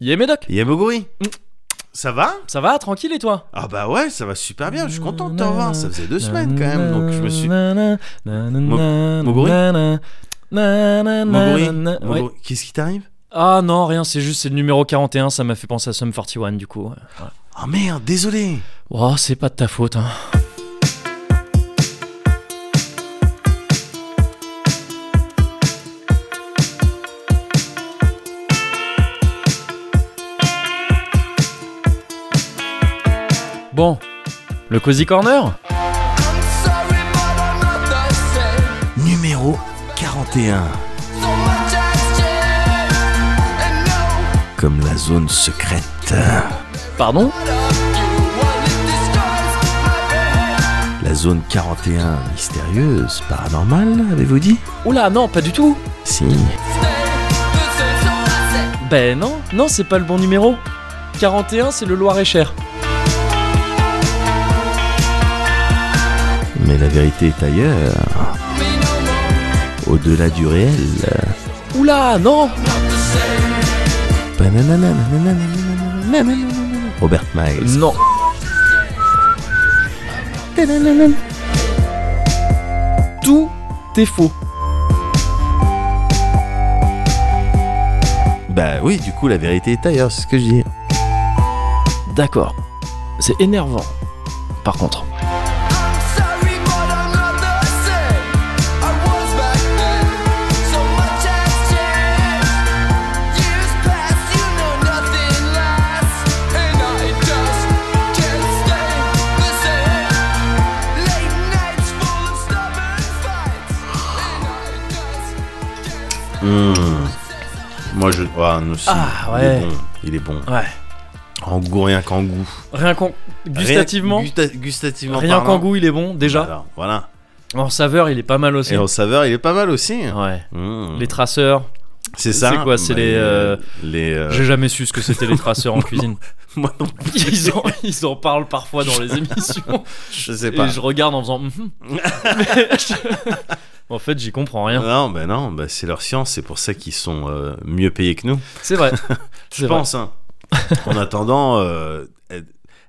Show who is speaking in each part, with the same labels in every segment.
Speaker 1: Yé Médoc,
Speaker 2: Yamoguri
Speaker 1: Mm.
Speaker 2: Ça va
Speaker 1: ça va, tranquille et toi
Speaker 2: Ah bah ouais, ça va super bien, je suis content de te revoir, ça faisait deux semaines quand même, donc je me suis... Moguri Moguri,
Speaker 1: Moguri
Speaker 2: Moguri, qu'est-ce qui t'arrive
Speaker 1: Ah non, rien, c'est juste, c'est le numéro 41, ça m'a fait penser à Sum 41 du coup. ouais.
Speaker 2: Ah merde, désolé
Speaker 1: Oh, c'est pas de ta faute, hein. Bon, le Cozy Corner
Speaker 2: Numéro 41, comme la zone secrète.
Speaker 1: Pardon
Speaker 2: La zone 41, mystérieuse, paranormale, avez-vous dit
Speaker 1: Oula, non, pas du tout
Speaker 2: Si.
Speaker 1: Ben non, non, c'est pas le bon numéro. 41, c'est le Loir-et-Cher.
Speaker 2: Mais la vérité est ailleurs, au-delà du réel.
Speaker 1: Oula, non
Speaker 2: Robert Miles.
Speaker 1: Non. Tout est faux.
Speaker 2: Bah oui, du coup, la vérité est ailleurs, c'est ce que je dis.
Speaker 1: D'accord. C'est énervant. Par contre.
Speaker 2: Mmh. Moi, je. Ah, non, si,
Speaker 1: Ah,
Speaker 2: il est
Speaker 1: ouais.
Speaker 2: bon, Il est bon.
Speaker 1: Ouais.
Speaker 2: En goût, rien qu'en goût.
Speaker 1: Rien qu'en gustativement,
Speaker 2: Rien, gusta- gustativement.
Speaker 1: rien
Speaker 2: parlant.
Speaker 1: qu'en goût, il est bon déjà.
Speaker 2: Alors, voilà.
Speaker 1: En saveur, il est pas mal aussi.
Speaker 2: Et en saveur, il est pas mal aussi.
Speaker 1: Ouais.
Speaker 2: Mmh.
Speaker 1: Les traceurs.
Speaker 2: C'est ça.
Speaker 1: c'est quoi, c'est
Speaker 2: Mais,
Speaker 1: les, euh,
Speaker 2: Les. euh,
Speaker 1: J'ai jamais su ce que c'était les traceurs en cuisine.
Speaker 2: Moi non
Speaker 1: Ils en, ils en parlent parfois dans les émissions.
Speaker 2: je sais
Speaker 1: Et
Speaker 2: pas.
Speaker 1: je regarde en faisant. Mhm. Mais je- en fait, j'y comprends rien.
Speaker 2: Non, bah non, bah c'est leur science, c'est pour ça qu'ils sont euh, mieux payés que nous.
Speaker 1: C'est vrai.
Speaker 2: Je pense. hein. en attendant, euh,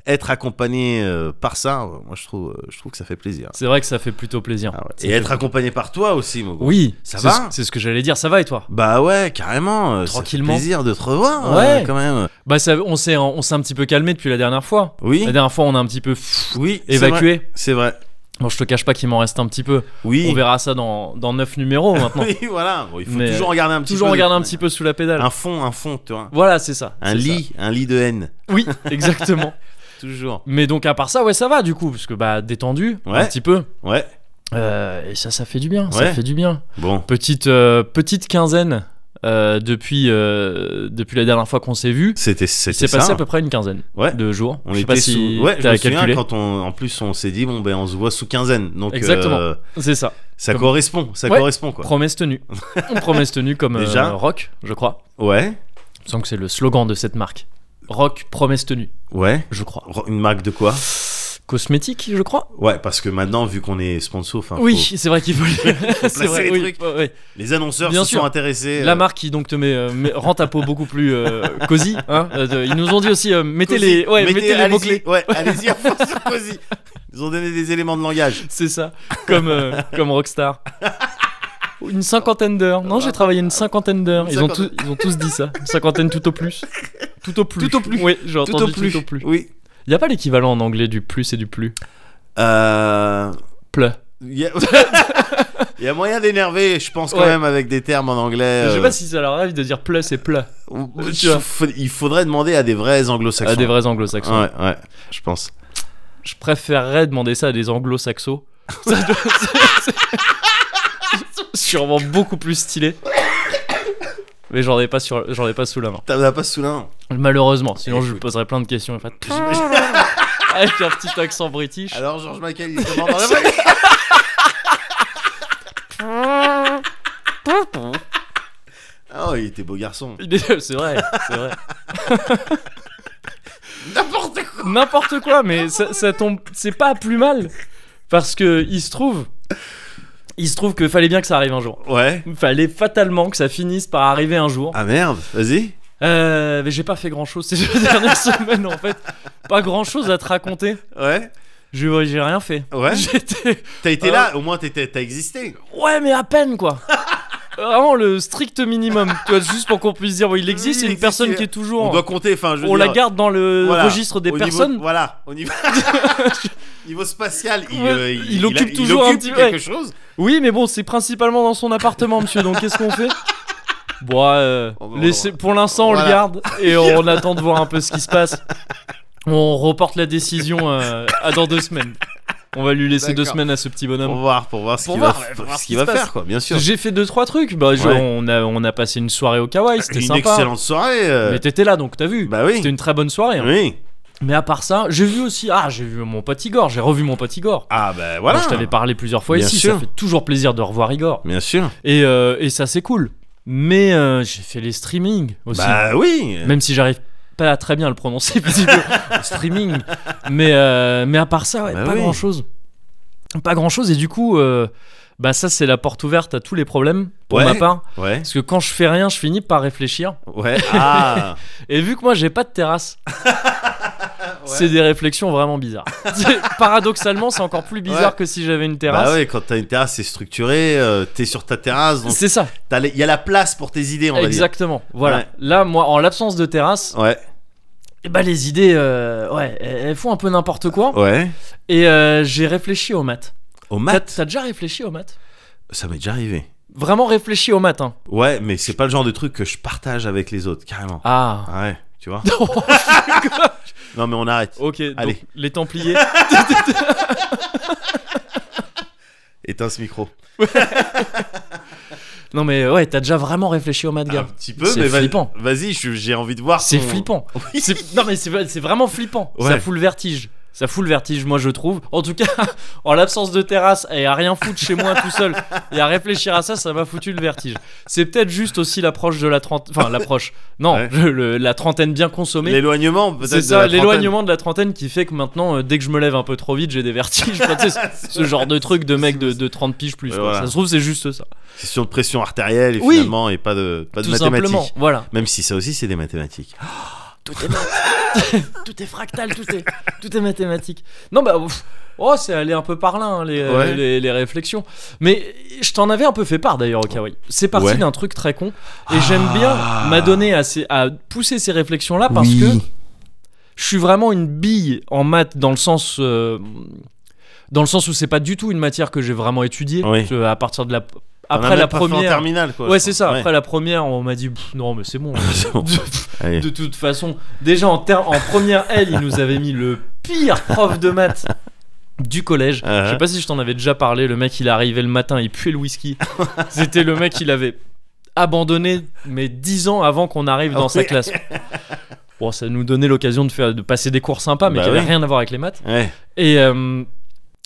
Speaker 2: être accompagné euh, par ça, euh, moi je trouve, euh, je trouve que ça fait plaisir.
Speaker 1: C'est vrai que ça fait plutôt plaisir.
Speaker 2: Ah ouais.
Speaker 1: Ça
Speaker 2: Et
Speaker 1: fait-
Speaker 2: être accompagné par toi aussi, mon gars.
Speaker 1: Oui,
Speaker 2: Ça
Speaker 1: c'est
Speaker 2: va
Speaker 1: ce- C'est ce que j'allais dire. Ça va et toi
Speaker 2: Bah ouais, carrément. euh, ça fait
Speaker 1: Tranquillement.
Speaker 2: plaisir de te revoir,
Speaker 1: Ouais.
Speaker 2: euh, quand même.
Speaker 1: Bah, ça, on s'est on s'est un petit peu calmé depuis la dernière fois.
Speaker 2: Oui.
Speaker 1: La dernière fois, on a un petit peu pff,
Speaker 2: Oui. c'est vrai.
Speaker 1: évacué.
Speaker 2: C'est vrai.
Speaker 1: Bon, je te cache pas qu'il m'en reste un petit peu.
Speaker 2: Oui.
Speaker 1: On verra ça dans, dans 9 numéros maintenant.
Speaker 2: Oui, voilà. Bon, il faut
Speaker 1: Mais,
Speaker 2: toujours regarder un petit
Speaker 1: Toujours
Speaker 2: peu. de-
Speaker 1: regarder un petit peu sous la pédale.
Speaker 2: Un fond, un fond, tu vois.
Speaker 1: Voilà, c'est ça.
Speaker 2: Un
Speaker 1: c'est
Speaker 2: lit, un lit de haine.
Speaker 1: ça. Oui, exactement.
Speaker 2: Toujours.
Speaker 1: Mais donc, à part ça, ouais, ça va du coup. Parce que, bah, détendu un
Speaker 2: Ouais.
Speaker 1: petit peu.
Speaker 2: Ouais.
Speaker 1: Euh, et ça, ça fait du bien. Ça
Speaker 2: Ouais.
Speaker 1: fait du bien.
Speaker 2: Bon.
Speaker 1: Petite, euh, petite quinzaine euh, depuis, euh, depuis la dernière fois qu'on s'est vu.
Speaker 2: C'était
Speaker 1: C'est
Speaker 2: c'était ça. hein.
Speaker 1: passé à peu près une quinzaine
Speaker 2: Ouais.
Speaker 1: de jours.
Speaker 2: On
Speaker 1: je sais
Speaker 2: était
Speaker 1: pas si
Speaker 2: sous... Ouais, je
Speaker 1: t'as
Speaker 2: me souviens
Speaker 1: calculé.
Speaker 2: quand on, en plus, on s'est dit bon ben on se voit sous quinzaine, donc euh,
Speaker 1: Exactement. C'est ça.
Speaker 2: ça
Speaker 1: Comme-
Speaker 2: correspond, ça
Speaker 1: Ouais.
Speaker 2: correspond quoi.
Speaker 1: Promesse tenue. promesse tenue comme euh,
Speaker 2: Déjà
Speaker 1: rock, je crois.
Speaker 2: Ouais,
Speaker 1: Il me semble que c'est le slogan de cette marque. Rock, promesse tenue,
Speaker 2: ouais.
Speaker 1: je crois.
Speaker 2: Ro- Une marque de quoi
Speaker 1: Cosmétique, je crois.
Speaker 2: Ouais, parce que maintenant vu qu'on est sponsor, enfin,
Speaker 1: oui,
Speaker 2: faut-
Speaker 1: c'est vrai qu'il faut. le-
Speaker 2: placer
Speaker 1: c'est vrai.
Speaker 2: les
Speaker 1: oui,
Speaker 2: trucs.
Speaker 1: ouais, ouais.
Speaker 2: les annonceurs
Speaker 1: Bien
Speaker 2: se
Speaker 1: sûr.
Speaker 2: sont intéressés.
Speaker 1: La
Speaker 2: euh,
Speaker 1: marque qui donc te met, euh, met- rend ta peau beaucoup plus euh, cosy. hein. Euh, de- ils nous ont dit aussi euh, mettez
Speaker 2: Cozy.
Speaker 1: les, ouais, mettez les
Speaker 2: allez-y,
Speaker 1: mots clés.
Speaker 2: Ouais, allez-y, à fond sur Cozy. Ils ont donné des éléments de langage.
Speaker 1: C'est ça, comme, euh, comme Rockstar. Une cinquantaine d'heures. Non, j'ai travaillé une cinquantaine d'heures. Ils, ont tous- ils ont tous dit ça. Une cinquantaine tout au plus. Tout au plus.
Speaker 2: Tout au plus.
Speaker 1: Oui, j'ai entendu tout au plus.
Speaker 2: Oui.
Speaker 1: Il n'y a pas l'équivalent en anglais du plus et du plus.
Speaker 2: Euh,
Speaker 1: Ple.
Speaker 2: Il y, a... il y a moyen d'énerver, je pense quand
Speaker 1: Ouais.
Speaker 2: même avec des termes en anglais.
Speaker 1: Je sais
Speaker 2: euh,
Speaker 1: pas si ça leur arrive de dire plus et ple
Speaker 2: ou-
Speaker 1: tu
Speaker 2: je-
Speaker 1: vois.
Speaker 2: faut- Il faudrait demander à des vrais anglo-saxons.
Speaker 1: à des vrais anglo-saxons.
Speaker 2: Ouais, ouais, je pense.
Speaker 1: Je préférerais demander ça à des anglo-saxons. Ça doit- c'est- c'est sûrement beaucoup plus stylé. Mais j'en ai, pas sur... j'en ai pas sous la main.
Speaker 2: T'as pas Soulin
Speaker 1: Malheureusement, sinon je lui
Speaker 2: Écoute.
Speaker 1: poserais plein de questions. il ferait
Speaker 2: J'imagine-
Speaker 1: Avec un petit accent british.
Speaker 2: Alors, George Michael, il est comment dans la vraie vie Ah, Oh, il était beau garçon.
Speaker 1: Il est- C'est vrai, c'est vrai.
Speaker 2: N'importe quoi
Speaker 1: N'importe quoi, mais ça, ça tombe. C'est pas plus mal. Parce que il se trouve. Il se trouve que fallait bien que ça arrive un jour.
Speaker 2: Ouais.
Speaker 1: Fallait fatalement que ça finisse par arriver un jour.
Speaker 2: Ah merde, vas-y.
Speaker 1: Euh, mais j'ai pas fait grand chose ces deux dernières semaines en fait. Pas grand chose à te raconter.
Speaker 2: Ouais,
Speaker 1: J'ai ouais, j'ai rien fait.
Speaker 2: ouais.
Speaker 1: J'étais.
Speaker 2: T'as été
Speaker 1: Ah.
Speaker 2: là, au moins t'étais- t'as existé.
Speaker 1: Ouais, mais à peine quoi. Vraiment le strict minimum. Tu vois, juste pour qu'on puisse dire, bon, il existe,
Speaker 2: Oui,
Speaker 1: c'est
Speaker 2: il
Speaker 1: une
Speaker 2: existe,
Speaker 1: personne
Speaker 2: il-
Speaker 1: qui est toujours.
Speaker 2: On doit compter, enfin, je veux
Speaker 1: on la
Speaker 2: dire,
Speaker 1: garde dans le
Speaker 2: voilà,
Speaker 1: registre des
Speaker 2: au niveau-
Speaker 1: personnes.
Speaker 2: voilà, au niveau, niveau spatial, il,
Speaker 1: Ouais,
Speaker 2: euh,
Speaker 1: il occupe
Speaker 2: a-
Speaker 1: toujours un
Speaker 2: occupe
Speaker 1: petit-
Speaker 2: quelque
Speaker 1: ouais.
Speaker 2: chose.
Speaker 1: Oui, mais bon, c'est principalement dans son appartement, monsieur. Donc qu'est-ce qu'on fait Bon, euh,
Speaker 2: On va-
Speaker 1: laissez- pour l'instant, on
Speaker 2: Voilà.
Speaker 1: le garde et on attend de voir un peu ce qui se passe. On reporte la décision euh, à dans deux semaines. On va lui laisser deux
Speaker 2: D'accord.
Speaker 1: semaines à ce petit bonhomme.
Speaker 2: Pour voir, pour voir ce
Speaker 1: Pour
Speaker 2: qu'il va,
Speaker 1: voir, ouais, pour
Speaker 2: ce
Speaker 1: voir ce qui
Speaker 2: qu'il va
Speaker 1: se passe.
Speaker 2: faire, quoi, bien sûr.
Speaker 1: J'ai fait deux trois trucs. Bah, je-
Speaker 2: Ouais.
Speaker 1: on a on a passé une soirée au Kawaii, c'était
Speaker 2: Une
Speaker 1: sympa.
Speaker 2: excellente soirée. euh,
Speaker 1: Mais t'étais là, donc t'as vu.
Speaker 2: Bah oui.
Speaker 1: C'était une très bonne soirée. hein.
Speaker 2: Oui.
Speaker 1: Mais à part ça, j'ai vu aussi. Ah, j'ai vu mon pote Igor. J'ai revu mon pote Igor.
Speaker 2: Ah bah voilà.
Speaker 1: Dont je t'avais parlé plusieurs fois
Speaker 2: Bien
Speaker 1: ici.
Speaker 2: sûr.
Speaker 1: Ça fait toujours plaisir de revoir Igor.
Speaker 2: Bien sûr.
Speaker 1: Et, euh, et ça, c'est cool. Mais euh, j'ai fait les streamings aussi.
Speaker 2: Bah oui.
Speaker 1: Même si j'arrive pas à très bien à le prononcer, visiblement. streaming. Mais, euh, mais à part ça, ouais,
Speaker 2: Bah
Speaker 1: pas
Speaker 2: oui.
Speaker 1: grand chose. Pas grand chose. Et du coup, euh, bah ça, c'est la porte ouverte à tous les problèmes, pour
Speaker 2: Ouais.
Speaker 1: ma part.
Speaker 2: Ouais.
Speaker 1: Parce que quand je fais rien, je finis par réfléchir.
Speaker 2: Ouais. Ah.
Speaker 1: Et vu que moi, j'ai pas de terrasse, c'est des réflexions vraiment bizarres. C'est- Paradoxalement, c'est encore plus bizarre
Speaker 2: Ouais.
Speaker 1: que si j'avais une terrasse.
Speaker 2: Bah ouais, quand t'as une terrasse, c'est structuré, euh, t'es sur ta terrasse, donc
Speaker 1: C'est ça,
Speaker 2: t'as les- il y a la place pour tes idées, on va
Speaker 1: exactement. Voilà.
Speaker 2: Ouais.
Speaker 1: Là, moi, en l'absence de terrasse,
Speaker 2: dire. Ouais,
Speaker 1: Et bah les idées, euh, ouais, elles elles font un peu n'importe quoi.
Speaker 2: ouais.
Speaker 1: Et euh, j'ai réfléchi au maths.
Speaker 2: Au
Speaker 1: T'as-
Speaker 2: mat,
Speaker 1: T'as déjà réfléchi au maths
Speaker 2: ça m'est déjà arrivé.
Speaker 1: Vraiment réfléchi au maths. hein.
Speaker 2: Ouais, mais c'est pas le genre de truc que je partage avec les autres, carrément.
Speaker 1: Ah.
Speaker 2: Ouais, tu vois. Non, mais on arrête.
Speaker 1: ok. donc,
Speaker 2: Allez.
Speaker 1: les Templiers.
Speaker 2: Éteins ce micro.
Speaker 1: non mais euh, ouais, t'as déjà vraiment réfléchi au maths,
Speaker 2: Un
Speaker 1: gars.
Speaker 2: petit peu,
Speaker 1: C'est
Speaker 2: mais vas-
Speaker 1: flippant.
Speaker 2: vas-y, je- j'ai envie de voir.
Speaker 1: C'est
Speaker 2: ton-
Speaker 1: flippant. C'est- Non mais c'est c'est vraiment flippant. Ça
Speaker 2: Ouais.
Speaker 1: fout le vertige. Ça fout le vertige, moi je trouve. En tout cas, en l'absence de terrasse et à rien foutre chez moi tout seul et à réfléchir à ça, ça m'a foutu le vertige. C'est peut-être juste aussi l'approche de la trentaine. Enfin, l'approche. Non,
Speaker 2: Ouais.
Speaker 1: le- la trentaine bien consommée.
Speaker 2: L'éloignement, peut-être.
Speaker 1: C'est
Speaker 2: de la
Speaker 1: ça,
Speaker 2: trentaine.
Speaker 1: l'éloignement de la trentaine qui fait que maintenant, euh, dès que je me lève un peu trop vite, j'ai des vertiges. Enfin, tu sais, ce- ce genre de truc de mec de, de 30 piges plus.
Speaker 2: Ouais,
Speaker 1: quoi.
Speaker 2: voilà.
Speaker 1: Ça se trouve, c'est juste ça.
Speaker 2: Question de pression artérielle, et
Speaker 1: Oui.
Speaker 2: finalement, et pas de, pas de
Speaker 1: Tout
Speaker 2: mathématiques.
Speaker 1: simplement. Voilà.
Speaker 2: Même si ça aussi, c'est des mathématiques.
Speaker 1: Tout est tout est fractal, tout est, tout est mathématique. Non, bah. ouf. Oh, c'est allé un peu par là, hein, les,
Speaker 2: Ouais.
Speaker 1: les, les réflexions. Mais je t'en avais un peu fait part d'ailleurs au Kawaii. C'est parti
Speaker 2: Ouais.
Speaker 1: d'un truc très con. Et j'aime bien
Speaker 2: Ah.
Speaker 1: m'adonner à, ces- à pousser ces réflexions-là parce que je suis vraiment une bille en maths dans le sens euh, dans le sens où c'est pas du tout une matière que j'ai vraiment étudiée
Speaker 2: Oui.
Speaker 1: Parce que à partir de la
Speaker 2: On a
Speaker 1: après
Speaker 2: même
Speaker 1: la
Speaker 2: pas fait en
Speaker 1: première
Speaker 2: terminale, quoi.
Speaker 1: ouais
Speaker 2: je
Speaker 1: c'est
Speaker 2: pense.
Speaker 1: ça
Speaker 2: Ouais.
Speaker 1: après la première on m'a dit Pff, non mais c'est bon
Speaker 2: C'est bon.
Speaker 1: de,
Speaker 2: Allez.
Speaker 1: de toute façon déjà en ter- en première L il nous avait mis le pire prof de maths du collège
Speaker 2: Ah.
Speaker 1: je sais pas si je t'en avais déjà parlé le mec il arrivait le matin il puait le whisky c'était le mec il avait abandonné mais 10 ans avant qu'on arrive dans sa
Speaker 2: Oui.
Speaker 1: classe Bon, ça nous donnait l'occasion de, faire, de passer des cours sympas, mais
Speaker 2: Bah
Speaker 1: qui n'avaient
Speaker 2: oui.
Speaker 1: rien à voir avec les maths.
Speaker 2: Ouais.
Speaker 1: Et euh,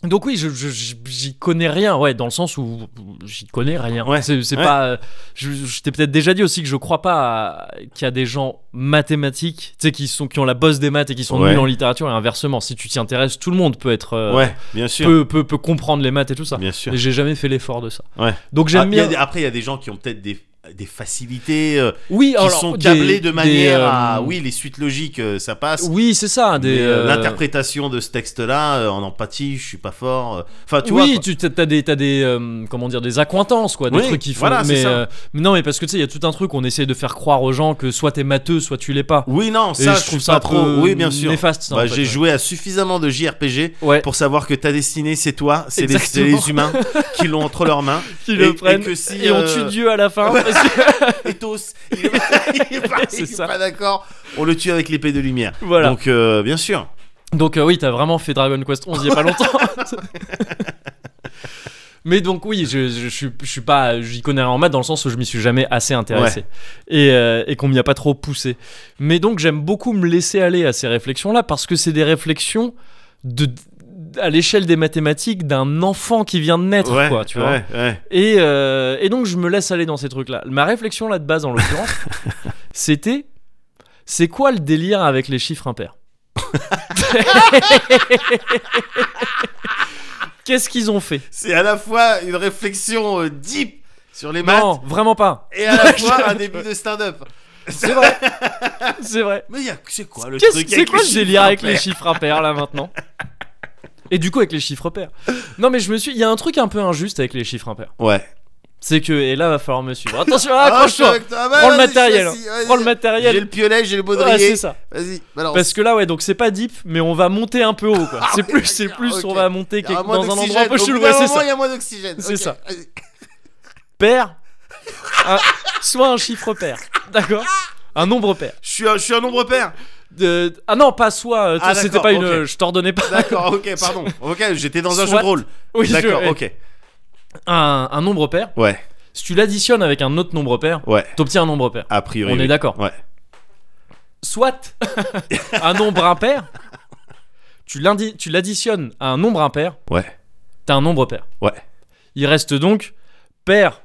Speaker 1: donc oui, je- je- je- j'y connais rien, ouais, dans le sens où j'y connais rien.
Speaker 2: Ouais,
Speaker 1: C'est c'est
Speaker 2: ouais.
Speaker 1: pas. euh, Je, je t'ai peut-être déjà dit aussi que je crois pas à- qu'il y a des gens mathématiques, tu sais, qui sont qui ont la bosse des maths et qui sont
Speaker 2: Ouais.
Speaker 1: nuls en littérature et inversement. Si tu t'y intéresses, tout le monde peut être euh,
Speaker 2: ouais, bien sûr.
Speaker 1: peut, peut- peut comprendre les maths et tout ça.
Speaker 2: Bien sûr.
Speaker 1: Et j'ai jamais fait l'effort de ça.
Speaker 2: Ouais.
Speaker 1: Donc j'aime
Speaker 2: Ah, il y a
Speaker 1: bien.
Speaker 2: des- après, il y a des gens qui ont peut-être des, des facilités, euh,
Speaker 1: Oui,
Speaker 2: qui
Speaker 1: alors,
Speaker 2: sont
Speaker 1: des-
Speaker 2: câblés de
Speaker 1: des,
Speaker 2: manière à.
Speaker 1: euh,
Speaker 2: Oui, les suites logiques, euh, ça passe.
Speaker 1: Oui, c'est ça. Des,
Speaker 2: mais, euh,
Speaker 1: euh,
Speaker 2: L'interprétation de ce texte-là, euh, en empathie, je suis pas fort. euh. Enfin, tu
Speaker 1: oui,
Speaker 2: vois.
Speaker 1: tu t'as des, t'as des euh, comment dire, des accointances quoi, des
Speaker 2: Oui,
Speaker 1: trucs qui font.
Speaker 2: voilà, c'est
Speaker 1: mais
Speaker 2: ça.
Speaker 1: euh, mais non, mais parce que tu sais, il y a tout un truc, on essaie de faire croire aux gens que soit t'es matheux, soit tu l'es pas.
Speaker 2: Oui, non,
Speaker 1: Et
Speaker 2: ça,
Speaker 1: je
Speaker 2: suis
Speaker 1: trouve ça
Speaker 2: pas
Speaker 1: un
Speaker 2: trop.
Speaker 1: peu
Speaker 2: Oui, bien sûr.
Speaker 1: néfaste. ça,
Speaker 2: Bah,
Speaker 1: en fait,
Speaker 2: J'ai
Speaker 1: ouais.
Speaker 2: joué à suffisamment de JRPG
Speaker 1: Ouais.
Speaker 2: pour savoir que ta destinée, c'est toi, c'est les, c'est
Speaker 1: Exactement.
Speaker 2: les humains qui l'ont entre leurs mains.
Speaker 1: Qui
Speaker 2: et-
Speaker 1: le
Speaker 2: et
Speaker 1: prennent,
Speaker 2: que si,
Speaker 1: et on
Speaker 2: euh,
Speaker 1: tue Dieu à la fin.
Speaker 2: Ouais.
Speaker 1: parce que-
Speaker 2: Et tous, il est pas, il est pas- il
Speaker 1: C'est
Speaker 2: est
Speaker 1: ça.
Speaker 2: pas d'accord. On le tue avec l'épée de lumière.
Speaker 1: voilà. Donc,
Speaker 2: Donc, euh, bien sûr.
Speaker 1: euh, oui, t'as vraiment fait Dragon Quest 11 il y a pas longtemps. Mais donc oui, je, je, je suis- je suis pas, j'y connais rien en maths dans le sens où je m'y suis jamais assez intéressé et, euh, et qu'on m'y a pas trop poussé. Mais donc j'aime beaucoup me laisser aller à ces réflexions-là parce que c'est des réflexions de à l'échelle des mathématiques d'un enfant qui vient de naître,
Speaker 2: ouais,
Speaker 1: quoi, tu vois.
Speaker 2: ouais, ouais.
Speaker 1: Et, euh, et donc je me laisse aller dans ces trucs-là. Ma réflexion là de base en l'occurrence, c'était c'est quoi le délire avec les chiffres impairs Qu'est-ce qu'ils ont fait
Speaker 2: C'est à la fois une réflexion euh, deep sur les maths
Speaker 1: Non, vraiment pas.
Speaker 2: et à la fois un début de stand-up.
Speaker 1: C'est vrai. C'est vrai.
Speaker 2: Mais y a- c'est quoi le
Speaker 1: Qu'est-ce-
Speaker 2: truc
Speaker 1: C'est
Speaker 2: avec
Speaker 1: quoi
Speaker 2: les
Speaker 1: le
Speaker 2: chiffres
Speaker 1: délire avec les
Speaker 2: impairs
Speaker 1: chiffres impairs là maintenant Et du coup avec les chiffres pairs. Non mais je me suis, il y a un truc un peu injuste avec les chiffres impairs.
Speaker 2: Ouais.
Speaker 1: C'est que et là va falloir me suivre. Attention,
Speaker 2: Ah,
Speaker 1: accroche-toi.
Speaker 2: je suis avec toi. Ah, bah,
Speaker 1: Prends le
Speaker 2: vas-y,
Speaker 1: matériel.
Speaker 2: je suis assis,
Speaker 1: Prends le
Speaker 2: vas-y. J'ai
Speaker 1: matériel.
Speaker 2: le piolet, j'ai le
Speaker 1: Ouais,
Speaker 2: baudrier.
Speaker 1: c'est ça.
Speaker 2: Vas-y, balance.
Speaker 1: Parce que là ouais donc c'est pas deep mais on va monter un peu haut quoi.
Speaker 2: Ah
Speaker 1: C'est
Speaker 2: oui,
Speaker 1: plus c'est
Speaker 2: d'accord,
Speaker 1: plus
Speaker 2: ok.
Speaker 1: on va monter
Speaker 2: Il y
Speaker 1: quelque-
Speaker 2: aura moins
Speaker 1: dans un endroit un
Speaker 2: d'oxygène.
Speaker 1: peu
Speaker 2: Au bout
Speaker 1: chelou.
Speaker 2: d'un
Speaker 1: Ouais, c'est
Speaker 2: moment,
Speaker 1: ça.
Speaker 2: Il y a moins d'oxygène.
Speaker 1: C'est
Speaker 2: Ok,
Speaker 1: ça.
Speaker 2: vas-y.
Speaker 1: Pair. Un- Soit un chiffre pair. D'accord. Un nombre pair.
Speaker 2: Je suis un, je suis un nombre pair.
Speaker 1: Euh, ah non pas soit. euh,
Speaker 2: Ah,
Speaker 1: C'était
Speaker 2: d'accord,
Speaker 1: pas une.
Speaker 2: ok.
Speaker 1: Je t'ordonnais pas.
Speaker 2: D'accord, ok, pardon. Ok, j'étais dans un jeu
Speaker 1: Soit.
Speaker 2: de rôle.
Speaker 1: Oui, je-
Speaker 2: D'accord,
Speaker 1: eh,
Speaker 2: ok.
Speaker 1: Un, un nombre pair.
Speaker 2: Ouais,
Speaker 1: Si tu l'additionnes avec un autre nombre pair,
Speaker 2: ouais.
Speaker 1: t'obtiens un nombre pair.
Speaker 2: A priori.
Speaker 1: On est
Speaker 2: oui.
Speaker 1: d'accord.
Speaker 2: Ouais.
Speaker 1: Soit un nombre impair, tu l'indi- tu l'additionnes à un nombre impair,
Speaker 2: Ouais.
Speaker 1: t'as un nombre pair.
Speaker 2: Ouais.
Speaker 1: Il reste donc pair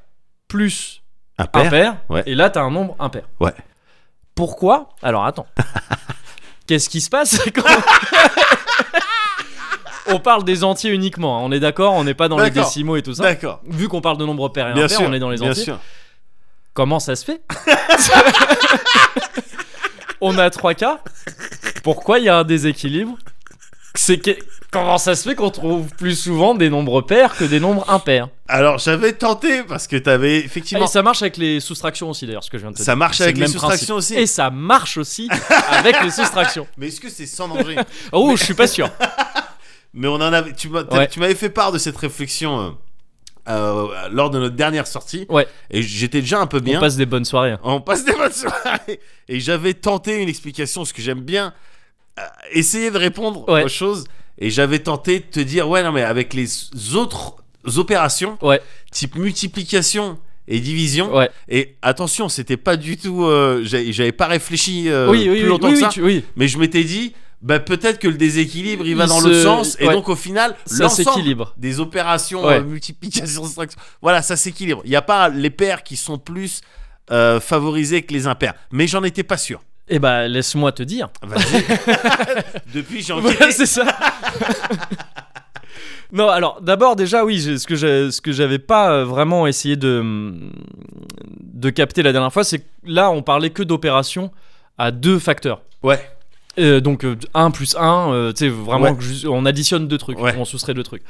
Speaker 1: plus
Speaker 2: Un pair.
Speaker 1: impair,
Speaker 2: Ouais.
Speaker 1: et là t'as un nombre impair.
Speaker 2: Ouais.
Speaker 1: Pourquoi Alors attends. Qu'est-ce qui se passe quand- On parle des entiers uniquement, hein. on est d'accord, on n'est pas dans les
Speaker 2: D'accord.
Speaker 1: décimaux et tout ça.
Speaker 2: D'accord.
Speaker 1: Vu qu'on parle de nombres pairs et
Speaker 2: Bien
Speaker 1: impairs,
Speaker 2: sûr.
Speaker 1: on est dans les
Speaker 2: bien
Speaker 1: entiers.
Speaker 2: sûr.
Speaker 1: Comment ça se fait On a 3 cas. Pourquoi il y a un déséquilibre C'est que- comment ça se fait qu'on trouve plus souvent des nombres pairs que des nombres impairs Ah,
Speaker 2: Alors, j'avais tenté parce que t'avais effectivement.
Speaker 1: Et ça marche avec les soustractions aussi d'ailleurs, ce que je viens de te dire.
Speaker 2: Ah, Ça marche
Speaker 1: C'est
Speaker 2: avec
Speaker 1: le
Speaker 2: les
Speaker 1: même
Speaker 2: soustractions
Speaker 1: principe.
Speaker 2: aussi.
Speaker 1: Et ça marche aussi avec les soustractions.
Speaker 2: Mais est-ce que c'est sans danger
Speaker 1: Oh, je suis pas sûr.
Speaker 2: Mais on en avait. Tu m'as- t'as-
Speaker 1: Ouais.
Speaker 2: tu m'avais fait part de cette réflexion euh, euh, lors de notre dernière sortie.
Speaker 1: Ouais.
Speaker 2: Et j'étais déjà un peu bien.
Speaker 1: On passe des bonnes soirées.
Speaker 2: On passe des bonnes soirées. Et j'avais tenté une explication, ce que j'aime bien, euh, essayer de répondre
Speaker 1: Ouais.
Speaker 2: aux choses. Et j'avais tenté de te dire, ouais, non, mais avec les autres opérations,
Speaker 1: Ouais.
Speaker 2: type multiplication et division.
Speaker 1: Ouais.
Speaker 2: Et attention, c'était pas du tout. euh, j'ai- j'avais pas réfléchi euh,
Speaker 1: oui, oui,
Speaker 2: plus
Speaker 1: oui,
Speaker 2: longtemps
Speaker 1: oui,
Speaker 2: que
Speaker 1: oui,
Speaker 2: ça.
Speaker 1: tu- oui.
Speaker 2: Mais je m'étais dit, bah, peut-être que le déséquilibre, il va
Speaker 1: Il
Speaker 2: dans
Speaker 1: se-
Speaker 2: l'autre sens. Et
Speaker 1: ouais.
Speaker 2: donc, au final,
Speaker 1: Ça
Speaker 2: l'ensemble
Speaker 1: s'équilibre.
Speaker 2: des opérations
Speaker 1: Ouais.
Speaker 2: euh, multiplication soustraction voilà ça s'équilibre il n'y a pas les paires qui sont plus euh, favorisés que les impairs mais j'en étais pas sûr
Speaker 1: Eh bah, laisse-moi te dire.
Speaker 2: Vas-y. depuis j'ai
Speaker 1: Voilà,
Speaker 2: enquêté
Speaker 1: c'est ça. non, alors d'abord déjà oui, j'ai- ce que j'ai- ce que j'avais pas euh, vraiment essayé de hum, de capter la dernière fois, c'est que là on parlait que d'opérations à deux facteurs.
Speaker 2: ouais
Speaker 1: Euh, donc 1 plus 1, tu sais vraiment
Speaker 2: Ouais.
Speaker 1: que ju- on additionne deux trucs,
Speaker 2: Ouais.
Speaker 1: on soustrait deux trucs.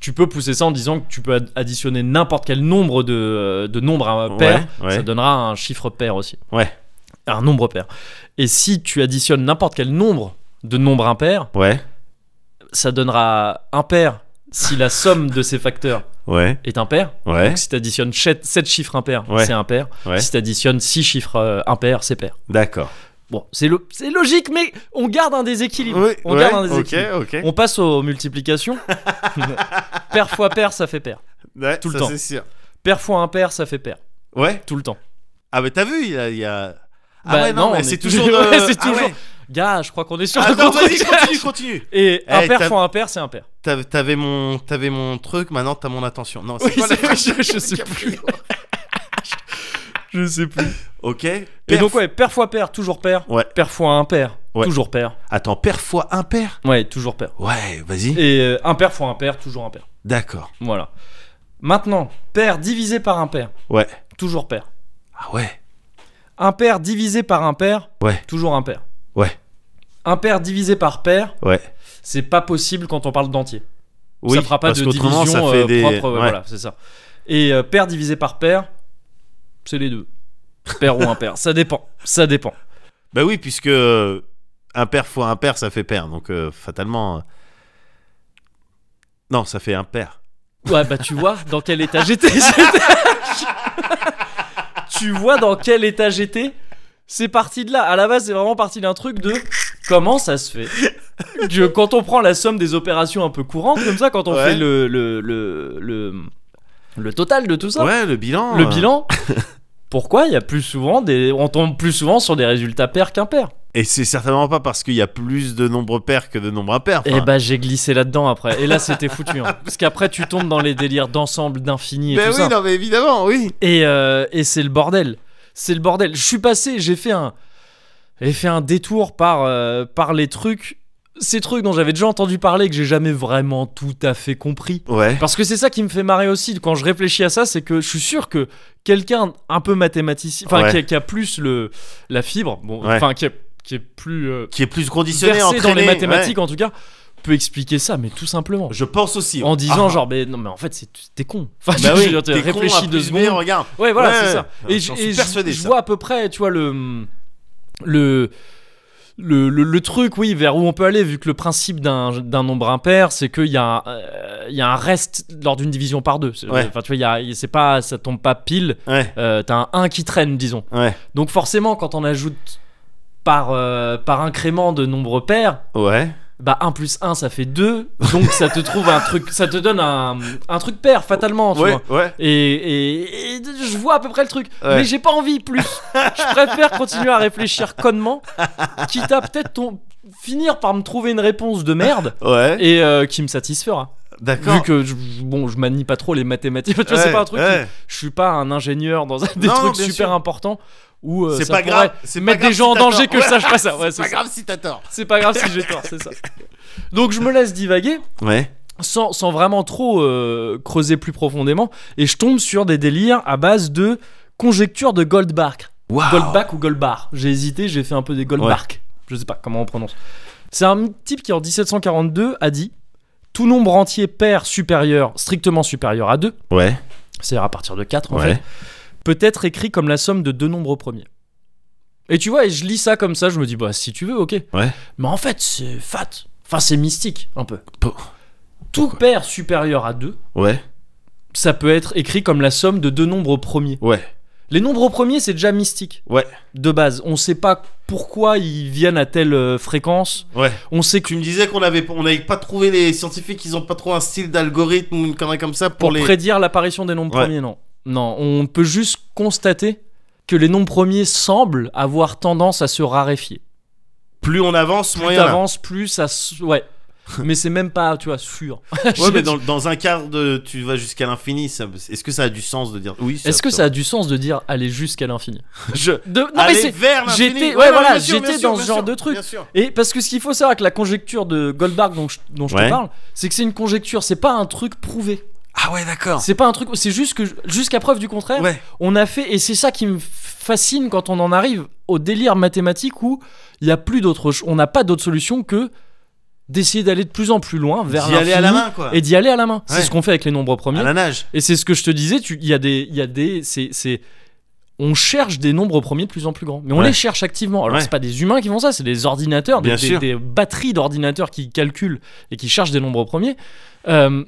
Speaker 1: Tu peux pousser ça en disant que tu peux ad- additionner n'importe quel nombre de, euh, de nombres euh, pairs,
Speaker 2: ouais, ouais.
Speaker 1: ça donnera un chiffre pair aussi.
Speaker 2: Ouais.
Speaker 1: Un nombre pair. Et si tu additionnes n'importe quel nombre de nombres impairs,
Speaker 2: ouais
Speaker 1: ça donnera impair si la somme de ces facteurs
Speaker 2: ouais
Speaker 1: est impair.
Speaker 2: ouais
Speaker 1: Donc si tu additionnes 7 chiffres impairs,
Speaker 2: Ouais.
Speaker 1: c'est impair.
Speaker 2: ouais
Speaker 1: Si tu additionnes 6 chiffres euh, impairs, c'est pair.
Speaker 2: d'accord
Speaker 1: Bon, c'est lo- c'est logique, mais on garde un déséquilibre.
Speaker 2: Ouais,
Speaker 1: on
Speaker 2: ouais,
Speaker 1: garde un
Speaker 2: ok
Speaker 1: déséquilibre.
Speaker 2: ok
Speaker 1: On passe aux multiplications. pair fois pair, ça fait pair.
Speaker 2: Ouais,
Speaker 1: tout le
Speaker 2: ça,
Speaker 1: temps.
Speaker 2: c'est sûr
Speaker 1: Pair fois impair, ça fait pair.
Speaker 2: ouais
Speaker 1: Tout le temps.
Speaker 2: ah mais t'as vu il y a, il y a- ah
Speaker 1: Bah,
Speaker 2: ouais, non,
Speaker 1: non, on
Speaker 2: mais
Speaker 1: est
Speaker 2: c'est
Speaker 1: toujours-
Speaker 2: toujours de-
Speaker 1: Ouais, c'est
Speaker 2: Ah
Speaker 1: toujours-
Speaker 2: ouais.
Speaker 1: Gars, je crois qu'on est sur un
Speaker 2: attends
Speaker 1: contre
Speaker 2: Ah vas-y continue continue
Speaker 1: Et
Speaker 2: Eh,
Speaker 1: impair
Speaker 2: t'as-
Speaker 1: fois impair, c'est impair.
Speaker 2: T'avais- t'avais mon t'avais mon truc maintenant t'as mon attention non c'est
Speaker 1: Oui,
Speaker 2: quoi la-
Speaker 1: c'est- je, je sais plus. je sais plus.
Speaker 2: ok
Speaker 1: Et
Speaker 2: Perf.
Speaker 1: donc, ouais, pair fois pair, toujours pair.
Speaker 2: Ouais.
Speaker 1: Pair fois impair,
Speaker 2: Ouais.
Speaker 1: toujours pair.
Speaker 2: Attends, pair fois impair
Speaker 1: Ouais, toujours pair.
Speaker 2: Ouais, vas-y.
Speaker 1: Et euh, impair fois impair, toujours impair.
Speaker 2: D'accord.
Speaker 1: Voilà. Maintenant, pair divisé par impair,
Speaker 2: Ouais.
Speaker 1: toujours pair.
Speaker 2: Ah ouais.
Speaker 1: Impair divisé par impair,
Speaker 2: Ouais.
Speaker 1: toujours impair.
Speaker 2: Ouais.
Speaker 1: Impair divisé par pair,
Speaker 2: Ouais.
Speaker 1: c'est pas possible quand on parle d'entier.
Speaker 2: Oui,
Speaker 1: ça fera pas
Speaker 2: parce
Speaker 1: de
Speaker 2: qu'autrement,
Speaker 1: division
Speaker 2: ça fait
Speaker 1: euh,
Speaker 2: des...
Speaker 1: propre. euh,
Speaker 2: ouais.
Speaker 1: Voilà, c'est ça. Et euh, pair divisé par pair, c'est les deux. Pair ou impair, ça dépend. Ça dépend.
Speaker 2: Bah oui, puisque euh, impair fois impair, ça fait pair. Donc, euh, fatalement... euh, Non, ça fait impair.
Speaker 1: Ouais, bah tu vois dans quel état j'étais. tu vois dans quel état j'étais C'est parti de là. À la base, c'est vraiment parti d'un truc de comment ça se fait que quand on prend la somme des opérations un peu courantes comme ça, quand on
Speaker 2: Ouais.
Speaker 1: fait le le, le le le total de tout ça,
Speaker 2: Ouais, le bilan...
Speaker 1: le
Speaker 2: euh,
Speaker 1: bilan. Pourquoi il y a plus souvent des on tombe plus souvent sur des résultats pairs qu'impairs
Speaker 2: euh, Et c'est certainement pas parce qu'il y a plus de nombres pairs que de nombres impairs.
Speaker 1: Et
Speaker 2: enfin.
Speaker 1: bah j'ai glissé là-dedans après. Et là c'était foutu, hein. parce qu'après tu tombes dans les délires d'ensemble, d'infini et
Speaker 2: Bah
Speaker 1: tout
Speaker 2: oui,
Speaker 1: ça.
Speaker 2: non, mais évidemment, oui.
Speaker 1: Et, euh, et c'est le bordel. C'est le bordel. Je suis passé, j'ai fait un, j'ai fait un détour par, euh, par les trucs ces trucs dont j'avais déjà entendu parler que j'ai jamais vraiment tout à fait compris.
Speaker 2: Ouais.
Speaker 1: Parce que c'est ça qui me fait marrer aussi quand je réfléchis à ça, c'est que je suis sûr que quelqu'un un peu mathématicien, enfin
Speaker 2: Ouais.
Speaker 1: qui, a- qui a plus le la fibre, bon,
Speaker 2: Ouais.
Speaker 1: enfin qui, a- qui est plus euh,
Speaker 2: Qui est plus conditionné,
Speaker 1: versé
Speaker 2: entraîné.
Speaker 1: dans les mathématiques
Speaker 2: ouais.
Speaker 1: en tout cas, peut expliquer ça, mais tout simplement.
Speaker 2: Je pense aussi.
Speaker 1: En disant
Speaker 2: Ah,
Speaker 1: genre mais non mais en fait c'est t'es con. Enfin
Speaker 2: Bah
Speaker 1: tu-
Speaker 2: oui,
Speaker 1: je veux dire,
Speaker 2: t'es con,
Speaker 1: réfléchis
Speaker 2: A
Speaker 1: deux
Speaker 2: plus B,
Speaker 1: secondes.
Speaker 2: regarde.
Speaker 1: Ouais, voilà,
Speaker 2: Ouais,
Speaker 1: c'est
Speaker 2: ouais.
Speaker 1: ça.
Speaker 2: Non,
Speaker 1: Et,
Speaker 2: j'en
Speaker 1: je-
Speaker 2: suis
Speaker 1: et je-
Speaker 2: persuadé de
Speaker 1: je
Speaker 2: ça.
Speaker 1: vois à peu près, tu vois, le. Le. Le, le- le truc, oui, vers où on peut aller, vu que le principe d'un d'un nombre impair, c'est qu'il y, a un, euh, il y a un reste lors d'une division par deux. C'est-
Speaker 2: Ouais.
Speaker 1: Enfin, tu vois, il y a- il- c'est pas, ça tombe pas pile.
Speaker 2: Ouais,
Speaker 1: Euh, T'as un 1 qui traîne, disons.
Speaker 2: ouais,
Speaker 1: Donc forcément, quand on ajoute par, euh, par incrément de nombre pair,
Speaker 2: ouais.
Speaker 1: bah 1 plus 1, ça fait 2. Donc ça te trouve un truc, ça te donne un, un truc pair, fatalement. Tu vois.
Speaker 2: Ouais, ouais.
Speaker 1: Et, et- et je vois à peu près le truc.
Speaker 2: Ouais.
Speaker 1: Mais j'ai pas envie plus. je préfère continuer à réfléchir connement, quitte à peut-être ton- finir par me trouver une réponse de merde.
Speaker 2: Ouais.
Speaker 1: Et euh, qui me satisfera. Vu
Speaker 2: D'accord.
Speaker 1: que je, bon, je manie pas trop les mathématiques. Tu vois, c'est
Speaker 2: Ouais,
Speaker 1: pas un truc.
Speaker 2: ouais.
Speaker 1: Je suis pas un ingénieur dans un- des
Speaker 2: Non,
Speaker 1: trucs
Speaker 2: bien
Speaker 1: super
Speaker 2: sûr.
Speaker 1: importants où euh,
Speaker 2: C'est
Speaker 1: ça
Speaker 2: pas
Speaker 1: pourrait
Speaker 2: grave. C'est pas
Speaker 1: mettre
Speaker 2: grave
Speaker 1: des gens
Speaker 2: si
Speaker 1: en
Speaker 2: t'as
Speaker 1: danger
Speaker 2: tort.
Speaker 1: que je
Speaker 2: Ouais.
Speaker 1: sache pas ça. Ouais,
Speaker 2: c'est
Speaker 1: c'est
Speaker 2: pas
Speaker 1: ça.
Speaker 2: grave si t'as tort.
Speaker 1: C'est pas grave si j'ai tort, c'est ça. Donc je me laisse divaguer
Speaker 2: Ouais.
Speaker 1: sans, sans vraiment trop euh, creuser plus profondément, et je tombe sur des délires à base de conjecture de Goldbach.
Speaker 2: Waouh.
Speaker 1: Goldbach ou Goldbar J'ai hésité, j'ai fait un peu des Goldbach. Je sais pas comment on prononce. C'est un type qui en 1742 a dit tout nombre entier pair supérieur, strictement supérieur à 2,
Speaker 2: Ouais.
Speaker 1: c'est-à-dire à partir de 4 en
Speaker 2: Ouais.
Speaker 1: fait, peut être écrit comme la somme de deux nombres premiers. Et tu vois, et je lis ça comme ça, je me dis, bah si tu veux, ok.
Speaker 2: Ouais.
Speaker 1: Mais en fait, c'est fat. Enfin, c'est mystique, un peu.
Speaker 2: Pou-
Speaker 1: Tout
Speaker 2: pourquoi
Speaker 1: pair supérieur à 2,
Speaker 2: Ouais.
Speaker 1: ça peut être écrit comme la somme de deux nombres premiers.
Speaker 2: Ouais.
Speaker 1: Les nombres premiers, c'est déjà mystique.
Speaker 2: Ouais.
Speaker 1: De base, on sait pas pourquoi ils viennent à telle euh, fréquence.
Speaker 2: Ouais.
Speaker 1: On sait que
Speaker 2: Tu me disais qu'on avait on n'avait pas trouvé les scientifiques, ils ont pas trop un style d'algorithme ou une connerie comme ça pour,
Speaker 1: pour
Speaker 2: les.
Speaker 1: prédire l'apparition des nombres
Speaker 2: Ouais.
Speaker 1: premiers, non. Non, on peut juste constater que les nombres premiers semblent avoir tendance à se raréfier.
Speaker 2: Plus on avance,
Speaker 1: Plus
Speaker 2: moins il y en a.
Speaker 1: t'avances, plus ça... s- Ouais. Mais c'est même pas, tu vois, sûr.
Speaker 2: Ouais, mais dans, dans un quart de, tu vas jusqu'à l'infini. ça- Est-ce que ça a du sens de dire oui
Speaker 1: Est-ce que ça a du sens de dire aller jusqu'à l'infini
Speaker 2: Je.
Speaker 1: De- Non, mais
Speaker 2: Aller
Speaker 1: c'est...
Speaker 2: vers l'infini.
Speaker 1: j'étais- ouais,
Speaker 2: non, mais
Speaker 1: voilà,
Speaker 2: bien sûr,
Speaker 1: j'étais
Speaker 2: bien sûr,
Speaker 1: dans ce
Speaker 2: bien
Speaker 1: genre
Speaker 2: sûr,
Speaker 1: de truc.
Speaker 2: bien sûr.
Speaker 1: Et parce que ce qu'il faut savoir avec la conjecture de Goldbach dont je, dont je te
Speaker 2: Ouais.
Speaker 1: parle, c'est que c'est une conjecture, c'est pas un truc prouvé.
Speaker 2: Ah ouais, d'accord.
Speaker 1: C'est pas un truc, c'est juste que jusqu'à preuve du contraire,
Speaker 2: Ouais.
Speaker 1: on a fait et c'est ça qui me fascine quand on en arrive au délire mathématique où il y a plus d'autre ch- on n'a pas d'autre solution que d'essayer d'aller de plus en plus loin vers
Speaker 2: D'y aller à la
Speaker 1: l'infini
Speaker 2: main, quoi.
Speaker 1: et d'y aller à la main.
Speaker 2: Ouais.
Speaker 1: C'est ce qu'on fait avec les nombres premiers.
Speaker 2: à la nage.
Speaker 1: Et c'est ce que je te disais, tu- il y a des, il y a des, c'est, c'est- on cherche des nombres premiers de plus en plus grands, mais on
Speaker 2: Ouais.
Speaker 1: les cherche activement. Alors
Speaker 2: Ouais.
Speaker 1: c'est pas des humains qui font ça, c'est des ordinateurs, des,
Speaker 2: Bien
Speaker 1: des-
Speaker 2: sûr.
Speaker 1: des batteries d'ordinateurs qui calculent et qui cherchent des nombres premiers. Euh,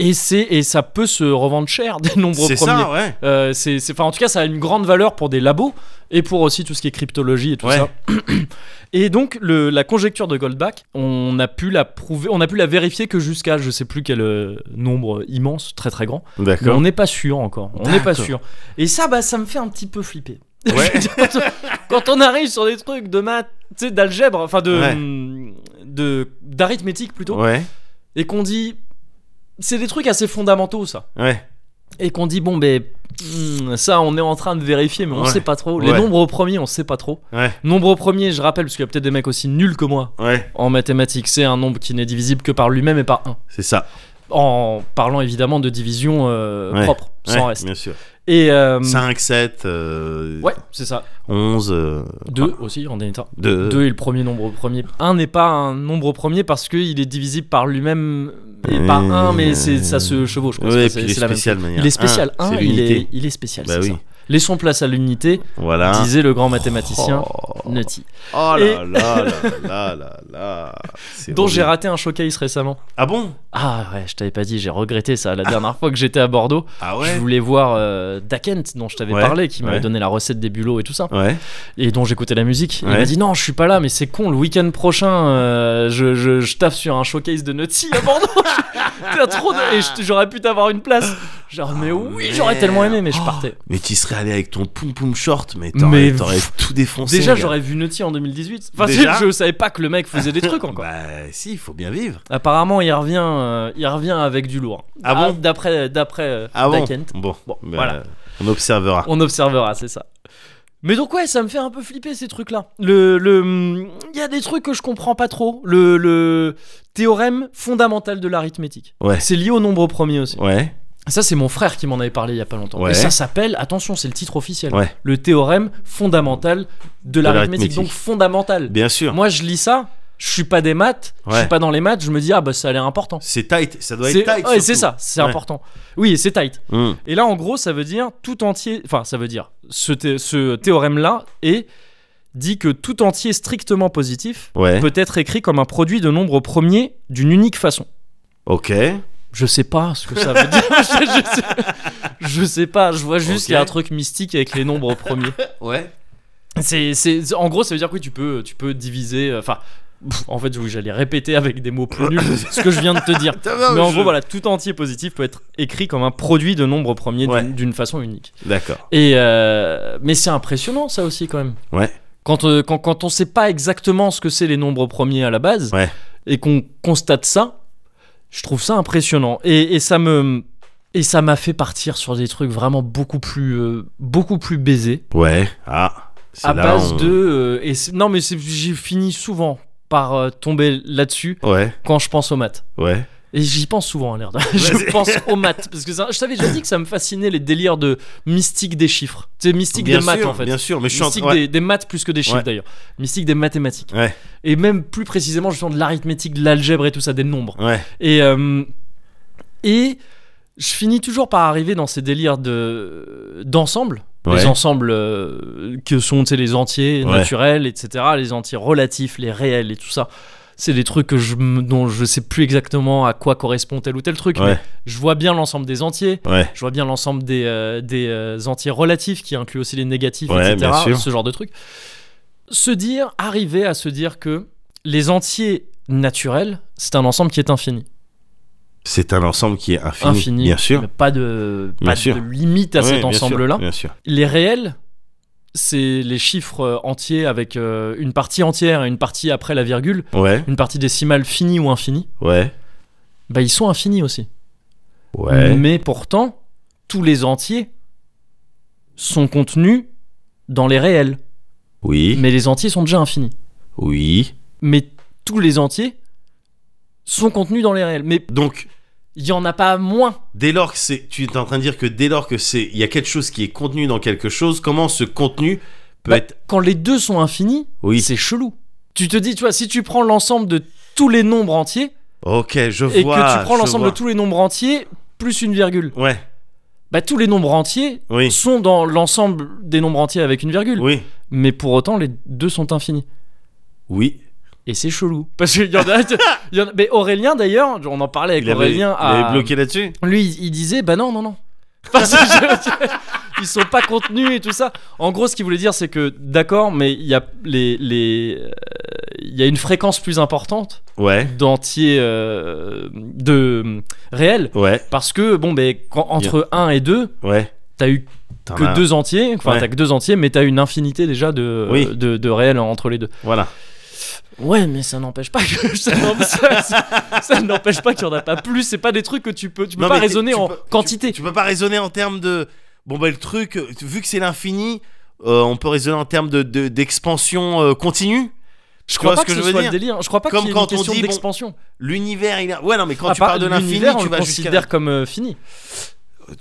Speaker 1: et c'est, et ça peut se revendre cher des nombres
Speaker 2: C'est
Speaker 1: premiers.
Speaker 2: ça, ouais.
Speaker 1: Euh, c'est, c'est- enfin, en tout cas, ça a une grande valeur pour des labos et pour aussi tout ce qui est cryptologie et tout
Speaker 2: Ouais.
Speaker 1: ça. et donc, le- la conjecture de Goldbach, on a pu la prouver, on a pu la vérifier que jusqu'à je sais plus quel euh, nombre immense, très très grand. Mais on
Speaker 2: D'accord.
Speaker 1: n'est pas sûr encore. On n'est pas
Speaker 2: D'accord.
Speaker 1: sûr. Et ça, bah, ça me fait un petit peu flipper.
Speaker 2: Ouais.
Speaker 1: Je veux dire, quand, on, quand on arrive sur des trucs de maths, tu sais, d'algèbre, enfin de,
Speaker 2: Ouais.
Speaker 1: de d'arithmétique plutôt,
Speaker 2: Ouais.
Speaker 1: et qu'on dit, c'est des trucs assez fondamentaux ça
Speaker 2: Ouais.
Speaker 1: et qu'on dit bon ben hmm, ça on est en train de vérifier mais on
Speaker 2: Ouais.
Speaker 1: sait pas trop les
Speaker 2: Ouais.
Speaker 1: nombres premiers on sait pas trop
Speaker 2: Ouais.
Speaker 1: nombre premier je rappelle parce qu'il y a peut-être des mecs aussi nuls que moi
Speaker 2: Ouais.
Speaker 1: en mathématiques c'est un nombre qui n'est divisible que par lui-même et par un
Speaker 2: C'est ça.
Speaker 1: en parlant évidemment de division euh,
Speaker 2: Ouais.
Speaker 1: propre sans
Speaker 2: Ouais,
Speaker 1: reste
Speaker 2: Bien sûr.
Speaker 1: et euh,
Speaker 2: 5, 7, euh,
Speaker 1: ouais c'est ça
Speaker 2: 11, euh,
Speaker 1: 2 aussi en dernier temps
Speaker 2: 2.
Speaker 1: 2 est le premier nombre premier 1 n'est pas un nombre premier parce qu'il est divisible par lui-même et par
Speaker 2: Euh,
Speaker 1: 1 mais c'est ça se chevauche quoi.
Speaker 2: Ouais, et
Speaker 1: C'est-
Speaker 2: puis il est
Speaker 1: c'est la même
Speaker 2: spécial de
Speaker 1: chose.
Speaker 2: manière.
Speaker 1: il est spécial 1
Speaker 2: c'est
Speaker 1: il, est,
Speaker 2: l'unité.
Speaker 1: il est spécial
Speaker 2: Bah
Speaker 1: c'est
Speaker 2: oui.
Speaker 1: ça. laissons place à l'unité
Speaker 2: Voilà.
Speaker 1: disait le grand mathématicien
Speaker 2: Hein Oh,
Speaker 1: Nutty,
Speaker 2: Oh là
Speaker 1: Et-
Speaker 2: là là là là là. C'est
Speaker 1: dont
Speaker 2: horrible.
Speaker 1: j'ai raté un showcase récemment.
Speaker 2: Ah bon
Speaker 1: Ah ouais, je t'avais pas dit, j'ai regretté ça la dernière fois que j'étais à Bordeaux.
Speaker 2: Ah
Speaker 1: Je
Speaker 2: ouais.
Speaker 1: voulais voir euh, Dakent, dont je t'avais
Speaker 2: Ouais,
Speaker 1: parlé, qui m'avait
Speaker 2: ouais.
Speaker 1: donné la recette des bulots et tout ça,
Speaker 2: Ouais.
Speaker 1: et dont j'écoutais la musique. Il
Speaker 2: Ouais.
Speaker 1: m'a dit non, je suis pas là, mais c'est con, le week-end prochain, euh, je, je, je taffe sur un showcase de Nutty à Bordeaux. T'as trop de- Et je- j'aurais pu t'avoir une place. Genre, mais oui, j'aurais
Speaker 2: merde.
Speaker 1: tellement aimé, mais je
Speaker 2: Ah Oh,
Speaker 1: partais.
Speaker 2: Mais tu serais allé avec ton poum poum short, mais
Speaker 1: Mais
Speaker 2: t'aurais t'aurais
Speaker 1: pff,
Speaker 2: tout défoncé.
Speaker 1: Déjà,
Speaker 2: gars.
Speaker 1: j'aurais vu Nutty en 2018. Enfin,
Speaker 2: Déjà
Speaker 1: je savais pas que le mec faisait des trucs encore.
Speaker 2: Bah si, il faut bien vivre.
Speaker 1: Apparemment, il revient, euh, il revient avec du lourd.
Speaker 2: Ah bon
Speaker 1: D'après, d'après euh,
Speaker 2: Ah bon
Speaker 1: Dakent.
Speaker 2: Bon,
Speaker 1: Bon,
Speaker 2: bah,
Speaker 1: voilà.
Speaker 2: On observera.
Speaker 1: On observera, c'est ça. Mais donc ouais, ça me fait un peu flipper ces trucs-là. Le le il y a des trucs que je comprends pas trop. Le le théorème fondamental de l'arithmétique.
Speaker 2: Ouais.
Speaker 1: C'est lié au nombre premier aussi.
Speaker 2: Ouais.
Speaker 1: Ça c'est mon frère qui m'en avait parlé il y a pas longtemps.
Speaker 2: Ouais.
Speaker 1: Et ça s'appelle attention, c'est le titre officiel.
Speaker 2: Ouais.
Speaker 1: Le théorème fondamental de l'arithmétique.
Speaker 2: l'arithmétique.
Speaker 1: Donc fondamental.
Speaker 2: Bien sûr.
Speaker 1: Moi je lis ça, je suis pas des maths, je
Speaker 2: Ouais.
Speaker 1: suis pas dans les maths, je me dis ah bah ça a l'air important.
Speaker 2: C'est tight. Ça doit
Speaker 1: C'est
Speaker 2: être tight.
Speaker 1: ouais,
Speaker 2: surtout.
Speaker 1: c'est ça, c'est
Speaker 2: Ouais.
Speaker 1: important. Oui, et c'est tight.
Speaker 2: Mm.
Speaker 1: Et là, en gros, ça veut dire tout entier. Enfin, ça veut dire ce, thé- ce théorème-là est dit que tout entier strictement positif
Speaker 2: Ouais.
Speaker 1: peut être écrit comme un produit de nombres premiers d'une unique façon.
Speaker 2: Ok.
Speaker 1: Je sais pas ce que ça veut dire. je, je sais, je sais pas. Je vois juste
Speaker 2: Ok.
Speaker 1: qu'il y a un truc mystique avec les nombres premiers.
Speaker 2: Ouais.
Speaker 1: C'est, c'est- en gros, ça veut dire que oui, tu peux, tu peux diviser. euh, Enfin, pff, en fait, oui, j'allais répéter avec des mots plus nuls ce que je viens de te dire. Mais en gros, voilà, tout entier positif peut être écrit comme un produit de nombres premiers d'une-
Speaker 2: Ouais.
Speaker 1: d'une façon unique.
Speaker 2: D'accord.
Speaker 1: Et euh, mais c'est impressionnant ça aussi quand même.
Speaker 2: Ouais.
Speaker 1: Quand, euh, quand, quand on sait pas exactement ce que c'est les nombres premiers à la base
Speaker 2: Ouais.
Speaker 1: et qu'on constate ça, je trouve ça impressionnant et, et ça me et ça m'a fait partir sur des trucs vraiment beaucoup plus euh, beaucoup plus baisés
Speaker 2: Ouais. Ah. c'est
Speaker 1: à
Speaker 2: là
Speaker 1: base
Speaker 2: on-
Speaker 1: de euh, et c'est- non mais c'est- j'ai fini souvent par euh, tomber là-dessus
Speaker 2: Ouais.
Speaker 1: quand je pense aux maths.
Speaker 2: Ouais.
Speaker 1: Et j'y pense souvent, à l'air de- Je
Speaker 2: Vas-y.
Speaker 1: pense aux maths. Parce que ça- je t'avais déjà dit que ça me fascinait les délires de mystique des chiffres. Tu sais, mystique
Speaker 2: bien
Speaker 1: des maths
Speaker 2: sûr,
Speaker 1: en fait.
Speaker 2: Bien sûr. Mais je suis en
Speaker 1: mystique
Speaker 2: train. ouais.
Speaker 1: des, des maths plus que des chiffres
Speaker 2: Ouais.
Speaker 1: d'ailleurs. Mystique des mathématiques.
Speaker 2: Ouais.
Speaker 1: Et même plus précisément, je suis de l'arithmétique, de l'algèbre et tout ça, des nombres.
Speaker 2: Ouais.
Speaker 1: Et, euh, et je finis toujours par arriver dans ces délires de d'ensemble.
Speaker 2: Ouais.
Speaker 1: Les ensembles euh, que sont tu sais, les entiers
Speaker 2: Ouais.
Speaker 1: naturels, etc. Les entiers relatifs, les réels et tout ça. C'est des trucs que je, m- dont je sais plus exactement à quoi correspond tel ou tel truc.
Speaker 2: Ouais.
Speaker 1: Mais je vois bien l'ensemble des entiers.
Speaker 2: Ouais.
Speaker 1: Je vois bien l'ensemble des, euh, des euh, entiers relatifs qui incluent aussi les négatifs,
Speaker 2: Ouais,
Speaker 1: etc.
Speaker 2: bien sûr.
Speaker 1: Ce genre de trucs. Se dire, arriver à se dire que les entiers naturels, c'est un ensemble qui est infini.
Speaker 2: C'est un ensemble qui est infini.
Speaker 1: infini.
Speaker 2: Bien sûr.
Speaker 1: Mais Pas de,
Speaker 2: Bien
Speaker 1: pas
Speaker 2: sûr.
Speaker 1: de limite à
Speaker 2: Ouais,
Speaker 1: cet
Speaker 2: bien sûr,
Speaker 1: ensemble-là.
Speaker 2: Bien sûr.
Speaker 1: Les réels, c'est les chiffres euh, entiers avec euh, une partie entière et une partie après la virgule,
Speaker 2: Ouais.
Speaker 1: une partie décimale finie ou infinie.
Speaker 2: Ouais.
Speaker 1: Bah, ils sont infinis aussi.
Speaker 2: Ouais.
Speaker 1: Mais pourtant, tous les entiers sont contenus dans les réels.
Speaker 2: Oui.
Speaker 1: Mais les entiers sont déjà infinis.
Speaker 2: Oui.
Speaker 1: Mais tous les entiers sont contenus dans les réels. Mais
Speaker 2: Donc,
Speaker 1: il y en a pas moins.
Speaker 2: dès lors que c'est, tu es en train de dire que dès lors que c'est, il y a quelque chose qui est contenu dans quelque chose, comment ce contenu peut
Speaker 1: Bah,
Speaker 2: être,
Speaker 1: Quand les deux sont infinis,
Speaker 2: oui,
Speaker 1: c'est chelou. Tu te dis, tu vois, si tu prends l'ensemble de tous les nombres entiers
Speaker 2: ok, je
Speaker 1: et
Speaker 2: vois,
Speaker 1: que tu prends
Speaker 2: je
Speaker 1: l'ensemble de
Speaker 2: vois.
Speaker 1: tous les nombres entiers plus une virgule,
Speaker 2: ouais,
Speaker 1: bah tous les nombres entiers
Speaker 2: oui,
Speaker 1: sont dans l'ensemble des nombres entiers avec une virgule.
Speaker 2: oui,
Speaker 1: Mais pour autant, les deux sont infinis.
Speaker 2: oui,
Speaker 1: Et c'est chelou. Parce qu'il y en a. il y en a- mais Aurélien, d'ailleurs, on en parlait avec
Speaker 2: il avait,
Speaker 1: Aurélien.
Speaker 2: il
Speaker 1: à-
Speaker 2: avait bloqué là-dessus,
Speaker 1: Lui, il- il disait Bah non, non, non. Parce que je- ils sont pas contenus et tout ça. En gros, ce qu'il voulait dire, c'est que d'accord, mais il y a les. les, euh, il y a une fréquence plus importante
Speaker 2: ouais,
Speaker 1: d'entiers euh, de réels
Speaker 2: ouais,
Speaker 1: parce que bon ben quand- entre 1 et 2
Speaker 2: ouais,
Speaker 1: t'as eu
Speaker 2: T'en
Speaker 1: que
Speaker 2: as-
Speaker 1: deux entiers enfin
Speaker 2: Ah, bah, Ouais.
Speaker 1: t'as que deux entiers mais t'as une infinité déjà de euh,
Speaker 2: Oui.
Speaker 1: de, de réels entre les deux
Speaker 2: voilà,
Speaker 1: Ouais, mais ça n'empêche pas que ça, n'en- ça- ça- ça n'empêche pas qu'il n'y en a pas plus. C'est pas des trucs que tu peux, tu peux
Speaker 2: Non,
Speaker 1: pas
Speaker 2: mais t'es-
Speaker 1: raisonner
Speaker 2: tu
Speaker 1: en
Speaker 2: peux- tu-
Speaker 1: quantité.
Speaker 2: tu, peux pas raisonner en termes de, bon bah le truc, euh, vu que c'est l'infini, euh, on peut raisonner en termes de, de- d'expansion euh, continue.
Speaker 1: je
Speaker 2: tu
Speaker 1: crois
Speaker 2: vois
Speaker 1: pas
Speaker 2: ce
Speaker 1: que,
Speaker 2: que
Speaker 1: ce
Speaker 2: je veux
Speaker 1: soit le
Speaker 2: dire
Speaker 1: délire. Je crois pas
Speaker 2: Comme
Speaker 1: qu'il y ait une
Speaker 2: quand on
Speaker 1: question
Speaker 2: dit, bon,
Speaker 1: d'expansion.
Speaker 2: L'univers, il a... ouais non mais quand
Speaker 1: À
Speaker 2: tu
Speaker 1: part
Speaker 2: parles de l'infini,
Speaker 1: Ah, l'univers, on
Speaker 2: tu
Speaker 1: le
Speaker 2: vas
Speaker 1: considère
Speaker 2: jusqu'à
Speaker 1: comme euh, fini.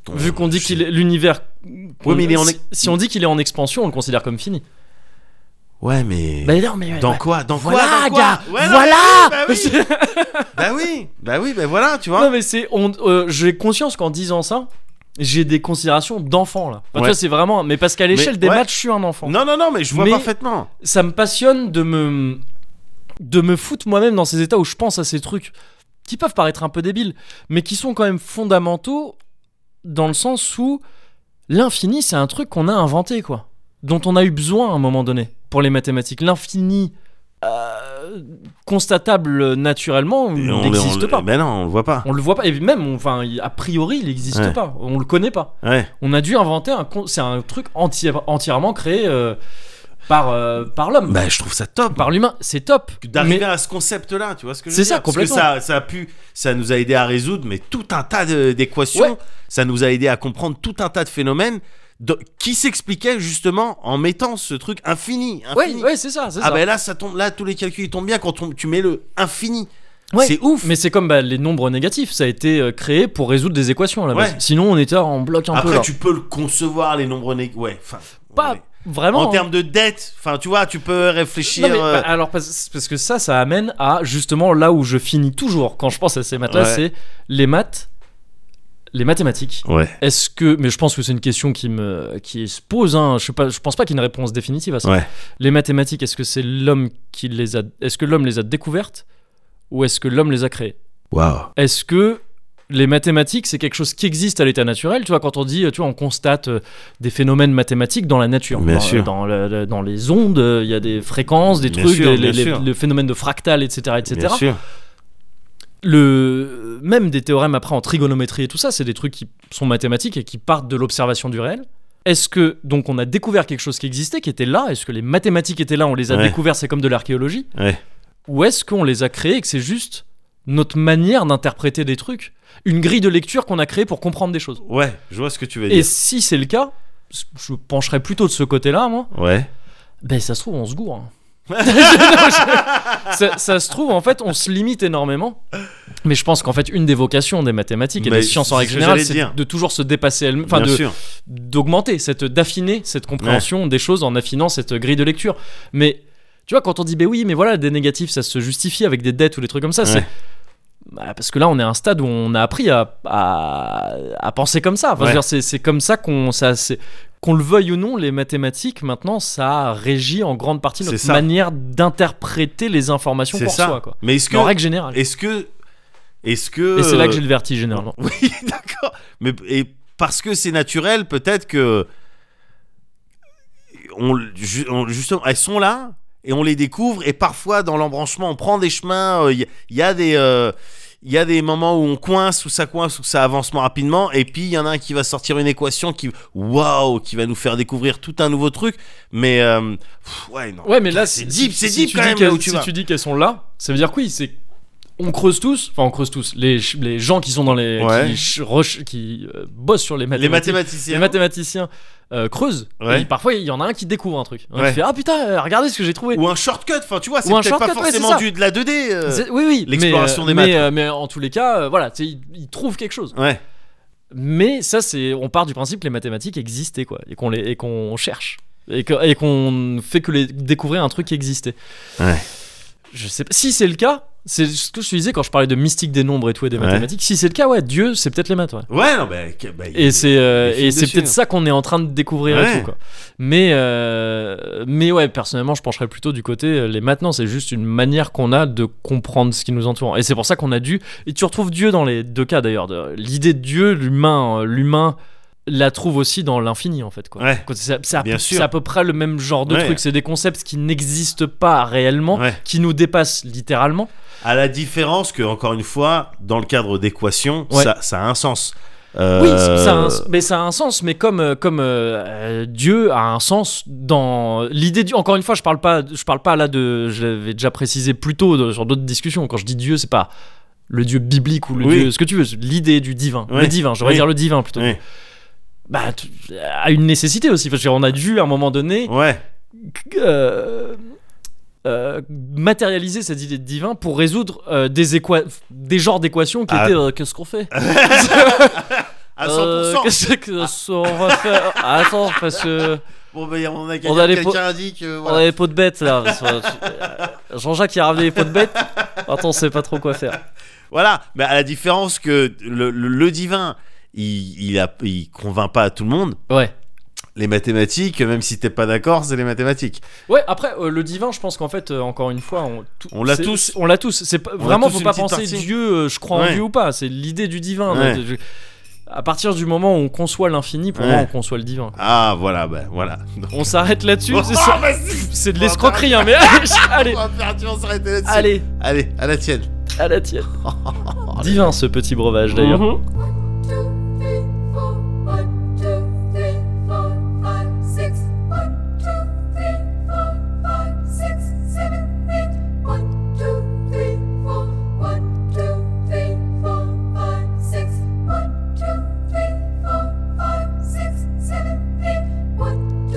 Speaker 2: Ton-
Speaker 1: Vu qu'on dit
Speaker 2: je-
Speaker 1: qu'il est l'univers.
Speaker 2: Ouais, mais il est en-
Speaker 1: si, si on dit qu'il est en expansion, on le considère comme fini.
Speaker 2: ouais mais
Speaker 1: Bah non, mais.
Speaker 2: Dans
Speaker 1: ouais.
Speaker 2: quoi Dans
Speaker 1: Voilà,
Speaker 2: quoi Dans quoi
Speaker 1: gars
Speaker 2: Ouais, non,
Speaker 1: Voilà
Speaker 2: Bah oui, bah oui, bah oui, bah voilà, tu vois.
Speaker 1: Non mais c'est, on- euh, j'ai conscience qu'en disant ça, j'ai des considérations d'enfant là. Enfin,
Speaker 2: Ouais.
Speaker 1: toi, c'est vraiment, mais parce qu'à l'échelle des
Speaker 2: ouais.
Speaker 1: matchs, je suis un enfant.
Speaker 2: Non, non, non, mais je vois
Speaker 1: Mais-
Speaker 2: parfaitement.
Speaker 1: ça me passionne de me de me foutre moi-même dans ces états où je pense à ces trucs qui peuvent paraître un peu débiles, mais qui sont quand même fondamentaux dans le sens où l'infini, c'est un truc qu'on a inventé, quoi, dont on a eu besoin à un moment donné pour les mathématiques. L'infini euh, constatable euh, naturellement
Speaker 2: Et on-
Speaker 1: n'existe
Speaker 2: on-
Speaker 1: pas.
Speaker 2: Ben non, on le voit pas.
Speaker 1: On le voit pas, et même, on- enfin, il- a priori, il n'existe
Speaker 2: Ouais.
Speaker 1: pas. On le connaît pas.
Speaker 2: Ouais,
Speaker 1: On a dû inventer un, con- c'est un truc entier- entièrement créé euh, par euh, par l'homme
Speaker 2: bah je trouve ça top.
Speaker 1: par l'humain, c'est top.
Speaker 2: D'arriver
Speaker 1: Mais-
Speaker 2: à ce concept-là, tu vois ce que je
Speaker 1: C'est
Speaker 2: veux
Speaker 1: ça,
Speaker 2: dire Parce que
Speaker 1: complètement.
Speaker 2: ça, ça a pu, ça nous a aidé à résoudre, mais tout un tas de- d'équations.
Speaker 1: Ouais.
Speaker 2: Ça nous a aidé à comprendre tout un tas de phénomènes. de- qui s'expliquait justement en mettant ce truc infini.
Speaker 1: Ouais,
Speaker 2: infini.
Speaker 1: ouais, c'est ça, c'est
Speaker 2: ah
Speaker 1: ça.
Speaker 2: ben là, ça tombe, là tous les calculs ils tombent bien quand on- tu mets le infini.
Speaker 1: Ouais.
Speaker 2: C'est ouf.
Speaker 1: Mais c'est comme bah, les nombres négatifs, ça a été euh, créé pour résoudre des équations à la base.
Speaker 2: Ouais.
Speaker 1: Sinon, on était en bloc un peu.
Speaker 2: Après,
Speaker 1: genre.
Speaker 2: tu peux le concevoir les nombres négatifs. Ouais. enfin,
Speaker 1: Pas
Speaker 2: ouais.
Speaker 1: vraiment.
Speaker 2: En
Speaker 1: hein.
Speaker 2: termes de dette, enfin tu vois, tu peux réfléchir.
Speaker 1: Non, mais, bah,
Speaker 2: euh,
Speaker 1: alors parce, parce que ça, ça amène à justement là où je finis toujours quand je pense à ces maths-là,
Speaker 2: Ouais.
Speaker 1: c'est les maths, les mathématiques.
Speaker 2: Ouais.
Speaker 1: Est-ce que, mais je pense que c'est une question qui me, qui se pose. hein. je sais pas, je pense pas qu'il y ait une réponse définitive à ça.
Speaker 2: Ouais.
Speaker 1: Les mathématiques, est-ce que c'est l'homme qui les a, est-ce que l'homme les a découvertes ou est-ce que l'homme les a créées
Speaker 2: Waouh.
Speaker 1: Est-ce que les mathématiques, c'est quelque chose qui existe à l'état naturel Tu vois, quand on dit, tu vois, on constate euh, des phénomènes mathématiques dans la nature,
Speaker 2: Bien
Speaker 1: dans,
Speaker 2: sûr.
Speaker 1: dans le- le- dans les ondes, euh, il y a des fréquences, des
Speaker 2: Bien
Speaker 1: trucs,
Speaker 2: sûr,
Speaker 1: des- les-
Speaker 2: bien
Speaker 1: les-
Speaker 2: sûr.
Speaker 1: le phénomène de fractal, etc.,
Speaker 2: Bien
Speaker 1: etc.
Speaker 2: sûr.
Speaker 1: Le même des théorèmes après en trigonométrie et tout ça, c'est des trucs qui sont mathématiques et qui partent de l'observation du réel. Est-ce que donc on a découvert quelque chose qui existait, qui était là Est-ce que les mathématiques étaient là On les a
Speaker 2: Ouais.
Speaker 1: découvertes, c'est comme de l'archéologie.
Speaker 2: Ouais.
Speaker 1: Ou est-ce qu'on les a créées et que c'est juste notre manière d'interpréter des trucs, une grille de lecture qu'on a créée pour comprendre des choses
Speaker 2: Ouais, je vois ce que tu veux
Speaker 1: Et
Speaker 2: dire.
Speaker 1: si c'est le cas, je pencherais plutôt de ce côté-là, moi.
Speaker 2: Ouais.
Speaker 1: Ben ça se trouve on se gourre. hein. Non, je- ça, ça se trouve en fait on se limite énormément. Mais je pense qu'en fait une des vocations des mathématiques et
Speaker 2: Mais
Speaker 1: des sciences en
Speaker 2: c'est
Speaker 1: règle
Speaker 2: ce que
Speaker 1: générale,
Speaker 2: j'allais
Speaker 1: c'est
Speaker 2: dire.
Speaker 1: de toujours se dépasser elle-même, enfin
Speaker 2: bien
Speaker 1: de-
Speaker 2: sûr.
Speaker 1: d'augmenter cette, d'affiner cette compréhension des choses en affinant cette grille de lecture. Mais tu vois quand on dit ben oui mais voilà des négatifs ça se justifie avec des dettes ou des trucs comme ça,
Speaker 2: Ouais.
Speaker 1: c'est bah, parce que là on est à un stade où on a appris à, à, à penser comme ça. Enfin, je veux
Speaker 2: Ouais.
Speaker 1: dire, c'est, c'est comme ça qu'on ça c'est- qu'on le veuille ou non, les mathématiques maintenant ça régit en grande partie
Speaker 2: C'est
Speaker 1: notre
Speaker 2: ça.
Speaker 1: manière d'interpréter les informations
Speaker 2: C'est
Speaker 1: pour
Speaker 2: ça.
Speaker 1: soi. Quoi.
Speaker 2: Mais est-ce que euh,
Speaker 1: En règle générale. Et,
Speaker 2: est-ce que est-ce que
Speaker 1: c'est là que j'ai le vertige généralement.
Speaker 2: Oui, d'accord. Mais et parce que c'est naturel, peut-être que on, le- ju- on- justement elles sont là et on les découvre et parfois dans l'embranchement on prend des chemins. Il y, y a des euh, il y a des moments où on coince, où ça coince, où ça avance moins rapidement, et puis il y en a un qui va sortir une équation qui, waouh, qui va nous faire découvrir tout un nouveau truc. Mais euh, pff, ouais, non.
Speaker 1: Ouais, mais là,
Speaker 2: C'est
Speaker 1: si-
Speaker 2: deep, c'est
Speaker 1: si
Speaker 2: deep
Speaker 1: tu
Speaker 2: quand
Speaker 1: dis
Speaker 2: même,
Speaker 1: qu'elles-
Speaker 2: là où tu
Speaker 1: si
Speaker 2: vas.
Speaker 1: tu dis qu'elles sont là, ça veut dire que oui, c'est. On creuse tous, enfin on creuse tous, les, ch- les gens qui sont dans les.
Speaker 2: Ouais.
Speaker 1: qui, ch- roche- qui, euh, bossent sur les
Speaker 2: les
Speaker 1: mathématiques. Les
Speaker 2: mathématiciens.
Speaker 1: mathématiciens euh, creusent.
Speaker 2: Ouais.
Speaker 1: Et parfois, il y en a un qui découvre un truc. Il
Speaker 2: Ouais.
Speaker 1: fait Ah putain, euh, regardez ce que j'ai trouvé.
Speaker 2: ou un shortcut, enfin tu vois, c'est
Speaker 1: Ou un
Speaker 2: peut-être pas
Speaker 1: shortcut, ouais, c'est
Speaker 2: forcément
Speaker 1: ça.
Speaker 2: du de la 2D. euh,
Speaker 1: C'est- Oui, oui. mais,
Speaker 2: l'exploration
Speaker 1: euh,
Speaker 2: des
Speaker 1: mais,
Speaker 2: maths.
Speaker 1: euh, mais en tous les cas, euh, voilà, tu sais, ils ils trouvent quelque chose.
Speaker 2: Ouais.
Speaker 1: Mais ça, c'est, on part du principe que les mathématiques existaient, quoi, et qu'on les, et qu'on cherche, et que- et qu'on ne fait que les découvrir un truc qui existait.
Speaker 2: Ouais.
Speaker 1: Je sais pas. Si c'est le cas, c'est ce que je te disais quand je parlais de mystique des nombres et tout et des
Speaker 2: Ouais.
Speaker 1: mathématiques. Si c'est le cas, ouais, Dieu, c'est peut-être les maths, ouais.
Speaker 2: Ouais, non, bah, que- bah, il-
Speaker 1: Et c'est, euh,
Speaker 2: des films
Speaker 1: et c'est
Speaker 2: dessus,
Speaker 1: peut-être
Speaker 2: hein.
Speaker 1: ça qu'on est en train de découvrir et
Speaker 2: Ouais.
Speaker 1: tout, quoi. Mais, euh, mais ouais, personnellement, je pencherais plutôt du côté euh, les maintenant. C'est juste une manière qu'on a de comprendre ce qui nous entoure. Et c'est pour ça qu'on a dû. Et tu retrouves Dieu dans les deux cas d'ailleurs. de- L'idée de Dieu, l'humain, euh, l'humain la trouve aussi dans l'infini en fait. quoi.
Speaker 2: Ouais.
Speaker 1: Quand C'est c'est à,
Speaker 2: Bien
Speaker 1: peu-
Speaker 2: sûr.
Speaker 1: c'est à peu près le même genre de
Speaker 2: Ouais.
Speaker 1: truc. C'est des concepts qui n'existent pas réellement,
Speaker 2: Ouais.
Speaker 1: qui nous dépassent littéralement.
Speaker 2: À la différence que, encore une fois, dans le cadre d'équations,
Speaker 1: Ouais.
Speaker 2: ça, ça a un sens. Euh,
Speaker 1: Oui, ça a un, mais ça a un sens, mais comme, euh, comme euh, euh, Dieu a un sens dans l'idée du. Encore une fois, je parle pas, je parle pas là de. Je l'avais déjà précisé plus tôt de- sur d'autres discussions. Quand je dis Dieu, c'est pas le Dieu biblique ou le
Speaker 2: Oui.
Speaker 1: Dieu, ce que tu veux, c'est l'idée du divin, le
Speaker 2: Oui.
Speaker 1: divin. J'aurais
Speaker 2: Oui.
Speaker 1: dire le divin plutôt.
Speaker 2: Oui.
Speaker 1: Bah, tu- à une nécessité aussi, parce qu'on a dû à un moment donné
Speaker 2: Ouais,
Speaker 1: euh, euh, matérialiser cette idée de divin pour résoudre euh, des, équa- des genres d'équations qui
Speaker 2: Ah.
Speaker 1: étaient euh, qu'est-ce qu'on fait
Speaker 2: à 100%.
Speaker 1: euh, Qu'est-ce que- on va faire Ah, Attends, parce que
Speaker 2: Bon, bah, on a
Speaker 1: on a
Speaker 2: quelqu'un
Speaker 1: les
Speaker 2: quelqu'un
Speaker 1: po-
Speaker 2: a dit que.
Speaker 1: on
Speaker 2: voilà.
Speaker 1: a les pots de bête là. parce que, euh, Jean-Jacques il a ramené les pots de bête. Attends, on sait pas trop quoi faire.
Speaker 2: Voilà, mais à la différence que le, le- le divin, il, il, a- il convainc pas à tout le monde.
Speaker 1: Ouais.
Speaker 2: Les mathématiques, même si t'es pas d'accord, c'est les mathématiques.
Speaker 1: Ouais, après euh, le divin, je pense qu'en fait, euh, encore une fois, on, tout-
Speaker 2: On l'a
Speaker 1: c'est-
Speaker 2: tous.
Speaker 1: On l'a tous. C'est pas-
Speaker 2: On a
Speaker 1: vraiment
Speaker 2: tous
Speaker 1: faut
Speaker 2: une
Speaker 1: pas
Speaker 2: petite
Speaker 1: penser
Speaker 2: partie.
Speaker 1: Dieu, euh, je crois en
Speaker 2: Ouais.
Speaker 1: Dieu ou pas. C'est l'idée du divin.
Speaker 2: Ouais.
Speaker 1: donc, je- à partir du moment où on conçoit l'infini, pour
Speaker 2: Ouais.
Speaker 1: moi, on conçoit le divin. quoi.
Speaker 2: Ah, voilà, ben voilà. Donc-
Speaker 1: On s'arrête là-dessus.
Speaker 2: Oh,
Speaker 1: c'est ça-
Speaker 2: vas-y
Speaker 1: C'est de l'escroquerie, hein, mais allez,
Speaker 2: On va faire- tu vas s'arrêter là-dessus.
Speaker 1: allez,
Speaker 2: Allez, à la tienne.
Speaker 1: à la tienne. Divin ce petit breuvage d'ailleurs.
Speaker 3: One, two, three, four, five, six. One, two, three, four, five, six, seven, eight. One, two, three, four. One, two, three, four, five, six. One, two, three, four, five, six, seven, eight.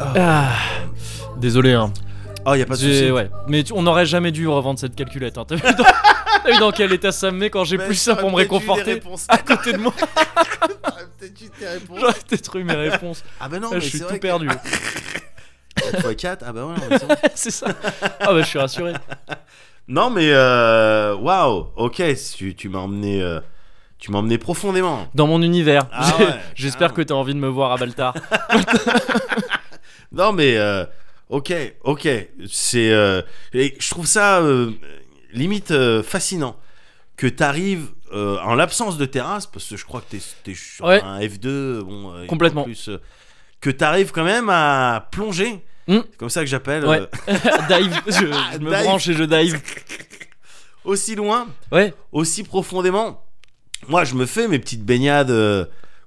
Speaker 1: Ah, désolé, hein.
Speaker 2: Oh, y a pas de
Speaker 1: J'ai-
Speaker 2: souci.
Speaker 1: ouais. Mais tu- on n'aurait jamais dû revendre cette calculette. hein. T'as vu, dans... t'as vu dans quel état ça me met quand j'ai
Speaker 2: Mais
Speaker 1: plus ça
Speaker 2: j'aurais
Speaker 1: pour me
Speaker 2: peut-être eu
Speaker 1: réconforter
Speaker 2: des réponses.
Speaker 1: à côté de moi
Speaker 2: J'aurais peut-être eu tes réponses.
Speaker 1: J'aurais peut-être eu mes réponses.
Speaker 2: Ah bah non,
Speaker 1: Là,
Speaker 2: mais
Speaker 1: je suis
Speaker 2: c'est
Speaker 1: tout
Speaker 2: vrai
Speaker 1: perdu.
Speaker 2: que 4 x 4, ah bah ouais, non, mais c'est vrai.
Speaker 1: c'est ça. Ah bah je suis rassuré.
Speaker 2: Non, mais euh, waouh, ok, tu, tu m'as emmené, euh, tu m'as emmené profondément.
Speaker 1: Dans mon univers.
Speaker 2: Ah
Speaker 1: J'ai-
Speaker 2: ouais,
Speaker 1: J'espère
Speaker 2: carrément.
Speaker 1: que t'as envie de me voir à Baltar.
Speaker 2: Non, mais euh, ok, ok, c'est, euh, et je trouve ça euh, limite euh, fascinant que t'arrives euh, en l'absence de terrasse, parce que je crois que t'es, t'es sur
Speaker 1: Ouais.
Speaker 2: un F2, bon, euh, et
Speaker 1: Complètement.
Speaker 2: en plus, euh, que t'arrives quand même à plonger.
Speaker 1: Hmm.
Speaker 2: C'est comme ça que j'appelle
Speaker 1: Ouais.
Speaker 2: euh,
Speaker 1: dive. Je, je me
Speaker 2: Dive.
Speaker 1: branche et je dive.
Speaker 2: aussi loin.
Speaker 1: Ouais.
Speaker 2: aussi profondément. Moi, je me fais mes petites baignades euh,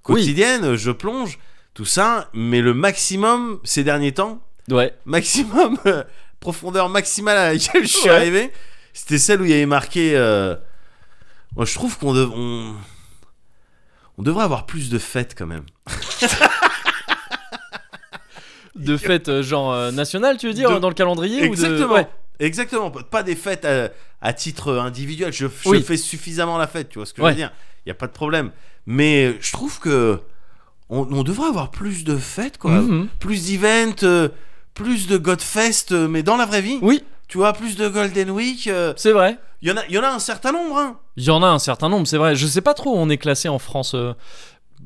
Speaker 1: Oui.
Speaker 2: quotidiennes, je plonge, tout ça, mais le maximum ces derniers temps,
Speaker 1: Ouais.
Speaker 2: maximum, euh, profondeur maximale à laquelle je suis
Speaker 1: Ouais.
Speaker 2: arrivé, c'était celle où il y avait marqué. euh, Moi, je trouve qu'on dev- on... on devrait avoir plus de fêtes quand même.
Speaker 1: De fête euh, genre euh, nationale, tu veux dire,
Speaker 2: De-
Speaker 1: dans le calendrier ou de...
Speaker 2: Exactement.
Speaker 1: Ouais.
Speaker 2: Exactement, pas des fêtes à, à titre individuel. Je, je
Speaker 1: Oui.
Speaker 2: fais suffisamment la fête, tu vois ce que je
Speaker 1: Ouais.
Speaker 2: veux dire. Il n'y a pas de problème. Mais euh, je trouve que on, on devrait avoir plus de fêtes, quoi.
Speaker 1: Mhm.
Speaker 2: Plus d'events, euh, plus de Godfest, euh, mais dans la vraie vie.
Speaker 1: Oui,
Speaker 2: Tu vois, plus de Golden Week. euh,
Speaker 1: c'est vrai.
Speaker 2: Il y, en a- il y en a un certain nombre, hein.
Speaker 1: Il y en a un certain nombre, c'est vrai. Je sais pas trop où on est classé en France euh,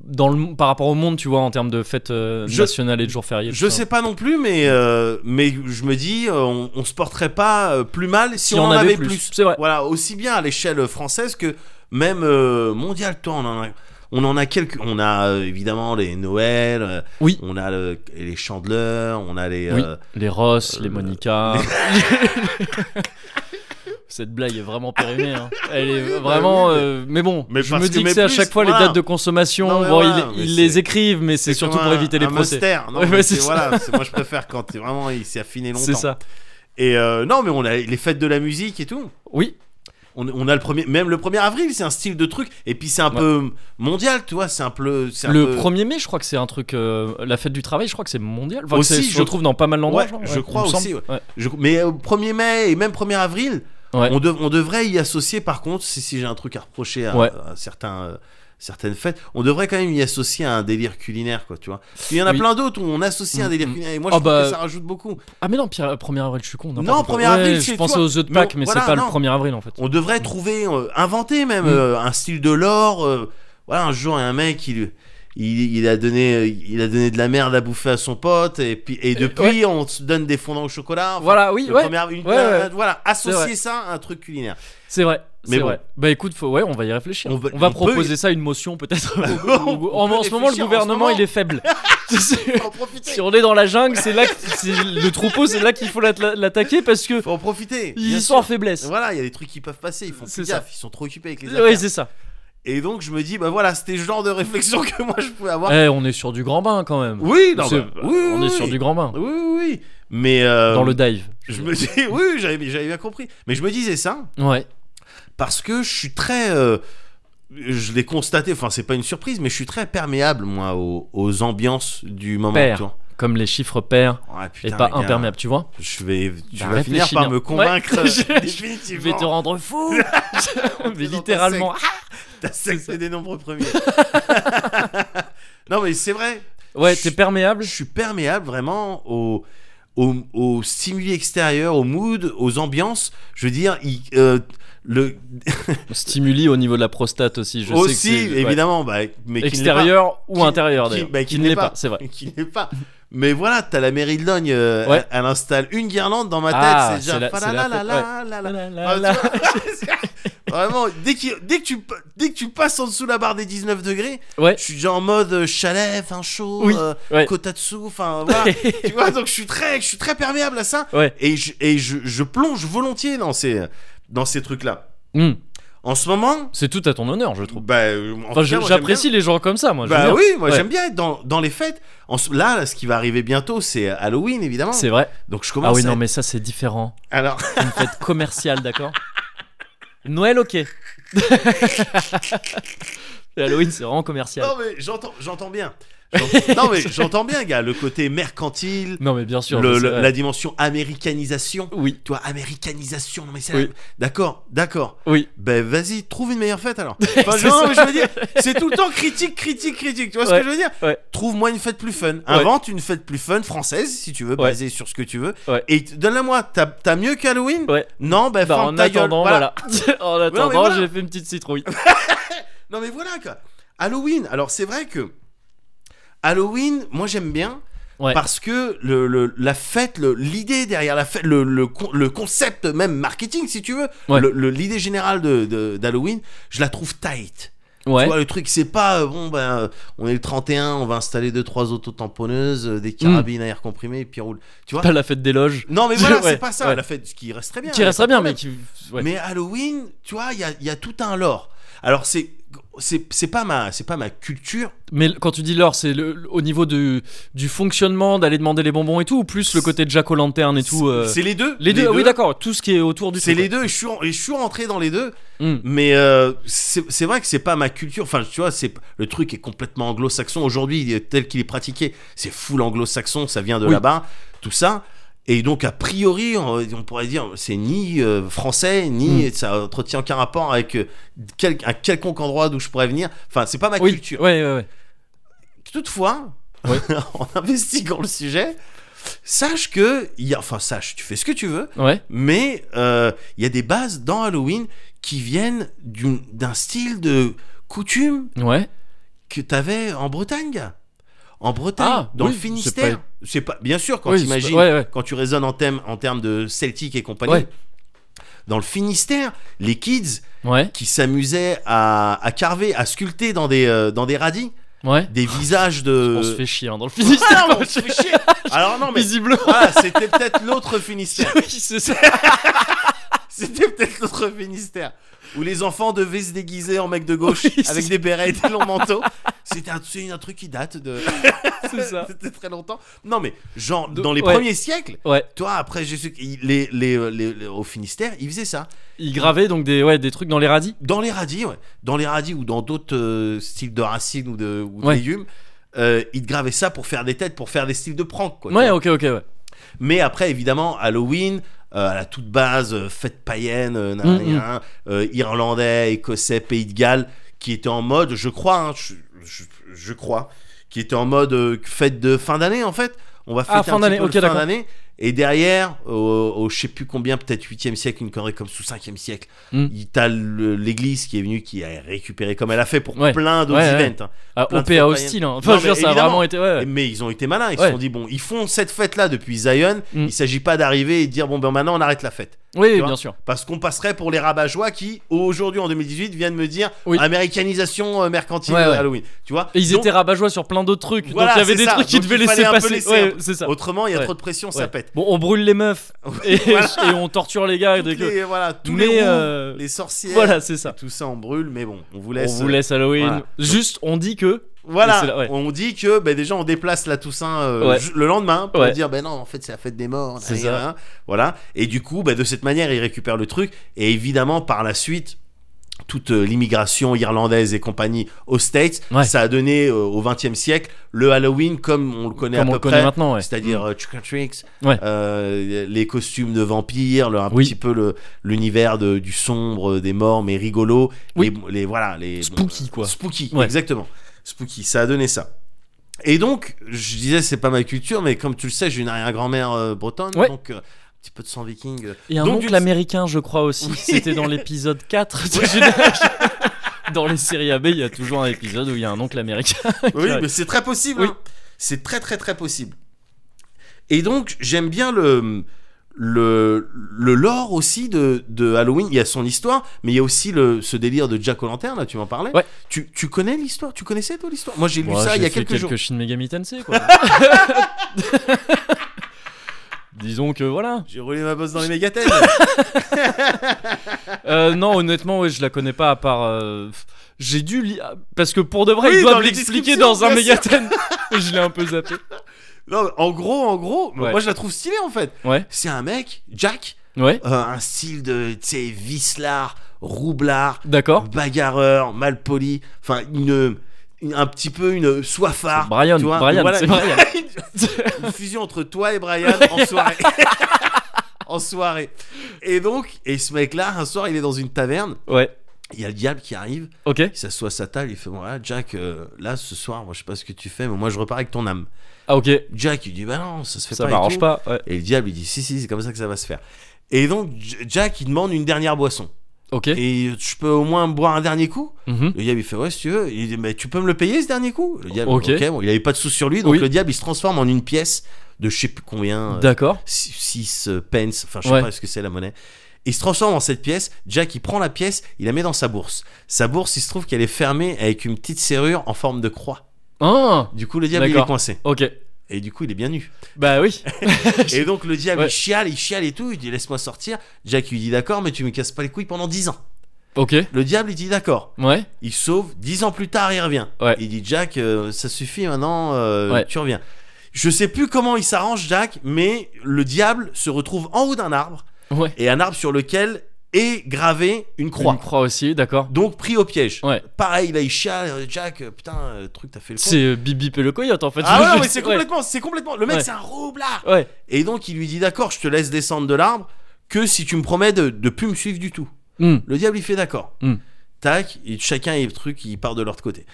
Speaker 1: dans le, par rapport au monde, tu vois, en termes de fêtes euh,
Speaker 2: Je-
Speaker 1: nationales et de jours fériés.
Speaker 2: Je
Speaker 1: tout ça.
Speaker 2: sais pas non plus, mais, euh, mais je me dis, euh, on, on se porterait pas euh, plus mal si, on en avait, plus.
Speaker 1: C'est vrai.
Speaker 2: Voilà, aussi bien à l'échelle française que même euh, mondiale. Toi, on en a, on en a quelques. On a euh, évidemment les Noël, euh,
Speaker 1: Oui.
Speaker 2: on a le- les chandeleurs, on a les.
Speaker 1: Oui.
Speaker 2: euh,
Speaker 1: Les Ross,
Speaker 2: Euh,
Speaker 1: les Monica. Cette blague est vraiment périmée. hein. Elle est
Speaker 2: Oui, bah
Speaker 1: vraiment.
Speaker 2: oui, mais-
Speaker 1: euh, mais bon,
Speaker 2: Mais
Speaker 1: je
Speaker 2: parce
Speaker 1: me
Speaker 2: que
Speaker 1: dis que
Speaker 2: mes
Speaker 1: c'est à
Speaker 2: puces,
Speaker 1: chaque fois les
Speaker 2: voilà.
Speaker 1: dates de consommation.
Speaker 2: Non, mais
Speaker 1: bon,
Speaker 2: voilà,
Speaker 1: ils,
Speaker 2: mais
Speaker 1: ils
Speaker 2: c'est-
Speaker 1: les écrivent, mais c'est
Speaker 2: comme
Speaker 1: surtout pour
Speaker 2: un-
Speaker 1: éviter les
Speaker 2: un
Speaker 1: procès.
Speaker 2: Mostert. Non,
Speaker 1: Ouais,
Speaker 2: mais
Speaker 1: bah,
Speaker 2: c'est
Speaker 1: c'est ça.
Speaker 2: voilà, c'est- moi je préfère quand t'es vraiment il s'est affiné longtemps.
Speaker 1: C'est ça.
Speaker 2: Et euh, non, mais on a les fêtes de la musique et tout.
Speaker 1: Oui,
Speaker 2: On, on a le premier, même le 1er avril, c'est un style de truc. Et puis c'est un
Speaker 1: Ouais.
Speaker 2: peu mondial, tu vois. C'est un peu. c'est un
Speaker 1: le
Speaker 2: peu-
Speaker 1: 1er mai, je crois que c'est un truc. euh, la fête du travail, je crois que c'est mondial. Enfin, que
Speaker 2: Aussi,
Speaker 1: c'est-
Speaker 2: je-
Speaker 1: je trouve dans pas mal d'endroits.
Speaker 2: Ouais,
Speaker 1: genre,
Speaker 2: je
Speaker 1: il me
Speaker 2: crois
Speaker 1: semble.
Speaker 2: aussi, ouais.
Speaker 1: Ouais.
Speaker 2: Je- mais au 1er mai et même 1er avril,
Speaker 1: Ouais.
Speaker 2: on, dev- on devrait y associer, par contre, si, si j'ai un truc à reprocher à,
Speaker 1: Ouais.
Speaker 2: à certains, euh, certaines fêtes, on devrait quand même y associer un délire culinaire, quoi, tu vois. Parce qu'il y en a
Speaker 1: Oui.
Speaker 2: plein d'autres où on associe un
Speaker 1: Mm,
Speaker 2: délire
Speaker 1: mm.
Speaker 2: culinaire, et moi,
Speaker 1: Ah
Speaker 2: je trouve
Speaker 1: bah,
Speaker 2: que ça rajoute beaucoup.
Speaker 1: Ah mais non, Pierre, 1er avril, je suis con. n'importe
Speaker 2: Non,
Speaker 1: quoi.
Speaker 2: 1er avril,
Speaker 1: Ouais,
Speaker 2: c'est
Speaker 1: Je pense
Speaker 2: toi.
Speaker 1: aux œufs de
Speaker 2: Mais on-
Speaker 1: Pâques, mais
Speaker 2: voilà,
Speaker 1: c'est pas
Speaker 2: non.
Speaker 1: le 1er avril en fait.
Speaker 2: On devrait trouver, euh, inventer même,
Speaker 1: Mm.
Speaker 2: euh, un style de l'or. euh, voilà, un jour, il y a un mec, il... Il, il a donné, euh, il a donné de la merde à bouffer à son pote et puis et
Speaker 1: Euh,
Speaker 2: depuis on se donne des fondants au chocolat. enfin,
Speaker 1: Voilà, oui,
Speaker 2: le
Speaker 1: ouais,
Speaker 2: premier avril, une-
Speaker 1: Ouais, ouais.
Speaker 2: voilà, associer
Speaker 1: vrai.
Speaker 2: ça à un truc culinaire.
Speaker 1: c'est vrai.
Speaker 2: Mais
Speaker 1: c'est
Speaker 2: bon.
Speaker 1: vrai. Bah écoute, faut- ouais, on va y réfléchir.
Speaker 2: On
Speaker 1: On
Speaker 2: va-
Speaker 1: va,
Speaker 2: on peut y-
Speaker 1: proposer ça une motion peut-être.
Speaker 2: On
Speaker 1: Au-
Speaker 2: peut
Speaker 1: en, en ce moment, le
Speaker 2: réfléchir en ce
Speaker 1: gouvernement
Speaker 2: moment.
Speaker 1: il est faible. C'est-
Speaker 2: Faut en profiter.
Speaker 1: si on est dans la jungle, c'est là que c'est- le troupeau, c'est là qu'il faut l'atta- l'attaquer parce que
Speaker 2: Faut en profiter. bien
Speaker 1: ils sont en
Speaker 2: sûr.
Speaker 1: faiblesse.
Speaker 2: Voilà, il y a des trucs qui peuvent passer, ils font
Speaker 1: C'est
Speaker 2: plus
Speaker 1: ça.
Speaker 2: gaffe, ils sont trop occupés avec les affaires.
Speaker 1: Oui, c'est ça.
Speaker 2: Et donc je me dis bah voilà, c'était le genre de réflexion que moi je pouvais avoir.
Speaker 1: Eh, on est sur du grand bain quand même.
Speaker 2: oui, non,
Speaker 1: C'est-
Speaker 2: bah, oui,
Speaker 1: on
Speaker 2: oui,
Speaker 1: est sur
Speaker 2: oui.
Speaker 1: du grand bain.
Speaker 2: Oui, oui, oui. Mais euh,
Speaker 1: Dans le dive.
Speaker 2: je me dis oui, j'avais j'avais bien compris. Mais je me disais ça
Speaker 1: Ouais.
Speaker 2: parce que je suis très euh, je l'ai constaté, enfin c'est pas une surprise, mais je suis très perméable moi aux, aux ambiances du moment.
Speaker 1: Père.
Speaker 2: tu vois.
Speaker 1: Comme les chiffres pairs
Speaker 2: Ouais,
Speaker 1: et
Speaker 2: putain,
Speaker 1: pas
Speaker 2: les gars,
Speaker 1: imperméables, tu vois.
Speaker 2: Je vais, tu
Speaker 1: Bah,
Speaker 2: vas finir
Speaker 1: réfléchis
Speaker 2: par
Speaker 1: bien.
Speaker 2: me convaincre
Speaker 1: Ouais. Je-
Speaker 2: euh,
Speaker 1: Je
Speaker 2: définitivement.
Speaker 1: vais te rendre fou. Mais littéralement.
Speaker 2: T'as secté des nombres premiers. non, mais c'est vrai.
Speaker 1: Ah, Ouais, t'es perméable.
Speaker 2: Je suis perméable vraiment aux, aux, aux stimuli extérieurs, aux moods, aux ambiances. Je veux dire, il- euh, le,
Speaker 1: Stimuli au niveau de la prostate aussi, je
Speaker 2: aussi,
Speaker 1: sais que c'est- ouais.
Speaker 2: évidemment, bah, mais qui ne l'est pas.
Speaker 1: extérieur ou
Speaker 2: Qui-
Speaker 1: intérieur
Speaker 2: qui-
Speaker 1: d'ailleurs.
Speaker 2: bah,
Speaker 1: qui ne l'est pas, c'est vrai.
Speaker 2: Qui n'est pas. Mais voilà, t'as la mairie de Logne, euh,
Speaker 1: Ouais.
Speaker 2: elle, elle installe une guirlande dans ma tête,
Speaker 1: Ah,
Speaker 2: c'est déjà.
Speaker 1: c'est la- c'est la
Speaker 2: falalalala, la- Ah, tu vois, Vraiment, dès, qu'il- dès, que tu, pa- dès que tu passes en dessous la barre des 19 degrés,
Speaker 1: Ouais.
Speaker 2: je suis déjà en mode euh, chalet, fin chaud,
Speaker 1: Oui,
Speaker 2: euh,
Speaker 1: ouais.
Speaker 2: kotatsu, enfin voilà. tu vois, donc je suis très, je suis très perméable à ça.
Speaker 1: Ouais.
Speaker 2: Et, je, et je, je plonge volontiers dans ces, dans ces trucs-là.
Speaker 1: Hmm,
Speaker 2: En ce moment,
Speaker 1: C'est tout à ton honneur, je trouve.
Speaker 2: bah, euh, en
Speaker 1: Enfin,
Speaker 2: tout cas,
Speaker 1: je-
Speaker 2: moi,
Speaker 1: j'apprécie les gens comme ça, moi.
Speaker 2: j'aime
Speaker 1: je
Speaker 2: bien.
Speaker 1: veux
Speaker 2: Bah
Speaker 1: dire.
Speaker 2: oui, moi
Speaker 1: Ouais.
Speaker 2: j'aime bien être dans, dans les fêtes. En ce- là, là, ce qui va arriver bientôt, c'est Halloween évidemment.
Speaker 1: C'est vrai.
Speaker 2: Donc je
Speaker 1: Ah
Speaker 2: commence.
Speaker 1: oui,
Speaker 2: à
Speaker 1: non,
Speaker 2: être-
Speaker 1: mais ça, c'est différent.
Speaker 2: Alors,
Speaker 1: C'est une fête commerciale, d'accord Noël, ok. Et Halloween, c'est vraiment commercial.
Speaker 2: Non, mais j'entends, j'entends bien. J'entends- non, mais j'entends bien, gars, le côté mercantile,
Speaker 1: Non, mais bien sûr.
Speaker 2: le-
Speaker 1: mais c'est
Speaker 2: le-
Speaker 1: vrai.
Speaker 2: la dimension américanisation.
Speaker 1: Oui,
Speaker 2: Toi, américanisation, non mais c'est
Speaker 1: Oui.
Speaker 2: la- D'accord, d'accord.
Speaker 1: oui.
Speaker 2: Ben vas-y, trouve une meilleure fête alors. Enfin,
Speaker 1: C'est
Speaker 2: non,
Speaker 1: ça.
Speaker 2: mais je veux dire, c'est tout le temps critique, critique, critique. Tu vois ce
Speaker 1: Ouais,
Speaker 2: que je veux dire
Speaker 1: ouais.
Speaker 2: Trouve-moi une fête plus fun. Invente une fête plus fun française, si tu veux,
Speaker 1: Ouais.
Speaker 2: basée sur ce que tu veux.
Speaker 1: Ouais.
Speaker 2: Et t- donne-la moi. T'as, t'as mieux qu'Halloween
Speaker 1: Ouais.
Speaker 2: Non, ben
Speaker 1: Bah,
Speaker 2: ferme
Speaker 1: en
Speaker 2: ta gueule.
Speaker 1: attendant, voilà. en attendant,
Speaker 2: voilà.
Speaker 1: j'ai fait une petite citrouille.
Speaker 2: Non mais voilà quoi. Halloween. Alors c'est vrai que Halloween, moi j'aime bien.
Speaker 1: Ouais.
Speaker 2: Parce que le, le- la fête, le- l'idée derrière la fête, le, le, con- le concept même marketing, si tu veux,
Speaker 1: Ouais.
Speaker 2: le- le- l'idée générale de- de- d'Halloween, je la trouve tight.
Speaker 1: Ouais.
Speaker 2: Tu vois, le truc, c'est pas euh, bon, ben, euh, on est le 31, on va installer deux trois autotamponneuses, euh, des carabines à air comprimé, et puis on roule. Tu vois
Speaker 1: Pas la fête des loges.
Speaker 2: Non, mais voilà,
Speaker 1: Hmm. Ouais,
Speaker 2: c'est pas ça.
Speaker 1: ouais.
Speaker 2: La fête, ce qui resterait bien.
Speaker 1: Qui
Speaker 2: y a
Speaker 1: resterait
Speaker 2: pas de
Speaker 1: bien, mais
Speaker 2: problème.
Speaker 1: qui. ouais.
Speaker 2: Mais Halloween, tu vois, il y a, il y a tout un lore. Alors, c'est. C'est c'est pas, ma- c'est pas ma culture.
Speaker 1: Mais quand tu dis l'or, c'est le- le- au niveau du, du fonctionnement, d'aller demander les bonbons et tout, ou plus le côté jack o' lanterne et tout euh,
Speaker 2: C'est les deux.
Speaker 1: Les deux, ah oui, d'accord, tout ce qui est autour du
Speaker 2: C'est
Speaker 1: truc,
Speaker 2: les deux. et Je suis, en- et je suis rentré dans les deux.
Speaker 1: ouais. Mm.
Speaker 2: Mais euh, c'est c'est vrai que c'est pas ma culture. Enfin, tu vois, c'est le truc est complètement anglo-saxon aujourd'hui euh, tel qu'il est pratiqué. C'est full anglo-saxon, ça vient de
Speaker 1: Oui.
Speaker 2: là-bas, tout ça. Et donc a priori, on, on pourrait dire c'est ni euh, français
Speaker 1: Hmm.
Speaker 2: ni ça entretient aucun rapport avec euh, quel- un quelconque endroit d'où je pourrais venir. Enfin, c'est pas ma
Speaker 1: Oui,
Speaker 2: culture.
Speaker 1: ouais, ouais, ouais.
Speaker 2: Toutefois,
Speaker 1: Ouais.
Speaker 2: en investiguant le sujet, sache que il y a, enfin sache, tu fais ce que tu veux,
Speaker 1: Ouais,
Speaker 2: mais euh, il y a des bases dans Halloween qui viennent d'une- d'un style de coutume
Speaker 1: ouais.
Speaker 2: que t'avais en Bretagne. gars. En Bretagne,
Speaker 1: Ah,
Speaker 2: dans
Speaker 1: oui,
Speaker 2: le
Speaker 1: c'est
Speaker 2: Finistère.
Speaker 1: pas-
Speaker 2: C'est pas... bien sûr quand
Speaker 1: Oui, c'est pas-
Speaker 2: t'imagines,
Speaker 1: ouais, ouais.
Speaker 2: quand tu raisonnes en thème en termes de celtique et compagnie.
Speaker 1: Ouais.
Speaker 2: Dans le Finistère, les kids
Speaker 1: Ouais,
Speaker 2: qui s'amusaient à, à carver, à sculpter dans des euh, dans des radis
Speaker 1: ouais.
Speaker 2: des visages de
Speaker 1: On se fait chier hein, dans le Finistère,
Speaker 2: Ah, on se fait chier. Alors non mais
Speaker 1: visiblement.
Speaker 2: voilà, c'était peut-être l'autre Finistère.
Speaker 1: oui, c'est ça.
Speaker 2: C'était peut-être notre Finistère. Où les enfants devaient se déguiser en mec de gauche
Speaker 1: Oui, c'est
Speaker 2: avec
Speaker 1: ça.
Speaker 2: des bérets et des longs manteaux. C'était un, c'est un truc qui date de.
Speaker 1: C'est ça.
Speaker 2: C'était très longtemps. Non, mais genre,
Speaker 1: De-
Speaker 2: dans les
Speaker 1: ouais.
Speaker 2: premiers siècles,
Speaker 1: Ouais,
Speaker 2: toi, après Jésus, il- les, les, euh, les- les- au Finistère, ils faisaient ça.
Speaker 1: il gravait donc des, ouais, des trucs dans les radis.
Speaker 2: Dans les radis, ouais. Dans les radis ou dans d'autres euh, styles de racines ou de, ou de
Speaker 1: Ouais.
Speaker 2: légumes, euh, ils gravaient ça pour faire des têtes, pour faire des styles de prank, quoi.
Speaker 1: Ouais, ok, ok, ouais.
Speaker 2: Mais après, évidemment, Halloween, euh, à la toute base, euh, fête païenne, euh, nan,
Speaker 1: Mm,
Speaker 2: nan, nan, euh, irlandais, écossais, pays de Galles, qui était en mode, je crois, hein, je, je- je crois, qui était en mode euh, fête de fin d'année en fait. On va fêter
Speaker 1: Ah, fin
Speaker 2: un
Speaker 1: d'année,
Speaker 2: petit peu
Speaker 1: ok,
Speaker 2: le fin
Speaker 1: d'accord.
Speaker 2: d'année. Et derrière, au, au je sais plus combien, peut-être 8e siècle, une connerie comme sous 5e siècle,
Speaker 1: Mm.
Speaker 2: il t'as le- l'église qui est venue, qui a récupéré comme elle a fait pour
Speaker 1: Ouais.
Speaker 2: plein d'autres
Speaker 1: Ouais, ouais.
Speaker 2: events. hein.
Speaker 1: Ah,
Speaker 2: Plein de fêtes
Speaker 1: OPA hostile, hein. Enfin,
Speaker 2: Non,
Speaker 1: je veux dire,
Speaker 2: mais
Speaker 1: ça a
Speaker 2: évidemment.
Speaker 1: vraiment été. Ouais, ouais.
Speaker 2: Mais ils ont été malins, ils
Speaker 1: Ouais.
Speaker 2: se sont dit bon, ils font cette fête là depuis Zion,
Speaker 1: Mm.
Speaker 2: il s'agit pas d'arriver et de dire bon ben maintenant on arrête la fête
Speaker 1: Oui,
Speaker 2: vois.
Speaker 1: bien sûr.
Speaker 2: parce qu'on passerait pour les rabat-joie qui aujourd'hui en 2018 viennent me dire
Speaker 1: Oui.
Speaker 2: américanisation euh, mercantile
Speaker 1: Ouais,
Speaker 2: de
Speaker 1: ouais.
Speaker 2: Halloween, tu vois.
Speaker 1: Et ils
Speaker 2: Donc,
Speaker 1: étaient rabat-joie sur plein d'autres trucs.
Speaker 2: Voilà,
Speaker 1: donc il y avait
Speaker 2: c'est
Speaker 1: des
Speaker 2: ça.
Speaker 1: trucs qu'ils
Speaker 2: Donc,
Speaker 1: devaient
Speaker 2: il
Speaker 1: laisser
Speaker 2: fallait un peu
Speaker 1: passer.
Speaker 2: laisser
Speaker 1: ouais,
Speaker 2: un peu.
Speaker 1: c'est ça.
Speaker 2: autrement il y a
Speaker 1: Ouais.
Speaker 2: trop de pression,
Speaker 1: Ouais.
Speaker 2: ça pète.
Speaker 1: Bon, on brûle les meufs et, et on torture les gars.
Speaker 2: Toutes
Speaker 1: dès que-
Speaker 2: les- voilà, tous
Speaker 1: Mais,
Speaker 2: les roues,
Speaker 1: euh,
Speaker 2: les sorcières,
Speaker 1: Voilà, c'est ça.
Speaker 2: tout ça on brûle mais bon, on vous laisse euh,
Speaker 1: On vous laisse Halloween.
Speaker 2: voilà.
Speaker 1: Juste, on dit que.
Speaker 2: Voilà,
Speaker 1: C'est là, ouais.
Speaker 2: on dit que ben, déjà on déplace la Toussaint euh,
Speaker 1: Ouais.
Speaker 2: ju- le lendemain pour
Speaker 1: Ouais.
Speaker 2: dire ben non en fait c'est la fête des morts.
Speaker 1: C'est
Speaker 2: nan, nan,
Speaker 1: ça.
Speaker 2: nan. Voilà. Et du coup ben, de cette manière ils récupèrent le truc et évidemment par la suite toute euh, l'immigration irlandaise et compagnie aux States
Speaker 1: Ouais.
Speaker 2: ça a donné euh, au XXe siècle le Halloween comme on le connaît
Speaker 1: Comme
Speaker 2: à
Speaker 1: on
Speaker 2: peu
Speaker 1: le connaît
Speaker 2: près.
Speaker 1: maintenant, ouais. Mm.
Speaker 2: C'est-à-dire euh, trick or tricks,
Speaker 1: Ouais.
Speaker 2: euh, les costumes de vampires, le- un
Speaker 1: Oui.
Speaker 2: petit peu le- l'univers de- du sombre, des morts, mais rigolo.
Speaker 1: Oui.
Speaker 2: Les, les- voilà, les
Speaker 1: Spooky, quoi.
Speaker 2: Spooky,
Speaker 1: Ouais.
Speaker 2: exactement. Spooky, ça a donné ça. Et donc, je disais, c'est pas ma culture, mais comme tu le sais, j'ai une arrière-grand-mère euh, bretonne,
Speaker 1: Ouais.
Speaker 2: donc euh, un petit peu de sang viking. euh.
Speaker 1: Et un
Speaker 2: Donc,
Speaker 1: oncle
Speaker 2: d'une-
Speaker 1: américain, je crois aussi.
Speaker 2: Oui.
Speaker 1: C'était dans l'épisode 4. J'ai- dans les séries AB, il y a toujours un épisode où il y a un oncle américain.
Speaker 2: Oui,
Speaker 1: Ouais.
Speaker 2: mais c'est très possible.
Speaker 1: Oui.
Speaker 2: hein. C'est très très très possible. Et donc j'aime bien le le le lore aussi de, de Halloween. Il y a son histoire, mais il y a aussi le ce délire de Jack O'Lantern. Là, tu m'en parlais.
Speaker 1: Ouais.
Speaker 2: Tu, tu connais l'histoire Tu connaissais toi l'histoire Moi j'ai lu
Speaker 1: Moi,
Speaker 2: ça il y
Speaker 1: j'ai
Speaker 2: a
Speaker 1: fait
Speaker 2: quelques jours.
Speaker 1: Shin Megami Tensei, quoi. Disons que voilà.
Speaker 2: J'ai roulé ma bosse dans les mégathènes.
Speaker 1: Euh, non, honnêtement, ouais, je la connais pas à part. euh, J'ai dû lire. Parce que pour de vrai,
Speaker 2: Oui,
Speaker 1: ils
Speaker 2: dans
Speaker 1: doivent
Speaker 2: les
Speaker 1: l'expliquer
Speaker 2: descriptions,
Speaker 1: dans un
Speaker 2: bien sûr.
Speaker 1: mégathène. je l'ai un peu zappé.
Speaker 2: non, mais en gros, en gros,
Speaker 1: Ouais.
Speaker 2: moi je la trouve stylée en fait.
Speaker 1: Ouais.
Speaker 2: C'est un mec, Jack,
Speaker 1: Ouais,
Speaker 2: euh, un style de, tu sais, vicelard, roublard,
Speaker 1: d'accord.
Speaker 2: bagarreur, mal poli, enfin une, une- un petit peu une soifard.
Speaker 1: Brian,
Speaker 2: tu vois,
Speaker 1: Brian,
Speaker 2: voilà,
Speaker 1: c'est
Speaker 2: une-
Speaker 1: Brian.
Speaker 2: une fusion entre toi et Brian en soirée. en soirée. Et donc, et ce mec-là, un soir, il est dans une taverne,
Speaker 1: Ouais,
Speaker 2: il y a le diable qui arrive,
Speaker 1: ok.
Speaker 2: il s'assoit à sa table, il fait voilà, Jack, euh, là ce soir, moi je sais pas ce que tu fais, mais moi je repars avec ton âme.
Speaker 1: Ah, ok,
Speaker 2: Jack, il dit bah non, ça se fait
Speaker 1: ça
Speaker 2: pas. et
Speaker 1: m'arrange
Speaker 2: tout.
Speaker 1: pas. Ouais.
Speaker 2: Et le diable, il dit si, si, c'est comme ça que ça va se faire. Et donc, J- Jack, il demande une dernière boisson.
Speaker 1: Ok.
Speaker 2: Et euh, je peux au moins boire un dernier coup
Speaker 1: Mhm.
Speaker 2: Le diable, il fait ouais, si tu veux. Il dit mais tu peux me le payer ce dernier coup Le diable,
Speaker 1: Ok.
Speaker 2: ok, bon, il avait pas de sous sur lui, donc
Speaker 1: Oui.
Speaker 2: le diable, il se transforme en une pièce de je sais plus combien. euh,
Speaker 1: D'accord.
Speaker 2: 6 pence, enfin je sais
Speaker 1: Ouais.
Speaker 2: pas ce que c'est la monnaie. Il se transforme en cette pièce, Jack il prend la pièce, il la met dans sa bourse. Sa bourse, il se trouve qu'elle est fermée avec une petite serrure en forme de croix.
Speaker 1: Ah,
Speaker 2: Du coup, le diable il est
Speaker 1: D'accord.
Speaker 2: coincé.
Speaker 1: ok.
Speaker 2: Et du coup, il est bien nu.
Speaker 1: Bah oui.
Speaker 2: Et donc, le diable
Speaker 1: Ouais.
Speaker 2: il chiale, il chiale et tout. Il dit Laisse-moi sortir. Jack lui dit D'accord, mais tu me casses pas les couilles pendant 10 ans.
Speaker 1: Ok.
Speaker 2: Le diable il dit D'accord.
Speaker 1: Ouais.
Speaker 2: Il sauve. 10 ans plus tard, il revient.
Speaker 1: Ouais.
Speaker 2: Il dit Jack, euh, ça suffit maintenant, euh,
Speaker 1: Ouais.
Speaker 2: tu reviens. Je sais plus comment il s'arrange, Jack, mais le diable se retrouve en haut d'un arbre.
Speaker 1: Ouais.
Speaker 2: et un arbre sur lequel est gravée une croix.
Speaker 1: Une croix aussi, d'accord.
Speaker 2: Donc pris au piège.
Speaker 1: Ouais.
Speaker 2: Pareil, là il chiale, euh, Jack, euh, putain, euh, truc, t'as fait le con.
Speaker 1: C'est euh, Bip Bip et le coyote en fait.
Speaker 2: Ah ouais,
Speaker 1: Je-
Speaker 2: non, mais c'est
Speaker 1: ouais.
Speaker 2: complètement, c'est complètement. Le mec,
Speaker 1: Ouais.
Speaker 2: c'est un roublard.
Speaker 1: Ouais.
Speaker 2: Et donc il lui dit d'accord, je te laisse descendre de l'arbre que si tu me promets de, de plus me suivre du tout.
Speaker 1: Hmm.
Speaker 2: Le diable il fait d'accord.
Speaker 1: Mm.
Speaker 2: Tac, et chacun est le truc, il part de l'autre côté.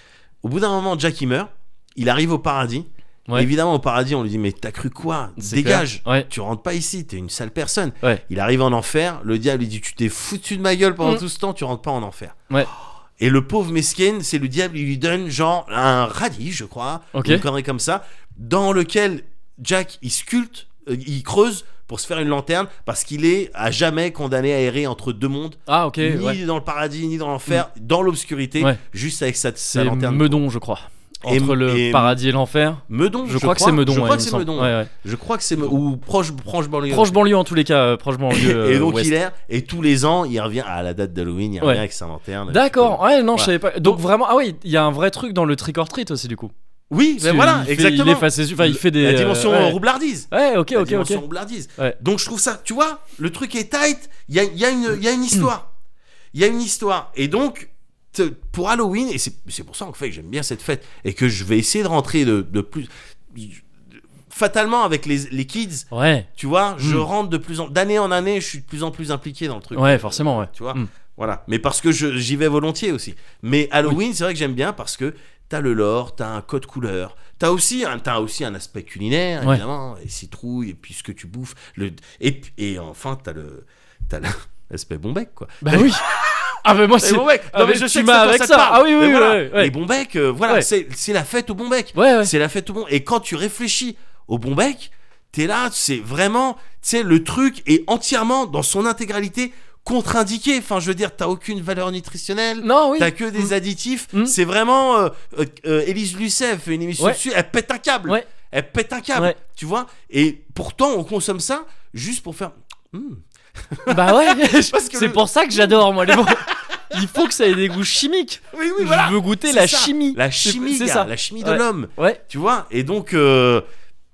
Speaker 2: Au bout d'un moment, Jack il meurt. Il arrive au paradis.
Speaker 1: Ouais.
Speaker 2: Évidemment, au paradis, on lui dit mais t'as cru quoi
Speaker 1: C'est
Speaker 2: Dégage.
Speaker 1: clair. Ouais.
Speaker 2: Tu rentres pas ici, t'es une sale personne.
Speaker 1: Ouais.
Speaker 2: Il arrive en enfer, le diable il dit tu t'es foutu de ma gueule pendant
Speaker 1: Mm.
Speaker 2: tout ce temps, tu rentres pas en enfer.
Speaker 1: Ouais.
Speaker 2: Et le pauvre mesquin, c'est le diable, il lui donne genre un radis, je crois,
Speaker 1: Ok.
Speaker 2: une connerie comme ça, dans lequel Jack il sculpte, euh, il creuse pour se faire une lanterne parce qu'il est à jamais condamné à errer entre deux mondes,
Speaker 1: Ah ok.
Speaker 2: ni
Speaker 1: Ouais. Mm.
Speaker 2: dans le paradis ni dans l'enfer, dans l'obscurité,
Speaker 1: Ouais.
Speaker 2: juste avec sa, sa
Speaker 1: C'est
Speaker 2: lanterne.
Speaker 1: Meudon, je crois.
Speaker 2: Et-
Speaker 1: Entre le
Speaker 2: et-
Speaker 1: paradis et l'enfer.
Speaker 2: Meudon,
Speaker 1: Je, crois que c'est Meudon.
Speaker 2: Je
Speaker 1: ouais,
Speaker 2: crois
Speaker 1: il
Speaker 2: que
Speaker 1: me
Speaker 2: c'est
Speaker 1: semble.
Speaker 2: Meudon.
Speaker 1: Ouais, ouais.
Speaker 2: Je crois que c'est Me- ou proche proche banlieue.
Speaker 1: Proche banlieue en tous les cas. euh, proche banlieue. euh,
Speaker 2: et donc
Speaker 1: ouest.
Speaker 2: il erre et tous les ans il revient à la date d'Halloween il revient
Speaker 1: Ouais.
Speaker 2: avec sa lanterne
Speaker 1: D'accord. Ouais, non, je
Speaker 2: Ouais.
Speaker 1: savais pas. Donc vraiment, ah oui, il y a un vrai truc dans le trick or treat aussi du coup.
Speaker 2: oui
Speaker 1: Parce
Speaker 2: mais
Speaker 1: que
Speaker 2: voilà
Speaker 1: il fait-
Speaker 2: exactement
Speaker 1: Il efface ses yeux, enfin, il fait des.
Speaker 2: la
Speaker 1: euh,
Speaker 2: dimension
Speaker 1: ouais.
Speaker 2: roublardise
Speaker 1: Ouais, ok,
Speaker 2: La
Speaker 1: ok, ok.
Speaker 2: dimension roublardise.
Speaker 1: Ouais.
Speaker 2: donc je trouve ça tu vois le truc est tight il y a, il y a une il y a une histoire il y a une histoire et donc te- pour Halloween et c'est c'est pour ça en fait que j'aime bien cette fête et que je vais essayer de rentrer de, de plus fatalement avec les, les kids
Speaker 1: Ouais,
Speaker 2: tu vois je
Speaker 1: Mm.
Speaker 2: rentre de plus en d'année en année je suis de plus en plus impliqué dans le truc
Speaker 1: ouais, forcément, ouais.
Speaker 2: tu vois
Speaker 1: Mm.
Speaker 2: voilà mais parce que je- j'y vais volontiers aussi mais Halloween c'est vrai que j'aime bien parce que t'as le lore t'as un code couleur t'as aussi un t'as aussi un aspect culinaire
Speaker 1: Ouais.
Speaker 2: évidemment et citrouille et puis ce que tu bouffes le et puis- et enfin t'as le t'as la- l'aspect bon bec quoi
Speaker 1: Bah oui. ah mais moi
Speaker 2: les
Speaker 1: c'est.
Speaker 2: bons becs non
Speaker 1: avec-
Speaker 2: mais je
Speaker 1: tu
Speaker 2: sais que
Speaker 1: m'as
Speaker 2: c'est pour
Speaker 1: avec
Speaker 2: ça, que
Speaker 1: ça.
Speaker 2: parle.
Speaker 1: Ah oui, oui,
Speaker 2: Mais
Speaker 1: oui,
Speaker 2: voilà,
Speaker 1: ouais, ouais.
Speaker 2: les bons becs euh, voilà
Speaker 1: Ouais.
Speaker 2: c'est c'est la fête au bon bec
Speaker 1: Ouais, ouais.
Speaker 2: c'est la fête au bon et quand tu réfléchis au bon bec t'es là c'est vraiment tu sais le truc est entièrement dans son intégralité contre-indiqué enfin je veux dire t'as aucune valeur nutritionnelle
Speaker 1: Non, oui.
Speaker 2: T'as que des
Speaker 1: Mm.
Speaker 2: additifs.
Speaker 1: Mm.
Speaker 2: C'est vraiment. Euh, euh, euh, Élise Lucet fait une émission
Speaker 1: Ouais.
Speaker 2: dessus. Elle pète un câble.
Speaker 1: Ouais.
Speaker 2: Elle pète un câble.
Speaker 1: Ouais.
Speaker 2: Tu vois Et pourtant, on consomme ça juste pour faire. Hmm.
Speaker 1: Bah ouais.
Speaker 2: Parce que
Speaker 1: c'est
Speaker 2: le-
Speaker 1: pour ça que j'adore moi les bons. Il faut que ça ait des goûts chimiques.
Speaker 2: Oui, oui, voilà.
Speaker 1: Je veux goûter
Speaker 2: C'est
Speaker 1: la
Speaker 2: ça.
Speaker 1: chimie.
Speaker 2: Mm. La
Speaker 1: C'est-
Speaker 2: chimie,
Speaker 1: c'est
Speaker 2: gars,
Speaker 1: ça.
Speaker 2: La chimie de
Speaker 1: Ouais.
Speaker 2: l'homme.
Speaker 1: Ouais.
Speaker 2: Tu vois Et donc. euh,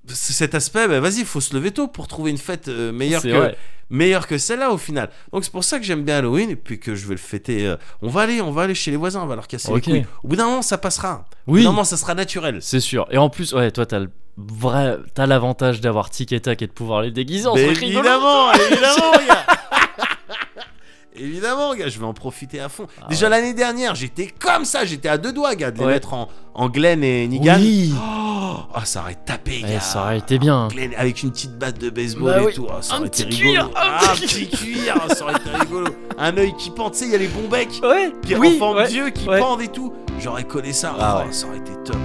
Speaker 2: c- cet aspect, bah, vas-y, faut se lever tôt pour trouver une fête euh, meilleure
Speaker 1: C'est
Speaker 2: que,
Speaker 1: vrai.
Speaker 2: meilleure que celle-là au final. Donc c'est pour ça que j'aime bien Halloween et puis que je vais le fêter. euh, on va aller, on va aller chez les voisins, on va leur casser
Speaker 1: Ok.
Speaker 2: les couilles. Au bout d'un moment, ça passera. Au bout
Speaker 1: Oui.
Speaker 2: d'un moment, ça sera naturel.
Speaker 1: C'est sûr. Et en plus, ouais, toi t'as le vrai, t'as l'avantage d'avoir tic et tac et de pouvoir les déguiser en
Speaker 2: Mais
Speaker 1: truc rigolo.
Speaker 2: évidemment, évidemment, gars. Évidemment, gars, je vais en profiter à fond.
Speaker 1: Ah
Speaker 2: Déjà l'année dernière, j'étais comme ça, j'étais à deux doigts, gars, de les
Speaker 1: Ouais.
Speaker 2: mettre en, en Glen et Nigan.
Speaker 1: Oui.
Speaker 2: Oh, oh, ça aurait
Speaker 1: Eh,
Speaker 2: tapé, gars.
Speaker 1: ça aurait été bien.
Speaker 2: Glen avec une petite batte de baseball
Speaker 1: Bah
Speaker 2: et
Speaker 1: oui.
Speaker 2: tout. Oh, ça
Speaker 1: Un
Speaker 2: aurait été
Speaker 1: petit
Speaker 2: rigolo.
Speaker 1: cuir,
Speaker 2: Ah,
Speaker 1: un
Speaker 2: Un petit
Speaker 1: petit
Speaker 2: cuir, ça aurait été rigolo. Un œil qui pend, tu sais, il y a les bons becs
Speaker 1: Ouais.
Speaker 2: qui
Speaker 1: oui.
Speaker 2: en forme
Speaker 1: ouais.
Speaker 2: d'yeux qui
Speaker 1: ouais.
Speaker 2: pendent et tout. J'aurais collé ça.
Speaker 1: Ah
Speaker 2: oh,
Speaker 1: ouais.
Speaker 2: ça aurait été top.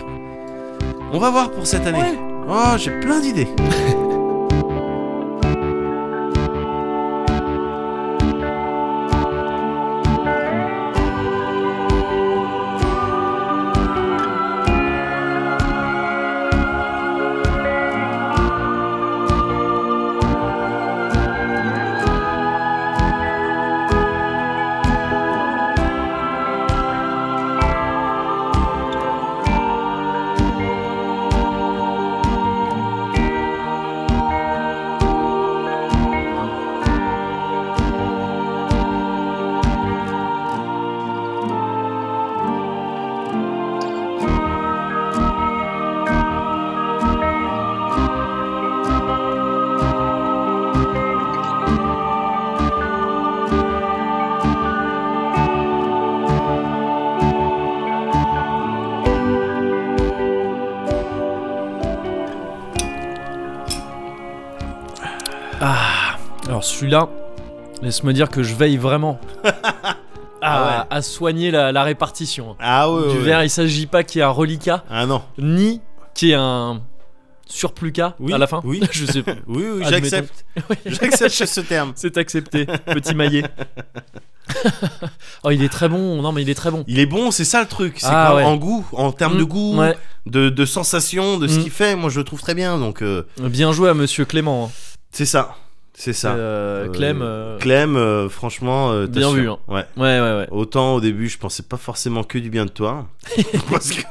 Speaker 2: On va voir pour cette année.
Speaker 1: Ouais.
Speaker 2: Oh, j'ai plein d'idées.
Speaker 1: Ah, alors celui-là, laisse-moi dire que je veille vraiment à,
Speaker 2: Ah ouais.
Speaker 1: à soigner la, la répartition.
Speaker 2: Ah ouais.
Speaker 1: du
Speaker 2: ouais.
Speaker 1: verre, il s'agit pas qu'il y ait un reliquat,
Speaker 2: Ah non.
Speaker 1: ni qu'il y ait un surplus K
Speaker 2: Oui,
Speaker 1: à la fin.
Speaker 2: oui.
Speaker 1: je sais pas.
Speaker 2: Oui, oui,
Speaker 1: Admettons.
Speaker 2: j'accepte. J'accepte ce terme.
Speaker 1: C'est accepté, petit maillet. oh, il est très bon. Non, mais il est très bon.
Speaker 2: Il est bon, c'est ça le truc. C'est
Speaker 1: Ah
Speaker 2: qu'en-
Speaker 1: ouais.
Speaker 2: en goût, en termes de
Speaker 1: Mm,
Speaker 2: goût,
Speaker 1: ouais.
Speaker 2: de, de sensation, de ce
Speaker 1: Mm.
Speaker 2: qu'il fait. Moi, je le trouve très bien. Donc, euh,
Speaker 1: Bien joué à Monsieur Clément. hein.
Speaker 2: c'est ça. C'est ça.
Speaker 1: Euh,
Speaker 2: Euh,
Speaker 1: Clem. euh,
Speaker 2: Clem, euh, franchement, euh, t'as
Speaker 1: Bien
Speaker 2: su-
Speaker 1: vu, hein.
Speaker 2: Ouais.
Speaker 1: Ouais, ouais, ouais.
Speaker 2: Autant au début, je pensais pas forcément que du bien de toi. parce, que,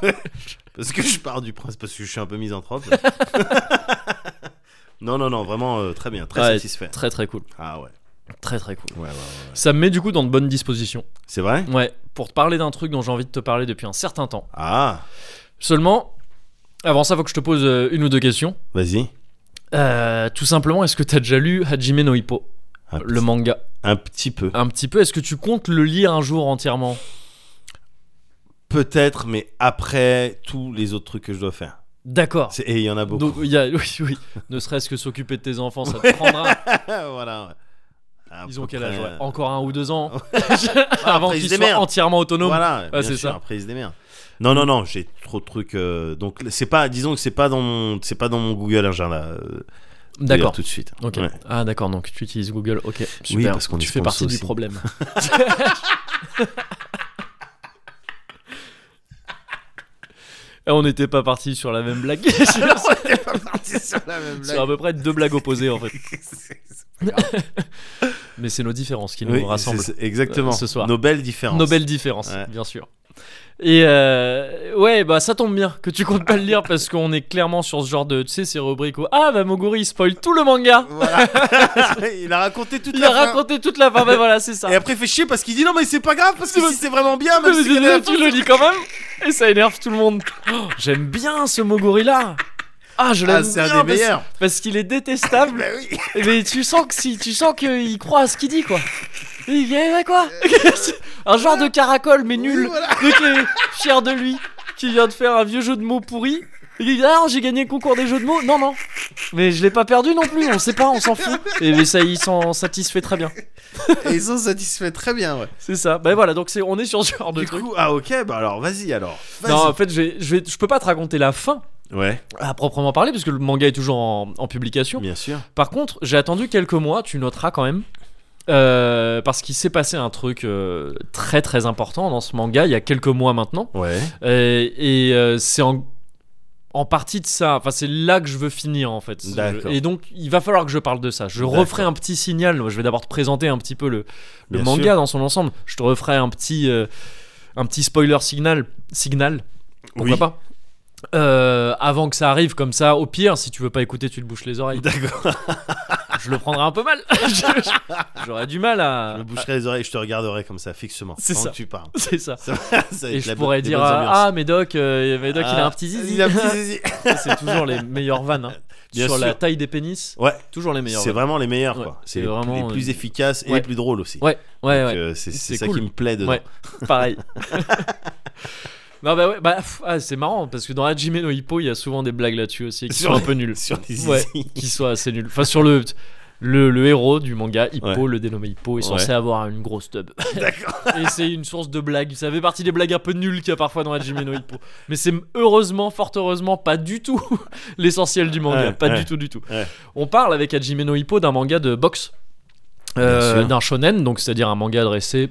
Speaker 2: parce que je pars du principe, parce que je suis un peu misanthrope. non, non, non, vraiment euh, très bien, très
Speaker 1: Ouais.
Speaker 2: satisfait.
Speaker 1: Très très cool.
Speaker 2: Ah ouais.
Speaker 1: Très très cool.
Speaker 2: ouais, ouais, ouais.
Speaker 1: Ça me met du coup dans de bonnes dispositions.
Speaker 2: C'est vrai
Speaker 1: Ouais, pour te parler d'un truc dont j'ai envie de te parler depuis un certain temps.
Speaker 2: Ah,
Speaker 1: Seulement, avant ça, faut que je te pose euh, une ou deux questions.
Speaker 2: vas-y.
Speaker 1: Euh, tout simplement, est-ce que t'as déjà lu Hajime no Hippo,
Speaker 2: Un,
Speaker 1: le manga
Speaker 2: un petit peu.
Speaker 1: Un petit peu. Est-ce que tu comptes le lire un jour entièrement
Speaker 2: Peut-être, mais après tous les autres trucs que je dois faire.
Speaker 1: D'accord.
Speaker 2: C'est- Et il y en a beaucoup.
Speaker 1: Donc, il y a, oui, oui. Ne serait-ce que s'occuper de tes enfants, ça te prendra.
Speaker 2: voilà. ouais. À
Speaker 1: Ils ont
Speaker 2: peu
Speaker 1: quel âge
Speaker 2: près,
Speaker 1: ouais.
Speaker 2: euh,
Speaker 1: Encore un ou deux ans
Speaker 2: Ah,
Speaker 1: avant
Speaker 2: après, ils
Speaker 1: qu'ils
Speaker 2: se
Speaker 1: soient
Speaker 2: démerdent.
Speaker 1: entièrement autonomes.
Speaker 2: Voilà, bien
Speaker 1: c'est
Speaker 2: sûr,
Speaker 1: ça.
Speaker 2: après ils se démerdent. Non, non, non, j'ai trop de trucs. euh, donc c'est pas, disons que c'est pas dans mon, c'est pas dans mon Google Agenda. euh, d'ailleurs,
Speaker 1: D'accord.
Speaker 2: Tout de suite.
Speaker 1: Ok.
Speaker 2: Ouais.
Speaker 1: Ah d'accord, donc tu utilises Google. Ok. Super.
Speaker 2: parce qu'on est
Speaker 1: tu fais partie
Speaker 2: sponsor
Speaker 1: du
Speaker 2: aussi.
Speaker 1: problème. Et on n'était pas parti sur la même blague. sur à peu près deux blagues opposées en fait. Mais c'est nos différences qui nous
Speaker 2: Oui,
Speaker 1: rassemblent.
Speaker 2: c'est- c'est- exactement.
Speaker 1: euh, ce soir.
Speaker 2: Nos belles différences.
Speaker 1: Nos belles différences,
Speaker 2: Ouais.
Speaker 1: bien sûr. Et euh, ouais, bah ça tombe bien que tu comptes pas le lire parce qu'on est clairement sur ce genre de, tu sais, ces rubriques où ah bah Moguri il spoil tout le manga.
Speaker 2: Voilà. il a raconté toute
Speaker 1: Il
Speaker 2: la
Speaker 1: a
Speaker 2: fin.
Speaker 1: raconté toute la fin. Bah voilà, c'est ça.
Speaker 2: Et après, il fait chier parce qu'il dit non, mais c'est pas grave parce que si c'est vraiment bien, même si
Speaker 1: Mais
Speaker 2: c'est la fin,
Speaker 1: tu le lis quand même et ça énerve tout le monde. Oh, J'aime bien ce Moguri là. Ah, je l'aime
Speaker 2: ah, c'est un
Speaker 1: bien
Speaker 2: des
Speaker 1: parce-
Speaker 2: meilleurs.
Speaker 1: parce qu'il est détestable.
Speaker 2: Bah oui.
Speaker 1: mais tu sens que si tu sens qu'il croit à ce qu'il dit quoi. Il y a quoi Un genre de caracol mais nul, mais qui est fier de lui, qui vient de faire un vieux jeu de mots pourri. Il dit ah j'ai gagné le concours des jeux de mots. Non non, mais je l'ai pas perdu non plus. On sait pas, on s'en fout. Et mais ça il s'en satisfait très bien.
Speaker 2: Et ils sont satisfaits très bien, ouais.
Speaker 1: C'est ça. Ben voilà donc c'est on est sur ce genre de
Speaker 2: Du
Speaker 1: truc.
Speaker 2: coup, ah ok, bah alors vas-y alors. Vas-y.
Speaker 1: Non, en fait, j'ai- je vais- je peux pas te raconter la fin
Speaker 2: Ouais,
Speaker 1: à proprement parler, parce que le manga est toujours en, en publication.
Speaker 2: bien sûr.
Speaker 1: Par contre, j'ai attendu quelques mois, tu noteras quand même, euh, parce qu'il s'est passé un truc euh, très très important dans ce manga il y a quelques mois maintenant.
Speaker 2: Ouais.
Speaker 1: Euh, et euh, c'est en, en partie de ça, enfin, c'est là que je veux finir en fait.
Speaker 2: D'accord.
Speaker 1: Et donc, il va falloir que je parle de ça. Je
Speaker 2: D'accord.
Speaker 1: referai un petit signal. Je vais d'abord te présenter un petit peu le, le
Speaker 2: Bien
Speaker 1: manga
Speaker 2: sûr.
Speaker 1: dans son ensemble. Je te referai un petit, euh, un petit spoiler signal. signal pourquoi
Speaker 2: Oui.
Speaker 1: pas Euh, avant que ça arrive comme ça, au pire, si tu veux pas écouter, tu te bouches les oreilles.
Speaker 2: D'accord.
Speaker 1: Je le prendrai un peu mal. Je- J'aurais du mal
Speaker 2: Je
Speaker 1: à.
Speaker 2: me boucherai les oreilles et je te regarderai comme ça, fixement.
Speaker 1: Ah, C'est
Speaker 2: pendant
Speaker 1: ça.
Speaker 2: que tu parles.
Speaker 1: C'est ça.
Speaker 2: Ça va, ça va
Speaker 1: Et
Speaker 2: être
Speaker 1: je
Speaker 2: la bo-
Speaker 1: pourrais
Speaker 2: des
Speaker 1: dire
Speaker 2: bonnes
Speaker 1: euh,
Speaker 2: ambiances. Ah,
Speaker 1: Ah, Médoc, euh, Médoc il a un petit zizi.
Speaker 2: Il a un petit zizi.
Speaker 1: C'est toujours les meilleures vannes. hein.
Speaker 2: Bien
Speaker 1: Sur la
Speaker 2: sûr.
Speaker 1: taille des pénis,
Speaker 2: Ouais,
Speaker 1: toujours les meilleures
Speaker 2: c'est
Speaker 1: vannes.
Speaker 2: vraiment les meilleurs,
Speaker 1: Ouais,
Speaker 2: quoi.
Speaker 1: c'est
Speaker 2: C'est les,
Speaker 1: vraiment,
Speaker 2: les plus
Speaker 1: euh,
Speaker 2: efficaces et
Speaker 1: ouais.
Speaker 2: les plus drôles aussi.
Speaker 1: Ouais, ouais,
Speaker 2: Donc,
Speaker 1: ouais.
Speaker 2: euh, c'est c'est
Speaker 1: C'est
Speaker 2: ça
Speaker 1: cool.
Speaker 2: qui me plaît dedans.
Speaker 1: Ouais. Pareil. non, bah ouais, bah, pff, ah, c'est marrant parce que dans Hajime no Hippo, il y a souvent des blagues là-dessus aussi qui
Speaker 2: Sur
Speaker 1: sont un
Speaker 2: les-
Speaker 1: peu nulles.
Speaker 2: Sur des zizi.
Speaker 1: Ouais, qui soit assez nul. Enfin, sur le, le, le héros du manga, Hippo,
Speaker 2: Ouais.
Speaker 1: le dénommé Hippo, est censé
Speaker 2: Ouais.
Speaker 1: avoir une grosse tub.
Speaker 2: D'accord.
Speaker 1: Et c'est une source de blagues. Ça fait partie des blagues un peu nulles qu'il y a parfois dans Hajime no Hippo. Mais c'est heureusement, fort heureusement, pas du tout l'essentiel du manga.
Speaker 2: Ouais,
Speaker 1: pas
Speaker 2: ouais.
Speaker 1: du tout, du tout.
Speaker 2: Ouais.
Speaker 1: On parle avec Hajime no Hippo d'un manga de boxe, euh,
Speaker 2: Bien sûr.
Speaker 1: d'un shonen, donc c'est-à-dire un manga adressé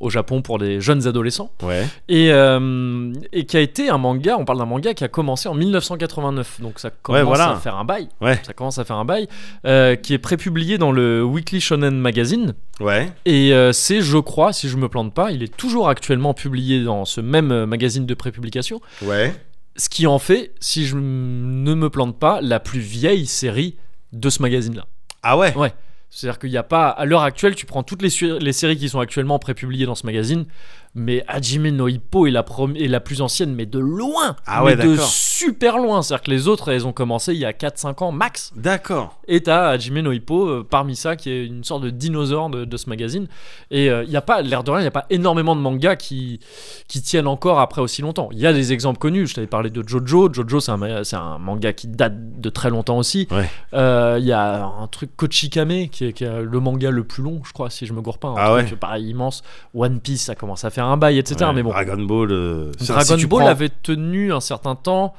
Speaker 1: au Japon pour les jeunes adolescents
Speaker 2: Ouais.
Speaker 1: et, euh, et qui a été un manga on parle d'un manga qui a commencé en 1989 donc ça commence
Speaker 2: Ouais, voilà.
Speaker 1: à faire un bail
Speaker 2: Ouais.
Speaker 1: ça commence à faire un bail, euh, qui est prépublié dans le Weekly Shonen Magazine.
Speaker 2: Ouais.
Speaker 1: Et euh, c'est, je crois, si je me plante pas, il est toujours actuellement publié dans ce même euh, magazine de prépublication.
Speaker 2: Ouais.
Speaker 1: Ce qui en fait, si je m- ne me plante pas, la plus vieille série de ce magazine-là.
Speaker 2: Ah ouais.
Speaker 1: Ouais. C'est-à-dire qu'il n'y a pas, à l'heure actuelle, tu prends toutes les, su- les séries qui sont actuellement prépubliées dans ce magazine, mais Hajime no Hippo est la, prom- est la plus ancienne, mais de loin.
Speaker 2: Ah ouais,
Speaker 1: mais de
Speaker 2: d'accord.
Speaker 1: super loin. C'est-à-dire que les autres, elles ont commencé il y a 4-5 ans max.
Speaker 2: D'accord.
Speaker 1: Et t'as Hajime no Hippo euh, parmi ça, qui est une sorte de dinosaure de, de ce magazine. Et euh, il y a pas, l'air de rien, il n'y a pas énormément de mangas qui, qui tiennent encore après aussi longtemps. Il y a des exemples connus. Je t'avais parlé de Jojo. Jojo, c'est un, ma- c'est un manga qui date de très longtemps aussi.
Speaker 2: Ouais.
Speaker 1: Euh, Il y a un truc Kochikame, qui est, qui est le manga le plus long, je crois, si je me gourre pas. Un
Speaker 2: Ah
Speaker 1: truc, pareil, immense. One Piece, ça commence à faire un bail, etc.
Speaker 2: Ouais,
Speaker 1: Mais bon,
Speaker 2: Dragon Ball. euh, c'est-
Speaker 1: Dragon
Speaker 2: si tu
Speaker 1: Ball
Speaker 2: prends-
Speaker 1: avait tenu un certain temps.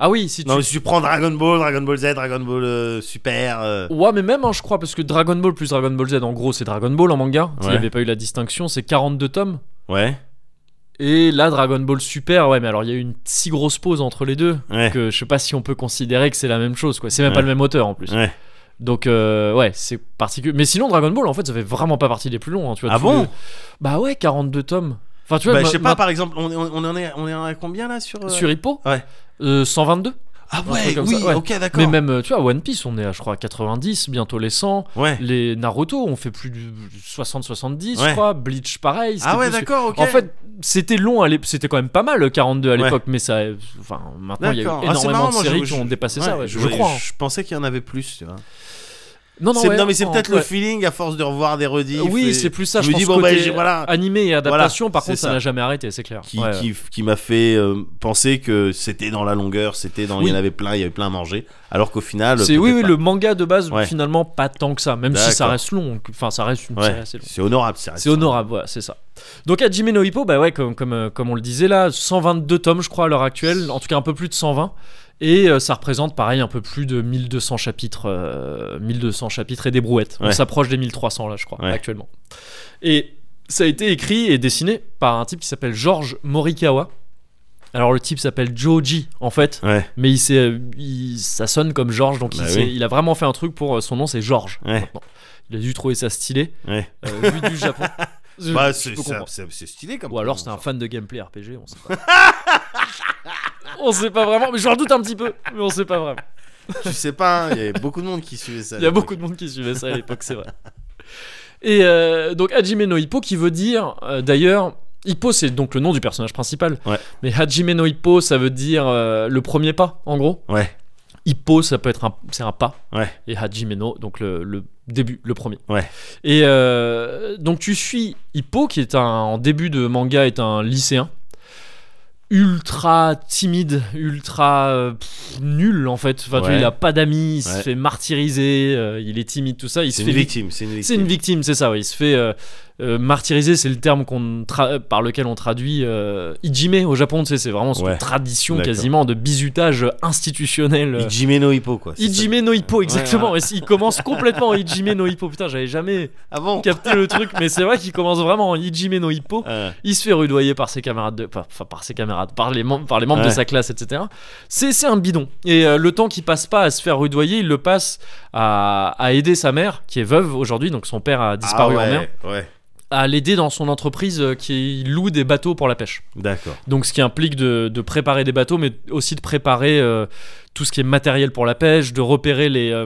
Speaker 1: Ah oui, si tu
Speaker 2: Non, mais si tu prends Dragon Ball, Dragon Ball Z, Dragon Ball euh, Super. euh,
Speaker 1: Ouais, mais même, hein, je crois, parce que Dragon Ball plus Dragon Ball Z, en gros, c'est Dragon Ball en manga. S'il n'y
Speaker 2: Ouais.
Speaker 1: avait pas eu la distinction, c'est 42 tomes.
Speaker 2: Ouais.
Speaker 1: Et là, Dragon Ball Super, ouais, mais alors il y a eu une si grosse pause entre les deux
Speaker 2: Ouais.
Speaker 1: que je sais pas si on peut considérer que c'est la même chose, quoi. C'est même pas
Speaker 2: Ouais.
Speaker 1: le même auteur en plus.
Speaker 2: Ouais.
Speaker 1: Donc, euh, ouais, c'est particulier. Mais sinon, Dragon Ball, en fait, ça fait vraiment pas partie des plus longs. hein, tu vois,
Speaker 2: Ah
Speaker 1: tous
Speaker 2: bon
Speaker 1: les- Bah ouais, 42 tomes. Enfin, tu vois,
Speaker 2: Bah, je
Speaker 1: ma-
Speaker 2: sais pas,
Speaker 1: ma-
Speaker 2: par exemple, on, on, on en est, on est à combien là sur. euh,
Speaker 1: sur Hippo
Speaker 2: Ouais.
Speaker 1: euh, 122.
Speaker 2: Ah
Speaker 1: un truc
Speaker 2: ouais,
Speaker 1: comme
Speaker 2: oui,
Speaker 1: ça, ouais.
Speaker 2: ok, d'accord.
Speaker 1: Mais même, euh, tu vois, One Piece, on est à, je crois, 90, bientôt les 100.
Speaker 2: Ouais.
Speaker 1: Les Naruto ont fait plus de 60-70, je
Speaker 2: Ouais.
Speaker 1: crois. Bleach, pareil. c'était
Speaker 2: Ah ouais,
Speaker 1: plus que-
Speaker 2: d'accord, ok.
Speaker 1: En fait, c'était long, à l'ép- c'était quand même pas mal 42 à
Speaker 2: Ouais.
Speaker 1: l'époque, mais ça. Enfin, maintenant, il y a eu
Speaker 2: D'accord. Ah, c'est
Speaker 1: énormément
Speaker 2: marrant,
Speaker 1: de
Speaker 2: moi, je-
Speaker 1: séries
Speaker 2: je-
Speaker 1: qui ont dépassé
Speaker 2: ouais,
Speaker 1: ça, ouais, je,
Speaker 2: je
Speaker 1: crois. hein.
Speaker 2: Je pensais qu'il y en avait plus, tu vois.
Speaker 1: Non, non,
Speaker 2: C'est-
Speaker 1: ouais,
Speaker 2: non, mais c'est
Speaker 1: en-
Speaker 2: peut-être
Speaker 1: ouais.
Speaker 2: le feeling à force de revoir des redifs.
Speaker 1: Oui,
Speaker 2: et-
Speaker 1: c'est plus ça,
Speaker 2: je
Speaker 1: je,
Speaker 2: me
Speaker 1: pense
Speaker 2: dis, bon, bah,
Speaker 1: côté
Speaker 2: j'ai- voilà.
Speaker 1: Animé et adaptation, par
Speaker 2: c'est
Speaker 1: contre, ça
Speaker 2: ça.
Speaker 1: n'a jamais arrêté, c'est clair.
Speaker 2: qui,
Speaker 1: Ouais, ouais.
Speaker 2: qui, qui m'a fait euh, penser que c'était dans la longueur, c'était dans il y en
Speaker 1: Oui.
Speaker 2: avait plein, il y avait plein à manger, alors qu'au final
Speaker 1: C'est oui,
Speaker 2: peut-être
Speaker 1: oui,
Speaker 2: pas.
Speaker 1: le manga de base,
Speaker 2: Ouais.
Speaker 1: finalement, pas tant que ça, même si ça
Speaker 2: D'accord.
Speaker 1: reste long. Enfin, ça reste une
Speaker 2: Ouais.
Speaker 1: série assez longue.
Speaker 2: c'est honorable, c'est
Speaker 1: C'est honorable, voilà, c'est ça. Donc à Jimeno Hippo, bah ouais, comme, comme, euh, comme on le disait là, 122 tomes, je crois, à l'heure actuelle, en tout cas un peu plus de 120. Et euh, ça représente, pareil, un peu plus de 1200 chapitres, euh, 1200 chapitres et des brouettes. On
Speaker 2: Ouais.
Speaker 1: s'approche des 1300 là, je crois,
Speaker 2: Ouais.
Speaker 1: actuellement. Et ça a été écrit et dessiné par un type qui s'appelle George Morikawa. Alors le type s'appelle Joji en fait,
Speaker 2: Ouais,
Speaker 1: mais il s'est, euh, il- ça sonne comme George, donc
Speaker 2: Bah
Speaker 1: il, s'est-
Speaker 2: oui.
Speaker 1: il a vraiment fait un truc pour euh, son nom, c'est George.
Speaker 2: ouais,
Speaker 1: Il a dû trouver ça stylé
Speaker 2: ouais.
Speaker 1: euh, vu du Japon. Je-
Speaker 2: Bah,
Speaker 1: je
Speaker 2: c'est
Speaker 1: peux
Speaker 2: ça-
Speaker 1: comprendre.
Speaker 2: c'est- c'est stylé comme
Speaker 1: Ou alors
Speaker 2: ça.
Speaker 1: c'est un fan de gameplay RPG, on sait pas. on sait pas vraiment, mais j'en doute un petit peu, mais on sait pas vraiment.
Speaker 2: Tu sais pas, hein, il y avait beaucoup de monde qui suivait ça.
Speaker 1: Il y a beaucoup de monde qui suivait ça à l'époque, c'est vrai. Et euh, donc Hajime no Hippo qui veut dire, euh, d'ailleurs, Hippo c'est donc le nom du personnage principal,
Speaker 2: Ouais.
Speaker 1: mais Hajime no Hippo ça veut dire euh, le premier pas en gros.
Speaker 2: Ouais.
Speaker 1: Hippo, ça peut être un, c'est un pas.
Speaker 2: Ouais.
Speaker 1: Et Hajime no, donc le, le début, le premier.
Speaker 2: Ouais.
Speaker 1: Et euh, donc tu suis Hippo, qui est un, en début de manga, est un lycéen. Ultra timide, ultra euh, pff, nul en fait. Enfin, tu vois,
Speaker 2: Ouais.
Speaker 1: il a pas d'amis, il se
Speaker 2: Ouais.
Speaker 1: fait martyriser, euh, il est timide, tout ça. Il se
Speaker 2: C'est
Speaker 1: fait
Speaker 2: une
Speaker 1: vic-
Speaker 2: victime, c'est une
Speaker 1: c'est une
Speaker 2: victime.
Speaker 1: victime, c'est ça. ouais. Il se fait euh, euh, martyriser, c'est le terme qu'on tra- par lequel on traduit euh, Ijime au Japon. Tu sais, c'est vraiment cette
Speaker 2: Ouais.
Speaker 1: tradition
Speaker 2: D'accord.
Speaker 1: quasiment de bizutage institutionnel. euh,
Speaker 2: Ijime no Hippo quoi. c'est ça.
Speaker 1: Ijime no Hippo,
Speaker 2: Ouais,
Speaker 1: exactement. Et Il commence complètement en Ijime no Hippo. Putain, j'avais jamais
Speaker 2: Ah bon
Speaker 1: capté le truc, mais c'est vrai qu'il commence vraiment en Ijime no Hippo.
Speaker 2: Euh,
Speaker 1: Il se fait rudoyer par ses camarades, de, par- enfin par ses camarades, par les, mem- par les membres de
Speaker 2: Ouais.
Speaker 1: sa classe, etc. C'est c'est un bidon. Et euh, le temps qu'il passe pas à se faire rudoyer, il le passe à, à aider sa mère, qui est veuve aujourd'hui, donc son père a disparu
Speaker 2: ah
Speaker 1: en
Speaker 2: ouais,
Speaker 1: mer,
Speaker 2: Ouais,
Speaker 1: à l'aider dans son entreprise euh, qui loue des bateaux pour la pêche.
Speaker 2: d'accord.
Speaker 1: Donc ce qui implique de, de préparer des bateaux, mais aussi de préparer euh, tout ce qui est matériel pour la pêche, de repérer les, euh,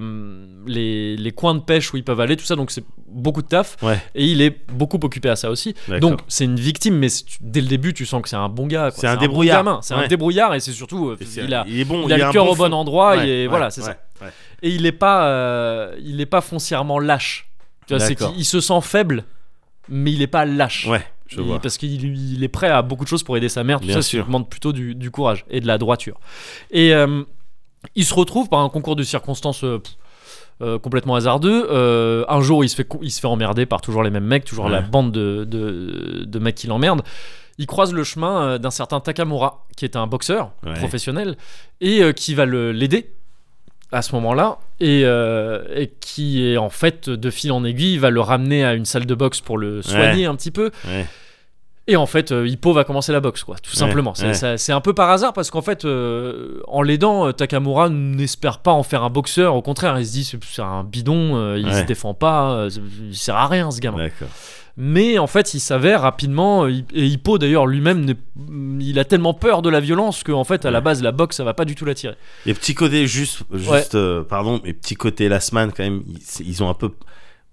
Speaker 1: les, les coins de pêche où ils peuvent aller, tout ça. Donc c'est beaucoup de taf.
Speaker 2: Ouais.
Speaker 1: Et il est beaucoup occupé à ça aussi.
Speaker 2: d'accord.
Speaker 1: Donc c'est une victime, mais c'est- dès le début tu sens que c'est un bon gars. quoi.
Speaker 2: C'est un
Speaker 1: bon
Speaker 2: débrouillard.
Speaker 1: gamin, c'est un
Speaker 2: Ouais.
Speaker 1: débrouillard et c'est surtout euh,
Speaker 2: Et c'est-
Speaker 1: il a,
Speaker 2: il est bon,
Speaker 1: il a
Speaker 2: un
Speaker 1: le cœur
Speaker 2: bon
Speaker 1: au bon
Speaker 2: fond.
Speaker 1: endroit.
Speaker 2: Ouais,
Speaker 1: et
Speaker 2: ouais,
Speaker 1: voilà, c'est ça
Speaker 2: ouais, ouais.
Speaker 1: et il est pas euh, il est pas foncièrement lâche tu vois c'est
Speaker 2: D'accord.
Speaker 1: qu'il il se sent faible mais il est pas lâche
Speaker 2: Ouais, je
Speaker 1: Il-
Speaker 2: vois.
Speaker 1: parce qu'il il est prêt à beaucoup de choses pour aider sa mère tout
Speaker 2: Bien
Speaker 1: ça
Speaker 2: sûr.
Speaker 1: ça demande plutôt du, du courage et de la droiture et euh, il se retrouve par un concours de circonstances euh, pff, euh, complètement hasardeux. Euh, un jour, il se, fait, co- il se fait emmerder par toujours les mêmes mecs, toujours
Speaker 2: Ouais.
Speaker 1: la bande de, de, de mecs qui l'emmerdent. Il croise le chemin euh, d'un certain Takamura, qui est un boxeur
Speaker 2: Ouais.
Speaker 1: professionnel, et euh, qui va le- l'aider à ce moment-là, et, euh, et qui est en fait, de fil en aiguille, va le ramener à une salle de boxe pour le soigner un petit peu.
Speaker 2: Ouais.
Speaker 1: Et en fait, euh, Hippo va commencer la boxe, quoi, tout
Speaker 2: Ouais,
Speaker 1: simplement. C'est-
Speaker 2: ouais.
Speaker 1: ça- C'est un peu par hasard parce qu'en fait, euh, en l'aidant, euh, Takamura n'espère pas en faire un boxeur. Au contraire, il se dit c'est- c'est un bidon, euh, il
Speaker 2: Ouais.
Speaker 1: se défend pas, euh, c'est- il sert à rien ce gamin.
Speaker 2: D'accord.
Speaker 1: Mais en fait, il s'avère rapidement, euh, et Hippo d'ailleurs lui-même, n'est- mm, il a tellement peur de la violence qu'en fait, à la
Speaker 2: Ouais.
Speaker 1: base, la boxe, ça va pas du tout l'attirer.
Speaker 2: Les petits côtés, juste,
Speaker 1: Ouais.
Speaker 2: juste euh, pardon, mais petits côtés Last Man, quand même, ils, c'est- ils ont un peu.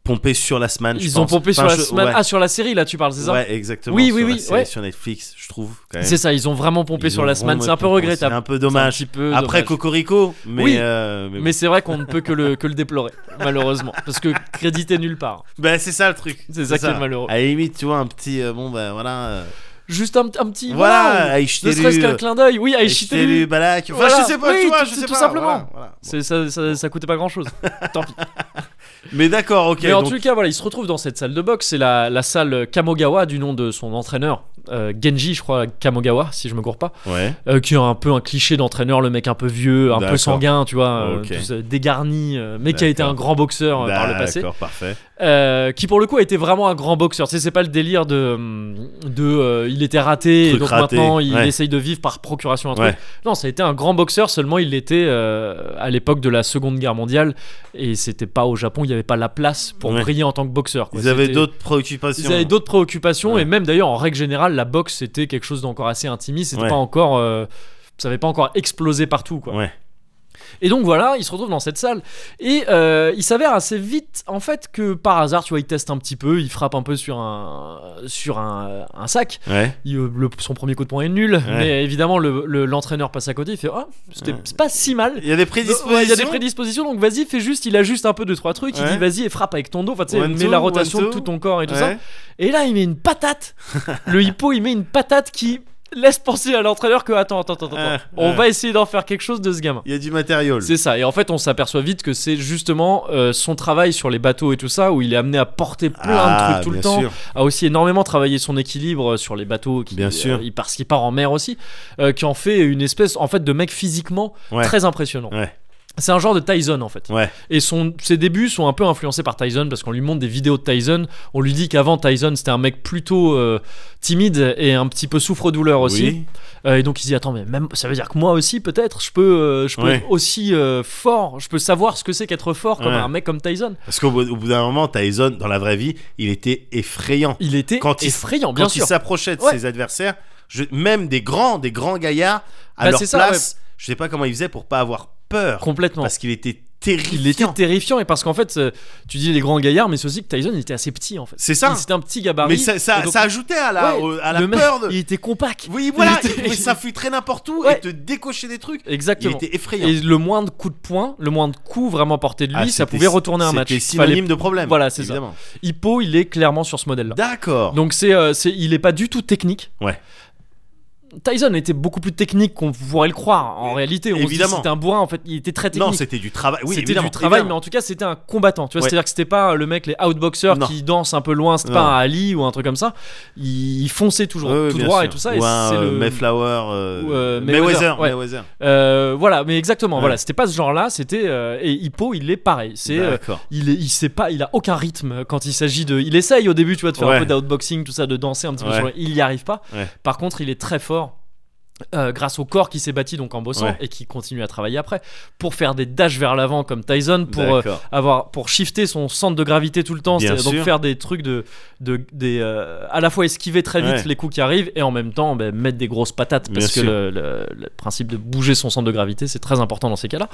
Speaker 2: pompé sur la semaine. je
Speaker 1: Ils ont
Speaker 2: pense.
Speaker 1: pompé sur
Speaker 2: Enfin,
Speaker 1: la
Speaker 2: je-
Speaker 1: semaine.
Speaker 2: ouais.
Speaker 1: Ah, sur la série, là, tu parles, c'est ça
Speaker 2: Ouais, exactement.
Speaker 1: Oui,
Speaker 2: sur
Speaker 1: oui,
Speaker 2: la
Speaker 1: oui,
Speaker 2: série,
Speaker 1: ouais.
Speaker 2: Sur Netflix, je trouve. Quand même.
Speaker 1: C'est ça, ils ont vraiment pompé
Speaker 2: Ils
Speaker 1: sur
Speaker 2: ont
Speaker 1: la semaine.
Speaker 2: vraiment
Speaker 1: C'est un peu
Speaker 2: pompé,
Speaker 1: regrettable.
Speaker 2: C'est un peu
Speaker 1: C'est
Speaker 2: dommage.
Speaker 1: petit peu
Speaker 2: Après
Speaker 1: dommage.
Speaker 2: Cocorico, mais,
Speaker 1: Oui,
Speaker 2: euh, mais bon.
Speaker 1: Mais c'est vrai qu'on ne peut que le, que le déplorer, malheureusement. Parce que crédité nulle part.
Speaker 2: Bah, c'est ça le truc.
Speaker 1: C'est ça qui est malheureux.
Speaker 2: À la limite, tu vois, un petit. euh, bon, bah voilà. euh,
Speaker 1: Juste un, un petit.
Speaker 2: voilà,
Speaker 1: Voilà, Ne serait-ce qu'un
Speaker 2: Aishiteru.
Speaker 1: clin d'œil. Oui,
Speaker 2: Aishiteru,
Speaker 1: Aishiteru.
Speaker 2: Balak. Enfin,
Speaker 1: Voilà.
Speaker 2: je sais pas,
Speaker 1: Oui,
Speaker 2: tu vois,
Speaker 1: tout-
Speaker 2: je
Speaker 1: tout-
Speaker 2: sais
Speaker 1: tout
Speaker 2: pas.
Speaker 1: simplement.
Speaker 2: voilà, voilà.
Speaker 1: C'est- Ça, ça, ça coûtait pas grand chose. Tant pis.
Speaker 2: Mais d'accord, ok.
Speaker 1: Mais en
Speaker 2: donc-
Speaker 1: tout cas, voilà, il se retrouve dans cette salle de boxe. C'est la, la salle Kamogawa, du nom de son entraîneur, euh, Genji, je crois, Kamogawa, si je me cours pas,
Speaker 2: Ouais.
Speaker 1: euh, qui est un peu un cliché d'entraîneur, le mec un peu vieux, un peu
Speaker 2: D'accord.
Speaker 1: sanguin, tu vois, euh,
Speaker 2: Ok.
Speaker 1: tout ça, dégarni, euh, mais qui a été un
Speaker 2: D'accord.
Speaker 1: grand boxeur euh, par le passé.
Speaker 2: Bah, D'accord, parfait.
Speaker 1: Euh, qui pour le coup a été vraiment un grand boxeur. Tu sais, c'est pas le délire de, hum, de euh, il était raté et
Speaker 2: Truc
Speaker 1: donc
Speaker 2: raté,
Speaker 1: maintenant il
Speaker 2: ouais.
Speaker 1: essaye de vivre par procuration un truc.
Speaker 2: Ouais.
Speaker 1: Non, ça a été un grand boxeur. Seulement il l'était euh, à l'époque de la Seconde Guerre mondiale et c'était pas au Japon. Il y avait pas la place pour
Speaker 2: Ouais.
Speaker 1: briller en tant que boxeur. quoi.
Speaker 2: Ils avaient
Speaker 1: C'était-
Speaker 2: d'autres préoccupations.
Speaker 1: ils avaient d'autres préoccupations
Speaker 2: Ouais.
Speaker 1: et même d'ailleurs en règle générale la boxe c'était quelque chose d'encore assez intimiste. C'était
Speaker 2: Ouais.
Speaker 1: pas encore euh, ça avait pas encore explosé partout quoi.
Speaker 2: Ouais.
Speaker 1: Et donc voilà, il se retrouve dans cette salle. Et euh, il s'avère assez vite, en fait, que par hasard, tu vois, il teste un petit peu, il frappe un peu sur un, sur un, un sac.
Speaker 2: Ouais.
Speaker 1: Il- euh, le- son premier coup de poing est nul, mais évidemment, l'entraîneur le, l'entraîneur passe à côté, il fait Ah, c'était
Speaker 2: Ouais.
Speaker 1: c'est pas si mal. Euh,
Speaker 2: Il y a des
Speaker 1: Ouais, Il y a des
Speaker 2: prédispositions.
Speaker 1: prédispositions, donc vas-y, fais juste, il a juste un peu deux, trois trucs, il
Speaker 2: Ouais.
Speaker 1: dit vas-y et frappe avec ton dos, enfin tu sais,
Speaker 2: One,
Speaker 1: mets
Speaker 2: two,
Speaker 1: la rotation
Speaker 2: one,
Speaker 1: de
Speaker 2: two.
Speaker 1: tout ton corps et tout ça.
Speaker 2: Ouais.
Speaker 1: Et là, il met une patate. le hippo, il met une patate qui laisse penser à l'entraîneur que attends, attends, attends, attends.
Speaker 2: Ah,
Speaker 1: on
Speaker 2: ouais.
Speaker 1: va essayer d'en faire quelque chose de ce gamin.
Speaker 2: Il y a du matériel.
Speaker 1: C'est ça. Et en fait, on s'aperçoit vite que c'est justement euh, son travail sur les bateaux et tout ça, où il est amené à porter plein
Speaker 2: Ah,
Speaker 1: de trucs tout le
Speaker 2: bien
Speaker 1: temps,
Speaker 2: sûr.
Speaker 1: a aussi énormément travaillé son équilibre euh, sur les bateaux, qui,
Speaker 2: Bien
Speaker 1: euh,
Speaker 2: sûr.
Speaker 1: il- parce qu'il part en mer aussi, euh, qui en fait une espèce, en fait, de mec physiquement
Speaker 2: Ouais.
Speaker 1: très impressionnant.
Speaker 2: Ouais.
Speaker 1: C'est un genre de Tyson en fait.
Speaker 2: Ouais.
Speaker 1: Et son, ses débuts sont un peu influencés par Tyson parce qu'on lui montre des vidéos de Tyson. On lui dit qu'avant Tyson c'était un mec plutôt euh, timide et un petit peu souffre-douleur aussi.
Speaker 2: Oui.
Speaker 1: Euh, et donc il se dit attends mais même ça veut dire que moi aussi peut-être je peux euh, je peux
Speaker 2: Ouais.
Speaker 1: être aussi euh, fort, je peux savoir ce que c'est qu'être fort comme
Speaker 2: Ouais.
Speaker 1: un mec comme Tyson.
Speaker 2: Parce qu'au bout au bout d'un moment, Tyson, dans la vraie vie, il était effrayant.
Speaker 1: Il était
Speaker 2: Quand il-
Speaker 1: effrayant bien
Speaker 2: Quand
Speaker 1: sûr.
Speaker 2: il s'approchait de
Speaker 1: Ouais.
Speaker 2: ses adversaires, je- même des grands, des grands gaillards, à
Speaker 1: Bah,
Speaker 2: leur
Speaker 1: c'est ça,
Speaker 2: place, je sais pas comment ils faisaient pour pas avoir peur.
Speaker 1: Complètement.
Speaker 2: Parce qu'il était
Speaker 1: il était
Speaker 2: terrifiant.
Speaker 1: terrifiant et parce qu'en fait euh, tu dis les grands gaillards mais c'est aussi que Tyson il était assez petit en fait.
Speaker 2: C'est ça.
Speaker 1: Il- C'était un petit gabarit.
Speaker 2: Mais ça, ça,
Speaker 1: Et donc-
Speaker 2: ça ajoutait à la,
Speaker 1: Ouais,
Speaker 2: au- à la
Speaker 1: le mec,
Speaker 2: peur de.
Speaker 1: il était compact.
Speaker 2: Oui, voilà,
Speaker 1: il
Speaker 2: il
Speaker 1: était-
Speaker 2: pouvait s'infiltrer n'importe où
Speaker 1: Ouais.
Speaker 2: et te décocher des trucs. Il
Speaker 1: Exactement.
Speaker 2: était effrayant.
Speaker 1: Et le moindre coup de poing, le moindre coup vraiment porté de lui,
Speaker 2: Ah,
Speaker 1: ça
Speaker 2: c'était-
Speaker 1: pouvait retourner un match.
Speaker 2: C'était
Speaker 1: Il fallait-
Speaker 2: synonyme de problème.
Speaker 1: Voilà, c'est ça.
Speaker 2: évidemment.
Speaker 1: Hippo, il est clairement sur ce modèle-là.
Speaker 2: D'accord.
Speaker 1: Donc c'est, euh, c'est- il est pas du tout technique.
Speaker 2: Ouais.
Speaker 1: Tyson était beaucoup plus technique qu'on pourrait le croire. En
Speaker 2: Et-
Speaker 1: réalité, on se dit
Speaker 2: évidemment.
Speaker 1: c'était un bourrin. En fait, il était très technique.
Speaker 2: Non, c'était du travail. Oui,
Speaker 1: c'était
Speaker 2: évidemment,
Speaker 1: du travail, mais
Speaker 2: évidemment.
Speaker 1: en tout cas, c'était un combattant. Tu vois,
Speaker 2: Ouais.
Speaker 1: c'est-à-dire que c'était pas euh, le mec les outboxers
Speaker 2: Non.
Speaker 1: qui dansent un peu loin. C'était
Speaker 2: Non.
Speaker 1: pas un Ali ou un truc comme ça. Il, il fonçait toujours
Speaker 2: Ouais, ouais,
Speaker 1: tout
Speaker 2: bien
Speaker 1: droit et
Speaker 2: sûr.
Speaker 1: tout ça. et
Speaker 2: Ou un
Speaker 1: c'est le-
Speaker 2: euh, Mayflower.
Speaker 1: Ou, euh,
Speaker 2: euh,
Speaker 1: Mayweather,
Speaker 2: Mayweather.
Speaker 1: ouais.
Speaker 2: Mayweather.
Speaker 1: Euh, voilà, mais exactement.
Speaker 2: Ouais.
Speaker 1: Voilà, c'était pas ce genre-là. C'était euh, et Hippo, il est pareil. C'est euh,
Speaker 2: D'accord.
Speaker 1: il, est- il sait pas, il a aucun rythme quand il s'agit de. Il essaye au début, tu vois, de faire un
Speaker 2: Ouais.
Speaker 1: peu d'outboxing, tout ça, de danser un petit peu.
Speaker 2: Ouais.
Speaker 1: sur le- Il y arrive pas.
Speaker 2: Ouais.
Speaker 1: Par contre, il est très fort. euh, grâce au corps qui s'est bâti donc en bossant
Speaker 2: Ouais.
Speaker 1: et qui continue à travailler après pour faire des dashs vers l'avant comme Tyson pour euh,
Speaker 2: D'accord.
Speaker 1: avoir pour shifter son centre de gravité tout le temps
Speaker 2: Bien
Speaker 1: c'est- donc
Speaker 2: sûr.
Speaker 1: faire des trucs de, de des euh, à la fois esquiver très vite
Speaker 2: Ouais.
Speaker 1: les coups qui arrivent et en même temps ben, mettre des grosses patates parce
Speaker 2: Bien
Speaker 1: que
Speaker 2: sûr.
Speaker 1: le, le- le principe de bouger son centre de gravité c'est très important dans ces cas-là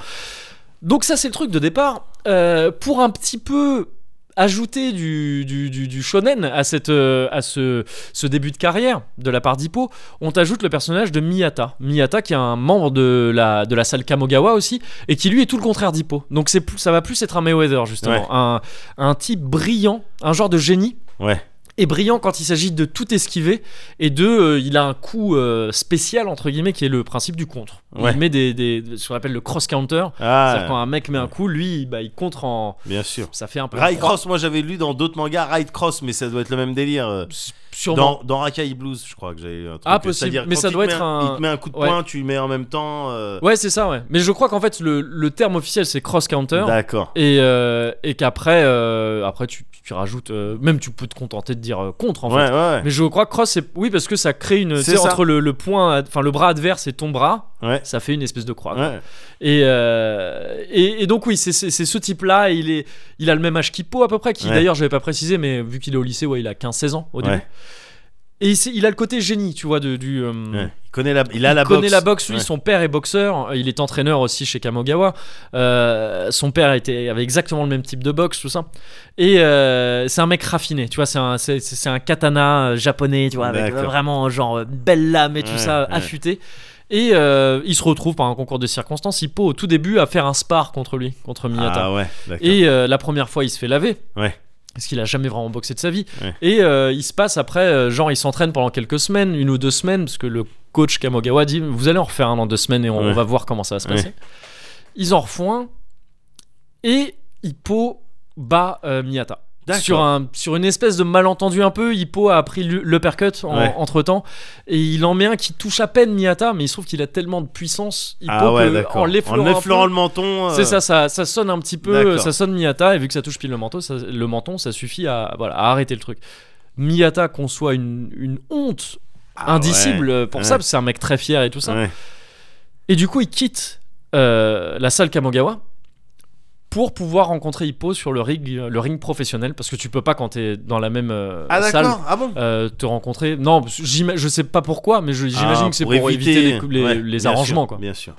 Speaker 1: donc ça c'est le truc de départ Euh, pour un petit peu ajouter du, du, du- du shonen à, cette, euh, à ce, ce début de carrière de la part d'Hippo on t'ajoute le personnage de Miyata Miyata qui est un membre de la, de la salle Kamogawa aussi et qui lui est tout le contraire d'Hippo donc c'est plus, ça va plus être un Mayweather justement
Speaker 2: Ouais.
Speaker 1: un, un type brillant, un genre de génie.
Speaker 2: Ouais.
Speaker 1: Et brillant quand il s'agit de tout esquiver et de, euh, il a un coup euh, spécial entre guillemets qui est le principe du contre.
Speaker 2: Ouais.
Speaker 1: Il met des, des- ce qu'on appelle le cross counter. C'est-à-dire quand
Speaker 2: Ah,
Speaker 1: un mec met un coup, lui, bah, il contre en,
Speaker 2: bien sûr.
Speaker 1: ça fait un peu.
Speaker 2: Ride
Speaker 1: froid.
Speaker 2: Cross, moi j'avais lu dans d'autres mangas Ride Cross, mais ça doit être le même délire. euh,
Speaker 1: Sûrement.
Speaker 2: Dans, dans Rakai Blues, je crois que j'avais eu un truc.
Speaker 1: Ah, possible,
Speaker 2: c'est-à-dire
Speaker 1: mais
Speaker 2: quand
Speaker 1: ça
Speaker 2: il
Speaker 1: doit
Speaker 2: te met
Speaker 1: être un-
Speaker 2: Il te met un coup de
Speaker 1: Ouais.
Speaker 2: poing, tu lui mets en même temps. euh,
Speaker 1: Ouais, c'est ça, ouais. Mais je crois qu'en fait le, le terme officiel c'est hein. cross counter.
Speaker 2: D'accord.
Speaker 1: Et, euh, et qu'après, euh, après tu, tu rajoutes, euh, même tu peux te contenter de dire euh, contre en fait.
Speaker 2: ouais, ouais,
Speaker 1: Mais je crois que cross, c'est... oui, parce que ça crée une.
Speaker 2: C'est
Speaker 1: tu sais,
Speaker 2: ça.
Speaker 1: entre le, le point, ad- enfin le bras adverse et ton bras,
Speaker 2: ouais.
Speaker 1: ça fait une espèce de croix.
Speaker 2: Ouais, ouais.
Speaker 1: Et, euh, et, et donc oui, c'est c'est- c'est ce type-là. Il est, il a le même âge qu'Hippo à peu près. Qui
Speaker 2: Ouais.
Speaker 1: d'ailleurs, je vais pas préciser, mais vu qu'il est au lycée, ouais, il a 15-16 ans au début.
Speaker 2: Ouais.
Speaker 1: Et c'est- il a le côté génie, tu vois, de, du. euh,
Speaker 2: Ouais. Il connaît la, il a la
Speaker 1: connaît
Speaker 2: boxe.
Speaker 1: la boxe, lui,
Speaker 2: Ouais.
Speaker 1: son père est boxeur, euh, il est entraîneur aussi chez Kamogawa. Euh, son père était, avait exactement le même type de boxe, tout ça. Et euh, c'est un mec raffiné, tu vois, c'est un, c'est, c'est- c'est un katana euh, japonais, tu vois, avec
Speaker 2: D'accord.
Speaker 1: euh, vraiment euh, genre euh, belle lame et tout
Speaker 2: Ouais,
Speaker 1: ça,
Speaker 2: ouais.
Speaker 1: affûté. Et euh, il se retrouve par un concours de circonstances, Hippo au tout début à faire un spar contre lui, contre Miyata.
Speaker 2: Ah ouais, d'accord.
Speaker 1: Et euh, la première fois, il se fait laver.
Speaker 2: Ouais.
Speaker 1: Parce qu'il a jamais vraiment boxé de sa vie.
Speaker 2: Ouais.
Speaker 1: Et euh, il se passe après, euh, genre, il s'entraîne pendant quelques semaines, une ou deux semaines, parce que le coach Kamogawa dit Vous allez en refaire un dans deux semaines et on,
Speaker 2: Ouais.
Speaker 1: on va voir comment ça va se
Speaker 2: Ouais.
Speaker 1: passer. Ils en refont un. Et Hippo bat euh, Miyata.
Speaker 2: D'accord.
Speaker 1: Sur, un, sur une espèce de malentendu un peu, Hippo a appris l'uppercut en,
Speaker 2: Ouais.
Speaker 1: entre temps et il en met un qui touche à peine Miyata, mais il se trouve qu'il a tellement de puissance, Hippo
Speaker 2: ah ouais,
Speaker 1: que,
Speaker 2: d'accord.
Speaker 1: en l'effleurant un peu,
Speaker 2: le menton. euh,
Speaker 1: c'est ça, ça, ça sonne un petit peu,
Speaker 2: D'accord.
Speaker 1: ça sonne Miata, et vu que ça touche pile le menton, ça, le menton, ça suffit à, voilà, à arrêter le truc. Miata conçoit une, une honte
Speaker 2: ah
Speaker 1: indicible pour
Speaker 2: ouais.
Speaker 1: ça, parce que c'est un mec très fier et tout
Speaker 2: ouais,
Speaker 1: ça.
Speaker 2: ouais.
Speaker 1: Et du coup, il quitte euh, la salle Kamogawa pour pouvoir rencontrer Hippo sur le ring, euh, le ring professionnel, parce que tu peux pas, quand t'es dans la même euh,
Speaker 2: Ah
Speaker 1: salle,
Speaker 2: d'accord. Ah bon.
Speaker 1: euh, te rencontrer. Non, parce que j'ima- je sais pas pourquoi, mais je- j'imagine
Speaker 2: Ah,
Speaker 1: que c'est pour, éviter, les cou- les,
Speaker 2: ouais,
Speaker 1: les
Speaker 2: bien sûr,
Speaker 1: arrangements, quoi.
Speaker 2: Bien sûr.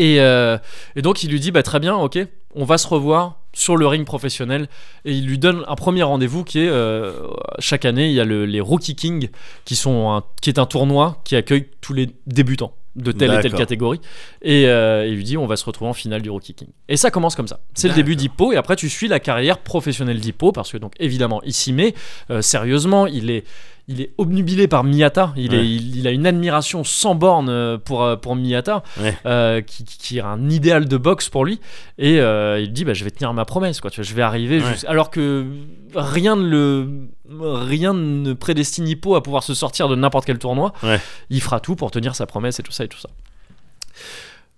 Speaker 1: Et, euh, et donc il lui dit bah, très bien, ok, on va se revoir sur le ring professionnel. Et il lui donne un premier rendez-vous qui est euh, chaque année, il y a le- les Rookie King, qui, sont un- qui est un tournoi qui accueille tous les débutants de telle et telle
Speaker 2: D'accord.
Speaker 1: catégorie. Et euh, il lui dit on va se retrouver en finale du Rookie King. Et ça commence comme ça. C'est le début
Speaker 2: D'accord.
Speaker 1: d'Hippo, et après tu suis la carrière professionnelle d'Hippo, parce que donc évidemment il s'y met euh, sérieusement, il est... Il est obnubilé par Miyata, il, est,
Speaker 2: Ouais.
Speaker 1: il, il a une admiration sans borne euh, pour, euh, pour Miyata euh, qui, qui- qui est un idéal de boxe pour lui et euh, il dit bah, je vais tenir ma promesse quoi tu vois, je vais arriver
Speaker 2: Ouais.
Speaker 1: jusqu'- alors que rien ne le rien ne prédestine Hippo à pouvoir se sortir de n'importe quel tournoi
Speaker 2: Ouais.
Speaker 1: il fera tout pour tenir sa promesse et tout ça et tout ça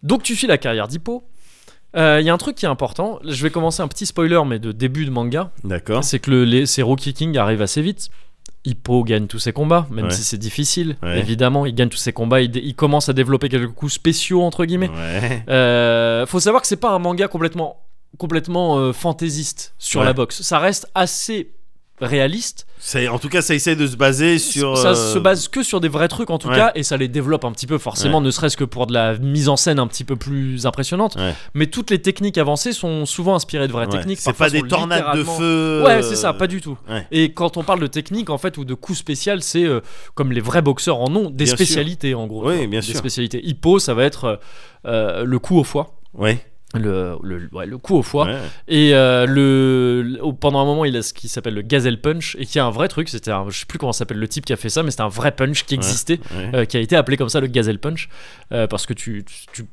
Speaker 1: donc tu suis la carrière d'Hippo Euh, il y a un truc qui est important je vais commencer un petit spoiler mais de début de manga
Speaker 2: D'accord.
Speaker 1: c'est que le, les, ces Rookie King arrivent assez vite. Hippo gagne tous ses combats, même
Speaker 2: Ouais.
Speaker 1: si c'est difficile.
Speaker 2: Ouais.
Speaker 1: Évidemment, il gagne tous ses combats. Il, dé- il commence à développer quelques coups spéciaux entre guillemets.
Speaker 2: Ouais.
Speaker 1: Euh, faut savoir que c'est pas un manga complètement complètement euh, fantaisiste sur
Speaker 2: Ouais.
Speaker 1: la boxe. Ça reste assez réaliste.
Speaker 2: C'est- En tout cas, ça essaie de se baser sur.
Speaker 1: ça
Speaker 2: euh,
Speaker 1: se base que sur des vrais trucs en tout
Speaker 2: Ouais.
Speaker 1: cas et ça les développe un petit peu forcément, ne serait-ce que pour de la mise en scène un petit peu plus impressionnante.
Speaker 2: Ouais.
Speaker 1: Mais toutes les techniques avancées sont souvent inspirées de vraies
Speaker 2: ouais.
Speaker 1: techniques.
Speaker 2: C'est
Speaker 1: Parfois,
Speaker 2: pas des
Speaker 1: sont
Speaker 2: tornades de
Speaker 1: littéralement-
Speaker 2: feu. euh,
Speaker 1: Ouais, c'est ça, pas du tout.
Speaker 2: ouais.
Speaker 1: Et quand on parle de technique, en fait, ou de coups spécial, c'est euh, comme les vrais boxeurs en ont, des
Speaker 2: Bien sûr.
Speaker 1: spécialités en gros.
Speaker 2: Oui,
Speaker 1: tu vois,
Speaker 2: bien
Speaker 1: des
Speaker 2: sûr.
Speaker 1: spécialités. Hippo, ça va être euh, euh, le coup au foie.
Speaker 2: Ouais.
Speaker 1: Le, le, ouais, le coup au foie.
Speaker 2: ouais.
Speaker 1: Et euh, le, le- au- pendant un moment, il a ce qui s'appelle le gazelle punch, et qui est un vrai truc. C'était un- je sais plus comment s'appelle le type qui a fait ça, mais c'était un vrai punch qui existait.
Speaker 2: ouais.
Speaker 1: euh, qui a été appelé comme ça le gazelle punch euh, parce que tu, tu,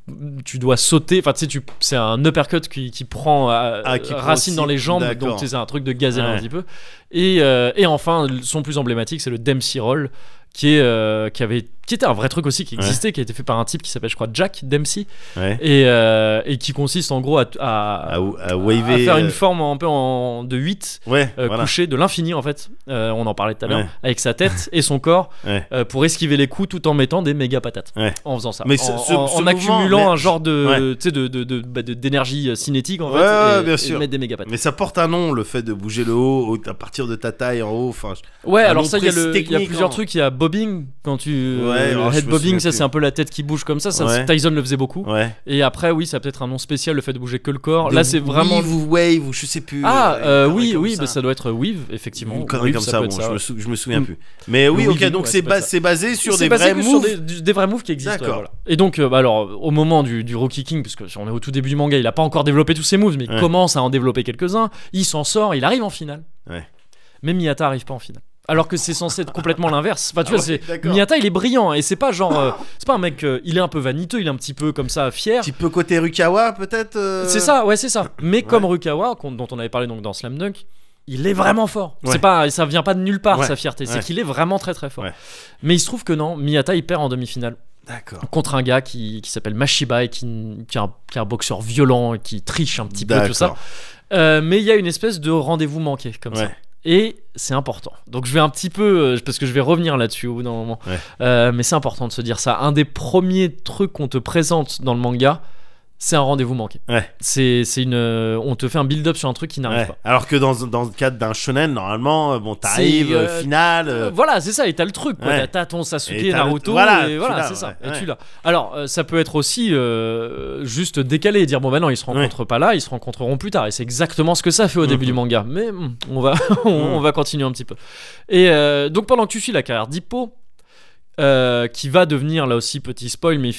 Speaker 1: tu dois sauter enfin tu sais tu- c'est un uppercut qui, qui prend euh,
Speaker 2: Ah, qui prend
Speaker 1: racine
Speaker 2: aussi,
Speaker 1: dans les jambes
Speaker 2: d'accord.
Speaker 1: donc tu sais, c'est un truc de gazelle un
Speaker 2: Ouais.
Speaker 1: petit peu et, euh, et enfin son plus emblématique c'est le Dempsey roll qui est euh, qui avait qui était un vrai truc aussi qui
Speaker 2: Ouais.
Speaker 1: existait qui a été fait par un type qui s'appelle je crois Jack Dempsey
Speaker 2: Ouais.
Speaker 1: et, euh, et qui consiste en gros à, à-
Speaker 2: À, à
Speaker 1: à
Speaker 2: waver.
Speaker 1: faire
Speaker 2: euh,
Speaker 1: une forme un peu en, de 8
Speaker 2: Ouais.
Speaker 1: euh,
Speaker 2: voilà.
Speaker 1: couché de l'infini en fait, Euh, on en parlait tout à l'heure,
Speaker 2: Ouais.
Speaker 1: avec sa tête et son corps
Speaker 2: Ouais.
Speaker 1: euh, pour esquiver les coups tout en mettant des méga patates
Speaker 2: Ouais.
Speaker 1: en faisant ça.
Speaker 2: Mais ce-
Speaker 1: en,
Speaker 2: ce-
Speaker 1: en-
Speaker 2: ce
Speaker 1: en
Speaker 2: mouvement,
Speaker 1: accumulant
Speaker 2: mais-
Speaker 1: un genre de tu sais, de- de- de- bah, de- d'énergie euh, cinétique en
Speaker 2: Ouais,
Speaker 1: fait
Speaker 2: ouais,
Speaker 1: et,
Speaker 2: bien
Speaker 1: et
Speaker 2: sûr.
Speaker 1: mettre des méga patates.
Speaker 2: Mais ça porte un nom, le fait de bouger le haut au- à partir de ta taille en haut. Enfin, je-
Speaker 1: Ouais,
Speaker 2: un
Speaker 1: alors
Speaker 2: nom
Speaker 1: ça il y, a le- il y a
Speaker 2: technique,
Speaker 1: plusieurs
Speaker 2: hein.
Speaker 1: trucs, il y a bobbing quand tu
Speaker 2: Ouais,
Speaker 1: le
Speaker 2: alors, je
Speaker 1: head
Speaker 2: me
Speaker 1: bobbing
Speaker 2: souviens
Speaker 1: ça
Speaker 2: plus.
Speaker 1: c'est un peu la tête qui bouge comme ça, ça
Speaker 2: Ouais.
Speaker 1: Tyson le faisait beaucoup.
Speaker 2: ouais.
Speaker 1: Et après oui, ça a peut-être un nom spécial le fait de bouger que le corps.
Speaker 2: Des
Speaker 1: Là c'est vraiment
Speaker 2: weave ou wave ou je sais plus.
Speaker 1: Ah
Speaker 2: une
Speaker 1: euh,
Speaker 2: connerie
Speaker 1: oui
Speaker 2: comme
Speaker 1: oui, bah, ça doit être Weave effectivement.
Speaker 2: Une connerie
Speaker 1: Weave,
Speaker 2: comme ça,
Speaker 1: peut
Speaker 2: bon,
Speaker 1: être
Speaker 2: je, me
Speaker 1: ouais.
Speaker 2: sou- je me souviens
Speaker 1: Mm.
Speaker 2: plus. Mais oui,
Speaker 1: Le
Speaker 2: ok,
Speaker 1: Wii U,
Speaker 2: donc
Speaker 1: ouais,
Speaker 2: c'est
Speaker 1: c'est pas
Speaker 2: bas-
Speaker 1: ça.
Speaker 2: c'est basé sur
Speaker 1: C'est
Speaker 2: des
Speaker 1: basé
Speaker 2: vrais
Speaker 1: que sur
Speaker 2: moves.
Speaker 1: des, du- des vrais moves qui existent.
Speaker 2: D'accord.
Speaker 1: ouais, voilà. Et donc, euh, bah, alors, au moment du, du Rookie King, parce que on est au tout début du manga, il a pas encore développé tous ses moves, mais il
Speaker 2: Ouais.
Speaker 1: commence à en développer quelques-uns. Il s'en sort, il arrive en finale.
Speaker 2: Ouais.
Speaker 1: Mais Miyata arrive pas en finale. Alors que c'est censé être complètement l'inverse. Enfin, tu
Speaker 2: Ah
Speaker 1: vois,
Speaker 2: ouais,
Speaker 1: c'est-
Speaker 2: d'accord.
Speaker 1: Miyata, il est brillant et c'est pas genre, euh, c'est pas un mec, euh, il est un peu vaniteux, il est un petit peu comme ça fier.
Speaker 2: Un petit peu côté Rukawa, peut-être euh,
Speaker 1: C'est ça, ouais, c'est ça. Mais comme Rukawa, qu'on- dont on avait parlé donc dans Slam Dunk, il est vraiment fort.
Speaker 2: Ouais.
Speaker 1: C'est pas, ça vient pas de nulle part
Speaker 2: Ouais.
Speaker 1: sa fierté. C'est
Speaker 2: Ouais.
Speaker 1: qu'il est vraiment très très fort.
Speaker 2: Ouais.
Speaker 1: Mais il se trouve que non, Miyata il perd en demi-finale
Speaker 2: D'accord.
Speaker 1: contre un gars qui, qui s'appelle Mashiba et qui, qui est un, qui est un boxeur violent et qui triche un petit peu tout ça.
Speaker 2: D'accord.
Speaker 1: Euh, mais il y a une espèce de rendez-vous manqué comme ça.
Speaker 2: Ouais.
Speaker 1: Et c'est important. Donc je vais un petit peu, euh, parce que je vais revenir là-dessus au bout d'un moment.
Speaker 2: Ouais.
Speaker 1: Euh, mais c'est important de se dire ça. Un des premiers trucs qu'on te présente dans le manga, c'est un rendez-vous manqué.
Speaker 2: Ouais.
Speaker 1: C'est c'est une, euh, on te fait un build-up sur un truc qui n'arrive
Speaker 2: Ouais.
Speaker 1: pas.
Speaker 2: Alors que dans, dans le cadre d'un shonen, normalement, euh, bon, t'arrives,
Speaker 1: C'est, euh,
Speaker 2: euh, finale. euh,
Speaker 1: Euh, Voilà, c'est ça, et t'as le truc, quoi.
Speaker 2: Ouais.
Speaker 1: T'as- T'as ton Sasuke,
Speaker 2: Et t'as le-
Speaker 1: Naruto,
Speaker 2: voilà,
Speaker 1: et
Speaker 2: tu
Speaker 1: voilà,
Speaker 2: l'as,
Speaker 1: c'est ça,
Speaker 2: ouais,
Speaker 1: et
Speaker 2: ouais.
Speaker 1: tu l'as. Alors, euh, ça peut être aussi euh, juste décalé et dire, bon, bah non, ils se rencontrent pas là, ils se rencontreront plus tard, et c'est exactement ce que ça fait au début
Speaker 2: Mhm.
Speaker 1: du manga. Mais mm, on, va, on,
Speaker 2: Mhm.
Speaker 1: on va continuer un petit peu. Et euh, donc, pendant que tu suis la carrière d'Hippo, euh, qui va devenir, là aussi, petit spoil, mais finit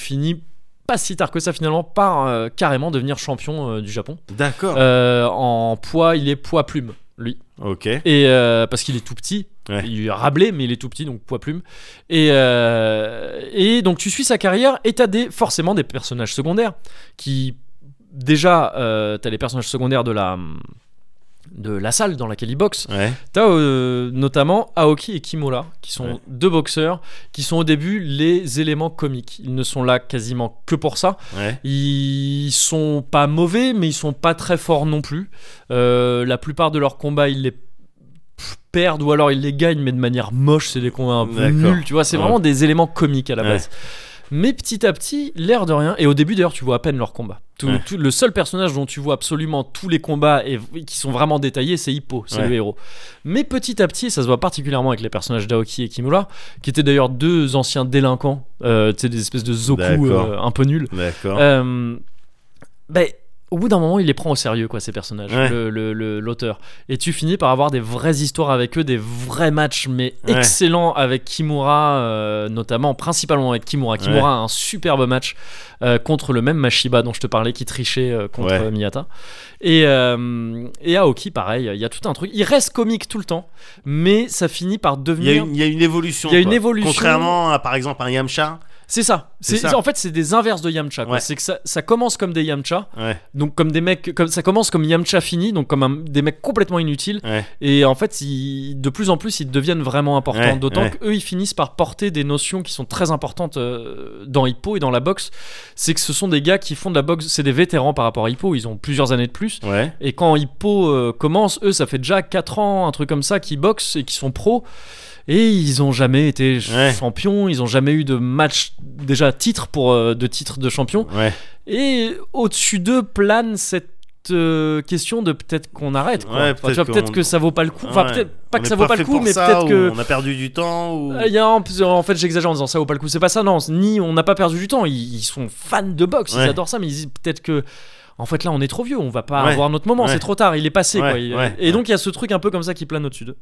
Speaker 1: pas si tard que ça finalement, par euh, carrément devenir champion euh, du Japon.
Speaker 2: D'accord.
Speaker 1: Euh, en poids, il est poids plume, lui.
Speaker 2: ok.
Speaker 1: Et euh, parce qu'il est tout petit,
Speaker 2: Ouais.
Speaker 1: il est rablé, mais il est tout petit, donc poids plume. Et, euh, et donc tu suis sa carrière et t'as des, forcément des personnages secondaires qui, déjà, euh, t'as les personnages secondaires de la, de la salle dans laquelle il boxe.
Speaker 2: Ouais.
Speaker 1: T'as euh, notamment Aoki et Kimura, qui sont
Speaker 2: Ouais.
Speaker 1: deux boxeurs, qui sont au début les éléments comiques. Ils ne sont là quasiment que pour ça.
Speaker 2: Ouais.
Speaker 1: Ils sont pas mauvais, mais ils sont pas très forts non plus. Euh, la plupart de leurs combats, ils les pff, perdent ou alors ils les gagnent, mais de manière moche. C'est des combats un peu
Speaker 2: D'accord.
Speaker 1: nuls, tu vois. C'est
Speaker 2: Ouais.
Speaker 1: vraiment des éléments comiques à la
Speaker 2: Ouais.
Speaker 1: base. Mais petit à petit, l'air de rien. Et au début, d'ailleurs, tu vois à peine leurs combats. Tout-
Speaker 2: Ouais.
Speaker 1: tout- le seul personnage dont tu vois absolument tous les combats et v- qui sont vraiment détaillés, c'est Hippo, c'est
Speaker 2: Ouais.
Speaker 1: le héros. Mais petit à petit, ça se voit particulièrement avec les personnages d'Aoki et Kimura, qui étaient d'ailleurs deux anciens délinquants, euh, tu sais, des espèces de zoku
Speaker 2: D'accord.
Speaker 1: euh, un peu nuls.
Speaker 2: D'accord.
Speaker 1: Euh, ben, au bout d'un moment, il les prend au sérieux, quoi, ces personnages,
Speaker 2: Ouais.
Speaker 1: le- le- le- l'auteur. Et tu finis par avoir des vraies histoires avec eux, des vrais matchs, mais
Speaker 2: Ouais.
Speaker 1: excellents avec Kimura, euh, notamment, principalement avec Kimura. Kimura
Speaker 2: Ouais.
Speaker 1: a un superbe match euh, contre le même Mashiba dont je te parlais, qui trichait euh, contre
Speaker 2: Ouais.
Speaker 1: euh, Miyata. Et, euh, et Aoki, pareil, il y a tout un truc. Il reste comique tout le temps, mais ça finit par
Speaker 2: Il y, a
Speaker 1: devenir.
Speaker 2: une- il y a une évolution.
Speaker 1: Il y a une
Speaker 2: quoi.
Speaker 1: évolution.
Speaker 2: Contrairement à par exemple un Yamcha.
Speaker 1: C'est ça.
Speaker 2: C'est
Speaker 1: C'est-
Speaker 2: ça.
Speaker 1: En fait, c'est des inverses de Yamcha. quoi.
Speaker 2: Ouais.
Speaker 1: C'est que ça, ça commence comme des Yamcha.
Speaker 2: Ouais.
Speaker 1: Donc comme des mecs, comme ça commence comme Yamcha fini, donc comme un- des mecs complètement inutiles.
Speaker 2: Ouais.
Speaker 1: Et en fait, ils- de plus en plus, ils deviennent vraiment importants.
Speaker 2: Ouais,
Speaker 1: D'autant
Speaker 2: ouais.
Speaker 1: qu'eux, ils finissent par porter des notions qui sont très importantes euh, dans Hippo et dans la boxe. C'est que ce sont des gars qui font de la boxe, c'est des vétérans par rapport à Hippo. Ils ont plusieurs années de plus.
Speaker 2: Ouais.
Speaker 1: Et quand Hippo euh, commence, eux, ça fait déjà 4 ans, un truc comme ça, qu'ils boxent et qui sont pros. Et ils ont jamais été
Speaker 2: Ouais.
Speaker 1: champions, ils ont jamais eu de match déjà titre pour euh, de titre de champion.
Speaker 2: Ouais.
Speaker 1: Et au-dessus d'eux plane cette euh, question de peut-être qu'on arrête. quoi.
Speaker 2: Ouais,
Speaker 1: Enfin, tu vois,
Speaker 2: peut-être
Speaker 1: peut-être
Speaker 2: qu'on-
Speaker 1: que ça vaut pas le coup. Enfin,
Speaker 2: Ouais.
Speaker 1: peut-être pas
Speaker 2: On
Speaker 1: que
Speaker 2: est
Speaker 1: ça vaut pas le
Speaker 2: fait
Speaker 1: coup,
Speaker 2: pour
Speaker 1: mais
Speaker 2: ça,
Speaker 1: peut-être
Speaker 2: ou
Speaker 1: que.
Speaker 2: On a perdu du temps ou.
Speaker 1: Euh, il y a un- en fait, j'exagère en disant ça vaut pas le coup. C'est pas ça, non. Ni on n'a pas perdu du temps. Ils, ils sont fans de boxe,
Speaker 2: Ouais.
Speaker 1: ils adorent ça, mais ils disent peut-être que. En fait, là, on est trop vieux, on va pas
Speaker 2: Ouais.
Speaker 1: avoir notre moment,
Speaker 2: Ouais.
Speaker 1: c'est trop tard, il est passé.
Speaker 2: Ouais,
Speaker 1: quoi. Il-
Speaker 2: ouais,
Speaker 1: et
Speaker 2: ouais.
Speaker 1: donc, il y a ce truc un peu comme ça qui plane au-dessus d'eux.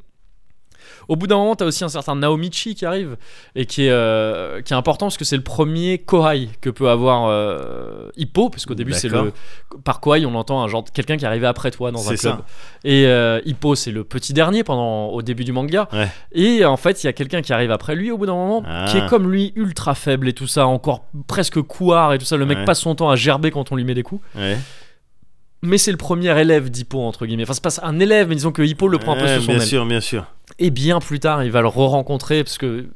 Speaker 1: Au bout d'un moment, t'as aussi un certain Naomichi qui arrive et qui est, euh, qui est important parce que c'est le premier Kohai que peut avoir euh, Hippo, parce qu'au début, c'est le.
Speaker 2: D'accord.
Speaker 1: Par Kohai, on entend un genre de- quelqu'un qui est arrivé après toi dans un
Speaker 2: C'est
Speaker 1: club.
Speaker 2: ça.
Speaker 1: Et euh, Hippo, c'est le petit dernier pendant, au début du manga.
Speaker 2: Ouais.
Speaker 1: Et en fait, il y a quelqu'un qui arrive après lui au bout d'un moment,
Speaker 2: Ah.
Speaker 1: qui est comme lui, ultra faible et tout ça, encore presque couard et tout ça. Le mec
Speaker 2: Ouais.
Speaker 1: passe son temps à gerber quand on lui met des coups.
Speaker 2: Ouais.
Speaker 1: Mais c'est le premier élève d'Hippo, entre guillemets. Enfin, c'est pas un élève, mais disons que Hippo le prend un peu
Speaker 2: Ouais,
Speaker 1: sous son
Speaker 2: Bien
Speaker 1: aile.
Speaker 2: sûr, bien sûr.
Speaker 1: Et bien plus tard, il va le re-rencontrer parce que euh,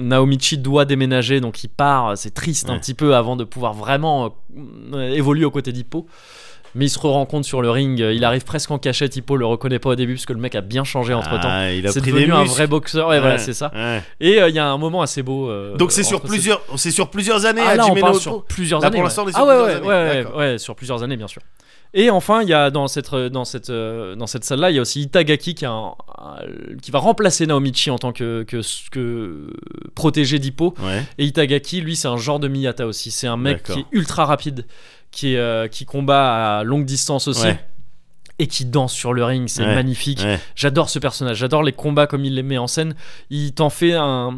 Speaker 1: Naomichi doit déménager, donc il part. C'est triste un
Speaker 2: Ouais.
Speaker 1: petit peu avant de pouvoir vraiment euh, évoluer aux côtés d'Hippo. Mais il se re-rencontre sur le ring. Il arrive presque en cachette. Hippo le reconnaît pas au début parce que le mec a bien changé entre temps.
Speaker 2: Ah, il a
Speaker 1: C'est
Speaker 2: pris
Speaker 1: devenu
Speaker 2: des
Speaker 1: un
Speaker 2: muscles.
Speaker 1: vrai boxeur. Ouais,
Speaker 2: Ouais,
Speaker 1: voilà, c'est ça.
Speaker 2: ouais.
Speaker 1: Et euh, il y a un moment assez beau. euh,
Speaker 2: Donc c'est sur
Speaker 1: entre ces-
Speaker 2: plusieurs, c'est sur plusieurs années
Speaker 1: Ah
Speaker 2: à
Speaker 1: là, on
Speaker 2: Jimeno
Speaker 1: parle
Speaker 2: Otto.
Speaker 1: sur plusieurs
Speaker 2: Là,
Speaker 1: années.
Speaker 2: pour
Speaker 1: ouais.
Speaker 2: l'instant, on est sur
Speaker 1: ah ouais,
Speaker 2: plusieurs
Speaker 1: ouais,
Speaker 2: années,
Speaker 1: ouais,
Speaker 2: d'accord.
Speaker 1: ouais, sur plusieurs années, bien sûr. Et enfin, il y a dans cette euh, dans cette euh, dans cette salle-là, il y a aussi Itagaki qui, a un- un- qui va remplacer Naomichi en tant que que, que protégé d'Hippo.
Speaker 2: Ouais.
Speaker 1: Et Itagaki, lui, c'est un genre de Miyata aussi. C'est un mec
Speaker 2: D'accord.
Speaker 1: qui est ultra rapide, qui est, euh, qui combat à longue distance aussi.
Speaker 2: Ouais.
Speaker 1: Et qui danse sur le ring, c'est
Speaker 2: Ouais.
Speaker 1: magnifique.
Speaker 2: Ouais.
Speaker 1: J'adore ce personnage, j'adore les combats comme il les met en scène. Il t'en fait un,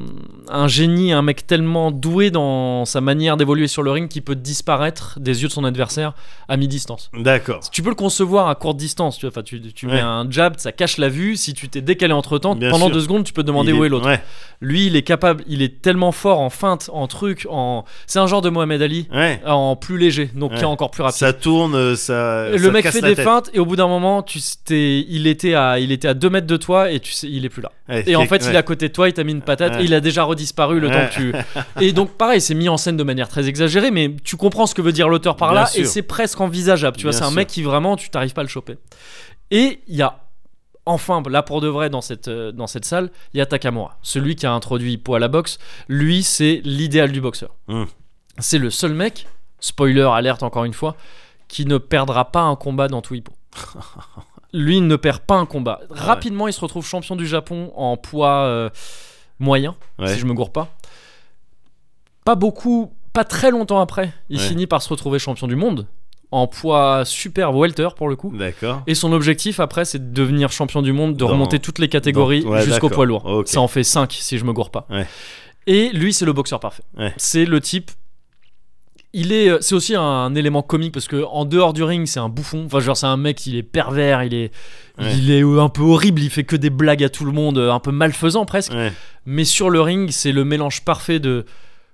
Speaker 1: un génie, un mec tellement doué dans sa manière d'évoluer sur le ring qu'il peut disparaître des yeux de son adversaire à mi-distance.
Speaker 2: D'accord.
Speaker 1: Tu peux le concevoir à courte distance, tu vois. Enfin, tu, tu
Speaker 2: Ouais.
Speaker 1: mets un jab, ça cache la vue. Si tu t'es décalé entre temps,
Speaker 2: Bien
Speaker 1: pendant
Speaker 2: sûr.
Speaker 1: deux secondes, tu peux demander
Speaker 2: Il
Speaker 1: où est l'autre.
Speaker 2: Ouais.
Speaker 1: Lui, il est capable, il est tellement fort en feinte, en truc, en. C'est un genre de Mohamed Ali,
Speaker 2: Ouais.
Speaker 1: en plus léger, donc qui est
Speaker 2: Ouais.
Speaker 1: encore plus rapide.
Speaker 2: Ça tourne, euh, ça.
Speaker 1: Et
Speaker 2: ça
Speaker 1: le mec
Speaker 2: casse
Speaker 1: fait
Speaker 2: la
Speaker 1: des
Speaker 2: tête.
Speaker 1: feintes et au bout d'un moment, tu s- t'es- il était à il était à 2 mètres de toi et tu sais, il est plus là.
Speaker 2: Ouais,
Speaker 1: Et en
Speaker 2: quelque-
Speaker 1: fait, il est
Speaker 2: ouais.
Speaker 1: à côté de toi, il t'a mis une patate
Speaker 2: Ouais.
Speaker 1: et il a déjà redisparu le temps que tu. Et donc pareil, c'est mis en scène de manière très exagérée, mais tu comprends ce que veut dire l'auteur par
Speaker 2: Bien
Speaker 1: là
Speaker 2: sûr.
Speaker 1: et c'est presque envisageable. Tu vois,
Speaker 2: Bien
Speaker 1: c'est un
Speaker 2: sûr.
Speaker 1: mec qui vraiment, tu t'arrives pas à le choper. Et il y a enfin là pour de vrai dans cette euh, dans cette salle, il y a Takamura, celui qui a introduit Hippo à la boxe. Lui, c'est l'idéal du boxeur.
Speaker 2: Hmm.
Speaker 1: C'est le seul mec spoiler alerte encore une fois, qui ne perdra pas un combat dans tout Hippo. Lui il ne perd pas un combat. Rapidement, il se retrouve champion du Japon en poids euh, moyen,
Speaker 2: Ouais.
Speaker 1: si je me gourre pas. Pas beaucoup, pas très longtemps après, il
Speaker 2: Ouais.
Speaker 1: finit par se retrouver champion du monde en poids super welter pour le coup.
Speaker 2: D'accord.
Speaker 1: Et son objectif après, c'est de devenir champion du monde, de
Speaker 2: Dans-
Speaker 1: remonter toutes les catégories
Speaker 2: dans- ouais,
Speaker 1: jusqu'au
Speaker 2: d'accord.
Speaker 1: poids lourd.
Speaker 2: Ok.
Speaker 1: Ça en fait 5 si je me gourre pas.
Speaker 2: Ouais.
Speaker 1: Et lui, c'est le boxeur parfait.
Speaker 2: Ouais.
Speaker 1: C'est le type. Il est, euh, c'est aussi un, élément comique parce que en dehors du ring, c'est un bouffon. Enfin, genre, c'est un mec, il est pervers, il est,
Speaker 2: Ouais.
Speaker 1: il est euh, un peu horrible. Il fait que des blagues à tout le monde, euh, un peu malfaisant presque.
Speaker 2: Ouais.
Speaker 1: Mais sur le ring, c'est le mélange parfait de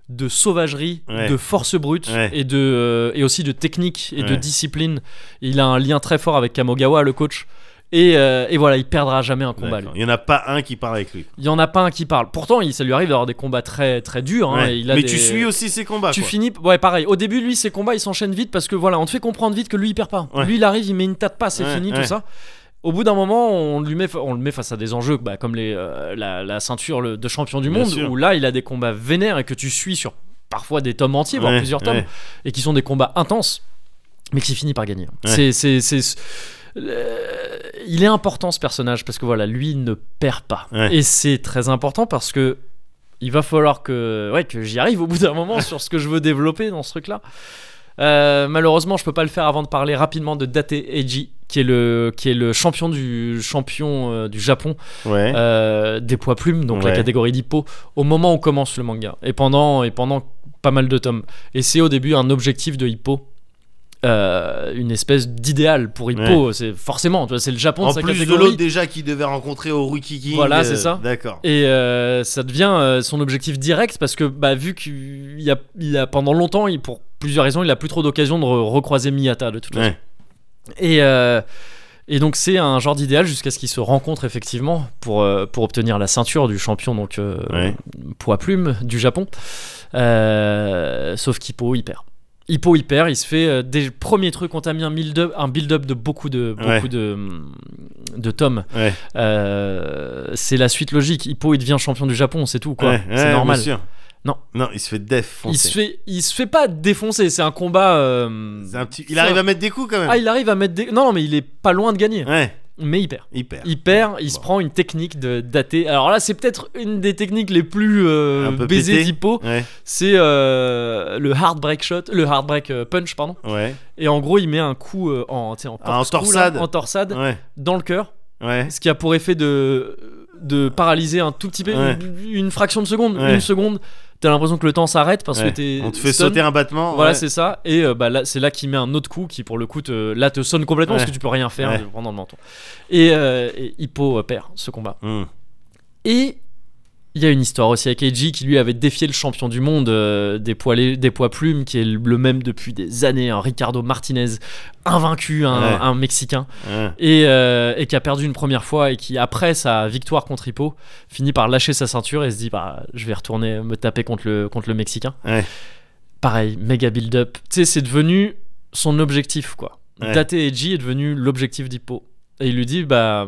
Speaker 1: de sauvagerie,
Speaker 2: Ouais.
Speaker 1: de force brute
Speaker 2: Ouais.
Speaker 1: et de euh, et aussi de technique et de
Speaker 2: Ouais.
Speaker 1: discipline. Il a un lien très fort avec Kamogawa, le coach. Et, euh, et voilà, il perdra jamais un combat. lui.
Speaker 2: D'accord. Il y en a pas un qui parle avec lui.
Speaker 1: Il y en a pas un qui parle. Pourtant, il, ça lui arrive d'avoir des combats très très durs. hein,
Speaker 2: Ouais.
Speaker 1: et il a
Speaker 2: Mais
Speaker 1: des-
Speaker 2: tu suis aussi ses combats.
Speaker 1: Tu
Speaker 2: quoi.
Speaker 1: finis, ouais, pareil. Au début, lui, ses combats, ils s'enchaînent vite parce que voilà, on te fait comprendre vite que lui, il perd pas.
Speaker 2: Ouais.
Speaker 1: Lui, il arrive, il met une tape pas, c'est
Speaker 2: Ouais,
Speaker 1: fini,
Speaker 2: ouais.
Speaker 1: tout ça. Au bout d'un moment, on, lui met, fa- on le met face à des enjeux bah, comme les, euh, la, la ceinture le- de champion du
Speaker 2: Bien
Speaker 1: monde,
Speaker 2: sûr.
Speaker 1: où là, il a des combats vénères et que tu suis sur parfois des tomes entiers, voire
Speaker 2: Ouais,
Speaker 1: plusieurs tomes,
Speaker 2: ouais.
Speaker 1: et qui sont des combats intenses, mais qui finit par gagner. C'est- C'est. c'est- euh, il est important ce personnage parce que voilà, lui ne perd pas.
Speaker 2: Ouais.
Speaker 1: Et c'est très important parce que il va falloir que, ouais, que j'y arrive au bout d'un moment sur ce que je veux développer dans ce truc-là. Euh, malheureusement, je peux pas le faire avant de parler rapidement de Date Eiji, qui est le, qui est le champion du champion euh, du Japon
Speaker 2: Ouais.
Speaker 1: euh, des poids plumes, donc la
Speaker 2: Ouais.
Speaker 1: catégorie d'hippo, au moment où commence le manga et pendant et pendant pas mal de tomes. Et c'est au début un objectif de hippo. euh, une espèce d'idéal pour Hippo, c'est forcément, tu vois, c'est le Japon
Speaker 2: en
Speaker 1: de sa
Speaker 2: plus de
Speaker 1: catégorie.
Speaker 2: l'autre déjà qu'il devait rencontrer au Rookie King.
Speaker 1: Voilà, c'est ça.
Speaker 2: D'accord.
Speaker 1: Et euh, ça devient euh, son objectif direct parce que bah, vu qu'il y a, il a pendant longtemps, il- pour plusieurs raisons, il a plus trop d'occasion de re- recroiser Miyata de toute façon.
Speaker 2: Ouais.
Speaker 1: Et, euh, et donc c'est un genre d'idéal jusqu'à ce qu'ils se rencontrent effectivement pour, euh, pour obtenir la ceinture du champion donc euh,
Speaker 2: Ouais.
Speaker 1: poids plume du Japon. Euh, sauf qu'Hippo il perd. Hippo il perd, il se fait euh, des premiers trucs, on t'a mis un build-up un build de beaucoup de, beaucoup
Speaker 2: Ouais.
Speaker 1: de, de tomes.
Speaker 2: Ouais.
Speaker 1: Euh, c'est la suite logique. Hippo, il devient champion du Japon, c'est tout, quoi.
Speaker 2: Ouais, ouais,
Speaker 1: c'est normal.
Speaker 2: bien sûr.
Speaker 1: Non.
Speaker 2: Non, il se fait def.
Speaker 1: Il
Speaker 2: foncer.
Speaker 1: se fait, il se fait pas défoncer. C'est un combat. euh,
Speaker 2: C'est un petit- Il arrive à mettre des coups quand même.
Speaker 1: Ah, il arrive à mettre des. Non, mais il est pas loin de gagner.
Speaker 2: Ouais,
Speaker 1: Mais il perd.
Speaker 2: hyper.
Speaker 1: Il perd, il se
Speaker 2: Bon.
Speaker 1: prend une technique de dater. Alors là, c'est peut-être une des techniques les plus euh,
Speaker 2: Un peu
Speaker 1: baisées
Speaker 2: pété.
Speaker 1: d'Hippo.
Speaker 2: Ouais,
Speaker 1: C'est euh, le heartbreak shot, le heartbreak euh, punch, pardon.
Speaker 2: ouais,
Speaker 1: Et en gros, il met un coup euh, en, tu sais, en,
Speaker 2: Ah, en
Speaker 1: corkscrew,
Speaker 2: torsade.
Speaker 1: là, en torsade
Speaker 2: ouais,
Speaker 1: dans le cœur.
Speaker 2: ouais.
Speaker 1: ce qui a pour effet de de paralyser un tout petit peu
Speaker 2: Ouais.
Speaker 1: une, une fraction de seconde
Speaker 2: Ouais.
Speaker 1: une seconde t'as l'impression que le temps s'arrête parce
Speaker 2: ouais.
Speaker 1: que t'es
Speaker 2: On te fait
Speaker 1: stun.
Speaker 2: sauter un battement.
Speaker 1: voilà
Speaker 2: ouais.
Speaker 1: c'est ça et euh, bah là c'est là qu'il met un autre coup qui pour le coup te, là te sonne complètement parce
Speaker 2: Ouais.
Speaker 1: que tu peux rien faire
Speaker 2: Ouais.
Speaker 1: tu le prends dans le menton et, euh, et Hippo euh, perd ce combat
Speaker 2: Hmm.
Speaker 1: et il y a une histoire aussi avec Eiji qui lui avait défié le champion du monde euh, des, poids, lé- des poids plumes qui est le même depuis des années un Ricardo Martinez invaincu un-
Speaker 2: Ouais.
Speaker 1: un mexicain
Speaker 2: Ouais.
Speaker 1: et, euh, et qui a perdu une première fois et qui après sa victoire contre Hippo finit par lâcher sa ceinture et se dit bah je vais retourner me taper contre le contre le mexicain
Speaker 2: Ouais.
Speaker 1: pareil méga build up tu sais c'est devenu son objectif quoi
Speaker 2: Ouais.
Speaker 1: Date Eiji est devenu l'objectif d'Hippo et il lui dit bah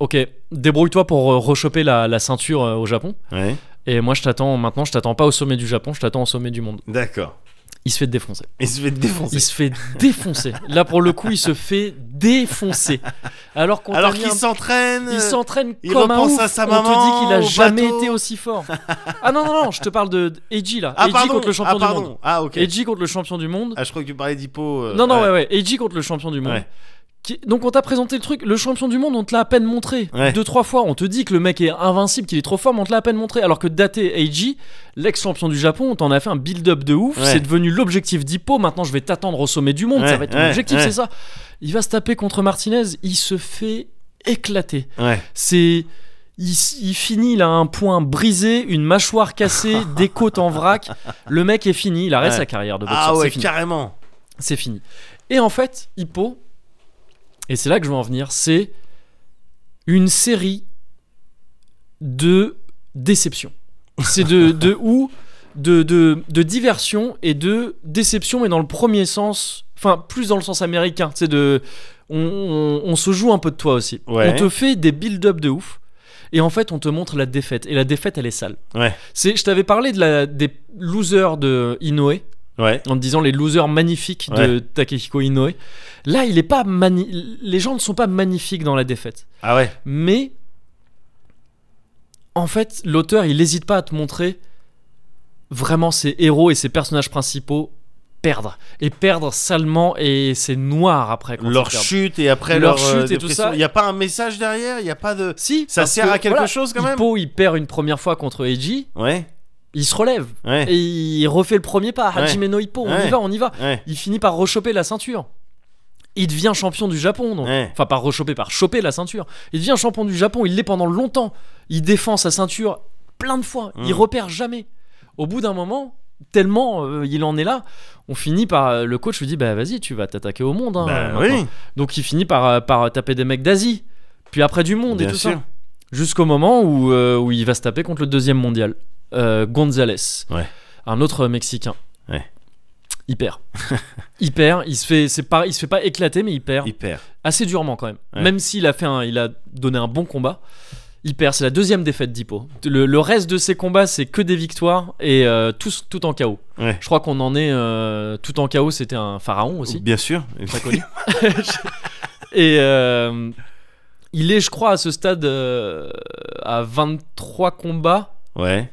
Speaker 1: ok débrouille-toi pour euh, rechoper la, la ceinture euh, au Japon
Speaker 2: Ouais.
Speaker 1: et moi je t'attends maintenant je t'attends pas au sommet du Japon je t'attends au sommet du monde
Speaker 2: D'accord.
Speaker 1: il se fait défoncer
Speaker 2: Il se fait défoncer.
Speaker 1: il se fait défoncer là pour le coup il se fait défoncer alors qu'on
Speaker 2: Alors
Speaker 1: t'a mis
Speaker 2: qu'il
Speaker 1: un
Speaker 2: s'entraîne.
Speaker 1: il
Speaker 2: euh,
Speaker 1: s'entraîne
Speaker 2: il
Speaker 1: comme un
Speaker 2: repense
Speaker 1: ouf.
Speaker 2: à sa
Speaker 1: On te
Speaker 2: maman,
Speaker 1: dit qu'il a
Speaker 2: au
Speaker 1: jamais
Speaker 2: bateau.
Speaker 1: été aussi fort. Ah non non non, je te parle de de Eiji là.
Speaker 2: Ah
Speaker 1: Eiji
Speaker 2: pardon.
Speaker 1: contre le champion
Speaker 2: ah, pardon.
Speaker 1: du monde.
Speaker 2: Ah ok.
Speaker 1: Eiji contre le champion du monde.
Speaker 2: Ah je crois que tu parlais d'Hippo. euh,
Speaker 1: non non ouais ouais, Eiji contre le champion du monde.
Speaker 2: Ouais.
Speaker 1: Qui- Donc on t'a présenté le truc, le champion du monde, on te l'a à peine montré
Speaker 2: Ouais.
Speaker 1: deux trois fois. On te dit que le mec est invincible, qu'il est trop fort, mais on te l'a à peine montré. Alors que Date Eiji, l'ex-champion du Japon, on t'en a fait un build-up de ouf.
Speaker 2: Ouais.
Speaker 1: C'est devenu l'objectif d'Hippo. Maintenant je vais t'attendre au sommet du monde.
Speaker 2: Ouais,
Speaker 1: Ça va être ton
Speaker 2: ouais,
Speaker 1: objectif,
Speaker 2: ouais.
Speaker 1: c'est ça. Il va se taper contre Martinez. Il se fait éclater.
Speaker 2: Ouais.
Speaker 1: C'est. Il, il finit, il a un point brisé, une mâchoire cassée, des côtes en vrac. Le mec est fini, il arrête
Speaker 2: Ouais.
Speaker 1: sa carrière de boxeur.
Speaker 2: Ah
Speaker 1: c'est
Speaker 2: ouais,
Speaker 1: fini.
Speaker 2: carrément.
Speaker 1: C'est fini. Et en fait, Hippo, et c'est là que je veux en venir, c'est une série de déceptions. C'est de, de où de, de, de diversion et de déception, mais dans le premier sens, enfin plus dans le sens américain. C'est de. On, on- on se joue un peu de toi aussi.
Speaker 2: Ouais.
Speaker 1: On te fait des build-up de ouf. Et en fait, on te montre la défaite. Et la défaite, elle est sale.
Speaker 2: Ouais.
Speaker 1: C'est, je t'avais parlé de la, des losers de Inoue
Speaker 2: Ouais.
Speaker 1: en te disant les losers magnifiques de Takehiko Inoue. Là, il est pas mani- les gens ne sont pas magnifiques dans la défaite.
Speaker 2: Ah ouais.
Speaker 1: Mais en fait, l'auteur, il n'hésite pas à te montrer vraiment ses héros et ses personnages principaux perdre et perdre salement et c'est noir après quand
Speaker 2: Leur
Speaker 1: ils perdent.
Speaker 2: chute et après
Speaker 1: Leur
Speaker 2: leur, euh,
Speaker 1: chute et tout
Speaker 2: dépression.
Speaker 1: ça.
Speaker 2: Il y a pas un message derrière. Il y a pas de.
Speaker 1: Si,
Speaker 2: Ça
Speaker 1: parce
Speaker 2: sert
Speaker 1: que,
Speaker 2: à quelque
Speaker 1: voilà,
Speaker 2: chose quand même.
Speaker 1: Hippo, il perd une première fois contre Eiji,
Speaker 2: Ouais.
Speaker 1: il se relève
Speaker 2: Ouais.
Speaker 1: et il refait le premier pas.
Speaker 2: Ouais.
Speaker 1: Hajime no Hippo, on
Speaker 2: Ouais.
Speaker 1: y va, on y va.
Speaker 2: Ouais.
Speaker 1: Il finit par rechoper la ceinture. Il devient champion du Japon, donc.
Speaker 2: Ouais.
Speaker 1: Enfin, par rechoper, par choper la ceinture. Il devient champion du Japon, il l'est pendant longtemps. Il défend sa ceinture plein de fois.
Speaker 2: Mm.
Speaker 1: Il repère jamais. Au bout d'un moment, tellement euh, il en est là, on finit par. euh, le coach lui dit Bah vas-y, tu vas t'attaquer au monde. hein,
Speaker 2: Bah
Speaker 1: maintenant.
Speaker 2: oui.
Speaker 1: Donc il finit par, euh, par taper des mecs d'Asie, puis après du monde
Speaker 2: Bien
Speaker 1: et tout
Speaker 2: sûr.
Speaker 1: ça. Jusqu'au moment où, euh, où il va se taper contre le deuxième mondial, euh, Gonzalez,
Speaker 2: Ouais.
Speaker 1: un autre Mexicain.
Speaker 2: Ouais.
Speaker 1: Il perd. il perd, il se fait, c'est pas, il se fait pas éclater, mais il perd
Speaker 2: Hyper.
Speaker 1: assez durement quand même.
Speaker 2: Ouais.
Speaker 1: Même s'il a fait, un- il a donné un bon combat. Il perd, c'est la deuxième défaite d'Hippo. Le, le reste de ses combats, c'est que des victoires et euh, tous, tout en chaos.
Speaker 2: Ouais.
Speaker 1: Je crois qu'on en est euh, tout en chaos. C'était un pharaon aussi.
Speaker 2: Bien sûr.
Speaker 1: Et euh, il est, je crois, à ce stade euh, à 23 combats,
Speaker 2: ouais.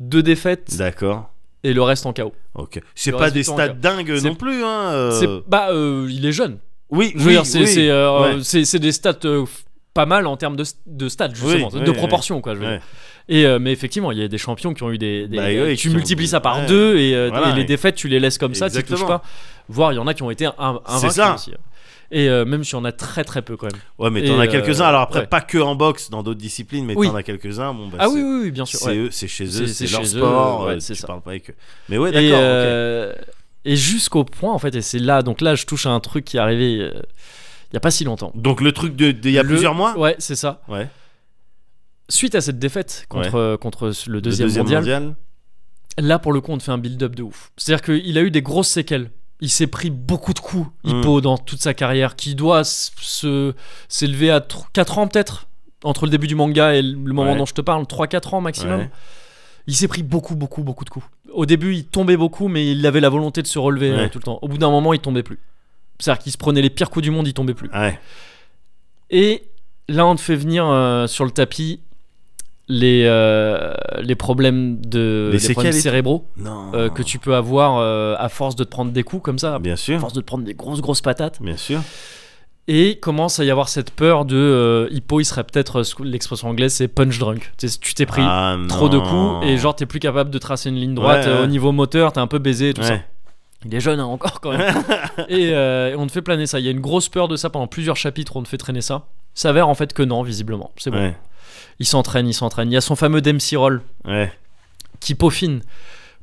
Speaker 1: 2 défaites
Speaker 2: D'accord.
Speaker 1: et le reste en KO.
Speaker 2: Ok. C'est
Speaker 1: Le
Speaker 2: pas
Speaker 1: reste
Speaker 2: des
Speaker 1: du temps,
Speaker 2: stats
Speaker 1: quoi.
Speaker 2: dingues
Speaker 1: C'est-
Speaker 2: non plus. Hein, euh.
Speaker 1: C'est- Bah, euh, il est jeune.
Speaker 2: Oui.
Speaker 1: Je veux
Speaker 2: oui,
Speaker 1: dire, c'est
Speaker 2: oui.
Speaker 1: c'est, euh,
Speaker 2: Ouais.
Speaker 1: c'est- c'est des stats euh, f- pas mal en termes de, st- de stats, justement,
Speaker 2: Oui,
Speaker 1: de
Speaker 2: oui,
Speaker 1: proportions, quoi. Je veux
Speaker 2: Ouais.
Speaker 1: dire. Et, euh, mais effectivement, il y a des champions qui ont eu des. des-
Speaker 2: Bah oui,
Speaker 1: tu
Speaker 2: qui ont-
Speaker 1: multiplies ça par
Speaker 2: ouais.
Speaker 1: deux et, euh,
Speaker 2: Voilà,
Speaker 1: et les
Speaker 2: et-
Speaker 1: défaites, tu les laisses comme ça, tu les touches
Speaker 2: Exactement.
Speaker 1: pas. Voire, il y en a qui ont été un- invaincus
Speaker 2: ça.
Speaker 1: aussi. Et euh, même s'il y en a très très peu quand même.
Speaker 2: Ouais, mais
Speaker 1: Et,
Speaker 2: t'en as
Speaker 1: euh,
Speaker 2: quelques-uns. Alors après,
Speaker 1: ouais.
Speaker 2: pas que en boxe, dans d'autres disciplines, mais
Speaker 1: Oui.
Speaker 2: t'en as quelques-uns. Bon, bah,
Speaker 1: ah
Speaker 2: c'est-
Speaker 1: oui, oui, oui, bien sûr.
Speaker 2: c'est
Speaker 1: ouais.
Speaker 2: eux, c'est chez
Speaker 1: C'est-
Speaker 2: eux,
Speaker 1: c'est
Speaker 2: c'est leur
Speaker 1: chez eux,
Speaker 2: sport.
Speaker 1: ouais,
Speaker 2: euh,
Speaker 1: c'est
Speaker 2: tu
Speaker 1: ça.
Speaker 2: parles pas avec eux. Mais ouais,
Speaker 1: Et,
Speaker 2: d'accord. ok.
Speaker 1: euh, et jusqu'au point, en fait, et c'est là, donc là, je touche à un truc qui est arrivé euh, il y a pas si longtemps.
Speaker 2: Donc le truc de- de- il y a
Speaker 1: Le-
Speaker 2: plusieurs mois.
Speaker 1: Ouais, c'est ça.
Speaker 2: Ouais.
Speaker 1: Suite à cette défaite contre, contre le
Speaker 2: Le
Speaker 1: deuxième, mondial, là, pour le coup, on te fait un build-up de ouf. C'est-à-dire qu'il a eu des grosses séquelles. Il s'est pris beaucoup de coups,
Speaker 2: Mm.
Speaker 1: Hippo, dans toute sa carrière, qui doit s- se s'élever à 4 ans peut-être, entre le début du manga et le moment
Speaker 2: Ouais.
Speaker 1: dont je te parle, 3-4 ans maximum.
Speaker 2: Ouais.
Speaker 1: Il s'est pris beaucoup, beaucoup, beaucoup de coups. Au début, il tombait beaucoup, mais il avait la volonté de se relever
Speaker 2: Ouais.
Speaker 1: euh, tout le temps. Au bout d'un moment, il tombait plus. C'est-à-dire qu'il se prenait les pires coups du monde, il tombait plus.
Speaker 2: Ouais.
Speaker 1: Et là, on te fait venir euh, sur le tapis les, euh, les problèmes de
Speaker 2: Les
Speaker 1: les problèmes
Speaker 2: séquelles et tout.
Speaker 1: cérébraux
Speaker 2: Non.
Speaker 1: euh, que tu peux avoir euh, à force de te prendre des coups comme ça,
Speaker 2: Euh, Bien
Speaker 1: à
Speaker 2: sûr.
Speaker 1: force de te prendre des grosses, grosses patates.
Speaker 2: Bien sûr.
Speaker 1: Et commence à y avoir cette peur de euh, hippo, il serait peut-être, euh, ce que- l'expression anglaise, c'est punch drunk. Tu sais, tu t'es pris
Speaker 2: Ah,
Speaker 1: trop de
Speaker 2: non.
Speaker 1: coups et genre t'es plus capable de tracer une ligne droite
Speaker 2: Ouais, ouais.
Speaker 1: euh, au niveau moteur t'es un peu baisé et tout ça
Speaker 2: Ouais.
Speaker 1: il est jeune hein, encore quand même et euh, et on te fait planer ça il y a une grosse peur de ça pendant plusieurs chapitres on te fait traîner ça s'avère en fait que non visiblement c'est bon
Speaker 2: Ouais.
Speaker 1: il s'entraîne il s'entraîne il y a son fameux Dempsey Roll
Speaker 2: Ouais.
Speaker 1: qui peaufine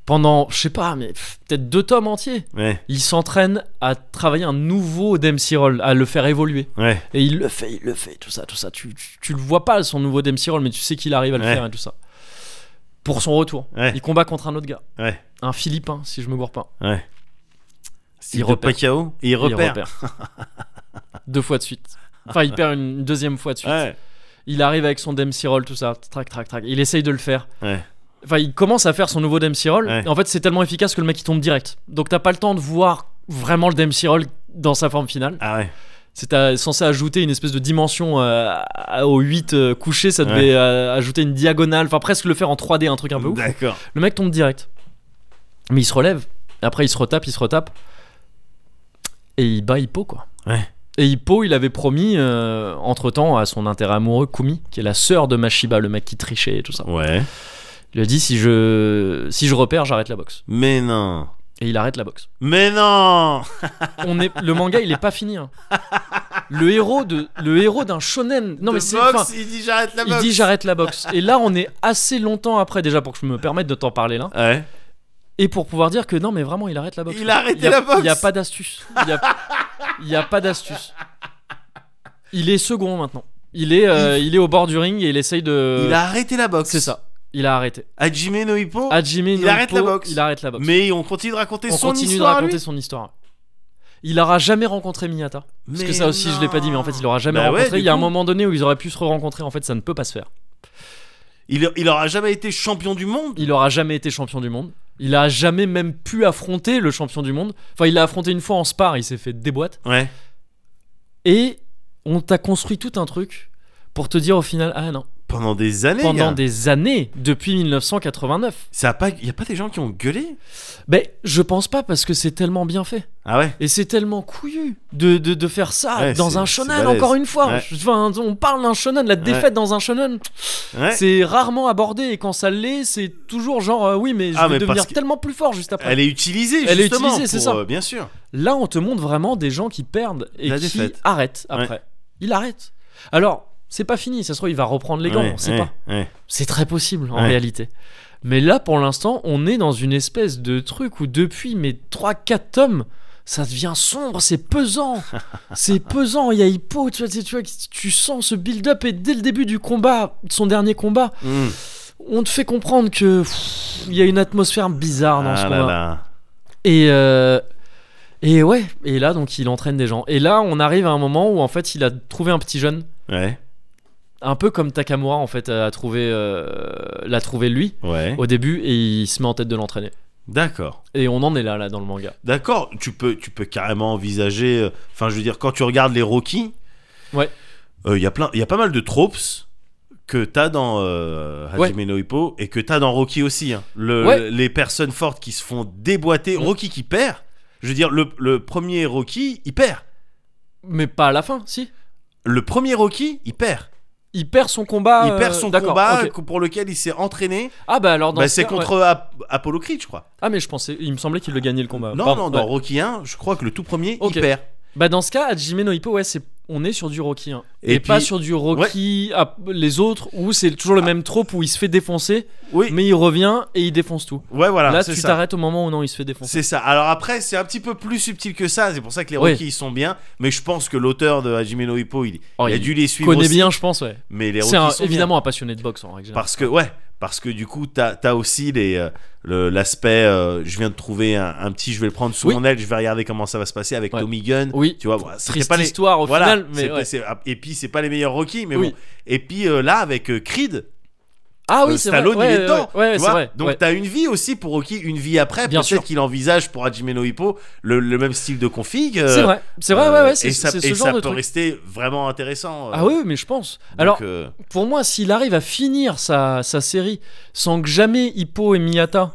Speaker 1: pendant je sais pas mais pff, peut-être deux tomes entiers
Speaker 2: Ouais.
Speaker 1: il s'entraîne à travailler un nouveau Dempsey Roll à le faire évoluer
Speaker 2: Ouais.
Speaker 1: et il le fait, il le fait, tout ça, tout ça. Tu, tu, tu le vois pas son nouveau Dempsey Roll, mais tu sais qu'il arrive à le
Speaker 2: Ouais.
Speaker 1: faire et tout ça. Pour son retour,
Speaker 2: Ouais.
Speaker 1: il combat contre un autre gars,
Speaker 2: Ouais.
Speaker 1: un Philippin, si je me gourre pas.
Speaker 2: Ouais.
Speaker 1: Il
Speaker 2: de
Speaker 1: repère.
Speaker 2: Pacquiao, Il
Speaker 1: Il
Speaker 2: repère.
Speaker 1: repère. Deux fois de suite. Enfin, il perd une deuxième fois de suite.
Speaker 2: Ouais.
Speaker 1: Il arrive avec son Dempsey Roll, tout ça, trac, trac, trac. Il essaye de le faire.
Speaker 2: Ouais.
Speaker 1: Enfin, il commence à faire son nouveau Dempsey Roll.
Speaker 2: Ouais.
Speaker 1: Et en fait, c'est tellement efficace que le mec il tombe direct. Donc, t'as pas le temps de voir vraiment le Dempsey Roll dans sa forme finale.
Speaker 2: Ah ouais.
Speaker 1: C'est à- censé ajouter une espèce de dimension euh, à- au 8 euh, couché, ça devait
Speaker 2: Ouais.
Speaker 1: euh, ajouter une diagonale, enfin presque le faire en 3D, un truc un peu ouf.
Speaker 2: D'accord.
Speaker 1: Le mec tombe direct. Mais il se relève, après il se retape, il se retape, et il bat Hippo quoi.
Speaker 2: Ouais.
Speaker 1: Et Hippo, il avait promis entre temps à son intérêt amoureux Kumi, qui est la sœur de Mashiba, le mec qui trichait et tout ça.
Speaker 2: Ouais.
Speaker 1: Il lui a dit si je, si je repère, j'arrête la boxe.
Speaker 2: Mais non.
Speaker 1: Et il arrête la boxe.
Speaker 2: Mais non.
Speaker 1: on est le manga il est pas fini hein. le héros de le héros d'un shonen non
Speaker 2: De
Speaker 1: mais c'est enfin,
Speaker 2: boxe, il dit j'arrête la
Speaker 1: il
Speaker 2: boxe.
Speaker 1: dit j'arrête la boxe et là on est assez longtemps après déjà pour que je me permette de t'en parler là
Speaker 2: Ouais.
Speaker 1: et pour pouvoir dire que non mais vraiment il arrête la boxe
Speaker 2: Il a arrêté
Speaker 1: Il y a-
Speaker 2: la boxe.
Speaker 1: il y a pas d'astuce il y a, il y a pas d'astuce il est second maintenant il est euh, il est au bord du ring et il essaye de
Speaker 2: Il a arrêté la boxe.
Speaker 1: Euh, c'est ça il a arrêté
Speaker 2: Hajime no Hippo.
Speaker 1: Hajime
Speaker 2: Il
Speaker 1: no
Speaker 2: arrête
Speaker 1: Hippo,
Speaker 2: la boxe.
Speaker 1: il arrête la boxe
Speaker 2: Mais on continue de raconter
Speaker 1: on
Speaker 2: son
Speaker 1: continue de
Speaker 2: histoire. à
Speaker 1: raconter
Speaker 2: lui.
Speaker 1: son histoire il aura jamais rencontré Miyata Parce que ça aussi, je l'ai pas dit, mais en fait, il aura jamais
Speaker 2: Bah ouais,
Speaker 1: rencontré.
Speaker 2: du
Speaker 1: il y a un
Speaker 2: coup.
Speaker 1: moment donné où ils auraient pu se re-rencontrer. En fait, ça ne peut pas se faire.
Speaker 2: Il, il aura jamais été champion du monde.
Speaker 1: Il aura jamais été champion du monde. Il a jamais même pu affronter le champion du monde. Enfin, il l'a affronté une fois en spar, il s'est fait déboîte.
Speaker 2: Ouais.
Speaker 1: Et on t'a construit tout un truc pour te dire au final, ah non,
Speaker 2: Pendant des années.
Speaker 1: pendant
Speaker 2: gars.
Speaker 1: des années, depuis 1989.
Speaker 2: Ça a pas. Y a pas des gens qui ont gueulé
Speaker 1: Ben, je pense pas parce que c'est tellement bien fait.
Speaker 2: Ah ouais.
Speaker 1: Et c'est tellement couillu de, de, de faire ça
Speaker 2: Ouais, c'est-
Speaker 1: dans un
Speaker 2: c'est
Speaker 1: shonen,
Speaker 2: balèze.
Speaker 1: encore une fois.
Speaker 2: Ouais.
Speaker 1: Enfin, on parle d'un shonen, la défaite dans un shonen,
Speaker 2: Ouais.
Speaker 1: c'est rarement abordé. Et quand ça l'est, c'est toujours genre, euh, oui, mais je
Speaker 2: Ah,
Speaker 1: vais
Speaker 2: mais
Speaker 1: devenir
Speaker 2: parce que-
Speaker 1: tellement plus fort juste après.
Speaker 2: Elle est utilisée.
Speaker 1: Elle est
Speaker 2: justement,
Speaker 1: utilisée, c'est
Speaker 2: pour,
Speaker 1: ça.
Speaker 2: euh, bien sûr.
Speaker 1: Là, on te montre vraiment des gens qui perdent et
Speaker 2: La
Speaker 1: qui
Speaker 2: défaite.
Speaker 1: arrêtent après. Il arrête. Alors, c'est pas fini, ça se trouve, il va reprendre les gants,
Speaker 2: Ouais,
Speaker 1: on sait
Speaker 2: ouais,
Speaker 1: pas.
Speaker 2: ouais.
Speaker 1: C'est très possible en
Speaker 2: Ouais.
Speaker 1: réalité. Mais là, pour l'instant, on est dans une espèce de truc où depuis mes 3-4 tomes, ça devient sombre, c'est pesant. c'est pesant, il y a Hippo, tu vois, tu, tu vois, tu sens ce build-up et dès le début du combat, son dernier combat,
Speaker 2: Mm.
Speaker 1: on te fait comprendre que pff, il y a une atmosphère bizarre dans ce
Speaker 2: Ah
Speaker 1: combat.
Speaker 2: là là.
Speaker 1: Et, euh, et ouais, et là, donc, il entraîne des gens. Et là, on arrive à un moment où, en fait, il a trouvé un petit jeune,
Speaker 2: Ouais.
Speaker 1: un peu comme Takamura, en fait, a trouvé, euh, l'a trouvé lui
Speaker 2: Ouais.
Speaker 1: au début et il se met en tête de l'entraîner.
Speaker 2: D'accord.
Speaker 1: Et on en est là, là, dans le manga.
Speaker 2: D'accord, tu peux, tu peux carrément envisager. euh, Enfin, je veux dire, quand tu regardes les Rocky,
Speaker 1: Ouais.
Speaker 2: euh, il y a plein, il y a pas mal de tropes que t'as dans euh, Hajime no Hippo et que t'as dans Rocky aussi. hein. Le-
Speaker 1: Ouais.
Speaker 2: Les personnes fortes qui se font déboîter,
Speaker 1: Mm.
Speaker 2: Rocky qui perd. Je veux dire, le, le premier Rocky, il perd.
Speaker 1: Mais pas à la fin, si.
Speaker 2: Le premier Rocky, il perd.
Speaker 1: Il perd son combat.
Speaker 2: il
Speaker 1: euh,
Speaker 2: perd son
Speaker 1: d'accord,
Speaker 2: combat
Speaker 1: ok.
Speaker 2: co- pour lequel il s'est entraîné.
Speaker 1: Ah, bah alors, dans
Speaker 2: Bah,
Speaker 1: ce
Speaker 2: c'est
Speaker 1: cas,
Speaker 2: contre
Speaker 1: ouais.
Speaker 2: Ap- Apollo Creed, je crois.
Speaker 1: Ah, mais je pensais, il me semblait qu'il le gagnait le combat.
Speaker 2: non,
Speaker 1: Pardon,
Speaker 2: non, dans
Speaker 1: ouais.
Speaker 2: Rocky 1, je crois que le tout premier,
Speaker 1: Ok.
Speaker 2: il perd.
Speaker 1: Bah, dans ce cas, Hajime no Hippo, ouais, c'est. On est sur du Rocky 1. Et,
Speaker 2: Et
Speaker 1: pas
Speaker 2: puis- Ah.
Speaker 1: sur du Rocky ah, les autres où c'est toujours le même trope où il se fait défoncer,
Speaker 2: Oui,
Speaker 1: mais il revient et il défonce tout.
Speaker 2: ouais, voilà.
Speaker 1: Là,
Speaker 2: Ah, c'est
Speaker 1: tu
Speaker 2: ça.
Speaker 1: t'arrêtes au moment où non, il se fait défoncer.
Speaker 2: C'est ça. Alors après, c'est un petit peu plus subtil que ça. C'est pour ça que les
Speaker 1: Oui.
Speaker 2: Rocky ils sont bien. Mais je pense que l'auteur de Hajime no Hippo, il,
Speaker 1: Oh,
Speaker 2: il a
Speaker 1: il
Speaker 2: dû les suivre.
Speaker 1: connaît
Speaker 2: aussi.
Speaker 1: bien, je pense, ouais.
Speaker 2: Mais les Rocky
Speaker 1: C'est un-
Speaker 2: sont
Speaker 1: évidemment un passionné de boxe en règle
Speaker 2: bien.
Speaker 1: générale.
Speaker 2: Parce que ouais, parce que du coup, t'as as aussi les euh, le- l'aspect. euh, je viens de trouver un, un petit. Je vais le prendre sous
Speaker 1: Oui.
Speaker 2: mon aile. Je vais regarder comment ça va se passer avec
Speaker 1: Ouais.
Speaker 2: Tommy Gunn.
Speaker 1: Oui,
Speaker 2: Tu vois, voilà, c'était
Speaker 1: triste
Speaker 2: pas les.
Speaker 1: histoire au
Speaker 2: voilà.
Speaker 1: final, mais
Speaker 2: c'est-
Speaker 1: ouais.
Speaker 2: c'est- ah, et puis c'est pas les meilleurs Rocky, mais
Speaker 1: Oui.
Speaker 2: bon. Et puis euh, là, avec euh, Creed,
Speaker 1: Ah
Speaker 2: euh,
Speaker 1: oui, c'est vrai.
Speaker 2: Stallone,
Speaker 1: ouais,
Speaker 2: il est
Speaker 1: ouais,
Speaker 2: dedans.
Speaker 1: ouais, ouais, c'est
Speaker 2: tu vois
Speaker 1: vrai.
Speaker 2: Donc
Speaker 1: ouais.
Speaker 2: t'as une vie aussi pour Rocky, une vie après.
Speaker 1: Bien
Speaker 2: Peut-être
Speaker 1: sûr.
Speaker 2: qu'il envisage pour Hajime no Hippo le, le même style de config. euh,
Speaker 1: C'est vrai, c'est vrai, ouais,
Speaker 2: Euh,
Speaker 1: ouais, c'est
Speaker 2: et ça,
Speaker 1: c'est
Speaker 2: et
Speaker 1: ce
Speaker 2: ça
Speaker 1: genre de
Speaker 2: peut
Speaker 1: truc.
Speaker 2: rester vraiment intéressant. euh,
Speaker 1: Ah oui, oui, mais je pense.
Speaker 2: donc,
Speaker 1: Alors,
Speaker 2: euh,
Speaker 1: pour moi, s'il arrive à finir sa, sa série sans que jamais Hippo et Miyata.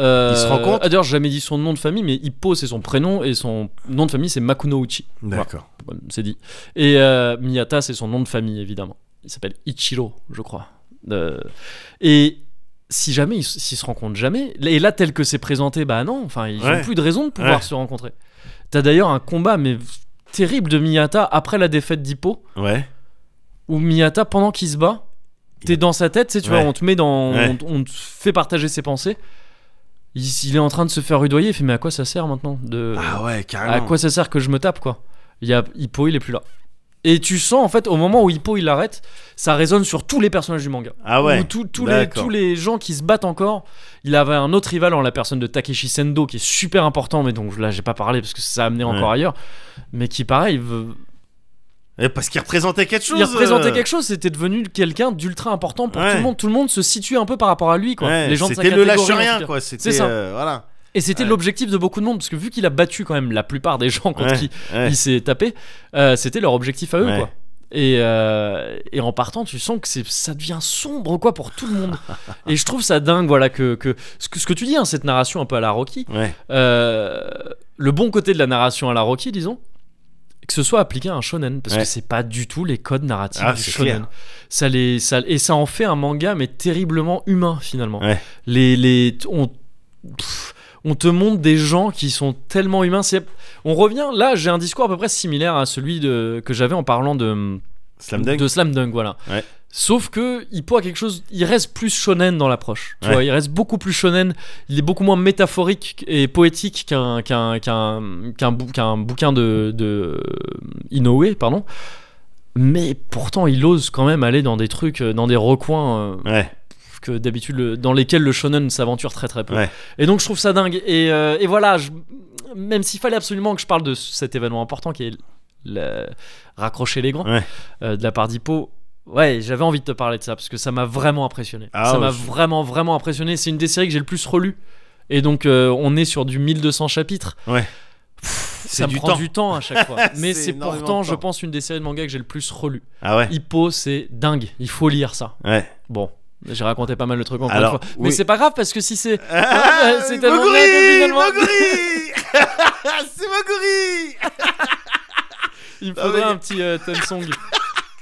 Speaker 1: euh,
Speaker 2: Ils se rencontrent
Speaker 1: ah, D'ailleurs, j'ai jamais dit son nom de famille, mais Hippo c'est son prénom et son nom de famille c'est Makuno Uchi.
Speaker 2: D'accord.
Speaker 1: Voilà, c'est dit. Et euh, Miyata c'est son nom de famille évidemment. Il s'appelle Ichiro, je crois. Euh, et si jamais ils s- s'ils se rencontrent jamais, et là tel que c'est présenté, bah non, enfin ils
Speaker 2: Ouais.
Speaker 1: ont plus de raison de pouvoir
Speaker 2: Ouais.
Speaker 1: se rencontrer. T'as d'ailleurs un combat mais terrible de Miyata après la défaite d'Hippo.
Speaker 2: Ouais.
Speaker 1: où Miyata, pendant qu'il se bat, t'es dans sa tête, tu sais, tu
Speaker 2: Ouais.
Speaker 1: vois, on te met dans.
Speaker 2: Ouais.
Speaker 1: on te- On, te fait partager ses pensées. Il, il est en train de se faire rudoyer, il fait Mais à quoi ça sert maintenant de,
Speaker 2: Ah ouais, carrément.
Speaker 1: Euh, À quoi ça sert que je me tape, quoi il y a, Hippo, il est plus là. Et tu sens, en fait, au moment où Hippo il l'arrête, ça résonne sur tous les personnages du manga.
Speaker 2: Ah
Speaker 1: Où
Speaker 2: ouais.
Speaker 1: tous- tous les,
Speaker 2: d'accord.
Speaker 1: tous les gens qui se battent encore. Il avait un autre rival en la personne de Takeshi Sendo qui est super important, mais donc là j'ai pas parlé parce que ça a amené encore
Speaker 2: Ouais.
Speaker 1: ailleurs. Mais qui, pareil, veut,
Speaker 2: Et Eh, Parce qu'il représentait quelque chose.
Speaker 1: il représentait
Speaker 2: euh,
Speaker 1: quelque chose, c'était devenu quelqu'un d'ultra important pour
Speaker 2: Ouais.
Speaker 1: tout le monde. Tout le monde se situait un peu par rapport à lui, quoi.
Speaker 2: Ouais,
Speaker 1: les gens de sa
Speaker 2: C'était le
Speaker 1: catégorie,
Speaker 2: lâche
Speaker 1: en tout
Speaker 2: rien,
Speaker 1: cas.
Speaker 2: quoi. C'était.
Speaker 1: ça.
Speaker 2: euh, voilà.
Speaker 1: Et c'était
Speaker 2: Ouais.
Speaker 1: l'objectif de beaucoup de monde, parce que vu qu'il a battu quand même la plupart des gens contre
Speaker 2: Ouais,
Speaker 1: qui
Speaker 2: ouais.
Speaker 1: il s'est tapé, euh, c'était leur objectif à eux,
Speaker 2: Ouais.
Speaker 1: quoi. Et, euh, et en partant, tu sens que c'est, ça devient sombre, quoi, pour tout le monde. et je trouve ça dingue, voilà, que, que ce que, ce que tu dis, hein, cette narration un peu à la Rocky,
Speaker 2: Ouais.
Speaker 1: euh, le bon côté de la narration à la Rocky, disons, que ce soit appliqué à un shonen, parce
Speaker 2: Ouais.
Speaker 1: que c'est pas du tout les codes narratifs
Speaker 2: Ah,
Speaker 1: du
Speaker 2: c'est
Speaker 1: shonen.
Speaker 2: clair.
Speaker 1: Ça les, ça, et ça en fait un manga, mais terriblement humain finalement.
Speaker 2: Ouais.
Speaker 1: Les, les, on, pff, on te montre des gens qui sont tellement humains. C'est, on revient, là j'ai un discours à peu près similaire à celui de, que j'avais en parlant de
Speaker 2: Slam Dunk.
Speaker 1: de Slam Dunk, voilà.
Speaker 2: Ouais.
Speaker 1: Sauf que il pourra quelque chose, il reste plus shonen dans l'approche. Tu
Speaker 2: Ouais.
Speaker 1: vois, il reste beaucoup plus shonen. Il est beaucoup moins métaphorique et poétique qu'un qu'un qu'un qu'un bou- qu'un bouquin de, de euh, Inoue, pardon. Mais pourtant, il ose quand même aller dans des trucs, euh, dans des recoins euh,
Speaker 2: Ouais.
Speaker 1: que d'habitude le- dans lesquels le shonen s'aventure très très peu.
Speaker 2: Ouais.
Speaker 1: Et donc je trouve ça dingue. Et, euh, et voilà, je- même s'il fallait absolument que je parle de cet événement important qui est le- raccrocher les grands
Speaker 2: Ouais.
Speaker 1: euh, de la part d'Hippo. Ouais, j'avais envie de te parler de ça parce que ça m'a vraiment impressionné.
Speaker 2: Ah
Speaker 1: ça
Speaker 2: ouais,
Speaker 1: m'a
Speaker 2: je-
Speaker 1: vraiment vraiment impressionné. C'est une des séries que j'ai le plus relue Et donc, euh, on est sur du 1200 chapitres.
Speaker 2: Ouais.
Speaker 1: Pff,
Speaker 2: C'est
Speaker 1: ça me
Speaker 2: du
Speaker 1: prend
Speaker 2: temps.
Speaker 1: du temps à chaque fois. Mais
Speaker 2: C'est
Speaker 1: c'est
Speaker 2: énormément de
Speaker 1: pourtant,
Speaker 2: temps.
Speaker 1: je pense, une des séries de manga que j'ai le plus relu.
Speaker 2: Ah ouais.
Speaker 1: Hippo, c'est dingue. Il faut lire ça.
Speaker 2: Ouais.
Speaker 1: Bon, j'ai raconté pas mal de trucs encore
Speaker 2: Alors,
Speaker 1: une fois. Mais
Speaker 2: oui.
Speaker 1: c'est pas grave parce que si c'est.
Speaker 2: Ah,
Speaker 1: c'est tellement
Speaker 2: Moguri,
Speaker 1: bien que finalement-
Speaker 2: Moguri C'est Moguri
Speaker 1: Il me
Speaker 2: Ah,
Speaker 1: faudrait
Speaker 2: mais-
Speaker 1: un petit euh, theme song.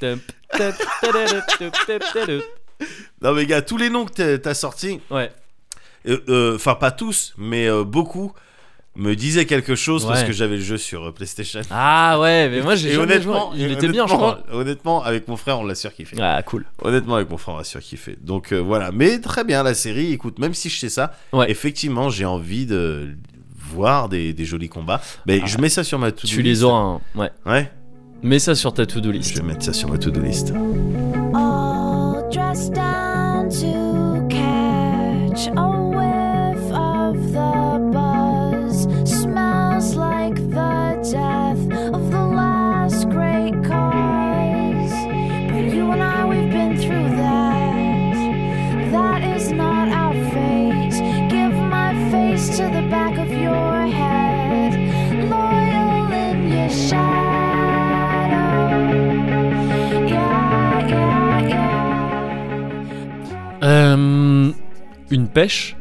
Speaker 1: Temp, temp, tadadap, temp, temp, tadadap.
Speaker 2: Non mais gars, tous les noms que t'as- t'as sortis, euh,
Speaker 1: Ouais.
Speaker 2: enfin pas tous, mais euh, beaucoup, me disaient quelque chose parce
Speaker 1: Ouais.
Speaker 2: que j'avais le jeu sur euh, PlayStation.
Speaker 1: Ah ouais, mais moi j'ai
Speaker 2: Et
Speaker 1: jamais joué.
Speaker 2: honnêtement,
Speaker 1: Il
Speaker 2: et
Speaker 1: était bien, je
Speaker 2: honnêtement-
Speaker 1: crois.
Speaker 2: Honnêtement, avec mon frère, on l'a surkiffé.
Speaker 1: Ah cool.
Speaker 2: Honnêtement, avec mon frère, on l'a surkiffé. Donc euh, voilà, mais très bien la série. Écoute, même si je sais ça,
Speaker 1: Ouais.
Speaker 2: effectivement, j'ai envie de voir des, des jolis combats. Mais
Speaker 1: Ah.
Speaker 2: je mets ça sur ma to-do
Speaker 1: Tu les
Speaker 2: list.
Speaker 1: auras. hein. Ouais.
Speaker 2: Ouais,
Speaker 1: Mets ça sur ta to-do
Speaker 2: je
Speaker 1: list.
Speaker 2: vais mettre ça sur ma to-do list.
Speaker 4: all dressed down to catch a whiff of the buzz. Smells like the death of the last great cause. But you and I, we've been through that. That is not our fate. Give my face to the back of your head. Loyal in your shadow. Yeah, yeah, yeah.
Speaker 1: Euh, une pêche.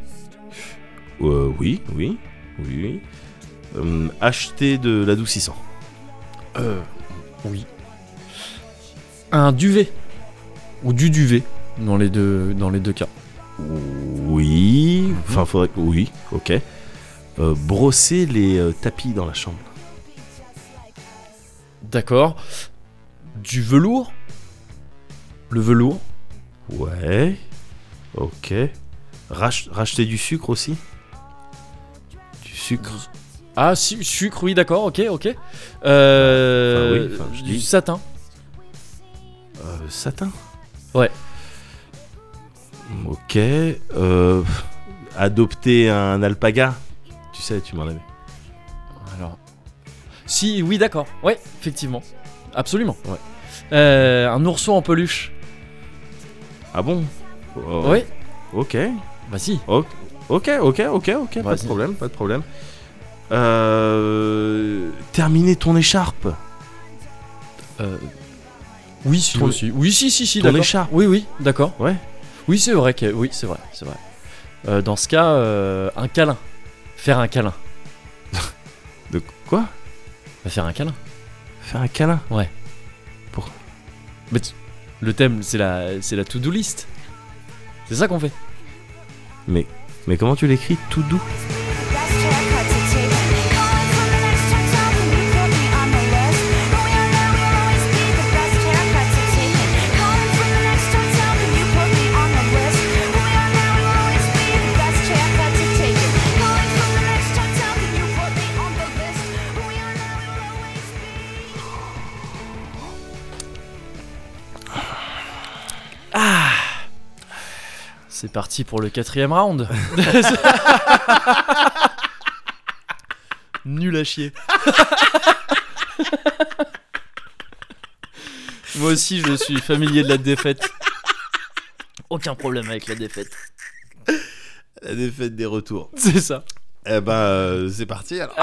Speaker 2: Euh, oui, oui, oui, oui. Euh, acheter de l'adoucissant.
Speaker 1: Oui. Un duvet. Ou du duvet. Dans les deux, dans les deux cas.
Speaker 2: Oui.
Speaker 1: Mhm.
Speaker 2: Enfin, faudrait que. Oui, ok. Euh, brosser les euh, tapis dans la chambre.
Speaker 1: D'accord. Du velours. Le velours.
Speaker 2: Ouais. Ok. Rach- racheter du sucre aussi Du sucre
Speaker 1: Ah, si, sucre, oui, d'accord, ok, ok. Euh,
Speaker 2: Enfin, oui, enfin, je
Speaker 1: du
Speaker 2: dis.
Speaker 1: satin.
Speaker 2: euh, Satin
Speaker 1: Ouais.
Speaker 2: Ok. euh, adopter un alpaga Tu sais, tu m'en avais.
Speaker 1: Alors. Si, oui, d'accord. Ouais, effectivement. Absolument.
Speaker 2: Ouais.
Speaker 1: Euh, un ourson en peluche.
Speaker 2: Ah bon Oh,
Speaker 1: Ouais.
Speaker 2: Ok.
Speaker 1: Bah si.
Speaker 2: Ok, ok, ok, ok, ok, pas de
Speaker 1: Vas-y.
Speaker 2: problème, pas de problème. Euh, terminer ton écharpe.
Speaker 1: Euh, Oui, si.
Speaker 2: Ton-
Speaker 1: aussi. Oui, si, si, si.
Speaker 2: ton
Speaker 1: d'accord.
Speaker 2: écharpe.
Speaker 1: Oui, oui, d'accord.
Speaker 2: Ouais.
Speaker 1: Oui, c'est vrai. Que... Oui, c'est vrai, c'est vrai. Euh, dans ce cas, euh, un câlin. Faire un câlin.
Speaker 2: De quoi
Speaker 1: Bah, faire un câlin.
Speaker 2: Faire un câlin.
Speaker 1: Mais tu- le thème, c'est la, c'est la to-do list. C'est ça qu'on fait.
Speaker 2: Mais, mais comment tu l'écris tout doux
Speaker 4: Best haircut to take. Calling from the next checkout, and you put me on the list. When we are there, we'll always be the best haircut to take. Calling from the next checkout, and you put me on the list. When we are there, we'll always be the best haircut to take. Calling from the next checkout, and you put me on the list. When we are there, we'll always be.
Speaker 1: C'est parti pour le quatrième round. Nul à chier. Moi aussi, je suis familier de la défaite. Aucun problème avec la défaite.
Speaker 2: La défaite des retours.
Speaker 1: C'est ça.
Speaker 2: Eh ben, euh, c'est parti alors.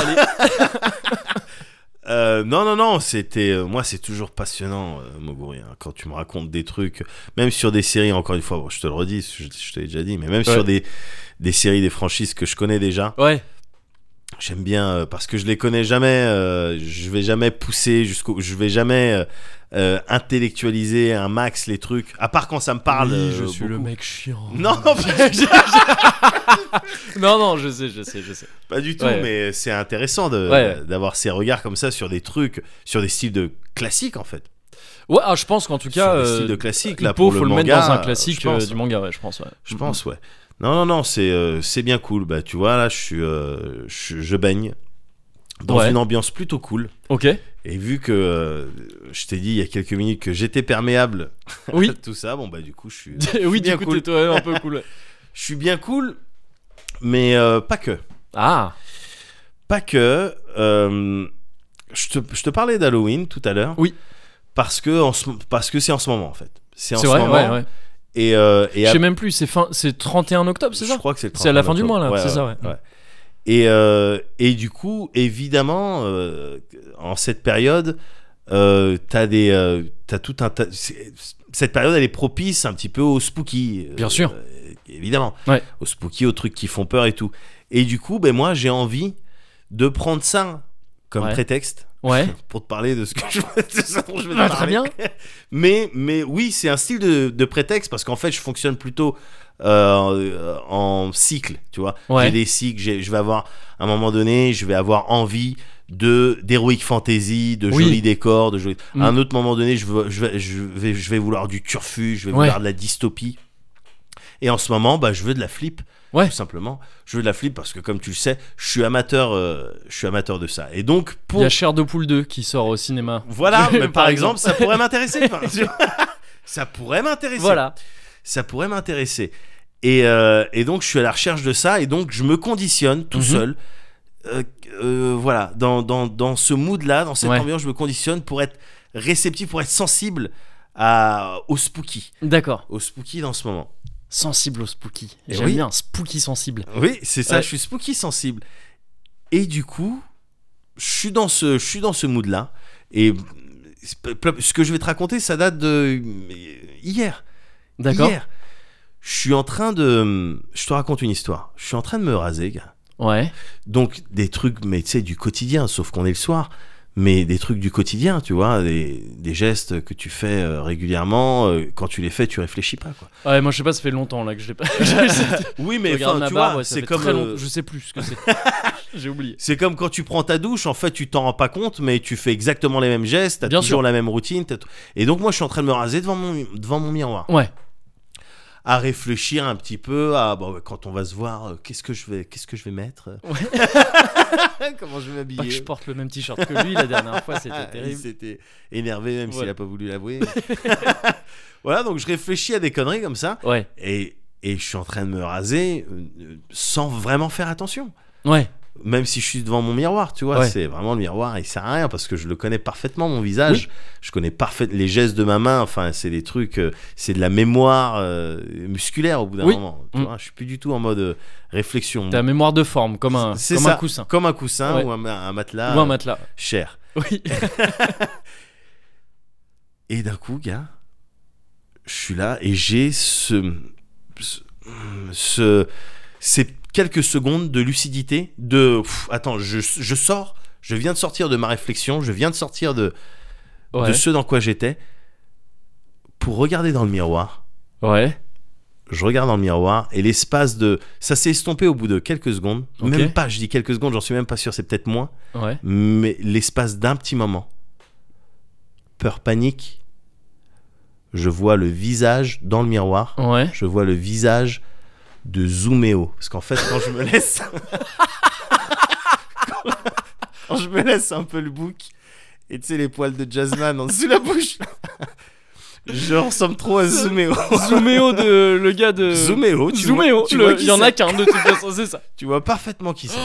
Speaker 2: Euh, non, non, non, c'était. euh, moi, c'est toujours passionnant, euh, Moguri, hein, quand tu me racontes des trucs, même sur des séries, encore une fois, bon, je te le redis, je, je te l'ai déjà dit, mais même sur des, des séries, des franchises que je connais déjà,
Speaker 1: Ouais.
Speaker 2: J'aime bien euh, parce que je les connais jamais. euh, je vais jamais pousser jusqu'au. Je vais jamais euh, euh, intellectualiser un max les trucs. À part quand ça me parle.
Speaker 1: Oui,
Speaker 2: euh,
Speaker 1: je suis le
Speaker 2: beaucoup.
Speaker 1: mec chiant.
Speaker 2: Non,
Speaker 1: non, non, je sais, je sais, je sais.
Speaker 2: pas du tout.
Speaker 1: Ouais.
Speaker 2: Mais c'est intéressant de
Speaker 1: Ouais.
Speaker 2: d'avoir ces regards comme ça sur des trucs, sur des styles de classiques en fait.
Speaker 1: Ouais, ah, je pense qu'en tout cas,
Speaker 2: sur des
Speaker 1: euh,
Speaker 2: styles de classiques là
Speaker 1: Hippo,
Speaker 2: pour
Speaker 1: faut
Speaker 2: le
Speaker 1: le,
Speaker 2: manga.
Speaker 1: mettre dans un
Speaker 2: euh,
Speaker 1: classique
Speaker 2: je pense,
Speaker 1: euh, du manga, ouais, je pense. ouais.
Speaker 2: Je pense ouais. Non non non, c'est euh, c'est bien cool. Bah tu vois là, je suis euh, je, je baigne dans
Speaker 1: Ouais.
Speaker 2: une ambiance plutôt cool.
Speaker 1: Mm. Ok.
Speaker 2: Et vu que euh, je t'ai dit il y a quelques minutes que j'étais perméable
Speaker 1: Oui.
Speaker 2: tout ça, bon bah du coup je suis,
Speaker 1: oui, du
Speaker 2: bien
Speaker 1: coup,
Speaker 2: cool.
Speaker 1: t'es toi un peu cool. ouais.
Speaker 2: je suis bien cool, mais euh, pas que,
Speaker 1: Ah.
Speaker 2: pas que. euh, je te, je te parlais d'Halloween tout à l'heure.
Speaker 1: Oui.
Speaker 2: Parce que en ce- parce que c'est en ce moment en fait. C'est en
Speaker 1: C'est
Speaker 2: ce
Speaker 1: vrai,
Speaker 2: moment.
Speaker 1: ouais, ouais.
Speaker 2: Et, euh, et
Speaker 1: Je
Speaker 2: ap-
Speaker 1: sais même plus, c'est fin, c'est 31 octobre, c'est
Speaker 2: je
Speaker 1: ça
Speaker 2: crois que c'est le
Speaker 1: C'est à la
Speaker 2: 31
Speaker 1: fin du mois, là,
Speaker 2: octobre.
Speaker 1: c'est ça, ouais.
Speaker 2: Et, euh, et du coup, évidemment, euh, en cette période, euh, t'as des, euh, t'as tout un tas. c'est- Cette période, elle est propice un petit peu au spooky. euh,
Speaker 1: Bien sûr.
Speaker 2: euh, évidemment.
Speaker 1: Ouais.
Speaker 2: Au spooky, aux trucs qui font peur et tout. Et du coup, ben moi, j'ai envie de prendre ça comme
Speaker 1: Ouais.
Speaker 2: prétexte
Speaker 1: Ouais.
Speaker 2: pour te parler de ce que je, de ce dont je vais te
Speaker 1: Bah, très
Speaker 2: parler.
Speaker 1: bien.
Speaker 2: Mais, mais oui, c'est un style de, de prétexte parce qu'en fait, je fonctionne plutôt euh, en cycle, tu vois.
Speaker 1: Ouais.
Speaker 2: J'ai des cycles, j'ai- je vais avoir, à un moment donné, je vais avoir envie de d'heroic fantasy, de
Speaker 1: Oui.
Speaker 2: jolis décors, de jolis...
Speaker 1: Mm.
Speaker 2: À un autre moment donné, je, veux- je, vais, je, vais, je vais vouloir du turfu, je vais
Speaker 1: Ouais.
Speaker 2: vouloir de la dystopie. Et en ce moment, bah, je veux de la flip,
Speaker 1: Ouais.
Speaker 2: tout simplement. Je veux de la flip parce que, comme tu le sais, je suis amateur, euh, je suis amateur de ça. Et donc,
Speaker 1: Il
Speaker 2: pour
Speaker 1: y a Cher de Poule 2 qui sort au cinéma.
Speaker 2: voilà, mais
Speaker 1: Par
Speaker 2: par, exemple, ça pourrait m'intéresser. enfin, tu vois, ça pourrait m'intéresser.
Speaker 1: Voilà.
Speaker 2: Ça pourrait m'intéresser. Et, euh, et donc, je suis à la recherche de ça. Et donc, je me conditionne tout
Speaker 1: Mhm.
Speaker 2: seul. Euh, euh, voilà, dans, dans, dans ce mood-là, dans cette
Speaker 1: Ouais.
Speaker 2: ambiance, je me conditionne pour être réceptif, pour être sensible à, au spooky.
Speaker 1: D'accord.
Speaker 2: Au spooky dans ce moment.
Speaker 1: Sensible au spooky.
Speaker 2: Eh
Speaker 1: J'aime
Speaker 2: oui.
Speaker 1: bien, spooky sensible.
Speaker 2: Oui, c'est ça,
Speaker 1: Ouais.
Speaker 2: je suis spooky sensible. Et du coup, je suis dans ce, je suis dans ce mood-là. Et euh, ce que je vais te raconter, ça date de euh, hier.
Speaker 1: D'accord
Speaker 2: Hier. Je suis en train de. Je te raconte une histoire. Je suis en train de me raser, gars.
Speaker 1: Ouais.
Speaker 2: Donc, des trucs, mais tu sais, du quotidien, sauf qu'on est le soir. Mais des trucs du quotidien, tu vois, des, des gestes que tu fais euh, régulièrement. euh, quand tu les fais, tu réfléchis pas, quoi.
Speaker 1: Ouais, moi je sais pas, ça fait longtemps là que je l'ai pas. Je
Speaker 2: Oui, mais
Speaker 1: regarde
Speaker 2: enfin,
Speaker 1: ma
Speaker 2: tu
Speaker 1: barbe,
Speaker 2: vois,
Speaker 1: ouais, ça
Speaker 2: c'est
Speaker 1: fait
Speaker 2: comme.
Speaker 1: très
Speaker 2: euh,
Speaker 1: longtemps, Je sais plus ce que c'est. J'ai oublié.
Speaker 2: C'est comme quand tu prends ta douche, en fait, tu t'en rends pas compte, mais tu fais exactement les mêmes gestes, t'as
Speaker 1: Bien
Speaker 2: toujours la même routine. t'as tout- Et donc, moi, je suis en train de me raser devant mon, devant mon miroir,
Speaker 1: Ouais.
Speaker 2: à réfléchir un petit peu à bon, bah, quand on va se voir, euh, qu'est-ce que je vais, qu'est-ce que je vais mettre Comment je
Speaker 1: Pas
Speaker 2: vais
Speaker 1: que Bah, je
Speaker 2: m'habiller
Speaker 1: porte le même t-shirt que lui la dernière fois, c'était
Speaker 2: Ah, Il
Speaker 1: terrible.
Speaker 2: s'était énervé, même
Speaker 1: Voilà.
Speaker 2: s'il a pas voulu l'avouer. voilà, donc je réfléchis à des conneries comme ça,
Speaker 1: Ouais.
Speaker 2: et, et je suis en train de me raser euh, euh, sans vraiment faire attention.
Speaker 1: Ouais.
Speaker 2: même si je suis devant mon miroir, tu vois,
Speaker 1: Ouais.
Speaker 2: c'est vraiment le miroir, il sert à rien parce que je le connais parfaitement, mon visage. Je connais parfaitement les gestes de ma main, enfin, c'est des trucs, euh, c'est de la mémoire euh, musculaire au bout d'un
Speaker 1: Oui.
Speaker 2: moment. Tu
Speaker 1: Mm.
Speaker 2: vois, je suis plus du tout en mode euh, réflexion.
Speaker 1: Ta mémoire de forme, comme un,
Speaker 2: C'est
Speaker 1: comme
Speaker 2: ça.
Speaker 1: un coussin.
Speaker 2: Comme un coussin
Speaker 1: Ouais.
Speaker 2: ou un, ma- un matelas
Speaker 1: Ou un
Speaker 2: euh,
Speaker 1: matelas.
Speaker 2: cher.
Speaker 1: Oui.
Speaker 2: Et d'un coup, gars, je suis là et j'ai ce, ce, ce- ces quelques secondes de lucidité, de pff, attends, je, je sors, je viens de sortir de ma réflexion, je viens de sortir de,
Speaker 1: Ouais.
Speaker 2: de ce dans quoi j'étais, pour regarder dans le miroir.
Speaker 1: Ouais.
Speaker 2: Je regarde dans le miroir et l'espace de. Ça s'est estompé au bout de quelques secondes.
Speaker 1: Ok.
Speaker 2: Même pas, je dis quelques secondes, j'en suis même pas sûr, c'est peut-être moins.
Speaker 1: Ouais.
Speaker 2: Mais l'espace d'un petit moment, peur, panique, je vois le visage dans le miroir,
Speaker 1: Ouais.
Speaker 2: je vois le visage de Zumeo. Parce qu'en fait, quand je me laisse. quand je me laisse un peu le bouc, et tu sais, les poils de Jasmine en dessous de la bouche, je ressemble trop à Zumeo.
Speaker 1: Zooméo de le gars de.
Speaker 2: Zumeo, tu
Speaker 1: Zooméo.
Speaker 2: vois, tu
Speaker 1: le-
Speaker 2: vois qui
Speaker 1: Il y en a
Speaker 2: c'est.
Speaker 1: qu'un de toute façon, c'est ça. Oh,
Speaker 2: Tu vois parfaitement qui c'est.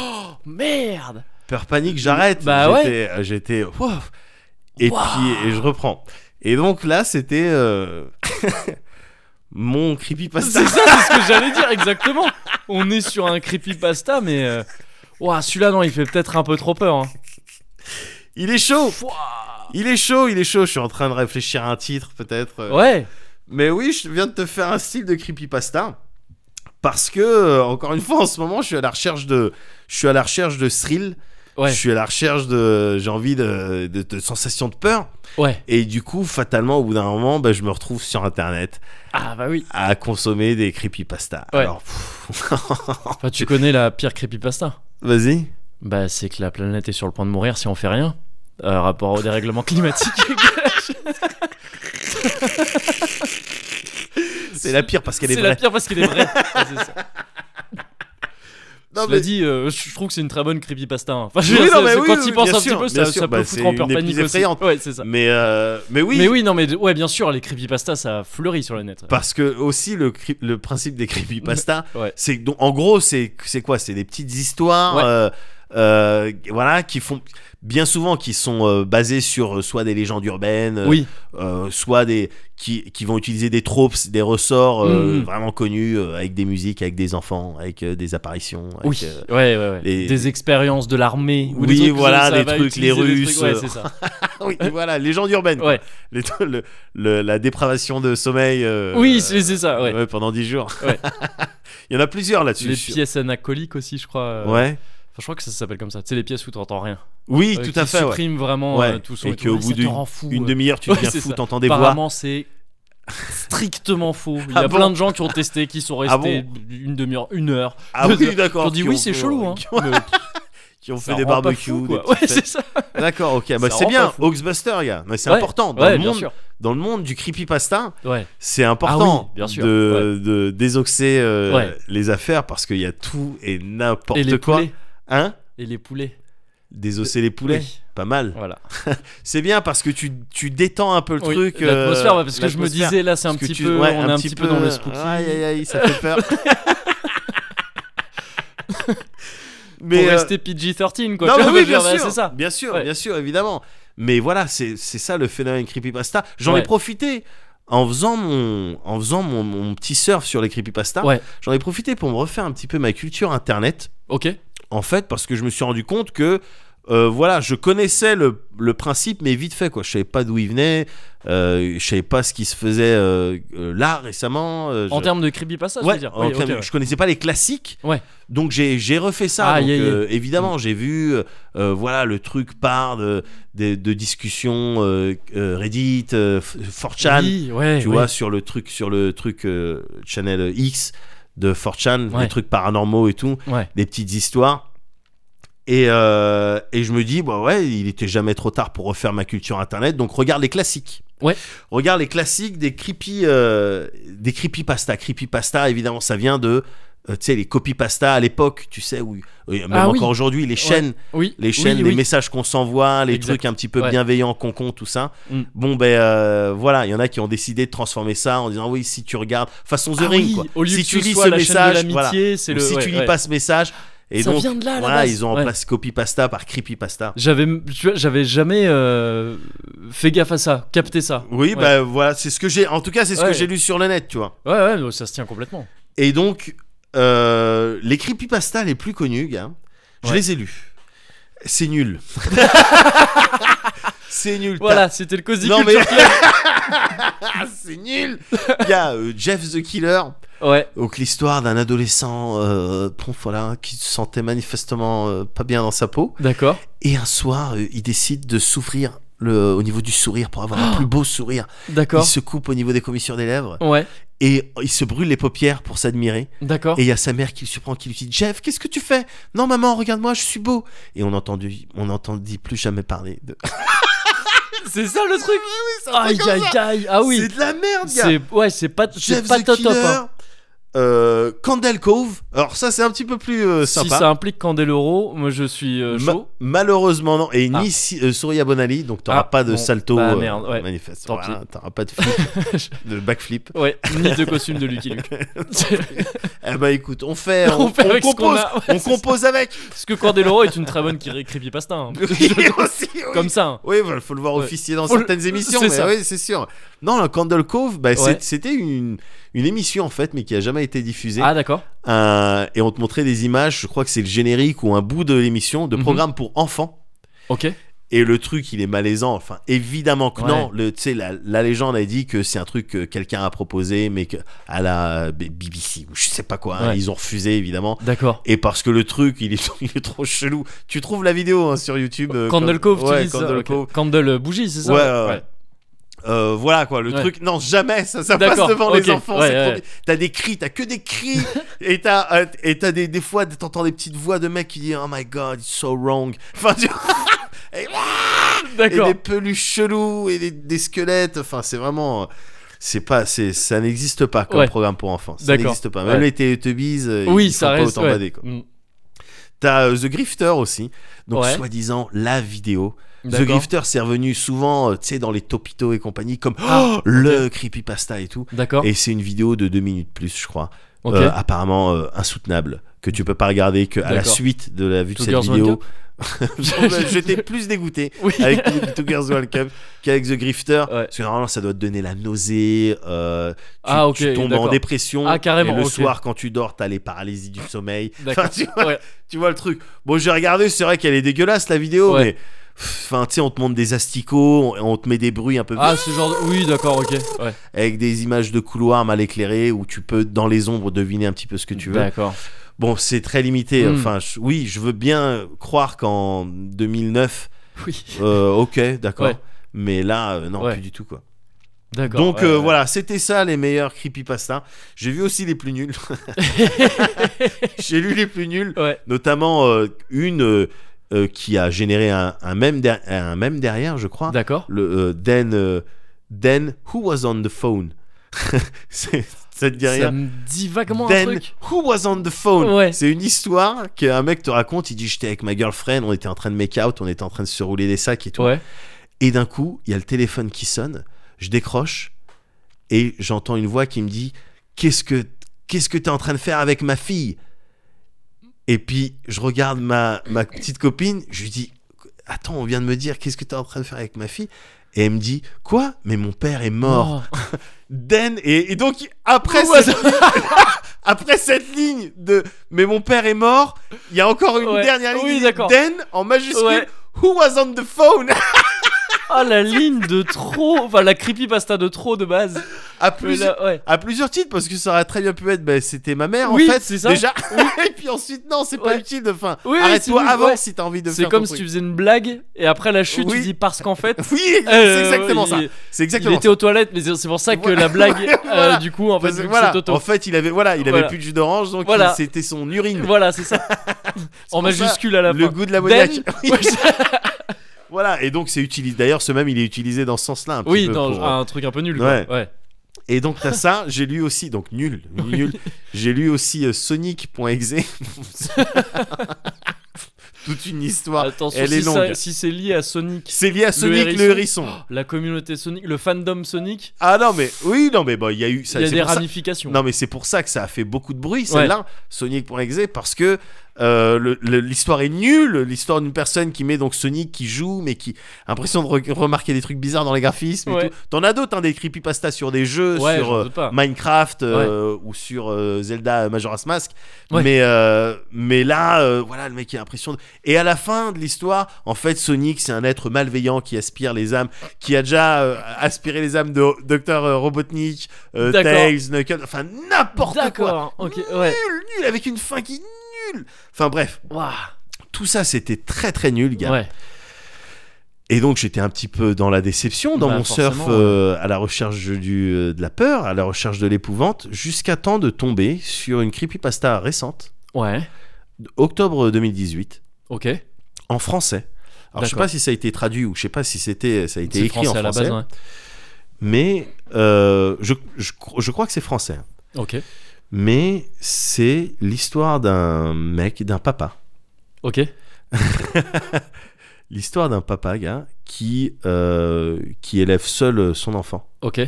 Speaker 1: Merde.
Speaker 2: Peur panique, j'arrête.
Speaker 1: Bah ouais.
Speaker 2: J'étais- euh, J'étais. Wow. Et
Speaker 1: Wow.
Speaker 2: puis et je reprends. Et donc là, c'était euh, mon creepypasta.
Speaker 1: C'est ça, c'est ce que j'allais dire exactement. On est sur un creepypasta, mais euh, ouah, celui-là non, il fait peut-être un peu trop peur. hein.
Speaker 2: Il est chaud. Il est chaud, il est chaud. Je suis en train de réfléchir à un titre peut-être. euh.
Speaker 1: Ouais,
Speaker 2: Mais oui, je viens de te faire un style de creepypasta. Parce que euh, encore une fois, en ce moment, je suis à la recherche de, je suis à la recherche de thrill.
Speaker 1: ouais,
Speaker 2: Je suis à la recherche de, j'ai envie de, de, de sensations de peur.
Speaker 1: ouais.
Speaker 2: Et du coup, fatalement, au bout d'un moment, bah, je me retrouve sur Internet.
Speaker 1: Ah bah oui.
Speaker 2: à consommer des creepypasta.
Speaker 1: Ouais.
Speaker 2: Alors, pff,
Speaker 1: Enfin, tu connais la pire creepypasta
Speaker 2: vas-y.
Speaker 1: Bah, c'est que la planète est sur le point de mourir si on fait rien. Euh, rapport au dérèglement climatique.
Speaker 2: C'est la pire parce qu'elle est,
Speaker 1: c'est la
Speaker 2: vraie.
Speaker 1: pire parce qu'il est vrai. Ouais, c'est ça.
Speaker 2: Non,
Speaker 1: Cela
Speaker 2: mais-
Speaker 1: dit, euh, je trouve que c'est une très bonne creepypasta. hein. Enfin, je
Speaker 2: Oui,
Speaker 1: veux dire,
Speaker 2: non,
Speaker 1: c'est-
Speaker 2: mais
Speaker 1: c'est
Speaker 2: oui,
Speaker 1: quand
Speaker 2: oui,
Speaker 1: il pense
Speaker 2: bien
Speaker 1: un petit
Speaker 2: sûr,
Speaker 1: peu,
Speaker 2: bien
Speaker 1: ça,
Speaker 2: sûr.
Speaker 1: ça peut
Speaker 2: Bah,
Speaker 1: foutre
Speaker 2: c'est
Speaker 1: en peur
Speaker 2: une des
Speaker 1: panique
Speaker 2: plus
Speaker 1: aussi.
Speaker 2: effrayantes.
Speaker 1: Ouais, c'est ça.
Speaker 2: Mais, euh, mais oui.
Speaker 1: Mais oui, non, mais ouais, bien sûr, les creepypastas, ça fleurit sur la net.
Speaker 2: Parce que aussi le, cri- le principe des creepypasta,
Speaker 1: Ouais.
Speaker 2: c'est donc en gros c'est c'est quoi C'est des petites histoires,
Speaker 1: Ouais.
Speaker 2: euh, euh, voilà, qui font bien souvent qui sont euh, basés sur euh, soit des légendes urbaines, euh,
Speaker 1: oui,
Speaker 2: euh, soit des qui, qui vont utiliser des tropes, des ressorts euh,
Speaker 1: Mhm.
Speaker 2: vraiment connus euh, avec des musiques, avec des enfants, avec euh, des apparitions. avec,
Speaker 1: oui,
Speaker 2: euh,
Speaker 1: ouais, ouais, ouais.
Speaker 2: les-
Speaker 1: des expériences de l'armée. ou
Speaker 2: Oui,
Speaker 1: des trucs,
Speaker 2: voilà,
Speaker 1: ça, ça
Speaker 2: des
Speaker 1: va
Speaker 2: trucs, les
Speaker 1: utiliser des
Speaker 2: Russes,
Speaker 1: trucs, ouais,
Speaker 2: euh,
Speaker 1: c'est ça.
Speaker 2: Ah oui, voilà, légende urbaine. quoi.
Speaker 1: Ouais.
Speaker 2: Les- le- le- la dépravation de sommeil. euh,
Speaker 1: oui, c'est c'est ça. Ouais.
Speaker 2: ouais, pendant 10 jours.
Speaker 1: Ouais.
Speaker 2: Il y en a plusieurs là-dessus.
Speaker 1: les
Speaker 2: je suis-
Speaker 1: pièces anacoliques aussi, je crois. euh, enfin,
Speaker 2: Ouais.
Speaker 1: je crois que ça s'appelle comme ça. C'est les pièces où t'entends rien.
Speaker 2: Oui,
Speaker 1: Euh,
Speaker 2: tout
Speaker 1: qui
Speaker 2: à fait. ouais.
Speaker 1: Supprime vraiment
Speaker 2: Ouais,
Speaker 1: euh, tout son
Speaker 2: et
Speaker 1: et tout.
Speaker 2: qu'au
Speaker 1: Ah,
Speaker 2: bout
Speaker 1: ça te
Speaker 2: d'une-
Speaker 1: rend fou,
Speaker 2: Une
Speaker 1: euh.
Speaker 2: demi-heure, tu
Speaker 1: Ouais,
Speaker 2: deviens
Speaker 1: c'est
Speaker 2: fou,
Speaker 1: ça.
Speaker 2: t'entends des voix.
Speaker 1: Apparemment, c'est strictement faux. Il y
Speaker 2: Ah
Speaker 1: a
Speaker 2: bon
Speaker 1: plein de gens qui ont testé, qui sont
Speaker 2: Ah
Speaker 1: restés une demi-heure, une heure.
Speaker 2: Ah oui, d'accord.
Speaker 1: Ils ont dit
Speaker 2: qui
Speaker 1: oui,
Speaker 2: ont
Speaker 1: c'est
Speaker 2: fait-
Speaker 1: chelou. Hein.
Speaker 2: qui ont-
Speaker 1: Mais
Speaker 2: Qui ont
Speaker 1: ça
Speaker 2: fait des
Speaker 1: rend pas
Speaker 2: barbecues.
Speaker 1: fou,
Speaker 2: des
Speaker 1: quoi.
Speaker 2: petites
Speaker 1: Ouais,
Speaker 2: fêtes.
Speaker 1: c'est ça.
Speaker 2: D'accord, ok. Bah,
Speaker 1: Ça
Speaker 2: c'est
Speaker 1: rend
Speaker 2: bien,
Speaker 1: pas fou.
Speaker 2: Oxbuster, gars. Mais c'est
Speaker 1: Ouais.
Speaker 2: important. Dans,
Speaker 1: Ouais,
Speaker 2: le
Speaker 1: bien
Speaker 2: monde,
Speaker 1: sûr.
Speaker 2: dans le monde du creepypasta,
Speaker 1: Ouais.
Speaker 2: c'est
Speaker 1: Ah
Speaker 2: important
Speaker 1: oui, bien sûr,
Speaker 2: de, de désoxer euh,
Speaker 1: Ouais.
Speaker 2: les affaires parce qu'il y a tout et n'importe
Speaker 1: Et les
Speaker 2: quoi.
Speaker 1: poulets.
Speaker 2: Hein
Speaker 1: Et les poulets.
Speaker 2: Désosser les poulets,
Speaker 1: Oui,
Speaker 2: pas mal.
Speaker 1: Voilà.
Speaker 2: C'est bien parce que tu, tu détends un peu le
Speaker 1: Oui,
Speaker 2: truc. euh,
Speaker 1: L'atmosphère, ouais, parce que je me
Speaker 2: l'atmosphère.
Speaker 1: disais là, c'est un
Speaker 2: Parce que
Speaker 1: petit
Speaker 2: tu-
Speaker 1: peu,
Speaker 2: ouais,
Speaker 1: on est un petit peu dans le spooky.
Speaker 2: euh, Aïe aïe aïe, ça fait peur.
Speaker 1: Pour
Speaker 2: mais euh,
Speaker 1: rester PG-13, quoi.
Speaker 2: non,
Speaker 1: tu
Speaker 2: mais
Speaker 1: vois, je
Speaker 2: oui,
Speaker 1: veux
Speaker 2: bien
Speaker 1: dire, ouais,
Speaker 2: sûr,
Speaker 1: C'est ça.
Speaker 2: bien sûr,
Speaker 1: Ouais.
Speaker 2: bien sûr, évidemment. Mais voilà, c'est c'est ça le phénomène creepypasta. J'en ai
Speaker 1: Ouais.
Speaker 2: profité en faisant mon en faisant mon, mon petit surf sur les creepypasta.
Speaker 1: Ouais.
Speaker 2: J'en ai profité pour me refaire un petit peu ma culture internet.
Speaker 1: Ok.
Speaker 2: En fait, parce que je me suis rendu compte que euh, voilà, je connaissais le, le principe, mais vite fait quoi. Je savais pas d'où il venait, euh, je savais pas ce qui se faisait euh, euh, là récemment. euh,
Speaker 1: En
Speaker 2: je-
Speaker 1: termes de creepypasta, je
Speaker 2: Ouais,
Speaker 1: veux dire.
Speaker 2: en
Speaker 1: Oui,
Speaker 2: termes-
Speaker 1: ok,
Speaker 2: je connaissais pas les classiques.
Speaker 1: Ouais.
Speaker 2: Donc j'ai j'ai refait ça.
Speaker 1: Ah,
Speaker 2: donc,
Speaker 1: yeah, yeah.
Speaker 2: euh, évidemment, j'ai vu euh, voilà le truc part de, de, de discussions euh, euh, Reddit, euh, F- 4chan,
Speaker 1: Oui, ouais,
Speaker 2: tu
Speaker 1: ouais.
Speaker 2: vois sur le truc sur le truc euh, channel X de 4chan, les
Speaker 1: Ouais.
Speaker 2: trucs paranormaux et tout,
Speaker 1: Ouais.
Speaker 2: des petites histoires. Et, euh, et je me dis, bah ouais, il était jamais trop tard pour refaire ma culture internet, donc regarde les classiques.
Speaker 1: Ouais.
Speaker 2: Regarde les classiques des creepy, euh, des creepypasta. Creepypasta, évidemment, ça vient de, euh, tu sais, les copypasta à l'époque, tu sais, où, où- même
Speaker 1: Ah oui.
Speaker 2: encore aujourd'hui, les chaînes,
Speaker 1: Oui.
Speaker 2: les chaînes,
Speaker 1: oui,
Speaker 2: les
Speaker 1: oui.
Speaker 2: messages qu'on s'envoie, les
Speaker 1: Exact.
Speaker 2: trucs un petit peu
Speaker 1: Ouais.
Speaker 2: bienveillants qu'on compte, tout ça.
Speaker 1: Mm.
Speaker 2: Bon, ben euh, voilà, il y en a qui ont décidé de transformer ça en disant, oui, si tu regardes, façon The
Speaker 1: Ah
Speaker 2: Ring,
Speaker 1: oui,
Speaker 2: quoi.
Speaker 1: Au lieu
Speaker 2: si
Speaker 1: que
Speaker 2: tu
Speaker 1: ce
Speaker 2: lis
Speaker 1: soit
Speaker 2: ce
Speaker 1: la chaîne de
Speaker 2: message, voilà.
Speaker 1: l'amitié, c'est
Speaker 2: Donc,
Speaker 1: le.
Speaker 2: si
Speaker 1: ouais,
Speaker 2: tu lis
Speaker 1: ouais.
Speaker 2: pas ce message, et
Speaker 1: Ça
Speaker 2: donc
Speaker 1: vient de là, à la
Speaker 2: voilà,
Speaker 1: base.
Speaker 2: ils ont en
Speaker 1: Ouais.
Speaker 2: place copypasta par creepypasta.
Speaker 1: J'avais, tu vois, j'avais jamais euh, fait gaffe à ça, capté ça.
Speaker 2: Oui,
Speaker 1: Ouais.
Speaker 2: bah voilà, c'est ce que j'ai. En tout cas, c'est ce que
Speaker 1: Ouais.
Speaker 2: j'ai lu sur le net, tu vois.
Speaker 1: Ouais, ouais, mais ça se tient complètement.
Speaker 2: Et donc, euh, les creepypasta les plus connus, gars, je
Speaker 1: Ouais.
Speaker 2: les ai lus. C'est nul. c'est nul. t'as-
Speaker 1: Voilà, c'était le cosy
Speaker 2: Non,
Speaker 1: culture
Speaker 2: mais-
Speaker 1: club.
Speaker 2: Ah, c'est nul. Il y a euh, Jeff the Killer.
Speaker 1: Ouais,
Speaker 2: Donc l'histoire d'un adolescent, euh, bon, voilà, qui se sentait manifestement euh, pas bien dans sa peau.
Speaker 1: d'accord.
Speaker 2: Et un soir, euh, il décide de s'ouvrir le, euh, au niveau du sourire pour avoir le plus beau sourire. Il
Speaker 1: Oh D'accord.
Speaker 2: se coupe au niveau des commissures des lèvres
Speaker 1: Ouais,
Speaker 2: et euh, il se brûle les paupières pour s'admirer.
Speaker 1: d'accord.
Speaker 2: Et il y a sa mère qui le surprend, qui lui dit Jeff, qu'est-ce que tu fais Non, maman, regarde-moi, je suis beau. Et on n'entendit on n'entendit plus jamais parler de.
Speaker 1: C'est ça le truc.
Speaker 2: truc
Speaker 1: Aïe,
Speaker 2: comme
Speaker 1: aïe, aïe. Ah oui.
Speaker 2: C'est de la merde, gars
Speaker 1: C'est ouais, c'est pas c'est
Speaker 2: Jeff
Speaker 1: pas
Speaker 2: the
Speaker 1: top
Speaker 2: Killer,
Speaker 1: top. hein.
Speaker 2: euh, Candle Cove. Alors, ça, c'est un petit peu plus euh,
Speaker 1: Si
Speaker 2: sympa.
Speaker 1: ça implique Candeloro, moi je suis euh,
Speaker 2: Ma-
Speaker 1: chaud.
Speaker 2: malheureusement non et
Speaker 1: Ah.
Speaker 2: ni si- euh, Surya Bonali donc t'auras
Speaker 1: Ah,
Speaker 2: pas de
Speaker 1: bon,
Speaker 2: salto
Speaker 1: bah,
Speaker 2: euh,
Speaker 1: merde, ouais.
Speaker 2: manifeste
Speaker 1: Tant
Speaker 2: Voilà, t'auras pas de flip, de backflip
Speaker 1: Ouais, ni de costume de Lucky Luke.
Speaker 2: Eh ben écoute, on fait, on,
Speaker 1: On fait
Speaker 2: on
Speaker 1: avec ce qu'on
Speaker 2: compose,
Speaker 1: a, ouais,
Speaker 2: on
Speaker 1: c'est ça.
Speaker 2: compose avec.
Speaker 1: Parce que Candeloro est une très bonne qui creepypasta. hein.
Speaker 2: Oui, aussi, oui.
Speaker 1: Comme ça. hein.
Speaker 2: Oui, voilà, faut le voir
Speaker 1: Ouais.
Speaker 2: officier dans
Speaker 1: Faut le-
Speaker 2: certaines émissions,
Speaker 1: c'est
Speaker 2: mais
Speaker 1: ça.
Speaker 2: oui, c'est sûr. Non, la Candle Cove, bah, c'est-
Speaker 1: Ouais.
Speaker 2: c'était une, une émission en fait, mais qui a jamais été diffusée.
Speaker 1: Ah d'accord.
Speaker 2: Euh, et on te montrait des images, je crois que c'est le générique ou un bout de l'émission, de
Speaker 1: Mhm.
Speaker 2: programme pour enfants.
Speaker 1: Ok.
Speaker 2: Et le truc, il est malaisant. Enfin, évidemment que
Speaker 1: Ouais.
Speaker 2: non. Le, tu sais, la, la légende a dit que c'est un truc que quelqu'un a proposé, mais que à la euh, BBC ou je sais pas quoi, hein,
Speaker 1: Ouais.
Speaker 2: ils ont refusé évidemment.
Speaker 1: D'accord.
Speaker 2: Et parce que le truc, il est, il est trop chelou. Tu trouves la vidéo hein, sur YouTube. euh,
Speaker 1: Candle
Speaker 2: quand-
Speaker 1: Cove,
Speaker 2: ouais,
Speaker 1: tu dis ça,
Speaker 2: Candle
Speaker 1: ok.
Speaker 2: Cove.
Speaker 1: Candle euh, bougie, c'est ça
Speaker 2: Ouais, ouais, ouais. Euh, voilà quoi, le
Speaker 1: Ouais.
Speaker 2: truc. Non, jamais, ça, ça passe
Speaker 1: D'accord,
Speaker 2: devant les
Speaker 1: ok,
Speaker 2: enfants.
Speaker 1: ouais,
Speaker 2: c'est trop
Speaker 1: ouais.
Speaker 2: bi- T'as des cris, t'as que des cris. et t'as euh, et t'as des, des fois, t'entends des petites voix de mecs qui disent Oh my god, it's so wrong. Enfin, tu- et, et
Speaker 1: D'accord.
Speaker 2: des peluches chelous et des, des squelettes. Enfin, c'est vraiment. C'est pas, c'est, ça n'existe pas comme
Speaker 1: Ouais.
Speaker 2: programme pour enfants. Ça
Speaker 1: D'accord.
Speaker 2: n'existe pas. Même
Speaker 1: Ouais.
Speaker 2: les Teletubbies, euh,
Speaker 1: Oui,
Speaker 2: ils sont
Speaker 1: ça
Speaker 2: pas
Speaker 1: reste.
Speaker 2: autant
Speaker 1: ouais.
Speaker 2: badés, quoi.
Speaker 1: Mm.
Speaker 2: T'as euh, The Grifter aussi. Donc,
Speaker 1: Ouais.
Speaker 2: soi-disant, la vidéo. The
Speaker 1: D'accord.
Speaker 2: Grifter, c'est revenu souvent, euh, tu sais, dans les topitos et compagnie, comme
Speaker 1: Ah,
Speaker 2: Oh, le creepypasta et tout.
Speaker 1: D'accord.
Speaker 2: Et c'est une vidéo de deux minutes plus, je crois.
Speaker 1: Ok.
Speaker 2: Euh, apparemment euh, insoutenable. que tu peux pas regarder que à la
Speaker 1: D'accord.
Speaker 2: suite de la vue de
Speaker 1: Two
Speaker 2: cette
Speaker 1: Girls, One
Speaker 2: vidéo. J'étais plus dégoûté
Speaker 1: Oui.
Speaker 2: avec Two Two Girls World Cup qu'avec The Grifter.
Speaker 1: Ouais.
Speaker 2: Parce que normalement, ça doit te donner la nausée. euh, tu,
Speaker 1: Ah, ok,
Speaker 2: tu tombes en
Speaker 1: d'accord.
Speaker 2: dépression.
Speaker 1: Ah, carrément,
Speaker 2: Et le
Speaker 1: ok.
Speaker 2: soir, quand tu dors, t'as les paralysies du sommeil.
Speaker 1: D'accord.
Speaker 2: Enfin, tu, vois,
Speaker 1: Ouais.
Speaker 2: tu vois le truc. Bon, j'ai regardé, c'est vrai qu'elle est dégueulasse la vidéo,
Speaker 1: Ouais.
Speaker 2: mais. Enfin, tu sais, on te montre des asticots, on, on te met des bruits un peu
Speaker 1: Ah, ce genre. de- Oui, d'accord, ok. Ouais.
Speaker 2: avec des images de couloirs mal éclairés où tu peux, dans les ombres, deviner un petit peu ce que tu veux.
Speaker 1: D'accord.
Speaker 2: Bon, c'est très limité.
Speaker 1: Hmm.
Speaker 2: Enfin, je- oui, je veux bien croire qu'en 2009,
Speaker 1: Oui.
Speaker 2: euh, ok, d'accord.
Speaker 1: Ouais.
Speaker 2: Mais là, euh, non,
Speaker 1: Ouais.
Speaker 2: plus du tout, quoi.
Speaker 1: D'accord.
Speaker 2: Donc
Speaker 1: ouais,
Speaker 2: euh,
Speaker 1: ouais.
Speaker 2: voilà, c'était ça les meilleurs creepypasta. J'ai vu aussi les plus nuls. J'ai lu les plus nuls,
Speaker 1: Ouais.
Speaker 2: notamment euh, une euh, euh, qui a généré un, un, même un même derrière, je crois.
Speaker 1: D'accord.
Speaker 2: Le euh, Then, euh, Then Who Was On The Phone C'est- Ça te dit rien
Speaker 1: Ça me dit vaguement un
Speaker 2: Then
Speaker 1: truc.
Speaker 2: Who Was On The Phone
Speaker 1: Ouais.
Speaker 2: C'est une histoire qu'un mec te raconte. Il dit J'étais avec ma girlfriend, on était en train de make out, on était en train de se rouler des sacs et tout.
Speaker 1: Ouais.
Speaker 2: Et d'un coup, il y a le téléphone qui sonne. Je décroche et j'entends une voix qui me dit Qu'est-ce que qu'est-ce que t'es en train de faire avec ma fille Et puis je regarde ma, ma petite copine. Je lui dis Attends, on vient de me dire qu'est-ce que t'es en train de faire avec ma fille Et elle me dit Quoi Mais mon père est mort.
Speaker 1: Oh.
Speaker 2: Den et, et donc après
Speaker 1: Ouais,
Speaker 2: cette, après cette ligne de Mais mon père est mort, il y a encore une
Speaker 1: Ouais.
Speaker 2: dernière
Speaker 1: Oui,
Speaker 2: ligne.
Speaker 1: d'accord.
Speaker 2: Den en majuscule.
Speaker 1: Ouais.
Speaker 2: Who was on the phone
Speaker 1: Ah, la ligne de trop. Enfin, la creepypasta de trop de base.
Speaker 2: à
Speaker 1: Mais
Speaker 2: plusieurs,
Speaker 1: là, ouais.
Speaker 2: à plusieurs titres parce que ça aurait très bien pu être bah, c'était ma mère
Speaker 1: Oui,
Speaker 2: en fait
Speaker 1: c'est ça.
Speaker 2: déjà et puis ensuite non c'est pas
Speaker 1: Ouais.
Speaker 2: utile de fin
Speaker 1: Oui, oui,
Speaker 2: arrête-toi
Speaker 1: c'est-
Speaker 2: avant
Speaker 1: ouais.
Speaker 2: si t'as envie de
Speaker 1: C'est
Speaker 2: faire
Speaker 1: comme
Speaker 2: ton
Speaker 1: si tu
Speaker 2: truc.
Speaker 1: faisais une blague et après la chute,
Speaker 2: Oui.
Speaker 1: tu dis parce qu'en fait.
Speaker 2: oui
Speaker 1: Euh,
Speaker 2: c'est exactement
Speaker 1: il-
Speaker 2: ça c'est exactement
Speaker 1: Il était
Speaker 2: ça.
Speaker 1: aux toilettes, mais c'est c'est pour ça que
Speaker 2: Voilà.
Speaker 1: la blague, euh,
Speaker 2: Voilà.
Speaker 1: du coup, en fait,
Speaker 2: Parce que
Speaker 1: vu que
Speaker 2: voilà,
Speaker 1: c'est auto.
Speaker 2: en fait il avait voilà il avait
Speaker 1: Voilà.
Speaker 2: plus de jus d'orange donc
Speaker 1: Voilà.
Speaker 2: il- c'était son urine
Speaker 1: Voilà, c'est ça. en
Speaker 2: pour ça,
Speaker 1: majuscule à la
Speaker 2: le
Speaker 1: fin.
Speaker 2: goût de la
Speaker 1: Then-
Speaker 2: moniaque
Speaker 1: Ouais, ça-
Speaker 2: voilà et donc c'est utilisé d'ailleurs ce même il est utilisé dans ce sens là un petit
Speaker 1: oui,
Speaker 2: peu
Speaker 1: non,
Speaker 2: pour,
Speaker 1: un truc un peu nul.
Speaker 2: Ouais.
Speaker 1: Quoi. Ouais.
Speaker 2: Et donc t'as ça, j'ai lu aussi, donc nul, nul. J'ai lu aussi euh, Sonic.exe. Toute une histoire.
Speaker 1: Attention,
Speaker 2: Ah, Elle
Speaker 1: si,
Speaker 2: est
Speaker 1: ça-
Speaker 2: longue.
Speaker 1: si c'est lié à Sonic,
Speaker 2: C'est lié à Sonic le
Speaker 1: hérisson.
Speaker 2: hérisson.
Speaker 1: la communauté Sonic, le fandom Sonic,
Speaker 2: Ah non mais oui non mais bon il y a eu ça.
Speaker 1: il y a
Speaker 2: c'est
Speaker 1: des
Speaker 2: pour ça-
Speaker 1: ramifications.
Speaker 2: Non mais c'est pour ça que ça a fait beaucoup de bruit celle-là, Sonic.exe, parce que euh, le- le- l'histoire est nulle, l'histoire d'une personne qui met donc Sonic qui joue mais qui a l'impression de re- remarquer des trucs bizarres dans les graphismes et
Speaker 1: Ouais.
Speaker 2: tout. T'en as d'autres hein, des creepypasta sur des jeux,
Speaker 1: ouais,
Speaker 2: sur
Speaker 1: j'en
Speaker 2: euh,
Speaker 1: doute pas.
Speaker 2: Minecraft euh, ou sur euh, Zelda Majora's Mask.
Speaker 1: Ouais.
Speaker 2: Mais, euh, mais là, euh, voilà, le mec il a l'impression. de- Et à la fin de l'histoire, en fait, Sonic, c'est un être malveillant qui aspire les âmes, qui a déjà euh, aspiré les âmes de Dr. Robotnik, euh,
Speaker 1: D'accord.
Speaker 2: Tails, Knuckles, enfin n'importe quoi.
Speaker 1: D'accord, ok, ouais.
Speaker 2: Nul, nul, avec une fin qui est nulle. Enfin bref,
Speaker 1: Ouah,
Speaker 2: tout ça c'était très très nul, gars.
Speaker 1: ouais.
Speaker 2: Et donc j'étais un petit peu dans la déception, dans
Speaker 1: Bah,
Speaker 2: mon surf,
Speaker 1: forcément,
Speaker 2: euh, à la recherche du, euh, de la peur, à la recherche de l'épouvante, jusqu'à temps de tomber sur une creepypasta récente,
Speaker 1: Ouais,
Speaker 2: d- octobre 2018,
Speaker 1: ok.
Speaker 2: en français. Alors je sais
Speaker 1: D'accord.
Speaker 2: pas si ça a été traduit ou je sais pas si c'était ça a été
Speaker 1: C'est
Speaker 2: écrit
Speaker 1: français,
Speaker 2: en
Speaker 1: à la
Speaker 2: français,
Speaker 1: base, ouais.
Speaker 2: mais euh, je, je cro- je crois que c'est français.
Speaker 1: Ok,
Speaker 2: Mais c'est l'histoire d'un mec, d'un papa.
Speaker 1: ok.
Speaker 2: L'histoire d'un papa, gars, qui, euh, qui élève seul euh, son enfant.
Speaker 1: Ok,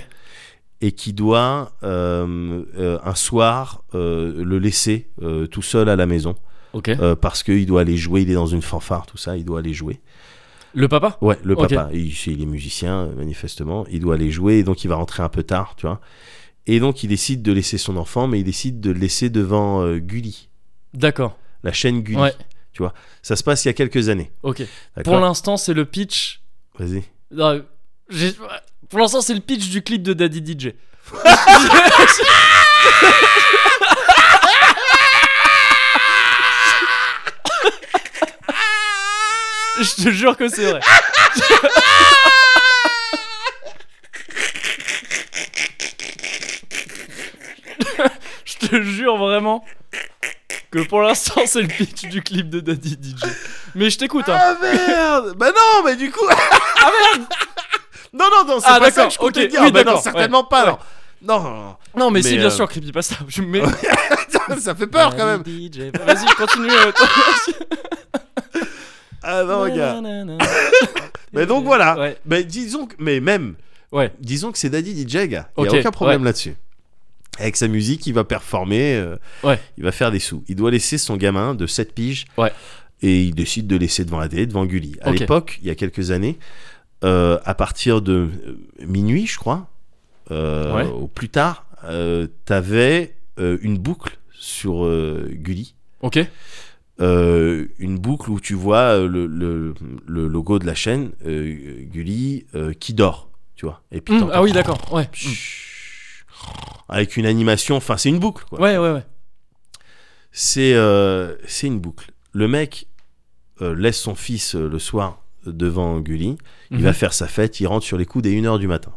Speaker 2: et qui doit euh, euh, un soir euh, le laisser euh, tout seul à la maison
Speaker 1: ok.
Speaker 2: euh, parce qu'il doit aller jouer, il est dans une fanfare, tout ça, il doit aller jouer.
Speaker 1: Le papa
Speaker 2: Ouais, le
Speaker 1: Ok.
Speaker 2: papa, il, il est musicien euh, manifestement, il doit aller jouer et donc il va rentrer un peu tard, tu vois. Et donc il décide de laisser son enfant, mais il décide de le laisser devant euh, Gulli,
Speaker 1: D'accord,
Speaker 2: la chaîne Gulli.
Speaker 1: Ouais.
Speaker 2: Ça se passe il y a quelques années.
Speaker 1: ok. Pour
Speaker 2: D'accord.
Speaker 1: l'instant, c'est le pitch.
Speaker 2: Vas-y.
Speaker 1: Non, j'ai- Pour l'instant, c'est le pitch du clip de Daddy DJ. Je te jure que c'est vrai. Je te jure vraiment que pour l'instant c'est le pitch du clip de Daddy DJ. Mais je t'écoute. Hein.
Speaker 2: Ah merde Bah non, mais du coup. ah merde Non, non, non, c'est
Speaker 1: Ah,
Speaker 2: pas ça
Speaker 1: d'accord,
Speaker 2: que je comptais
Speaker 1: ok,
Speaker 2: dire.
Speaker 1: oui,
Speaker 2: Bah non,
Speaker 1: d'accord,
Speaker 2: certainement pas.
Speaker 1: ouais.
Speaker 2: non. Non, non,
Speaker 1: Non mais,
Speaker 2: Mais,
Speaker 1: si bien
Speaker 2: euh,
Speaker 1: sûr creepypasta. Je mets
Speaker 2: non, ça fait peur quand même.
Speaker 1: Daddy DJ. Vas-y continue. euh,
Speaker 2: Ah non, gars.
Speaker 1: Nanana.
Speaker 2: Mais donc voilà.
Speaker 1: Ouais.
Speaker 2: Mais disons que, mais même,
Speaker 1: Ouais.
Speaker 2: disons que c'est Daddy DJ, gars. Il y
Speaker 1: Ok,
Speaker 2: a aucun problème là-dessus. Avec sa musique, il va performer, euh,
Speaker 1: Ouais.
Speaker 2: il va faire des sous. Il doit laisser son gamin de 7 piges.
Speaker 1: Ouais.
Speaker 2: Et il décide de laisser devant la télé, devant Gulli. À
Speaker 1: Ok.
Speaker 2: l'époque, il y a quelques années, euh, à partir de euh, minuit, je crois, euh,
Speaker 1: Ouais.
Speaker 2: au plus tard, euh, t'avais euh, une boucle sur euh, Gulli.
Speaker 1: Ok.
Speaker 2: Euh, une boucle où tu vois euh, le, le- le logo de la chaîne, euh, Gulli, euh, qui dort, tu vois. Et puis
Speaker 1: Hmm,
Speaker 2: t'entends-
Speaker 1: ah oui, d'accord. Ouais.
Speaker 2: Avec une animation, enfin c'est une boucle quoi.
Speaker 1: Ouais, ouais, ouais.
Speaker 2: C'est euh, c'est une boucle. Le mec euh, laisse son fils euh, le soir devant Gulli, il
Speaker 1: Mhm.
Speaker 2: va faire sa fête, il rentre sur les coups des 1h du matin.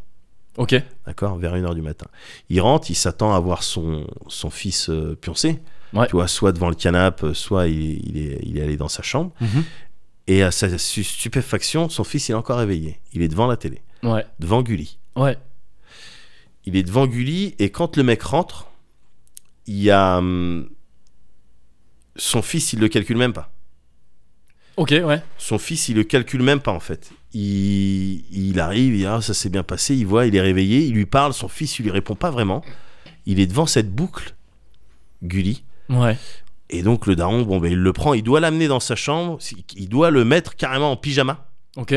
Speaker 1: Ok.
Speaker 2: D'accord Vers 1h du matin. Il rentre, il s'attend à voir son, son fils euh, pioncer.
Speaker 1: Ouais.
Speaker 2: Tu vois, soit devant le canapé, euh, soit il, il est, il est allé dans sa chambre.
Speaker 1: Mhm.
Speaker 2: Et à sa su- stupéfaction, son fils, il est encore réveillé. Il est devant la télé,
Speaker 1: Ouais.
Speaker 2: devant Gulli.
Speaker 1: Ouais.
Speaker 2: Il est devant Gulli, et quand le mec rentre, il y a. hum, son fils, il le calcule même pas.
Speaker 1: Ok, ouais.
Speaker 2: Son fils, il le calcule même pas en fait. Il, il arrive, il dit ah ça s'est bien passé, il voit, il est réveillé, il lui parle, son fils, il lui répond pas vraiment. Il est devant cette boucle, Gulli.
Speaker 1: Ouais.
Speaker 2: Et donc le daron, bon ben il le prend, il doit l'amener dans sa chambre, il doit le mettre carrément en pyjama.
Speaker 1: Ok.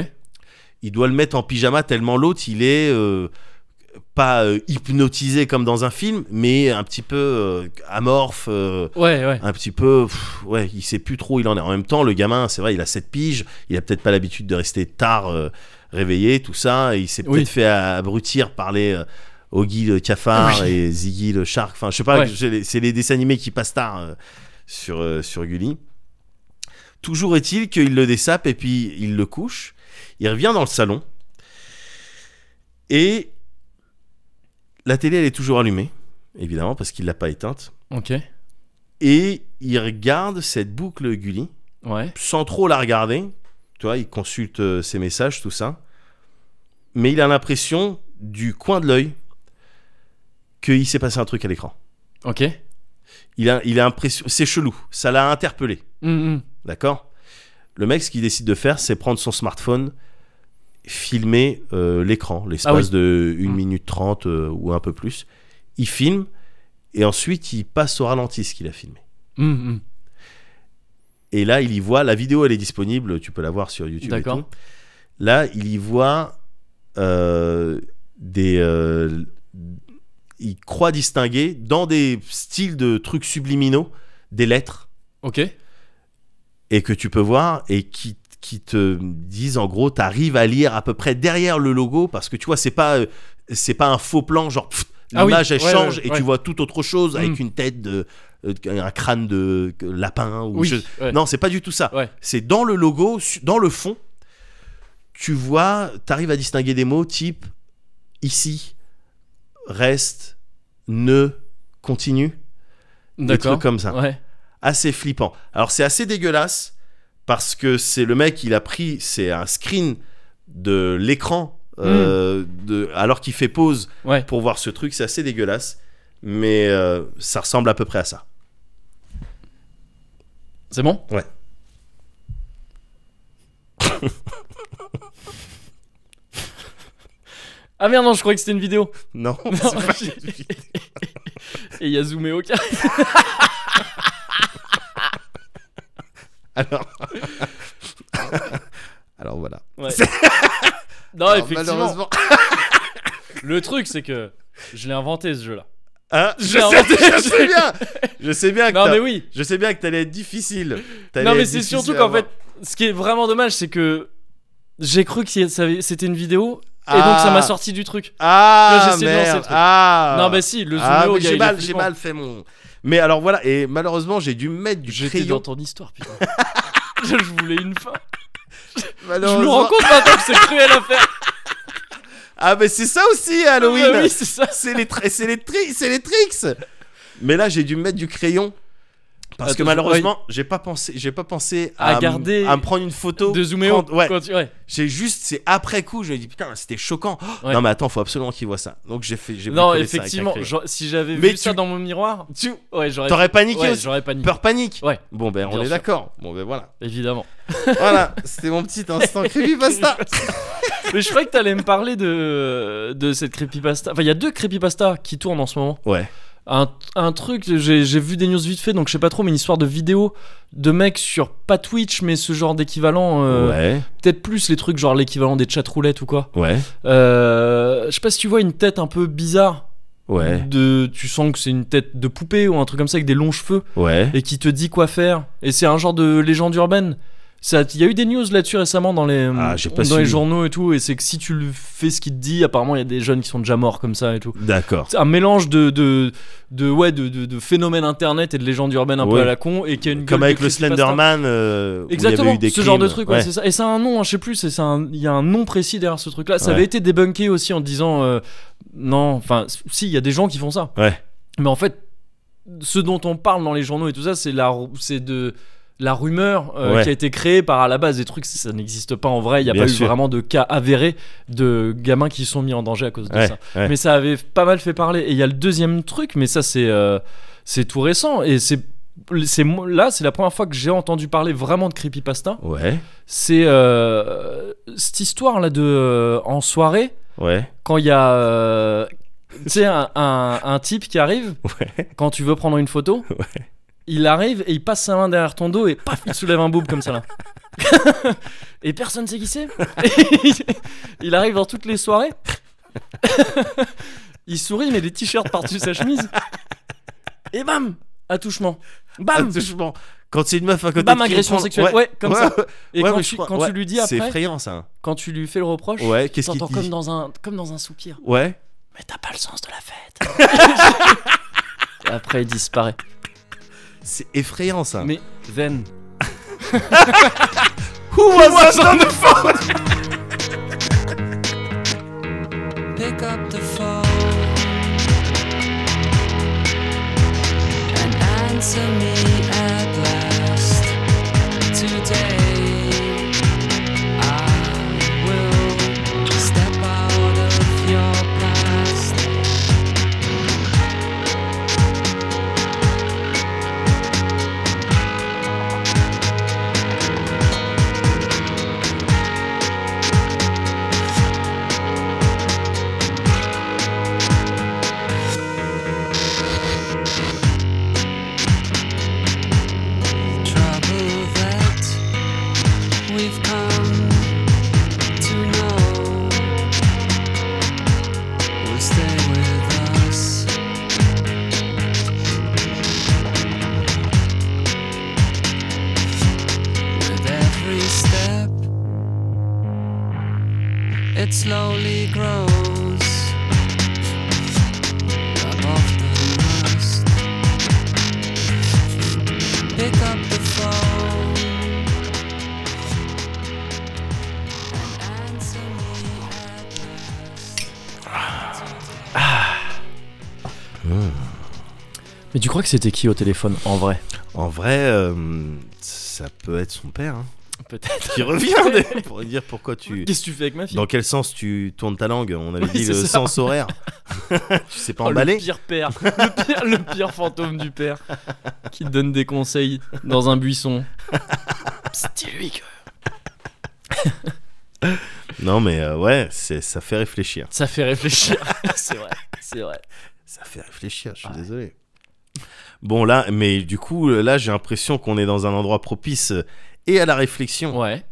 Speaker 2: Il doit le mettre en pyjama tellement l'autre, il est euh, pas euh, hypnotisé comme dans un film, mais un petit peu euh, amorphe. euh,
Speaker 1: Ouais, ouais.
Speaker 2: un petit peu pff, ouais il sait plus trop où il en est en même temps le gamin c'est vrai il a 7 piges il a peut-être pas l'habitude de rester tard euh, réveillé tout ça et il s'est
Speaker 1: Oui.
Speaker 2: peut-être fait abrutir par les euh, Oggy le cafard
Speaker 1: Oui.
Speaker 2: et Ziggy le shark enfin je sais pas
Speaker 1: Ouais.
Speaker 2: c'est les- c'est les dessins animés qui passent tard euh, sur euh, sur Gulli toujours est-il qu'il le dessape et puis il le couche il revient dans le salon et la télé elle est toujours allumée évidemment parce qu'il l'a pas éteinte
Speaker 1: Ok.
Speaker 2: et il regarde cette boucle Gulli
Speaker 1: Ouais.
Speaker 2: sans trop la regarder. Tu vois, il consulte euh, ses messages, tout ça. Mais il a l'impression, du coin de l'œil, qu'il s'est passé un truc à l'écran.
Speaker 1: Ok.
Speaker 2: Il a, il a impression, c'est chelou. Ça l'a interpellé,
Speaker 1: Hum, hum.
Speaker 2: d'accord Le mec, ce qu'il décide de faire, c'est prendre son smartphone, filmer euh, l'écran, l'espace
Speaker 1: Ah oui.
Speaker 2: de 1
Speaker 1: Mm.
Speaker 2: minute 30 euh, ou un peu plus. Il filme et ensuite il passe au ralenti ce qu'il a filmé.
Speaker 1: Hum, hum.
Speaker 2: Et là, il y voit, la vidéo, elle est disponible, tu peux la voir sur YouTube. et
Speaker 1: D'accord.
Speaker 2: tout. Là, il y voit euh, des. euh, il croit distinguer, dans des styles de trucs subliminaux, des lettres,
Speaker 1: Ok.
Speaker 2: et que tu peux voir, et qui, qui te disent, en gros, t'arrives à lire à peu près derrière le logo, parce que tu vois, c'est pas, euh, c'est pas un faux plan, genre. pfft,
Speaker 1: Ah oui,
Speaker 2: L'image, elle
Speaker 1: ouais,
Speaker 2: change
Speaker 1: ouais,
Speaker 2: et
Speaker 1: ouais.
Speaker 2: tu vois tout autre chose
Speaker 1: Mm.
Speaker 2: avec une tête de. euh, un crâne de lapin ou
Speaker 1: Oui.
Speaker 2: je-
Speaker 1: ouais.
Speaker 2: non, c'est pas du tout ça.
Speaker 1: Ouais.
Speaker 2: C'est dans le logo, su- dans le fond, tu vois, t'arrives à distinguer des mots type ici, reste, ne, continue, des
Speaker 1: D'accord.
Speaker 2: trucs comme ça.
Speaker 1: Ouais.
Speaker 2: Assez flippant. Alors c'est assez dégueulasse parce que c'est le mec, il a pris, c'est un screen de l'écran euh, de- alors qu'il fait pause
Speaker 1: Hmm. Ouais.
Speaker 2: pour voir ce truc, c'est assez dégueulasse, mais euh, ça ressemble à peu près à ça.
Speaker 1: C'est bon
Speaker 2: Ouais.
Speaker 1: ah merde, non, je croyais que c'était une vidéo.
Speaker 2: Non,
Speaker 1: Non,
Speaker 2: c'est pas-
Speaker 1: j'ai- Et il y a zoomé au cas.
Speaker 2: Alors... Alors voilà.
Speaker 1: Ouais. non,
Speaker 2: Alors,
Speaker 1: Ah, effectivement.
Speaker 2: malheureusement-
Speaker 1: Le truc, c'est que je l'ai inventé ce jeu-là.
Speaker 2: Hein je,
Speaker 1: Non,
Speaker 2: sais,
Speaker 1: mais-
Speaker 2: je sais bien. Je sais bien que
Speaker 1: Non,
Speaker 2: t'as-
Speaker 1: mais oui.
Speaker 2: je sais bien que t'allais être difficile. T'allais
Speaker 1: Non, mais
Speaker 2: être
Speaker 1: c'est
Speaker 2: difficile
Speaker 1: surtout
Speaker 2: à
Speaker 1: qu'en
Speaker 2: voir.
Speaker 1: fait, ce qui est vraiment dommage, c'est que j'ai cru que c'était une vidéo et donc
Speaker 2: Ah.
Speaker 1: ça m'a sorti du truc.
Speaker 2: Ah
Speaker 1: Là, j'essaie de lancer le
Speaker 2: merde.
Speaker 1: truc.
Speaker 2: Ah.
Speaker 1: Non, bah si, le zoomé
Speaker 2: Ah,
Speaker 1: au
Speaker 2: mais
Speaker 1: gars,
Speaker 2: j'ai
Speaker 1: il est
Speaker 2: mal, j'ai
Speaker 1: flippant.
Speaker 2: mal fait mon. Mais alors voilà, et malheureusement j'ai dû mettre du
Speaker 1: J'étais
Speaker 2: crayon.
Speaker 1: dans ton histoire, putain. je voulais une fin. Je me
Speaker 2: Malheureusement-
Speaker 1: rends compte maintenant que c'est cruel à faire.
Speaker 2: Ah mais c'est ça aussi Halloween.
Speaker 1: Bah oui, c'est ça.
Speaker 2: C'est les, tri- c'est les, tri- c'est les tricks. Mais là j'ai dû mettre du crayon. Parce que
Speaker 1: Attends,
Speaker 2: malheureusement, j'ai pas pensé, j'ai pas pensé
Speaker 1: À
Speaker 2: à, m-
Speaker 1: garder-
Speaker 2: à me prendre une photo
Speaker 1: De zoomer au.
Speaker 2: prendre- ouais,
Speaker 1: quand tu- ouais.
Speaker 2: J'ai juste, c'est après coup, je me dis putain, c'était choquant. Oh,
Speaker 1: Ouais.
Speaker 2: Non mais attends, faut absolument qu'il voit ça. Donc j'ai fait, j'ai
Speaker 1: Non,
Speaker 2: bricolé ça avec un
Speaker 1: effectivement,
Speaker 2: crayon.
Speaker 1: genre, si j'avais
Speaker 2: Mais
Speaker 1: vu ça
Speaker 2: tu-
Speaker 1: dans mon miroir,
Speaker 2: Tu,
Speaker 1: ouais, j'aurais
Speaker 2: t'aurais paniqué,
Speaker 1: ouais,
Speaker 2: aussi.
Speaker 1: j'aurais paniqué.
Speaker 2: peur panique.
Speaker 1: Ouais.
Speaker 2: Bon ben, on
Speaker 1: Bien
Speaker 2: est
Speaker 1: sûr.
Speaker 2: d'accord. Bon ben voilà,
Speaker 1: Évidemment.
Speaker 2: voilà, c'était mon petit instant creepypasta.
Speaker 1: Mais je croyais que t'allais me parler de de cette creepypasta. Enfin, il y a deux creepypastas qui tournent en ce moment.
Speaker 2: Ouais.
Speaker 1: un, un truc, j'ai j'ai vu des news vite fait, donc je sais pas trop, mais une histoire de vidéo de mecs sur pas Twitch, mais ce genre d'équivalent, euh,
Speaker 2: ouais,
Speaker 1: peut-être plus les trucs genre l'équivalent des chat roulettes ou quoi.
Speaker 2: ouais,
Speaker 1: Euh, je sais pas si tu vois une tête un peu bizarre.
Speaker 2: ouais,
Speaker 1: De, tu sens que c'est une tête de poupée ou un truc comme ça avec des longs cheveux
Speaker 2: ouais.
Speaker 1: et qui te dit quoi faire. Et c'est un genre de légende urbaine. Ça- Il y a eu des news là-dessus récemment dans les,
Speaker 2: Ah, j'ai
Speaker 1: dans
Speaker 2: pas
Speaker 1: les
Speaker 2: suivi.
Speaker 1: journaux et tout. Et c'est que si tu le fais ce qu'il te dit, apparemment il y a des jeunes qui sont déjà morts comme ça et tout.
Speaker 2: D'accord.
Speaker 1: C'est un mélange de, de, de, ouais, de, de, de phénomènes internet et de légendes urbaines un peu
Speaker 2: Ouais.
Speaker 1: à la con. Et qui a une gueule
Speaker 2: Comme
Speaker 1: de
Speaker 2: avec le
Speaker 1: creepypasta.
Speaker 2: Slenderman, euh, où il y
Speaker 1: Exactement,
Speaker 2: avait eu des
Speaker 1: ce genre de
Speaker 2: crimes.
Speaker 1: truc, ouais, c'est ça. Et c'est un nom, hein, je sais plus, c'est c'est un- il y a un nom précis derrière ce truc-là. Ça
Speaker 2: Ouais.
Speaker 1: avait été débunké aussi en disant euh, non, enfin, si, il y a des gens qui font ça.
Speaker 2: Ouais.
Speaker 1: Mais en fait, ce dont on parle dans les journaux et tout ça, c'est la, ru- c'est de la rumeur euh,
Speaker 2: Ouais.
Speaker 1: qui a été créée par à la base des trucs. Ça n'existe pas en vrai. Il n'y a
Speaker 2: Bien
Speaker 1: pas
Speaker 2: sûr.
Speaker 1: eu vraiment de cas avérés de gamins qui sont mis en danger à cause de
Speaker 2: Ouais,
Speaker 1: ça.
Speaker 2: ouais.
Speaker 1: Mais ça avait pas mal fait parler. Et il y a le deuxième truc, mais ça c'est euh, c'est tout récent et c'est c'est mo- là c'est la première fois que j'ai entendu parler vraiment de creepypasta.
Speaker 2: Ouais,
Speaker 1: C'est euh, cette histoire là de euh, en soirée
Speaker 2: ouais,
Speaker 1: quand il y a euh, tu sais un, un- un type qui arrive
Speaker 2: ouais.
Speaker 1: quand tu veux prendre une photo. Il arrive et il passe sa main derrière ton dos et paf, il soulève un boob comme ça là. et personne sait qui c'est. il arrive dans toutes les soirées. il sourit mais des t-shirts par-dessus sa chemise. Et bam, attouchement. Bam,
Speaker 2: Attouchement. Ah, Quand c'est une meuf à côté
Speaker 1: bam
Speaker 2: de qui
Speaker 1: agression
Speaker 2: prend-
Speaker 1: sexuelle. Ouais, comme
Speaker 2: ouais,
Speaker 1: ça.
Speaker 2: ouais,
Speaker 1: Et
Speaker 2: ouais,
Speaker 1: quand,
Speaker 2: mais je
Speaker 1: tu,
Speaker 2: crois-
Speaker 1: quand
Speaker 2: ouais,
Speaker 1: tu lui dis
Speaker 2: C'est
Speaker 1: après,
Speaker 2: effrayant ça. hein.
Speaker 1: quand tu lui fais le reproche,
Speaker 2: Ouais, qu'est-ce qu'il
Speaker 1: t'entends
Speaker 2: te
Speaker 1: comme
Speaker 2: dit
Speaker 1: dans un comme dans un soupir.
Speaker 2: Ouais.
Speaker 1: Mais t'as pas le sens de la fête. Et après il disparaît.
Speaker 2: C'est effrayant ça.
Speaker 1: Mais veine.
Speaker 2: Who was on the phone
Speaker 5: pick up the phone and answer me at last. Today I will step out of your past. trouble that we've come to know will stay with us. With every step, it slowly grows above the rust pick up the phone and answer me at
Speaker 1: Mais tu crois que c'était qui au téléphone en vrai
Speaker 2: En vrai, euh, ça peut être son père hein,
Speaker 1: Peut-être.
Speaker 2: qui revient des- pour lui dire pourquoi tu.
Speaker 1: Qu'est-ce que tu fais avec ma fille
Speaker 2: Dans quel sens tu tournes ta langue On avait
Speaker 1: Oui,
Speaker 2: dit
Speaker 1: c'est
Speaker 2: le
Speaker 1: ça.
Speaker 2: sens horaire. tu sais pas
Speaker 1: Oh, Le
Speaker 2: emballer
Speaker 1: pire père, le pire, le pire fantôme du père qui te donne des conseils dans un buisson. Psst, Dis-lui que
Speaker 2: Non mais euh, ouais, c'est- ça fait réfléchir.
Speaker 1: ça fait réfléchir. c'est vrai, c'est vrai.
Speaker 2: Ça fait réfléchir, je suis désolé. Bon là, mais du coup, là j'ai l'impression qu'on est dans un endroit propice euh, et à la réflexion
Speaker 1: Ouais,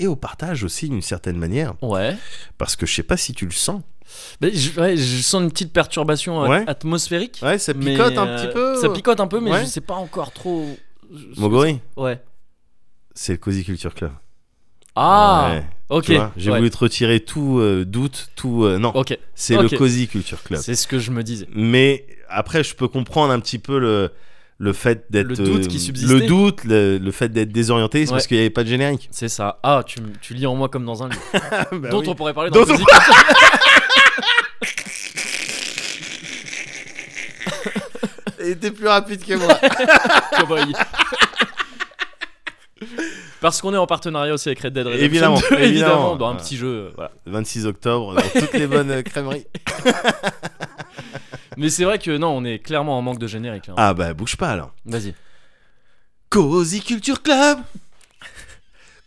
Speaker 2: et au partage aussi d'une certaine manière.
Speaker 1: ouais.
Speaker 2: Parce que je sais pas si tu le sens.
Speaker 1: Mais je, ouais, je sens une petite perturbation at-
Speaker 2: Ouais.
Speaker 1: atmosphérique.
Speaker 2: Ouais, ça
Speaker 1: mais,
Speaker 2: picote un
Speaker 1: euh,
Speaker 2: petit peu.
Speaker 1: Ça picote un peu, mais
Speaker 2: Ouais.
Speaker 1: je sais pas encore trop.
Speaker 2: Mogori,
Speaker 1: Ouais.
Speaker 2: c'est le Cozy Culture Club.
Speaker 1: Ah,
Speaker 2: Ouais,
Speaker 1: ok.
Speaker 2: tu vois, J'ai
Speaker 1: ouais.
Speaker 2: voulu te retirer tout euh, doute, tout... euh, non,
Speaker 1: Ok,
Speaker 2: c'est
Speaker 1: ok.
Speaker 2: le Cozy Culture Club.
Speaker 1: c'est ce que je me disais.
Speaker 2: Mais après, je peux comprendre un petit peu le, le fait d'être...
Speaker 1: Le doute
Speaker 2: euh,
Speaker 1: qui subsistait.
Speaker 2: Le doute, le, le fait d'être désorienté, c'est
Speaker 1: Ouais.
Speaker 2: parce qu'il n'y avait pas de générique.
Speaker 1: C'est ça. Ah, tu, m- tu lis en moi comme dans un livre.
Speaker 2: Bah
Speaker 1: Dont
Speaker 2: oui.
Speaker 1: on pourrait parler dans
Speaker 2: Dont on-
Speaker 1: Cozy
Speaker 2: Et t'es plus rapide que moi.
Speaker 1: Cowboy. Parce qu'on est en partenariat aussi avec Red Dead Redemption
Speaker 2: Évidemment,
Speaker 1: 2, évidemment,
Speaker 2: évidemment.
Speaker 1: dans un
Speaker 2: Voilà.
Speaker 1: petit jeu. euh,
Speaker 2: voilà, 26 octobre, dans toutes les bonnes euh, crèmeries.
Speaker 1: Mais c'est vrai que non, on est clairement en manque de générique. là.
Speaker 2: Ah bah, bouge pas alors.
Speaker 1: Vas-y.
Speaker 2: Cozy Culture Club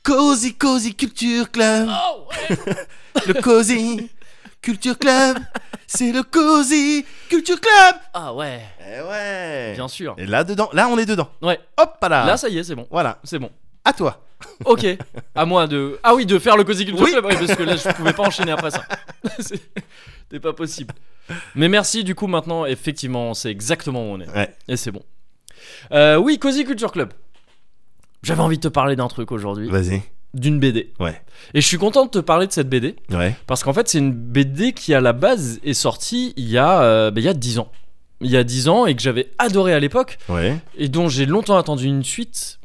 Speaker 2: Cozy
Speaker 1: Oh.
Speaker 2: Cozy Culture Club Le Cozy Culture Club c'est le Cozy Culture Club
Speaker 1: Ah ouais,
Speaker 2: Eh Ah. ouais
Speaker 1: bien sûr.
Speaker 2: Et là dedans, là on est dedans.
Speaker 1: Ouais,
Speaker 2: Hop là
Speaker 1: là ça y est, c'est bon.
Speaker 2: Voilà,
Speaker 1: C'est bon.
Speaker 2: à toi.
Speaker 1: Ok, à moi de. Ah oui, de faire le Cozy Culture
Speaker 2: Oui.
Speaker 1: Club, ouais, parce que là je pouvais pas enchaîner après ça. C'est- C'était pas possible. Mais merci, du coup, maintenant, effectivement, c'est exactement où on est.
Speaker 2: Ouais.
Speaker 1: Et c'est bon. Euh, oui, Cozy Culture Club. J'avais envie de te parler d'un truc aujourd'hui,
Speaker 2: Vas-y.
Speaker 1: d'une BD.
Speaker 2: Ouais.
Speaker 1: Et je suis content de te parler de cette BD,
Speaker 2: Ouais.
Speaker 1: parce qu'en fait, c'est une BD qui, à la base, est sortie il y a, euh, ben, il y a 10 ans. Il y a 10 ans, et que j'avais adoré à l'époque,
Speaker 2: Ouais.
Speaker 1: et dont j'ai longtemps attendu une suite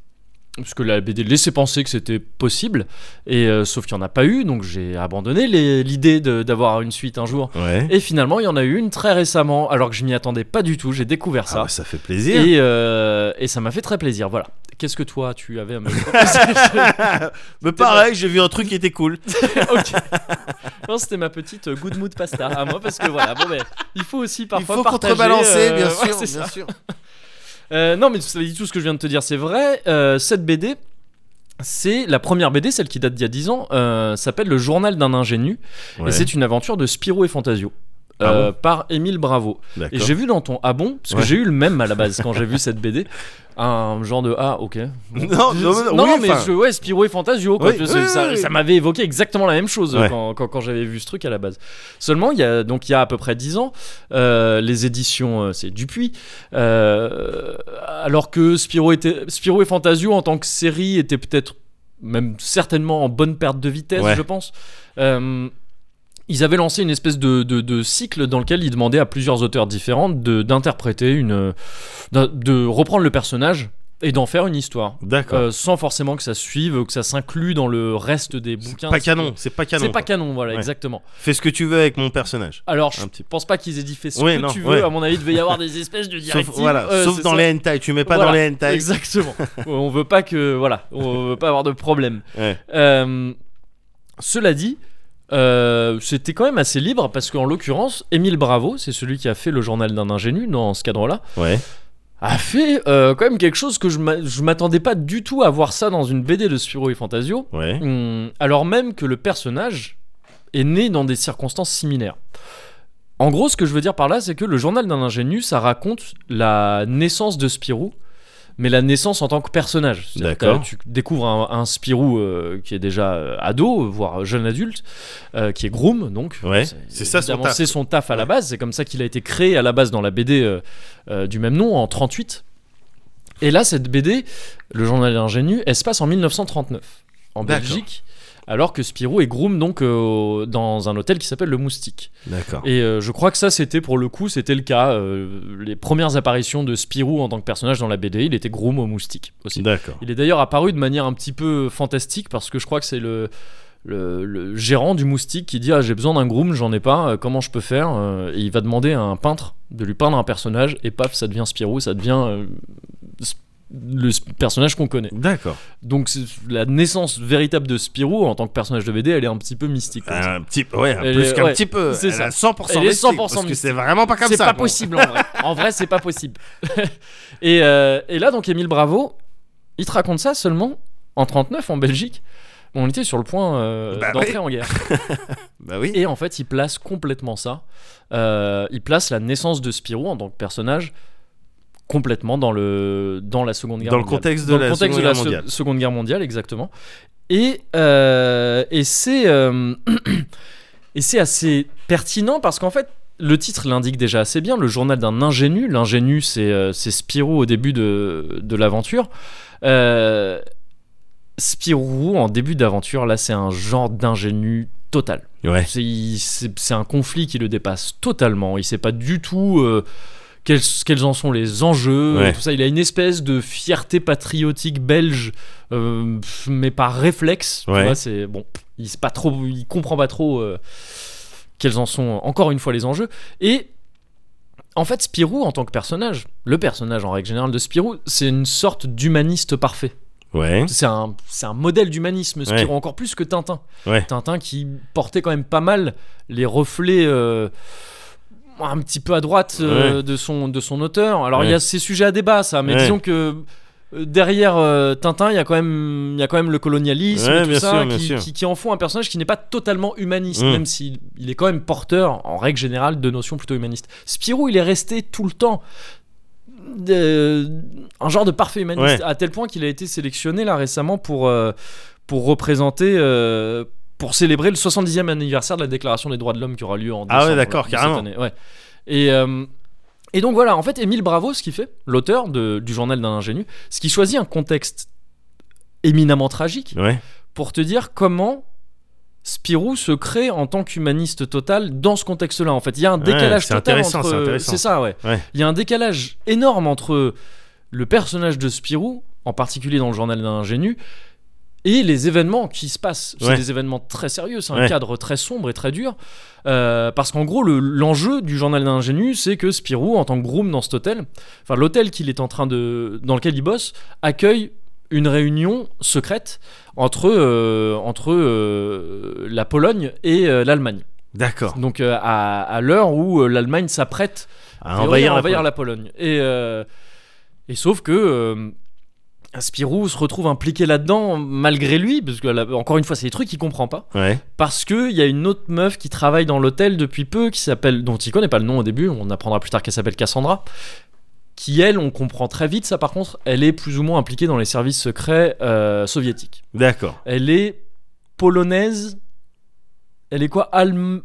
Speaker 1: parce que la BD laissait penser que c'était possible et euh, sauf qu'il n'y en a pas eu donc j'ai abandonné les- l'idée de- d'avoir une suite un jour
Speaker 2: Ouais.
Speaker 1: et finalement il y en a eu une très récemment alors que je m'y attendais pas du tout j'ai découvert
Speaker 2: Ah,
Speaker 1: ça
Speaker 2: bah, ça fait plaisir.
Speaker 1: et, euh, et ça m'a fait très plaisir voilà qu'est-ce que toi tu avais à me
Speaker 2: Mais pareil, j'ai vu un truc qui était cool.
Speaker 1: ok non c'était ma petite euh, good mood pasta à moi parce que voilà bon mais il faut aussi parfois
Speaker 2: Il faut
Speaker 1: partager,
Speaker 2: contrebalancer,
Speaker 1: euh,
Speaker 2: bien
Speaker 1: ouais,
Speaker 2: sûr.
Speaker 1: c'est ça.
Speaker 2: bien sûr.
Speaker 1: Euh, non, mais ça dit tout ce que je viens de te dire, c'est vrai. Euh, cette BD, c'est la première BD, celle qui date d'il y a 10 ans, euh, s'appelle Le Journal d'un ingénu.
Speaker 2: Ouais,
Speaker 1: Et c'est une aventure de Spirou et Fantasio.
Speaker 2: Ah
Speaker 1: euh, par Émile Bravo. Et
Speaker 2: d'accord.
Speaker 1: j'ai vu dans ton Ah bon Parce que
Speaker 2: Ouais.
Speaker 1: j'ai eu le même à la base quand j'ai vu cette BD. Un genre de Ah, ok.
Speaker 2: Non, non, non, oui,
Speaker 1: mais
Speaker 2: enfin.
Speaker 1: je- ouais, Spirou et Fantasio, quoi.
Speaker 2: Oui,
Speaker 1: Tu sais,
Speaker 2: oui,
Speaker 1: ça,
Speaker 2: oui.
Speaker 1: ça m'avait évoqué exactement la même chose euh,
Speaker 2: Ouais.
Speaker 1: quand, quand- quand j'avais vu ce truc à la base. Seulement, il y a, donc, il y a à peu près 10 ans, euh, les éditions, euh, c'est Dupuis, euh, alors que Spirou, était, Spirou et Fantasio, en tant que série, étaient peut-être même certainement en bonne perte de vitesse,
Speaker 2: Ouais.
Speaker 1: je pense. Euh, ils avaient lancé une espèce de, de- de cycle dans lequel ils demandaient à plusieurs auteurs différents de- d'interpréter une. de- de reprendre le personnage et d'en faire une histoire.
Speaker 2: D'accord.
Speaker 1: Euh, sans forcément que ça suive, que ça s'inclue dans le reste des bouquins.
Speaker 2: pas canon, c'est pas canon.
Speaker 1: C'est pas canon, voilà,
Speaker 2: Ouais.
Speaker 1: exactement.
Speaker 2: Fais ce que tu veux avec mon personnage.
Speaker 1: Alors, je
Speaker 2: Un petit peu.
Speaker 1: pense pas qu'ils aient dit fais ce
Speaker 2: Ouais,
Speaker 1: que
Speaker 2: non,
Speaker 1: tu veux.
Speaker 2: ouais.
Speaker 1: À mon avis, il devait y avoir des espèces de directives.
Speaker 2: Sauf, voilà,
Speaker 1: euh,
Speaker 2: sauf
Speaker 1: c'est
Speaker 2: dans
Speaker 1: ça.
Speaker 2: les hentai, tu mets pas dans
Speaker 1: Voilà,
Speaker 2: les hentai.
Speaker 1: Exactement. on veut pas que. Voilà, on veut pas avoir de problème.
Speaker 2: Ouais.
Speaker 1: Euh, cela dit, euh, c'était quand même assez libre parce qu'en l'occurrence, Émile Bravo, c'est celui qui a fait le journal d'un ingénu dans ce cadre-là,
Speaker 2: Ouais.
Speaker 1: a fait euh, quand même quelque chose que je m'a- je m'attendais pas du tout à voir ça dans une BD de Spiro et Fantasio.
Speaker 2: Ouais.
Speaker 1: Hmm, alors même que le personnage est né dans des circonstances similaires. En gros, ce que je veux dire par là, c'est que le journal d'un ingénu, ça raconte la naissance de Spirou, mais la naissance en tant que personnage. C'est-à-dire que
Speaker 2: D'accord.
Speaker 1: Tu découvres un, un Spirou euh, qui est déjà euh, ado, voire jeune adulte, euh, qui est groom, donc.
Speaker 2: Ouais, c'est ça son
Speaker 1: évidemment,
Speaker 2: taf.
Speaker 1: C'est son taf à la
Speaker 2: Ouais.
Speaker 1: base, c'est comme ça qu'il a été créé à la base dans la BD euh, euh, du même nom, en 38. Et là, cette BD, le journal ingénu, elle se passe en 1939, en
Speaker 2: D'accord.
Speaker 1: Belgique, alors que Spirou est groom donc euh, dans un hôtel qui s'appelle le Moustique.
Speaker 2: D'accord.
Speaker 1: Et euh, je crois que ça, c'était pour le coup, c'était le cas. euh, les premières apparitions de Spirou en tant que personnage dans la BD, il était groom au Moustique aussi.
Speaker 2: D'accord.
Speaker 1: Il est d'ailleurs apparu de manière un petit peu fantastique parce que je crois que c'est le, le, le gérant du moustique qui dit ah, j'ai besoin d'un groom, j'en ai pas, euh, comment je peux faire Euh, Et il va demander à un peintre de lui peindre un personnage et paf, ça devient Spirou, ça devient euh, sp- le sp- personnage qu'on connaît.
Speaker 2: D'accord.
Speaker 1: Donc c'est- la naissance véritable de Spirou en tant que personnage de BD, elle est un petit peu mystique. comme ça.
Speaker 2: Un petit peu, ouais, un
Speaker 1: Elle
Speaker 2: plus
Speaker 1: est-
Speaker 2: qu'un
Speaker 1: ouais,
Speaker 2: petit peu.
Speaker 1: c'est
Speaker 2: Elle
Speaker 1: ça.
Speaker 2: a 100%
Speaker 1: Elle est
Speaker 2: mystique,
Speaker 1: 100%
Speaker 2: Parce que
Speaker 1: mystique.
Speaker 2: c'est vraiment pas comme ça.
Speaker 1: C'est pas
Speaker 2: bon.
Speaker 1: possible en vrai. En vrai, c'est pas possible. et, euh, et là, donc, Émile Bravo, il te raconte ça seulement en 39 en Belgique. On était sur le point euh,
Speaker 2: Bah
Speaker 1: d'entrer
Speaker 2: oui.
Speaker 1: en guerre.
Speaker 2: Bah oui.
Speaker 1: Et en fait, il place complètement ça. Euh, il place la naissance de Spirou en tant que personnage complètement dans, le, dans la Seconde Guerre
Speaker 2: Dans le
Speaker 1: mondiale.
Speaker 2: contexte de
Speaker 1: Dans le
Speaker 2: la
Speaker 1: contexte
Speaker 2: Seconde
Speaker 1: de la
Speaker 2: Guerre
Speaker 1: Se-
Speaker 2: mondiale.
Speaker 1: Seconde Guerre mondiale, exactement. Et, euh, et c'est euh, et c'est assez pertinent parce qu'en fait, le titre l'indique déjà assez bien, le journal d'un ingénu. L'ingénu, c'est euh, c'est Spirou au début de, de l'aventure. Euh, Spirou, en début d'aventure, là, c'est un genre d'ingénu total.
Speaker 2: Ouais.
Speaker 1: C'est il- c'est- c'est un conflit qui le dépasse totalement. Il sait pas du tout euh, quels, quels en sont les enjeux.
Speaker 2: Ouais.
Speaker 1: et Tout ça. Il a une espèce de fierté patriotique belge, euh, pff, mais par réflexe. tu
Speaker 2: Ouais.
Speaker 1: vois, c'est bon. pff, Il sait pas trop. Il comprend pas trop euh, quels en sont encore une fois les enjeux. Et en fait, Spirou en tant que personnage, le personnage en règle générale de Spirou, c'est une sorte d'humaniste parfait.
Speaker 2: Ouais.
Speaker 1: C'est un, c'est un modèle d'humanisme, Spirou,
Speaker 2: Ouais.
Speaker 1: encore plus que Tintin.
Speaker 2: Ouais.
Speaker 1: Tintin qui portait quand même pas mal les reflets euh, un petit peu à droite euh, de, son, de son auteur. Alors, il y a ces sujets à débat, ça, mais
Speaker 2: Ouais.
Speaker 1: disons que euh, derrière euh, Tintin, il y a quand même, il y a quand même le colonialisme
Speaker 2: Ouais,
Speaker 1: et tout
Speaker 2: bien
Speaker 1: ça,
Speaker 2: sûr, bien
Speaker 1: qui,
Speaker 2: sûr.
Speaker 1: qui- qui en font un personnage qui n'est pas totalement humaniste,
Speaker 2: Mm.
Speaker 1: même s'il il est quand même porteur, en règle générale, de notions plutôt humanistes. Spirou, il est resté tout le temps euh, un genre de parfait humaniste,
Speaker 2: Ouais.
Speaker 1: à tel point qu'il a été sélectionné là récemment pour euh, pour représenter. euh, pour célébrer le 70e anniversaire de la Déclaration des droits de l'homme qui aura lieu en
Speaker 2: Ah ouais,
Speaker 1: décembre,
Speaker 2: d'accord,
Speaker 1: cette
Speaker 2: carrément.
Speaker 1: année. Ouais. Et, euh, et donc voilà, en fait, Émile Bravo, ce qu'il fait, l'auteur de- du journal d'un ingénu, ce qui choisit un contexte éminemment tragique
Speaker 2: Ouais.
Speaker 1: pour te dire comment Spirou se crée en tant qu'humaniste total dans ce contexte-là. En fait, il y a un
Speaker 2: Ouais,
Speaker 1: décalage
Speaker 2: c'est
Speaker 1: total
Speaker 2: intéressant, c'est
Speaker 1: entre.
Speaker 2: intéressant.
Speaker 1: C'est ça, ouais.
Speaker 2: Ouais.
Speaker 1: Il y a un décalage énorme entre le personnage de Spirou, en particulier dans le journal d'un ingénu, et les événements qui se passent. C'est
Speaker 2: Ouais.
Speaker 1: des événements très sérieux, c'est un
Speaker 2: Ouais.
Speaker 1: cadre très sombre et très dur. Euh, parce qu'en gros, le- l'enjeu du journal d'un ingénu, c'est que Spirou, en tant que groom dans cet hôtel, enfin l'hôtel qu'il est en train de, dans lequel il bosse, accueille une réunion secrète entre, euh, entre euh, la Pologne et euh, l'Allemagne.
Speaker 2: D'accord.
Speaker 1: Donc euh, à, à l'heure où euh, l'Allemagne s'apprête
Speaker 2: À
Speaker 1: et
Speaker 2: envahir
Speaker 1: ouais,
Speaker 2: la
Speaker 1: envahir la Pologne. Et, euh, et sauf que euh, Spirou se retrouve impliqué là-dedans malgré lui, parce que là, encore une fois, c'est des trucs qu'il comprend pas.
Speaker 2: Pologne. Ouais.
Speaker 1: Parce qu'il y a une autre meuf qui travaille dans l'hôtel depuis peu, qui s'appelle, dont il connaît pas le nom au début, on apprendra plus tard qu'elle s'appelle Cassandra. Qui elle, on comprend très vite ça par contre, elle est plus ou moins impliquée dans les services secrets euh, soviétiques.
Speaker 2: D'accord.
Speaker 1: Elle est polonaise. Elle est quoi Allem-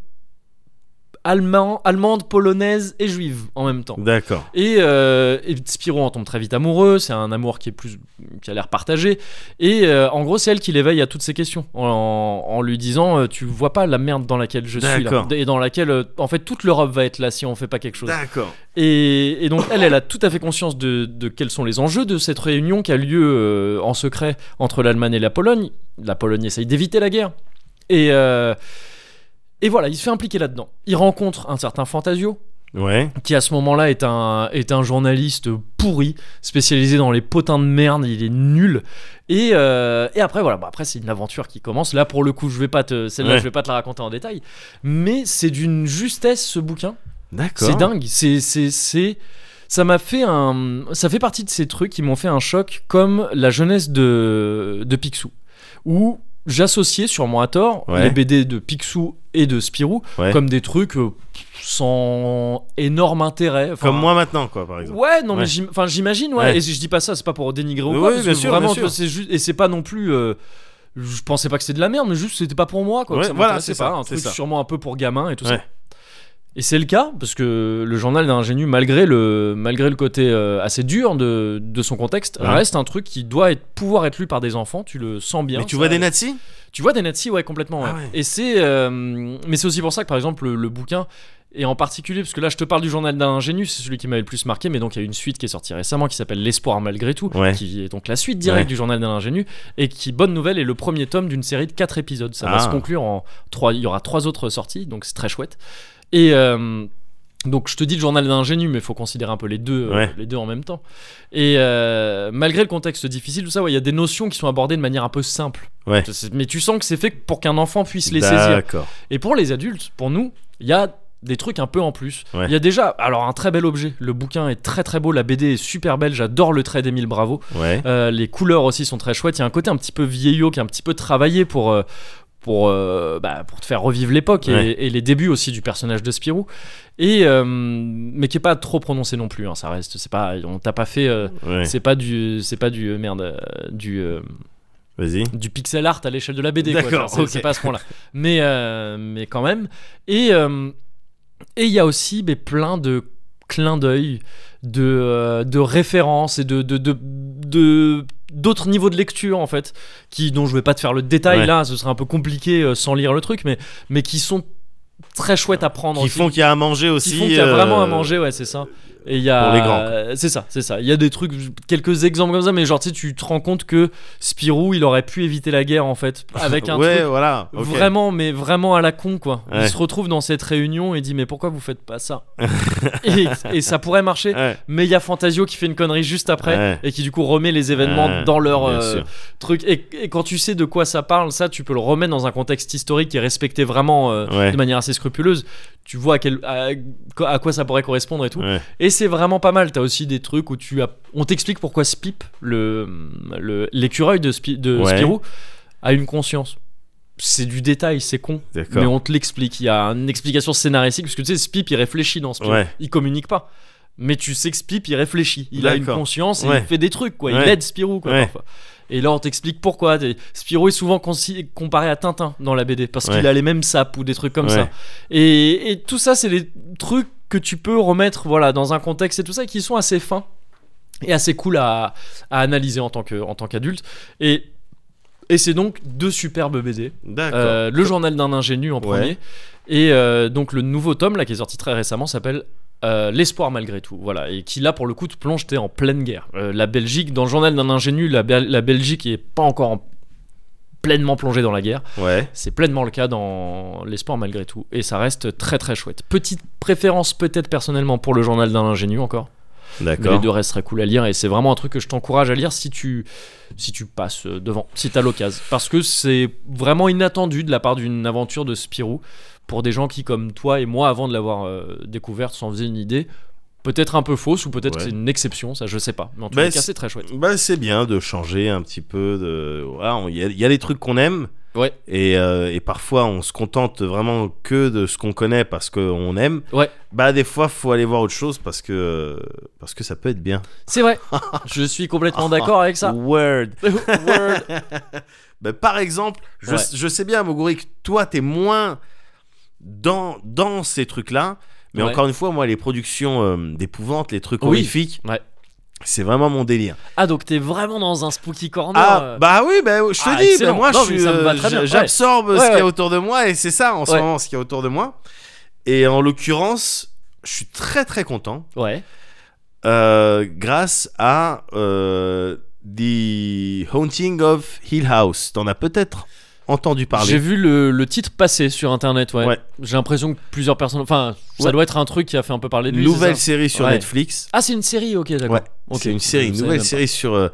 Speaker 1: Allemand, Allemande, polonaise et juive en même temps.
Speaker 2: D'accord.
Speaker 1: Et, euh, et Spiro en tombe très vite amoureux, c'est un amour qui, est plus, qui a l'air partagé. Et euh, en gros, c'est elle qui l'éveille à toutes ces questions, en, en lui disant euh, Tu vois pas la merde dans laquelle je suis là,
Speaker 2: D'accord.
Speaker 1: et dans laquelle, euh, en fait, toute l'Europe va être là si on fait pas quelque chose.
Speaker 2: D'accord.
Speaker 1: Et, et donc, elle, elle a tout à fait conscience de, de quels sont les enjeux de cette réunion qui a lieu euh, en secret entre l'Allemagne et la Pologne. La Pologne essaye d'éviter la guerre. Et, euh, et voilà, il se fait impliquer là-dedans. Il rencontre un certain Fantasio,
Speaker 2: Ouais.
Speaker 1: qui à ce moment-là est un, est un journaliste pourri, spécialisé dans les potins de merde, il est nul. Et, euh, et après, voilà, bah après c'est une aventure qui commence. Là, pour le coup, je vais pas te, celle-là,
Speaker 2: Ouais.
Speaker 1: je vais pas te la raconter en détail. Mais c'est d'une justesse ce bouquin.
Speaker 2: D'accord.
Speaker 1: C'est dingue. C'est, c'est, c'est, ça m'a fait un, ça fait partie de ces trucs qui m'ont fait un choc, comme la jeunesse de, de Picsou, où j'associais sûrement à tort
Speaker 2: Ouais.
Speaker 1: les BD de Picsou et de Spirou
Speaker 2: Ouais.
Speaker 1: comme des trucs euh, sans énorme intérêt. Enfin,
Speaker 2: Comme moi maintenant, quoi, par exemple.
Speaker 1: Ouais, non,
Speaker 2: Ouais.
Speaker 1: mais j'im- enfin, j'imagine, ouais.
Speaker 2: Ouais.
Speaker 1: Et je dis pas ça, c'est pas pour dénigrer ou
Speaker 2: Oui,
Speaker 1: quoi.
Speaker 2: oui,
Speaker 1: parce
Speaker 2: bien
Speaker 1: que
Speaker 2: sûr,
Speaker 1: vraiment,
Speaker 2: bien
Speaker 1: tu vois,
Speaker 2: sûr.
Speaker 1: c'est juste, et c'est pas non plus. euh, je pensais pas que c'était de la merde, mais juste c'était pas pour moi, quoi.
Speaker 2: Ouais,
Speaker 1: que ça
Speaker 2: voilà,
Speaker 1: m'intéressait
Speaker 2: c'est
Speaker 1: pas.
Speaker 2: ça,
Speaker 1: un
Speaker 2: c'est
Speaker 1: truc
Speaker 2: ça.
Speaker 1: sûrement un peu pour gamin et tout
Speaker 2: Ouais.
Speaker 1: ça. Et c'est le cas, parce que le journal d'un ingénu, malgré le, malgré le côté euh, assez dur de, de son contexte,
Speaker 2: Ouais.
Speaker 1: reste un truc qui doit être, pouvoir être lu par des enfants, tu le sens bien.
Speaker 2: Mais tu
Speaker 1: hein, ça-
Speaker 2: vois des nazis
Speaker 1: tu vois des nazis, ouais, complètement. ouais.
Speaker 2: Ah ouais.
Speaker 1: Et c'est, euh, mais c'est aussi pour ça que par exemple le, le bouquin et en particulier parce que là je te parle du journal d'un ingénu, c'est celui qui m'avait le plus marqué, mais donc il y a une suite qui est sortie récemment qui s'appelle L'espoir malgré tout,
Speaker 2: Ouais.
Speaker 1: qui est donc la suite directe
Speaker 2: Ouais.
Speaker 1: du journal d'un ingénu et qui bonne nouvelle est le premier tome d'une série de quatre épisodes. Ça va
Speaker 2: Ah.
Speaker 1: se conclure en trois, il y aura trois autres sorties, donc c'est très chouette. Et euh, donc je te dis le journal d'un ingénu, mais il faut considérer un peu les deux, euh,
Speaker 2: Ouais.
Speaker 1: les deux en même temps. Et euh, malgré le contexte difficile, tout ça, ouais, il y a des notions qui sont abordées de manière un peu simple.
Speaker 2: Ouais. Bah,
Speaker 1: C'est- Mais tu sens que c'est fait pour qu'un enfant puisse les hein. saisir.
Speaker 2: D'accord.
Speaker 1: Et pour les adultes, pour nous, il y a des trucs un peu en plus. Il
Speaker 2: Ouais.
Speaker 1: y a déjà, alors un très bel objet. Le bouquin est très très beau, la BD est super belle. J'adore le trait d'Émile Bravo.
Speaker 2: Ouais.
Speaker 1: Euh, les couleurs aussi sont très chouettes. Il y a un côté un petit peu vieillot qui est un petit peu travaillé pour. euh, pour, euh, bah, pour te faire revivre l'époque et-
Speaker 2: Ouais.
Speaker 1: et, les débuts aussi du personnage de Spirou et euh, mais qui est pas trop prononcé non plus hein, ça reste c'est pas on t'a pas fait euh,
Speaker 2: Ouais.
Speaker 1: c'est pas du c'est pas du euh, merde euh, du euh,
Speaker 2: Vas-y.
Speaker 1: du pixel art à l'échelle de la BD. quoi.
Speaker 2: D'accord,
Speaker 1: Enfin, c'est-
Speaker 2: ok.
Speaker 1: C'est pas à ce point-là. Mais, euh, mais quand même. Et euh, et il y a aussi mais, plein de clins d'œil, de, euh, de références et de, de, de- de- d'autres niveaux de lecture en fait, qui dont je vais pas te faire le détail
Speaker 2: Ouais.
Speaker 1: là, ce serait un peu compliqué euh, sans lire le truc, mais mais qui sont très chouettes à prendre.
Speaker 2: Qui
Speaker 1: aussi,
Speaker 2: font qu'il y a à manger aussi.
Speaker 1: qui font qu'il y a
Speaker 2: euh,
Speaker 1: vraiment à manger, ouais, c'est ça. Et il y a,
Speaker 2: pour les grands,
Speaker 1: c'est ça, c'est ça. Il y a des trucs, quelques exemples comme ça, mais genre tu sais, tu te rends compte que Spirou, il aurait pu éviter la guerre en fait, avec un
Speaker 2: ouais,
Speaker 1: truc
Speaker 2: voilà. ok.
Speaker 1: vraiment, mais vraiment à la con quoi. Il
Speaker 2: Ouais.
Speaker 1: se retrouve dans cette réunion et dit mais pourquoi vous faites pas ça et, et ça pourrait marcher.
Speaker 2: Ouais.
Speaker 1: Mais il y a Fantasio qui fait une connerie juste après
Speaker 2: Ouais.
Speaker 1: et qui du coup remet les événements
Speaker 2: Ouais,
Speaker 1: dans leur
Speaker 2: bien
Speaker 1: euh,
Speaker 2: sûr.
Speaker 1: truc. Et, et quand tu sais de quoi ça parle, ça tu peux le remettre dans un contexte historique qui est respecté vraiment euh,
Speaker 2: Ouais.
Speaker 1: de manière assez scrupuleuse. Tu vois à, quel, à, à quoi ça pourrait correspondre et tout.
Speaker 2: Ouais.
Speaker 1: Et c'est vraiment pas mal. T'as aussi des trucs où tu as... on t'explique pourquoi Spip, le le- l'écureuil de, Spi- de
Speaker 2: Ouais.
Speaker 1: Spirou, a une conscience. C'est du détail, c'est con. Mais
Speaker 2: D'accord.
Speaker 1: on te l'explique. Il y a une explication scénaristique parce que tu sais, Spip, il réfléchit dans Spip.
Speaker 2: Ouais.
Speaker 1: Il communique pas. Mais tu sais que Spip, il réfléchit. Il a une
Speaker 2: D'accord.
Speaker 1: conscience et
Speaker 2: Ouais.
Speaker 1: il fait des trucs, quoi. Il
Speaker 2: Ouais.
Speaker 1: aide Spirou, quoi,
Speaker 2: Ouais.
Speaker 1: parfois. Et là, on t'explique pourquoi. T'es- Spirou est souvent consi- comparé à Tintin dans la BD parce qu'il
Speaker 2: Ouais.
Speaker 1: a les mêmes sapes ou des trucs comme
Speaker 2: Ouais.
Speaker 1: ça. Et, et tout ça, c'est des trucs que tu peux remettre voilà, dans un contexte et tout ça et qui sont assez fins et assez cool à, à analyser en tant que- en tant qu'adulte. Et, et c'est donc deux superbes BD.
Speaker 2: D'accord.
Speaker 1: Euh, le journal d'un ingénu en premier.
Speaker 2: Ouais.
Speaker 1: Et euh, donc le nouveau tome là qui est sorti très récemment s'appelle euh, L'espoir malgré tout. Voilà. Et qui là pour le coup te plonge t'es en pleine guerre. Euh, la Belgique, dans le journal d'un ingénu, la, Bel- la Belgique est pas encore en- pleinement plongée dans la guerre.
Speaker 2: Ouais.
Speaker 1: C'est pleinement le cas dans l'espoir malgré tout. Et ça reste très très chouette. Petite préférence peut-être personnellement pour le journal d'un ingénu encore. Mais les
Speaker 2: D'accord.
Speaker 1: deux restent très cool à lire et c'est vraiment un truc que je t'encourage à lire si tu, si tu passes euh, devant, si t'as l'occasion. Parce que c'est vraiment inattendu de la part d'une aventure de Spirou pour des gens qui, comme toi et moi, avant de l'avoir euh, découverte, s'en faisaient une idée. Peut-être un peu fausse ou peut-être
Speaker 2: Ouais.
Speaker 1: c'est une exception, ça je sais pas. Mais en tout
Speaker 2: Bah,
Speaker 1: cas,
Speaker 2: c'est-
Speaker 1: c'est très chouette.
Speaker 2: Bah, c'est bien de changer un petit peu. De... Ah, on- Il y, a- il y a des trucs qu'on aime.
Speaker 1: Ouais.
Speaker 2: Et, euh, et parfois, on se contente vraiment que de ce qu'on connaît parce qu'on aime.
Speaker 1: Ouais.
Speaker 2: Bah, des fois, faut aller voir autre chose parce que, parce que ça peut être bien.
Speaker 1: C'est vrai, je suis complètement d'accord avec ça.
Speaker 2: Word.
Speaker 1: Word.
Speaker 2: Bah, par exemple, je,
Speaker 1: Ouais.
Speaker 2: je sais bien, Moguri, que toi, t'es moins dans, dans ces trucs-là. Mais
Speaker 1: Ouais.
Speaker 2: encore une fois, moi, les productions euh, d'épouvante, les trucs
Speaker 1: Oui.
Speaker 2: horrifiques,
Speaker 1: Ouais.
Speaker 2: c'est vraiment mon délire.
Speaker 1: Ah, donc t'es vraiment dans un spooky corner.
Speaker 2: ah,
Speaker 1: euh.
Speaker 2: bah oui, bah, je te
Speaker 1: Ah,
Speaker 2: dis, bah,
Speaker 1: excellent.
Speaker 2: moi,
Speaker 1: Non,
Speaker 2: je
Speaker 1: mais
Speaker 2: suis,
Speaker 1: ça me va
Speaker 2: euh,
Speaker 1: très bien,
Speaker 2: j'a-
Speaker 1: ouais.
Speaker 2: j'absorbe
Speaker 1: Ouais,
Speaker 2: ce qu'il y
Speaker 1: ouais.
Speaker 2: a autour de moi et c'est ça, en ce
Speaker 1: Ouais.
Speaker 2: moment, ce qu'il y a autour de moi. Et en l'occurrence, je suis très très content
Speaker 1: Ouais,
Speaker 2: euh, grâce à euh, The Haunting of Hill House. T'en as peut-être entendu
Speaker 1: j'ai
Speaker 2: parler.
Speaker 1: vu le, le titre passer sur internet, ouais.
Speaker 2: Ouais.
Speaker 1: J'ai l'impression que plusieurs personnes. Enfin, ça
Speaker 2: Ouais.
Speaker 1: doit être un truc qui a fait un peu parler de lui. c'est
Speaker 2: Nouvelle
Speaker 1: ça
Speaker 2: série sur
Speaker 1: Ouais.
Speaker 2: Netflix.
Speaker 1: Ah, c'est une série, ok, d'accord.
Speaker 2: Ouais,
Speaker 1: Ok,
Speaker 2: C'est une série,
Speaker 1: je
Speaker 2: une
Speaker 1: savais
Speaker 2: nouvelle
Speaker 1: même
Speaker 2: série sur euh,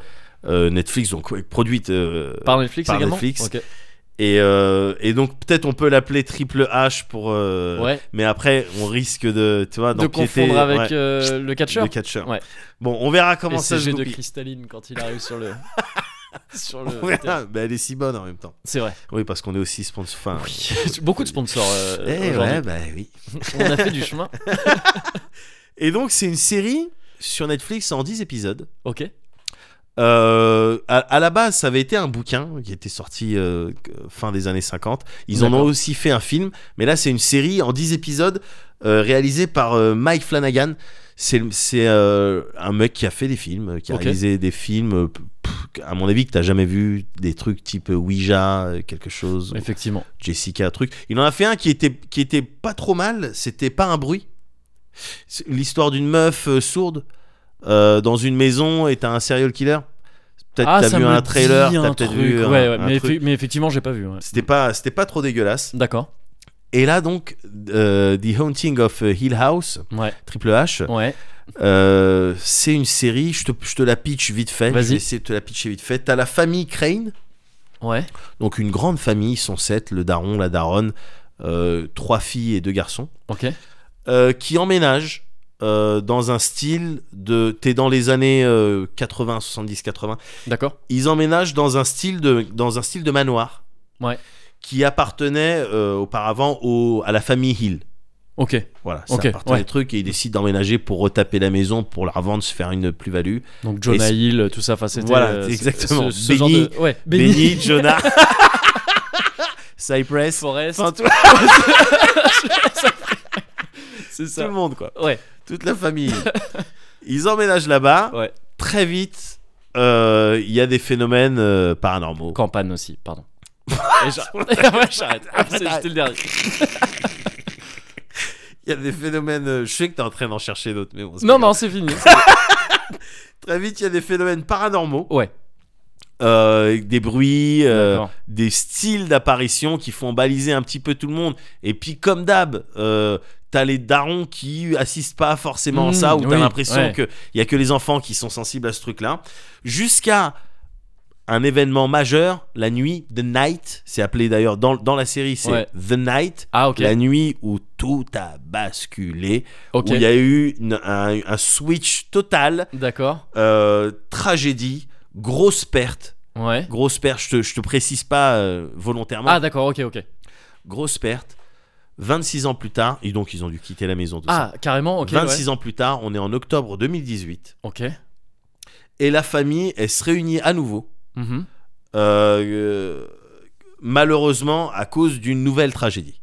Speaker 2: euh, Netflix, donc ouais, produite euh,
Speaker 1: pas. Par Netflix
Speaker 2: par
Speaker 1: également
Speaker 2: Netflix.
Speaker 1: Ok.
Speaker 2: et, euh, et donc peut-être on peut l'appeler Triple H pour. euh,
Speaker 1: Ouais.
Speaker 2: Mais après, on risque de, tu vois,
Speaker 1: De
Speaker 2: d'empiéter,
Speaker 1: confondre avec
Speaker 2: ouais,
Speaker 1: euh, le catcher.
Speaker 2: le catcheur.
Speaker 1: Ouais.
Speaker 2: Bon, on verra
Speaker 1: Et
Speaker 2: comment ça
Speaker 1: ses
Speaker 2: se
Speaker 1: jets de
Speaker 2: goupille.
Speaker 1: cristalline quand il arrive sur le. sur
Speaker 2: On
Speaker 1: le. terrain.
Speaker 2: verra. Mais elle est si bonne en même temps.
Speaker 1: C'est vrai.
Speaker 2: Oui, parce qu'on est aussi sponsor. Enfin,
Speaker 1: Beaucoup de sponsors. euh,
Speaker 2: eh,
Speaker 1: aujourd'hui.
Speaker 2: ouais, bah oui.
Speaker 1: On a fait du chemin.
Speaker 2: Et donc, c'est une série sur Netflix en 10 épisodes.
Speaker 1: Ok.
Speaker 2: Euh, à, à la base, ça avait été un bouquin qui était sorti euh, que- fin des années 50. Ils en ont
Speaker 1: D'accord.
Speaker 2: aussi fait un film, mais là, c'est une série en 10 épisodes euh, réalisée par euh, Mike Flanagan. C'est le- c'est, euh, un mec qui a fait des films, euh, qui a
Speaker 1: Ok.
Speaker 2: réalisé des films, euh, p- pff, à mon avis, que t'as jamais vu, des trucs type Ouija, euh, quelque chose,
Speaker 1: Effectivement.
Speaker 2: Jessica, truc. Il en a fait un qui était, qui était pas trop mal, c'était pas un bruit. C'est L'histoire d'une meuf euh, sourde euh, dans une maison et t'as un serial killer. Peut-être
Speaker 1: Ah,
Speaker 2: t'as
Speaker 1: ça
Speaker 2: vu
Speaker 1: me
Speaker 2: un trailer,
Speaker 1: dit
Speaker 2: t'as
Speaker 1: un
Speaker 2: peut-être
Speaker 1: truc.
Speaker 2: vu un,
Speaker 1: Ouais, ouais,
Speaker 2: un
Speaker 1: mais,
Speaker 2: truc.
Speaker 1: effe- mais effectivement, j'ai pas vu. ouais.
Speaker 2: C'était pas, c'était pas trop dégueulasse.
Speaker 1: D'accord.
Speaker 2: Et là donc, euh, The Haunting of Hill House,
Speaker 1: Ouais.
Speaker 2: Triple H,
Speaker 1: Ouais.
Speaker 2: euh, c'est une série, je te, je te la pitch vite fait,
Speaker 1: Vas-y.
Speaker 2: je vais essayer de te la pitcher vite fait. T'as la famille Crane,
Speaker 1: Ouais.
Speaker 2: donc une grande famille, ils sont sept, le daron, la daronne, euh, trois filles et deux garçons.
Speaker 1: Ok.
Speaker 2: euh, qui emménage euh, dans un style de. T'es dans les années euh, 80, 70, 80.
Speaker 1: D'accord.
Speaker 2: Ils emménagent dans un style de, dans un style de manoir.
Speaker 1: Ouais.
Speaker 2: Qui appartenait euh, auparavant au, à la famille Hill.
Speaker 1: Ok.
Speaker 2: Voilà,
Speaker 1: Ok,
Speaker 2: ça appartenait
Speaker 1: ouais.
Speaker 2: au truc et ils décident d'emménager pour retaper la maison, pour la revendre, se faire une plus-value.
Speaker 1: Donc Jonah
Speaker 2: c'est-
Speaker 1: Hill, tout ça, enfin c'était.
Speaker 2: Voilà,
Speaker 1: euh, ce-
Speaker 2: exactement.
Speaker 1: Ce, ce genre
Speaker 2: Benny-
Speaker 1: de- Ouais.
Speaker 2: Benny,
Speaker 1: Benny.
Speaker 2: Jonah, Cypress,
Speaker 1: Forest.
Speaker 2: enfin, tout,
Speaker 1: C'est
Speaker 2: tout
Speaker 1: ça.
Speaker 2: le monde quoi.
Speaker 1: Ouais.
Speaker 2: Toute la famille. ils emménagent là-bas.
Speaker 1: Ouais.
Speaker 2: Très vite, euh, il y a des phénomènes euh, paranormaux.
Speaker 1: Campagne aussi, pardon. Et j'a- Ouais, j'arrête. C'est- J'étais le dernier.
Speaker 2: Il y a des phénomènes. euh, Je sais que t'es en train d'en chercher d'autres, mais bon. c'est
Speaker 1: Non,
Speaker 2: pas grave.
Speaker 1: non, c'est fini.
Speaker 2: Très vite, il y a des phénomènes paranormaux.
Speaker 1: Ouais.
Speaker 2: euh, des bruits, euh,
Speaker 1: D'accord.
Speaker 2: des styles d'apparition qui font baliser un petit peu tout le monde. Et puis, comme d'hab, euh, t'as les darons qui assistent pas forcément à
Speaker 1: Mmh,
Speaker 2: ça, ou t'as
Speaker 1: oui,
Speaker 2: l'impression
Speaker 1: ouais.
Speaker 2: que qu'il y a que les enfants qui sont sensibles à ce truc-là. Jusqu'à un événement majeur la nuit, The Night. C'est appelé d'ailleurs dans, dans la série, c'est
Speaker 1: Ouais.
Speaker 2: The Night.
Speaker 1: Ah, ok.
Speaker 2: La nuit où tout a basculé,
Speaker 1: Ok.
Speaker 2: où il y a eu une- un, un switch total,
Speaker 1: D'accord.
Speaker 2: euh, tragédie, grosse perte.
Speaker 1: Ouais.
Speaker 2: Grosse perte, je te, je te précise pas euh, volontairement.
Speaker 1: Ah, d'accord, ok, ok.
Speaker 2: grosse perte. 26 ans plus tard, et donc ils ont dû quitter la maison. Tout
Speaker 1: Ah, carrément,
Speaker 2: ça.
Speaker 1: ok.
Speaker 2: 26 ans plus tard, on est en octobre 2018,
Speaker 1: ouais. Ok.
Speaker 2: et la famille, elle se réunit à nouveau.
Speaker 1: Mhm.
Speaker 2: Euh, euh, malheureusement à cause d'une nouvelle tragédie.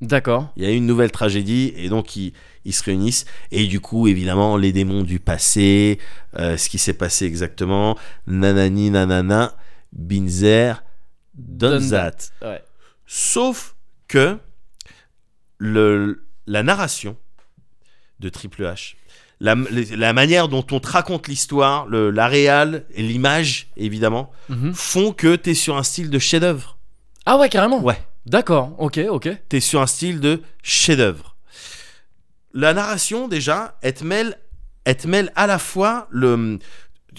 Speaker 1: D'accord.
Speaker 2: Il y a eu une nouvelle tragédie et donc ils, ils se réunissent. Et du coup, évidemment, les démons du passé, euh, ce qui s'est passé exactement, nanani nanana, Binzer,
Speaker 1: Done that.
Speaker 2: Donzat.
Speaker 1: Ouais.
Speaker 2: Sauf que le, la narration de Triple H, la, la manière dont on te raconte l'histoire, le- la réal et l'image, évidemment,
Speaker 1: Mhm.
Speaker 2: font que t'es sur un style de chef-d'œuvre.
Speaker 1: Ah, ouais, carrément.
Speaker 2: Ouais.
Speaker 1: D'accord, ok, ok.
Speaker 2: T'es sur un style de chef-d'œuvre. La narration, déjà, elle te mêle, elle te mêle à la fois le.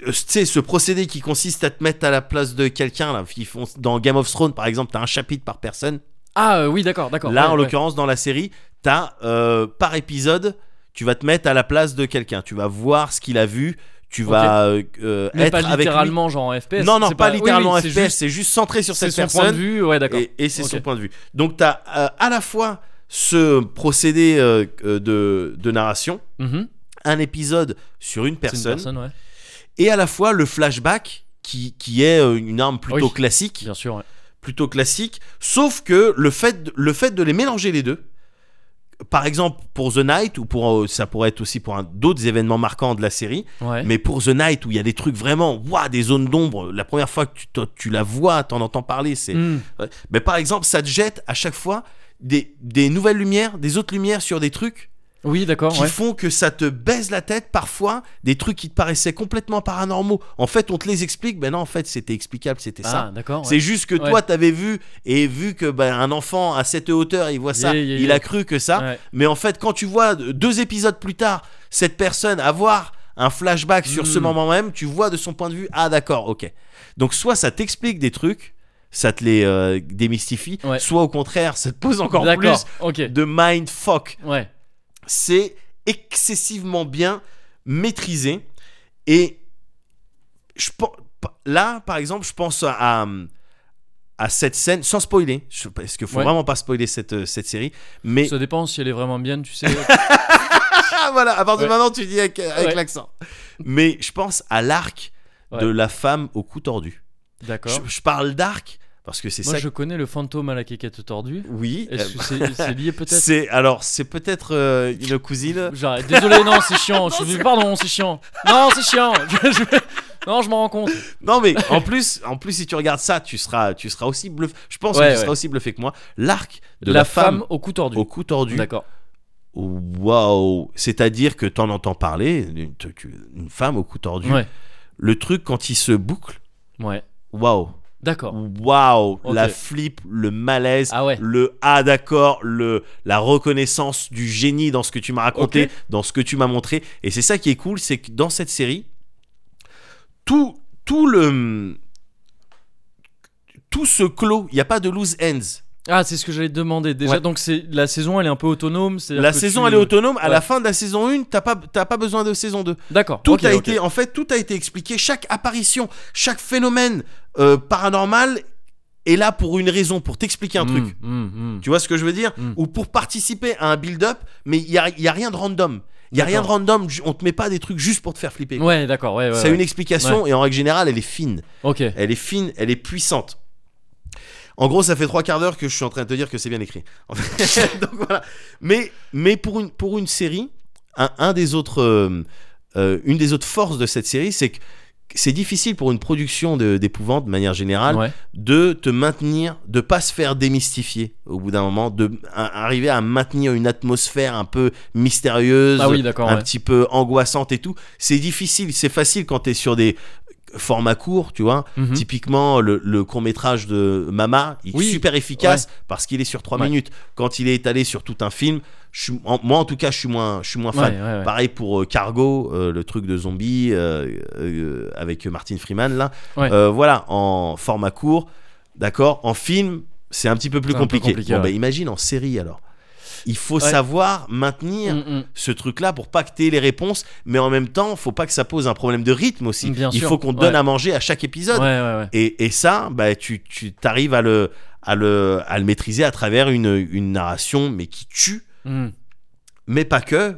Speaker 2: euh, Tu sais, ce procédé qui consiste à te mettre à la place de quelqu'un, là, qui font, dans Game of Thrones, par exemple, t'as un chapitre par personne.
Speaker 1: Ah, euh, oui, d'accord, d'accord.
Speaker 2: Là,
Speaker 1: ouais,
Speaker 2: en
Speaker 1: ouais.
Speaker 2: l'occurrence, dans la série, t'as euh, par épisode, tu vas te mettre à la place de quelqu'un. Tu vas voir ce qu'il a vu. Tu
Speaker 1: Ok.
Speaker 2: vas euh, euh,
Speaker 1: Mais
Speaker 2: être
Speaker 1: pas
Speaker 2: avec lui.
Speaker 1: littéralement, genre en FPS.
Speaker 2: Non, non,
Speaker 1: c'est
Speaker 2: pas,
Speaker 1: oui,
Speaker 2: littéralement
Speaker 1: oui, c'est
Speaker 2: FPS.
Speaker 1: juste-
Speaker 2: C'est juste centré sur
Speaker 1: C'est
Speaker 2: cette
Speaker 1: son
Speaker 2: personne.
Speaker 1: point de vue, ouais, d'accord.
Speaker 2: Et, et c'est
Speaker 1: Ok.
Speaker 2: son point de vue. Donc tu as à la fois ce procédé euh, euh, de, de narration,
Speaker 1: Mhm.
Speaker 2: un épisode sur
Speaker 1: C'est
Speaker 2: une
Speaker 1: une
Speaker 2: personne,
Speaker 1: personne, ouais.
Speaker 2: et à la fois le flashback qui, qui est euh, une arme plutôt
Speaker 1: Oui.
Speaker 2: classique,
Speaker 1: Bien sûr, ouais.
Speaker 2: plutôt classique, sauf que le fait, de- le fait de les mélanger les deux, par exemple pour The Night, ou pour, euh, ça pourrait être aussi pour un- d'autres événements marquants de la série,
Speaker 1: Ouais.
Speaker 2: mais pour The Night où il y a des trucs vraiment, waouh, des zones d'ombre, la première fois que tu, te- tu la vois, t'en entends parler, c'est...
Speaker 1: Hmm.
Speaker 2: Ouais. Mais par exemple, ça te jette à chaque fois des, des nouvelles lumières, des autres lumières sur des trucs
Speaker 1: Oui, d'accord,
Speaker 2: qui
Speaker 1: ouais.
Speaker 2: font que ça te baise la tête parfois, des trucs qui te paraissaient complètement paranormaux. En fait, on te les explique, ben non, en fait, c'était explicable, c'était
Speaker 1: Ah,
Speaker 2: ça.
Speaker 1: d'accord. ouais.
Speaker 2: C'est juste que
Speaker 1: Ouais.
Speaker 2: toi, t'avais vu, et vu que ben, un enfant à cette hauteur, il voit ça,
Speaker 1: Yeah, yeah,
Speaker 2: il
Speaker 1: yeah.
Speaker 2: a cru que ça.
Speaker 1: Ouais.
Speaker 2: Mais en fait, quand tu vois deux épisodes plus tard, cette personne avoir un flashback sur ce
Speaker 1: Mm.
Speaker 2: moment même, tu vois de son point de vue, ah d'accord, ok. Donc soit ça t'explique des trucs, ça te les euh, démystifie,
Speaker 1: Ouais.
Speaker 2: soit au contraire, ça te pose encore
Speaker 1: D'accord,
Speaker 2: plus
Speaker 1: ok.
Speaker 2: de mindfuck.
Speaker 1: Ouais.
Speaker 2: C'est excessivement bien maîtrisé et je pen- pa- là, par exemple, je pense à, à, à cette scène, sans spoiler, je- parce qu'il faut
Speaker 1: Ouais.
Speaker 2: vraiment pas spoiler cette, euh, cette série, mais
Speaker 1: Ça dépend si elle est vraiment bien, tu sais.
Speaker 2: Ah, voilà, à partir de
Speaker 1: Ouais.
Speaker 2: maintenant, tu dis avec, euh, avec
Speaker 1: Ouais.
Speaker 2: l'accent. Mais je pense à l'arc de
Speaker 1: Ouais.
Speaker 2: la femme au cou tordu. Je,
Speaker 1: D'accord.
Speaker 2: je parle d'arc parce que c'est
Speaker 1: Moi,
Speaker 2: ça.
Speaker 1: je connais le fantôme à la quéquette tordue.
Speaker 2: Oui.
Speaker 1: Est-ce que
Speaker 2: euh,
Speaker 1: c'est c'est lié peut-être
Speaker 2: C'est alors c'est peut-être euh, une cousine.
Speaker 1: J'arrête. Désolé, non, c'est chiant. Je suis... Pardon, c'est chiant. Non, c'est chiant. Je- je- Non, je m'en rends compte.
Speaker 2: Non mais en plus en plus si tu regardes ça tu seras tu seras aussi bluffé. Je pense
Speaker 1: Ouais,
Speaker 2: que tu
Speaker 1: ouais.
Speaker 2: seras aussi bluffé que moi. L'arc de
Speaker 1: la,
Speaker 2: la,
Speaker 1: femme, au cou tordu.
Speaker 2: au cou tordu.
Speaker 1: D'accord.
Speaker 2: Waouh. C'est-à-dire que t'en entends parler une, tu- tu- une femme au cou tordu.
Speaker 1: Ouais.
Speaker 2: Le truc quand il se boucle.
Speaker 1: Ouais.
Speaker 2: Waouh.
Speaker 1: D'accord.
Speaker 2: Waouh,
Speaker 1: Ok.
Speaker 2: la flip, le malaise,
Speaker 1: Ah ouais.
Speaker 2: le ah d'accord, le la reconnaissance du génie dans ce que tu m'as raconté,
Speaker 1: Ok.
Speaker 2: dans ce que tu m'as montré. Et c'est ça qui est cool, c'est que dans cette série, tout tout le tout se clôt. Il n'y a pas de loose ends.
Speaker 1: Ah, c'est ce que j'allais te demander. Déjà,
Speaker 2: Ouais.
Speaker 1: donc c'est la saison, elle est un peu autonome. c'est-à-dire
Speaker 2: La
Speaker 1: que
Speaker 2: saison,
Speaker 1: tu-
Speaker 2: elle est autonome. À
Speaker 1: ouais.
Speaker 2: la fin de la saison 1, t'as pas t'as pas besoin de saison 2.
Speaker 1: D'accord.
Speaker 2: Tout
Speaker 1: ok,
Speaker 2: a
Speaker 1: ok.
Speaker 2: été, en fait, tout a été expliqué. Chaque apparition, chaque phénomène euh, paranormal est là pour une raison, pour t'expliquer un truc.
Speaker 1: Mm, mm, mm.
Speaker 2: Tu vois ce que je veux dire
Speaker 1: Mm.
Speaker 2: Ou pour participer à un build-up, mais il n'y a, il y a rien de random. Il n'y a rien de
Speaker 1: D'accord.
Speaker 2: random, ju- on te met pas des trucs juste pour te faire flipper.
Speaker 1: Ouais, d'accord. Ouais, ouais.
Speaker 2: C'est
Speaker 1: ouais.
Speaker 2: une explication et en règle générale, elle est fine.
Speaker 1: Ok.
Speaker 2: Elle est fine, elle est puissante. En gros, ça fait trois quarts d'heure que je suis en train de te dire que c'est bien écrit. En fait, Donc voilà. Mais, mais pour, une, pour une série, un, un des autres, euh, euh, une des autres forces de cette série, c'est que c'est difficile pour une production de- d'épouvante, de manière générale,
Speaker 1: Ouais.
Speaker 2: de te maintenir, de pas se faire démystifier au bout d'un moment, de à- arriver à maintenir une atmosphère un peu mystérieuse,
Speaker 1: Ah oui, d'accord.
Speaker 2: un
Speaker 1: ouais.
Speaker 2: petit peu angoissante et tout. C'est difficile, c'est facile quand t'es sur des format court, tu vois.
Speaker 1: Mhm.
Speaker 2: Typiquement, le, court métrage de Mama, il est
Speaker 1: Oui.
Speaker 2: super efficace parce qu'il est sur 3
Speaker 1: Ouais.
Speaker 2: minutes. Quand il est étalé sur tout un film, je suis, en- moi en tout cas, je suis moins, je suis moins fan.
Speaker 1: Ouais, ouais, ouais.
Speaker 2: Pareil pour euh, Cargo, euh, le truc de zombie euh, euh, avec Martin Freeman là.
Speaker 1: Ouais.
Speaker 2: Euh, voilà, en format court, d'accord. En film, c'est un petit peu plus
Speaker 1: C'est un peu
Speaker 2: compliqué.
Speaker 1: compliqué,
Speaker 2: bon,
Speaker 1: ouais.
Speaker 2: bah, imagine en série alors. Il faut
Speaker 1: Ouais.
Speaker 2: savoir maintenir
Speaker 1: Mm, mm.
Speaker 2: ce truc-là pour pas que t'aies les réponses, mais en même temps, faut pas que ça pose un problème de rythme aussi.
Speaker 1: Bien
Speaker 2: Il
Speaker 1: sûr,
Speaker 2: faut qu'on te donne
Speaker 1: ouais.
Speaker 2: à manger à chaque épisode.
Speaker 1: Ouais, ouais, ouais.
Speaker 2: Et, et ça, bah, tu, tu arrives à le, à, le, à le maîtriser à travers une, une narration, mais qui tue,
Speaker 1: Mm,
Speaker 2: mais pas que.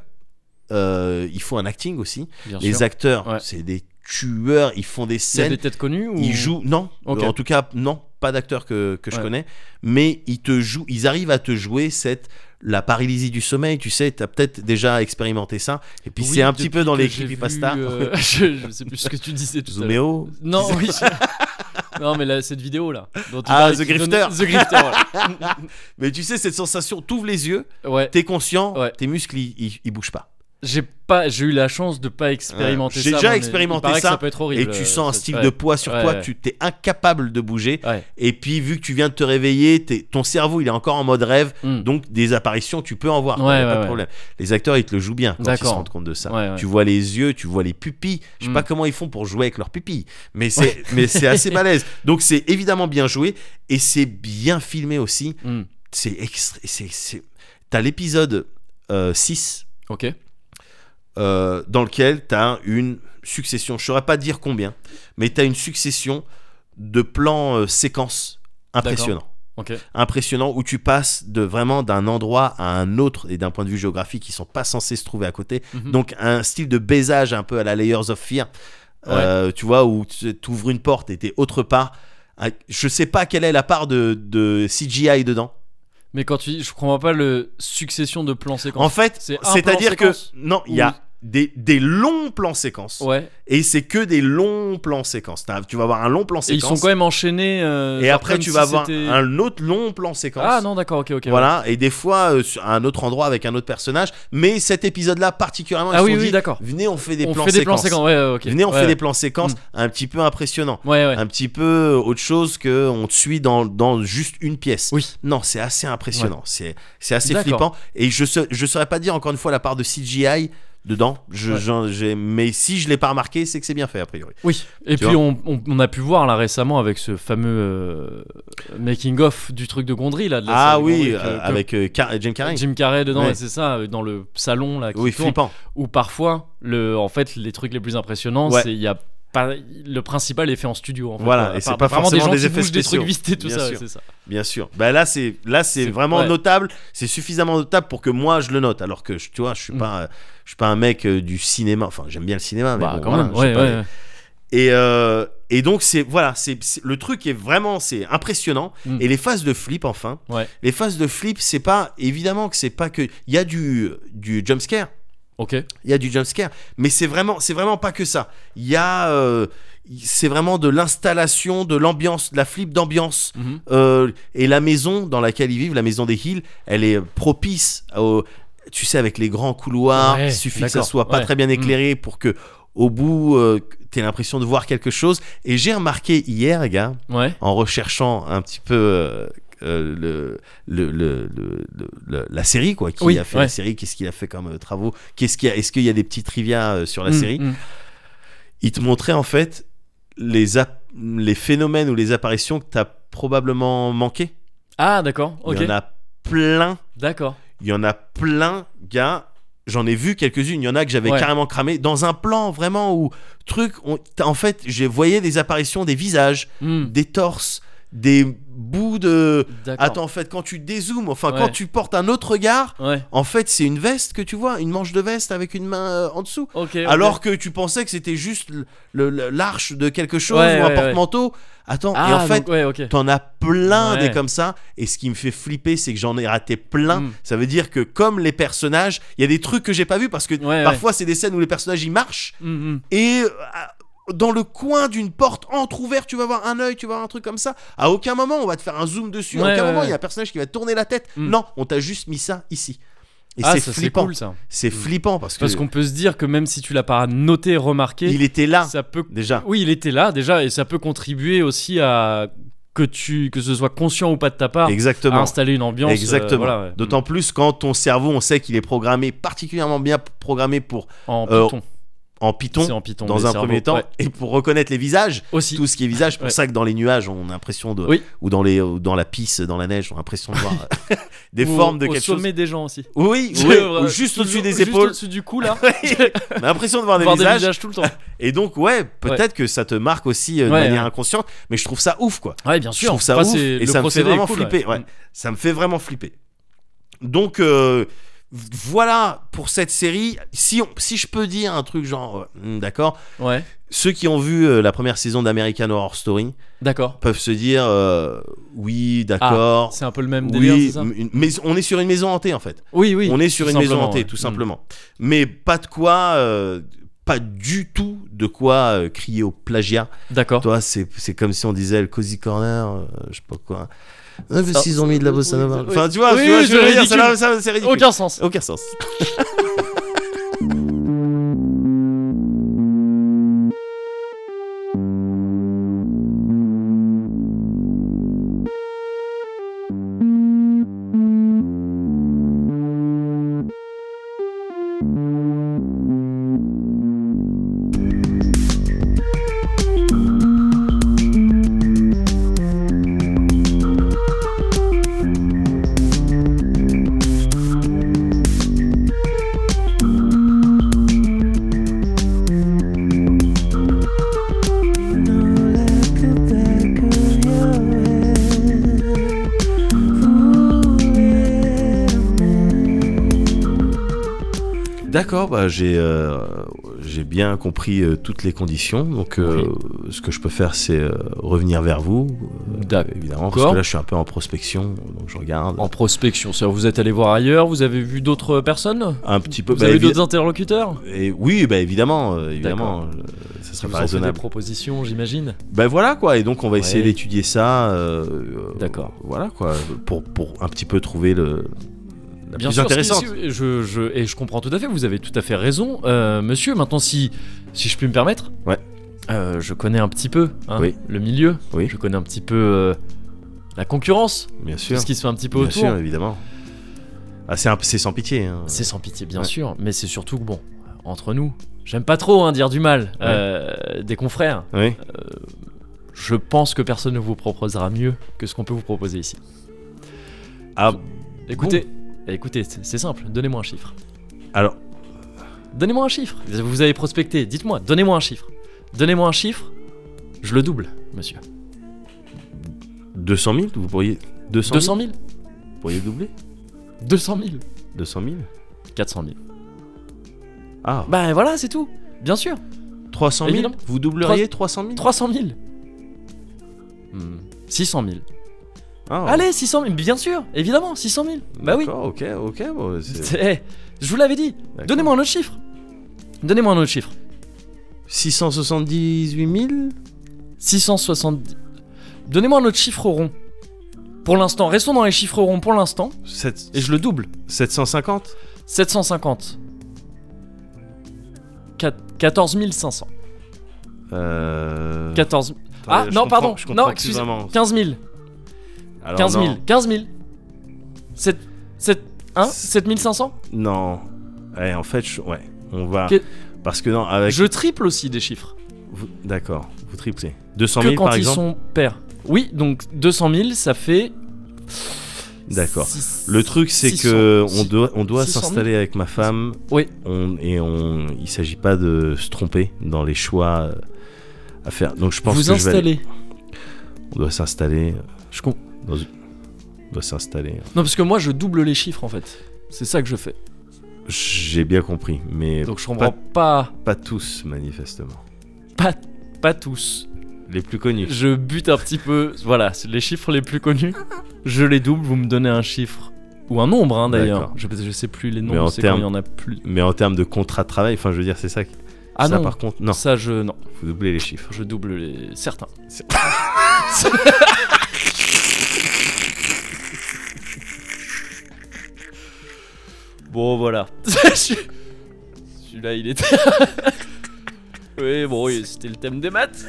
Speaker 2: Euh, il faut un acting aussi.
Speaker 1: bien
Speaker 2: Les
Speaker 1: sûr.
Speaker 2: acteurs,
Speaker 1: Ouais.
Speaker 2: c'est des tueurs, ils font des
Speaker 1: Il y a
Speaker 2: scènes,
Speaker 1: des têtes connues ou...
Speaker 2: ils jouent. Non,
Speaker 1: Ok.
Speaker 2: en tout cas, non, pas d'acteurs que, que je
Speaker 1: Ouais.
Speaker 2: connais, mais ils te jouent, ils arrivent à te jouer cette. La paralysie du sommeil, tu sais, t'as peut-être déjà expérimenté ça. Et puis
Speaker 1: Oui,
Speaker 2: c'est un petit peu
Speaker 1: depuis
Speaker 2: dans
Speaker 1: que
Speaker 2: les
Speaker 1: j'ai vu,
Speaker 2: creepypasta.
Speaker 1: euh, je, je sais plus ce que tu disais tout à l'heure.
Speaker 2: Zooméo.
Speaker 1: Non, oui. je- Non, mais là, cette vidéo là. dont tu
Speaker 2: Ah,
Speaker 1: parlais,
Speaker 2: The
Speaker 1: qui
Speaker 2: Grifter.
Speaker 1: donnait- The Grifter, voilà.
Speaker 2: Mais tu sais, cette sensation, t'ouvres les yeux,
Speaker 1: Ouais.
Speaker 2: t'es conscient,
Speaker 1: Ouais.
Speaker 2: tes muscles, ils, ils- ils bougent pas.
Speaker 1: J'ai pas, j'ai eu la chance de pas expérimenter
Speaker 2: Ouais.
Speaker 1: ça.
Speaker 2: J'ai déjà
Speaker 1: moi, mais
Speaker 2: expérimenté
Speaker 1: il paraît que
Speaker 2: ça,
Speaker 1: ça peut être horrible.
Speaker 2: et tu
Speaker 1: euh,
Speaker 2: sens un
Speaker 1: ça-
Speaker 2: style
Speaker 1: ouais.
Speaker 2: de poids sur
Speaker 1: Ouais,
Speaker 2: toi,
Speaker 1: ouais.
Speaker 2: tu t'es incapable de bouger.
Speaker 1: Ouais.
Speaker 2: Et puis, vu que tu viens de te réveiller, t'es- ton cerveau, il est encore en mode rêve.
Speaker 1: Mm.
Speaker 2: Donc, des apparitions, tu peux en voir.
Speaker 1: Ouais,
Speaker 2: quoi, y a
Speaker 1: ouais,
Speaker 2: pas de
Speaker 1: ouais.
Speaker 2: problème. Les acteurs, ils te le jouent bien quand ils se
Speaker 1: D'accord.
Speaker 2: rendent compte de ça.
Speaker 1: Ouais, ouais.
Speaker 2: Tu vois les yeux, tu vois les pupilles. Je sais
Speaker 1: Mm.
Speaker 2: pas comment ils font pour jouer avec leurs pupilles, mais c'est mais c'est assez balèze. Donc, c'est évidemment bien joué et c'est bien filmé aussi.
Speaker 1: Mm.
Speaker 2: C'est extra- c'est- c'est- T'as l'épisode euh, 6
Speaker 1: Ok.
Speaker 2: euh, dans lequel tu as une succession, je ne saurais pas dire combien, mais tu as une succession de plans euh, séquences impressionnants.
Speaker 1: Ok.
Speaker 2: Impressionnants où tu passes de vraiment d'un endroit à un autre et d'un point de vue géographique qui sont pas censés se trouver à côté.
Speaker 1: Mhm.
Speaker 2: Donc un style de baisage un peu à la Layers of Fear, euh, tu vois, où tu ouvres une porte et t'es autre part. Ah, Je sais pas quelle est la part de, de CGI dedans.
Speaker 1: Mais quand tu dis, je comprends pas le succession de plans séquences.
Speaker 2: En fait,
Speaker 1: C'est un
Speaker 2: c'est-à-dire
Speaker 1: plan
Speaker 2: que
Speaker 1: séquence
Speaker 2: non, il y a des, des longs plans séquences.
Speaker 1: Ouais.
Speaker 2: et c'est que des longs plans séquences. T'as- Tu vas avoir un long plan
Speaker 1: Et ils
Speaker 2: séquence.
Speaker 1: sont quand même enchaînés. euh,
Speaker 2: et
Speaker 1: genre
Speaker 2: après,
Speaker 1: comme
Speaker 2: tu
Speaker 1: si
Speaker 2: vas avoir
Speaker 1: c'était-
Speaker 2: un autre long plan séquence.
Speaker 1: Ah non, d'accord, ok, ok.
Speaker 2: Voilà, et des fois euh, sur- à un autre endroit avec un autre personnage, mais cet épisode-là particulièrement, ils
Speaker 1: Ah
Speaker 2: se
Speaker 1: oui,
Speaker 2: sont
Speaker 1: oui,
Speaker 2: dit,
Speaker 1: d'accord.
Speaker 2: venez, on fait des
Speaker 1: On
Speaker 2: plans
Speaker 1: fait des plans
Speaker 2: séquences.
Speaker 1: séquences. Ouais, ouais, ok.
Speaker 2: Venez, on
Speaker 1: Ouais,
Speaker 2: fait des Ah,
Speaker 1: ouais.
Speaker 2: plans séquences
Speaker 1: Mm.
Speaker 2: un petit peu impressionnants,
Speaker 1: Ouais, ouais.
Speaker 2: un petit peu euh, autre chose que on te suit dans, dans juste une pièce.
Speaker 1: Oui.
Speaker 2: Non, c'est assez impressionnant, c'est c'est assez
Speaker 1: D'accord.
Speaker 2: flippant. Et je sa- je saurais pas dire encore une fois la part de CGI dedans. Je,
Speaker 1: Ouais.
Speaker 2: j'en- j'ai- mais si je l'ai pas remarqué, c'est que c'est bien fait a priori.
Speaker 1: Oui. Et
Speaker 2: Tu
Speaker 1: puis
Speaker 2: vois.
Speaker 1: on, on- on a pu voir là récemment avec ce fameux euh, making of du truc de Gondry là. de la
Speaker 2: Ah
Speaker 1: série
Speaker 2: oui,
Speaker 1: Gondry, que-
Speaker 2: euh,
Speaker 1: que-
Speaker 2: avec euh, Car- Jim Carrey.
Speaker 1: Jim Carrey dedans,
Speaker 2: Ouais.
Speaker 1: et c'est ça, euh, dans le salon là, qui
Speaker 2: oui,
Speaker 1: tourne,
Speaker 2: flippant.
Speaker 1: où parfois, le, en fait, les trucs les plus impressionnants,
Speaker 2: Ouais.
Speaker 1: c'est il y a pas, le principal est fait en studio. En fait,
Speaker 2: Voilà,
Speaker 1: quoi.
Speaker 2: et
Speaker 1: À
Speaker 2: c'est
Speaker 1: part-
Speaker 2: pas
Speaker 1: vraiment des
Speaker 2: forcément
Speaker 1: gens
Speaker 2: des
Speaker 1: qui
Speaker 2: effets
Speaker 1: bougent des
Speaker 2: spéciaux.
Speaker 1: trucs vistés, tout
Speaker 2: Bien
Speaker 1: ça,
Speaker 2: sûr.
Speaker 1: ouais, c'est ça.
Speaker 2: Bien sûr. Bah là c'est là c'est
Speaker 1: C'est-
Speaker 2: vraiment
Speaker 1: ouais.
Speaker 2: notable. C'est suffisamment notable pour que moi je le note. Alors que je- tu vois, je suis
Speaker 1: Mm.
Speaker 2: pas euh, je suis pas un mec euh, du cinéma. Enfin, j'aime bien le cinéma, mais
Speaker 1: Bah,
Speaker 2: bon,
Speaker 1: quand
Speaker 2: voilà,
Speaker 1: même,
Speaker 2: je sais
Speaker 1: ouais,
Speaker 2: pas.
Speaker 1: ouais, ouais.
Speaker 2: Et euh, et donc c'est voilà, c'est c'est- le truc est vraiment c'est impressionnant.
Speaker 1: Mm.
Speaker 2: Et les phases de flip enfin.
Speaker 1: Ouais.
Speaker 2: Les phases de flip, c'est pas évidemment que c'est pas que il y a du du jump scare.
Speaker 1: Ok.
Speaker 2: il y a du jumpscare mais c'est vraiment c'est vraiment pas que ça il y a euh, c'est vraiment de l'installation de l'ambiance de la flip d'ambiance
Speaker 1: Mhm.
Speaker 2: Euh, et la maison dans laquelle ils vivent la maison des Hills elle est propice au tu sais avec les grands couloirs
Speaker 1: Ouais,
Speaker 2: il suffit que ça
Speaker 1: d'accord,
Speaker 2: soit pas
Speaker 1: ouais. Mhm.
Speaker 2: très bien éclairé pour que au bout euh, t'aies l'impression de voir quelque chose et j'ai remarqué hier gars
Speaker 1: Ouais.
Speaker 2: en recherchant un petit peu euh, euh, le, le, le- le- le- le- la série quoi qui
Speaker 1: Oui,
Speaker 2: a fait
Speaker 1: ouais.
Speaker 2: la série qu'est-ce qu'il a fait comme euh, travaux qu'est-ce qu'il y a est-ce qu'il y a des petits trivia euh, sur la
Speaker 1: Mm,
Speaker 2: série
Speaker 1: mm.
Speaker 2: il te montrait en fait les ap- les phénomènes ou les apparitions que t'as probablement manqué
Speaker 1: Ah, d'accord. Ok.
Speaker 2: il y en a plein
Speaker 1: D'accord.
Speaker 2: il y en a plein gars J'en ai vu quelques-unes, il y en a que j'avais
Speaker 1: Ouais.
Speaker 2: carrément cramé dans un plan vraiment où truc, on- t'as- en fait, j'ai voyé des apparitions des visages,
Speaker 1: Mm.
Speaker 2: des torses, des bouts de,
Speaker 1: D'accord.
Speaker 2: Attends, en fait, quand tu dézoomes, enfin,
Speaker 1: Ouais.
Speaker 2: quand tu portes un autre regard,
Speaker 1: Ouais.
Speaker 2: en fait, c'est une veste que tu vois, une manche de veste avec une main euh, en dessous.
Speaker 1: Ok. ok.
Speaker 2: Alors que tu pensais que c'était juste le- le- le- l'arche de quelque chose
Speaker 1: Ouais,
Speaker 2: ou un
Speaker 1: ouais, ouais.
Speaker 2: porte-manteau. Attends,
Speaker 1: Ah,
Speaker 2: et en fait,
Speaker 1: donc, ouais, ok.
Speaker 2: t'en as plein
Speaker 1: Ouais.
Speaker 2: des comme ça. Et ce qui me fait flipper, c'est que j'en ai raté plein.
Speaker 1: Mm.
Speaker 2: Ça veut dire que, comme les personnages, il y a des trucs que j'ai pas vus parce que
Speaker 1: Ouais,
Speaker 2: parfois, c'est des scènes où les personnages ils marchent
Speaker 1: Mm, mm.
Speaker 2: et. euh, à- dans le coin d'une porte entrouverte, tu vas voir un œil, tu vas voir un truc comme ça. À aucun moment, on va te faire un zoom dessus.
Speaker 1: Ouais,
Speaker 2: à aucun
Speaker 1: ouais,
Speaker 2: moment, il y
Speaker 1: ouais.
Speaker 2: a un personnage qui va te tourner la tête.
Speaker 1: Mm.
Speaker 2: Non, on t'a juste mis ça ici. Et
Speaker 1: ah,
Speaker 2: c'est
Speaker 1: ça,
Speaker 2: flippant.
Speaker 1: cool ça.
Speaker 2: C'est flippant parce que
Speaker 1: Parce qu'on peut se dire que même si tu l'as pas noté, remarqué,
Speaker 2: il était là
Speaker 1: ça peut.
Speaker 2: déjà.
Speaker 1: Oui, il était là déjà, et ça peut contribuer aussi à que tu que ce soit conscient ou pas de ta part, à
Speaker 2: Exactement.
Speaker 1: installer une ambiance. euh,
Speaker 2: Exactement. Mmh.
Speaker 1: voilà, ouais. Mm.
Speaker 2: D'autant plus quand ton cerveau, on sait qu'il est programmé particulièrement bien programmé pour
Speaker 1: en
Speaker 2: euh,
Speaker 1: Python.
Speaker 2: en Python
Speaker 1: C'est en Python.
Speaker 2: dans
Speaker 1: mais
Speaker 2: un
Speaker 1: cerveau,
Speaker 2: premier temps
Speaker 1: ouais.
Speaker 2: et pour reconnaître les visages,
Speaker 1: Aussi.
Speaker 2: tout ce qui est visage. C'est pour
Speaker 1: Ouais.
Speaker 2: ça que dans les nuages, on a l'impression de
Speaker 1: Oui.
Speaker 2: ou dans les ou dans la pisse, dans la neige, on a l'impression de voir euh, des
Speaker 1: Ou
Speaker 2: formes de
Speaker 1: au
Speaker 2: quelque
Speaker 1: sommet
Speaker 2: chose.
Speaker 1: des gens aussi.
Speaker 2: Oui, oui,
Speaker 1: Vraiment,
Speaker 2: ou juste au-dessus des
Speaker 1: juste
Speaker 2: épaules.
Speaker 1: au-dessus du cou là.
Speaker 2: on a l'impression de voir des
Speaker 1: voir des
Speaker 2: visages.
Speaker 1: visages tout le temps.
Speaker 2: Et donc ouais, peut-être que ça te marque aussi euh, de
Speaker 1: Ouais,
Speaker 2: manière
Speaker 1: ouais.
Speaker 2: inconsciente, mais je trouve ça ouf quoi.
Speaker 1: Ouais, bien sûr.
Speaker 2: Je trouve ça
Speaker 1: Enfin,
Speaker 2: ouf,
Speaker 1: c'est-
Speaker 2: et
Speaker 1: le
Speaker 2: ça me
Speaker 1: procédé
Speaker 2: fait
Speaker 1: est
Speaker 2: vraiment
Speaker 1: cool, Mm.
Speaker 2: flipper, ouais. Ça me fait vraiment flipper. Donc euh, v- voilà pour cette série. Si, on, si je peux dire un truc genre, euh, hmm, d'accord,
Speaker 1: Ouais.
Speaker 2: ceux qui ont vu euh, la première saison d'American Horror Story
Speaker 1: D'accord.
Speaker 2: peuvent se dire, euh, oui, d'accord.
Speaker 1: Ah, C'est un peu le même délire,
Speaker 2: oui,
Speaker 1: c'est ça
Speaker 2: m- une- mais on est sur une maison hantée en fait.
Speaker 1: Oui, oui.
Speaker 2: on est sur
Speaker 1: tout
Speaker 2: une maison
Speaker 1: simplement,
Speaker 2: hantée,
Speaker 1: ouais.
Speaker 2: tout
Speaker 1: Mm.
Speaker 2: simplement. Mais pas de quoi, euh, pas du tout de quoi euh, crier au plagiat.
Speaker 1: D'accord.
Speaker 2: Toi, c'est c'est comme si on disait le Cozy Corner, euh, je sais pas quoi. Euh, parce qu'ils ont mis de la bossa nova.
Speaker 1: Oh. oui.
Speaker 2: Enfin, tu vois,
Speaker 1: Oui,
Speaker 2: tu vois
Speaker 1: oui,
Speaker 2: je veux
Speaker 1: c'est
Speaker 2: dire,
Speaker 1: ridicule.
Speaker 2: ça- ça- c'est ridicule.
Speaker 1: Aucun sens.
Speaker 2: Aucun sens. D'accord, bah, j'ai euh, j'ai bien compris euh, toutes les conditions. Donc, euh, ce que je peux faire, c'est euh, revenir vers vous, euh,
Speaker 1: D'accord.
Speaker 2: évidemment, parce que là, je suis un peu en prospection, donc je regarde
Speaker 1: En prospection, c'est-à-dire vous êtes allé voir ailleurs, vous avez vu d'autres personnes
Speaker 2: un petit peu.
Speaker 1: Vous
Speaker 2: bah,
Speaker 1: avez eu
Speaker 2: évi-
Speaker 1: d'autres interlocuteurs
Speaker 2: et oui, bah, évidemment, euh, évidemment, euh, ça serait
Speaker 1: Vous
Speaker 2: pas
Speaker 1: en faites des
Speaker 2: raisonnable.
Speaker 1: propositions, j'imagine.
Speaker 2: Ben voilà quoi, et donc on va essayer
Speaker 1: Ouais.
Speaker 2: d'étudier ça. euh, euh,
Speaker 1: D'accord.
Speaker 2: Voilà quoi, pour, pour un petit peu trouver le. La plus
Speaker 1: sûr,
Speaker 2: intéressante.
Speaker 1: si- si- je, je, et je comprends tout à fait, vous avez tout à fait raison. Euh, monsieur, maintenant, si, si je puis me permettre,
Speaker 2: Ouais.
Speaker 1: euh, je connais un petit peu hein,
Speaker 2: Oui.
Speaker 1: le milieu,
Speaker 2: Oui.
Speaker 1: je connais un petit peu euh, la concurrence,
Speaker 2: Bien sûr.
Speaker 1: tout ce qui se fait un petit peu
Speaker 2: Bien
Speaker 1: autour.
Speaker 2: sûr, évidemment. Ah, c'est un- c'est sans pitié. hein.
Speaker 1: C'est sans pitié, bien
Speaker 2: Ouais.
Speaker 1: sûr, mais c'est surtout que, bon, entre nous, j'aime pas trop hein, dire du mal
Speaker 2: Ouais.
Speaker 1: euh, des confrères.
Speaker 2: Oui.
Speaker 1: Je pense que personne ne vous proposera mieux que ce qu'on peut vous proposer ici.
Speaker 2: Ah,
Speaker 1: Écoutez, écoutez, c'est c'est simple, donnez-moi un chiffre.
Speaker 2: alors,
Speaker 1: Donnez-moi un chiffre. Vous avez prospecté, dites-moi, donnez-moi un chiffre. Donnez-moi un chiffre, je le double, monsieur.
Speaker 2: 200 000 Vous pourriez. 200 000,
Speaker 1: 200 000
Speaker 2: Vous pourriez doubler
Speaker 1: 200 000
Speaker 2: 200 000
Speaker 1: 400 000.
Speaker 2: Ah,
Speaker 1: Bah voilà, c'est tout. Bien sûr.
Speaker 2: 300 000
Speaker 1: Bah, évidemment.
Speaker 2: Vous doubleriez 300 000
Speaker 1: 300 000 Hmm, 600 000.
Speaker 2: Ah,
Speaker 1: Oh. Allez, 600 000, bien sûr, évidemment, 600 000. Bah oui.
Speaker 2: D'accord, ok, ok. bon, c'est-
Speaker 1: C'est- eh, je vous l'avais dit.
Speaker 2: d'accord.
Speaker 1: Donnez-moi un autre chiffre. Donnez-moi un autre chiffre.
Speaker 2: 678 000
Speaker 1: 670. Donnez-moi un autre chiffre rond. Pour l'instant, restons dans les chiffres ronds pour l'instant,
Speaker 2: Sept-
Speaker 1: et je le double.
Speaker 2: 750
Speaker 1: 750. Quat- 14 500.
Speaker 2: euh...
Speaker 1: 14 Ah,
Speaker 2: attendez, je
Speaker 1: non,
Speaker 2: comprends-
Speaker 1: pardon.
Speaker 2: je comprends
Speaker 1: Non,
Speaker 2: plus
Speaker 1: excusez.
Speaker 2: vraiment.
Speaker 1: 15 000.
Speaker 2: Alors,
Speaker 1: 15 000.
Speaker 2: non.
Speaker 1: 15 000. 7, 7, hein, 7 500
Speaker 2: Non. Ouais, en fait, je- ouais, on va.
Speaker 1: Que-
Speaker 2: Parce que non, avec.
Speaker 1: Je triple aussi des chiffres.
Speaker 2: vous- D'accord, vous triplez. 200
Speaker 1: Que
Speaker 2: 000
Speaker 1: quand
Speaker 2: par
Speaker 1: ils
Speaker 2: exemple
Speaker 1: sont pairs. Oui, donc 200 000, ça fait.
Speaker 2: D'accord.
Speaker 1: six-
Speaker 2: Le truc, c'est
Speaker 1: 600,
Speaker 2: que on
Speaker 1: six-
Speaker 2: doit, on doit
Speaker 1: 600 000.
Speaker 2: s'installer avec ma femme.
Speaker 1: Oui.
Speaker 2: On, et on, il s'agit pas de se tromper dans les choix euh, à faire. Donc je pense
Speaker 1: Vous
Speaker 2: que je vais aller-
Speaker 1: installez.
Speaker 2: on doit s'installer.
Speaker 1: Je comprends.
Speaker 2: Dans une- On doit s'installer.
Speaker 1: Non, parce que moi, je double les chiffres en fait. C'est ça que je fais.
Speaker 2: J'ai bien compris, mais
Speaker 1: Donc je
Speaker 2: pas,
Speaker 1: comprends pas.
Speaker 2: pas tous manifestement.
Speaker 1: Pas, pas tous.
Speaker 2: Les plus connus.
Speaker 1: Je bute un petit peu. Voilà, c'est les chiffres les plus connus. Je les double, vous me donnez un chiffre. Ou un nombre, hein, d'ailleurs.
Speaker 2: D'accord.
Speaker 1: Je, je sais plus les
Speaker 2: Mais en
Speaker 1: nombres, c'est quand
Speaker 2: termes-
Speaker 1: il y en a plus.
Speaker 2: Mais en termes de contrat de travail, enfin, je veux dire, c'est ça. qui-
Speaker 1: Ah
Speaker 2: ça,
Speaker 1: non,
Speaker 2: par contre, non.
Speaker 1: ça je. Non,
Speaker 2: Vous doublez les chiffres.
Speaker 1: je double les. Certains.
Speaker 2: C'est-
Speaker 1: Bon, voilà. Celui-là, il était. oui, bon, oui, c'était le thème des maths.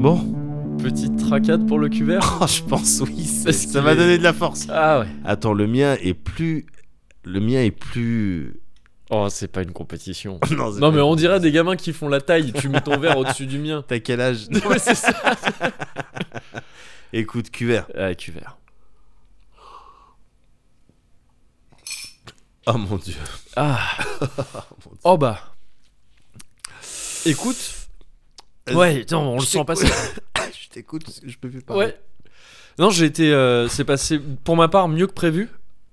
Speaker 2: Bon,
Speaker 1: Petite tracade pour le cuvert.
Speaker 2: Oh, je pense oui, c'est-
Speaker 1: Parce
Speaker 2: ça
Speaker 1: qu'il
Speaker 2: m'a
Speaker 1: est-
Speaker 2: donné de la force.
Speaker 1: Ah ouais.
Speaker 2: Attends, le mien est plus le mien est plus
Speaker 1: Oh, c'est pas une compétition.
Speaker 2: Non, c'est
Speaker 1: Non,
Speaker 2: pas-
Speaker 1: mais on dirait des gamins qui font la taille. Tu mets ton verre au-dessus du mien.
Speaker 2: T'as quel âge
Speaker 1: Ouais, c'est ça.
Speaker 2: Écoute cuvert.
Speaker 1: Ah, cuvert.
Speaker 2: Oh mon dieu.
Speaker 1: Ah. oh bah. Écoute.
Speaker 2: Vas-y.
Speaker 1: Ouais, attends, on le
Speaker 2: Je
Speaker 1: sent
Speaker 2: t'écoute.
Speaker 1: passer.
Speaker 2: je t'écoute parce que je peux plus parler.
Speaker 1: Ouais. Non, j'ai été. euh, c'est passé pour ma part mieux que prévu.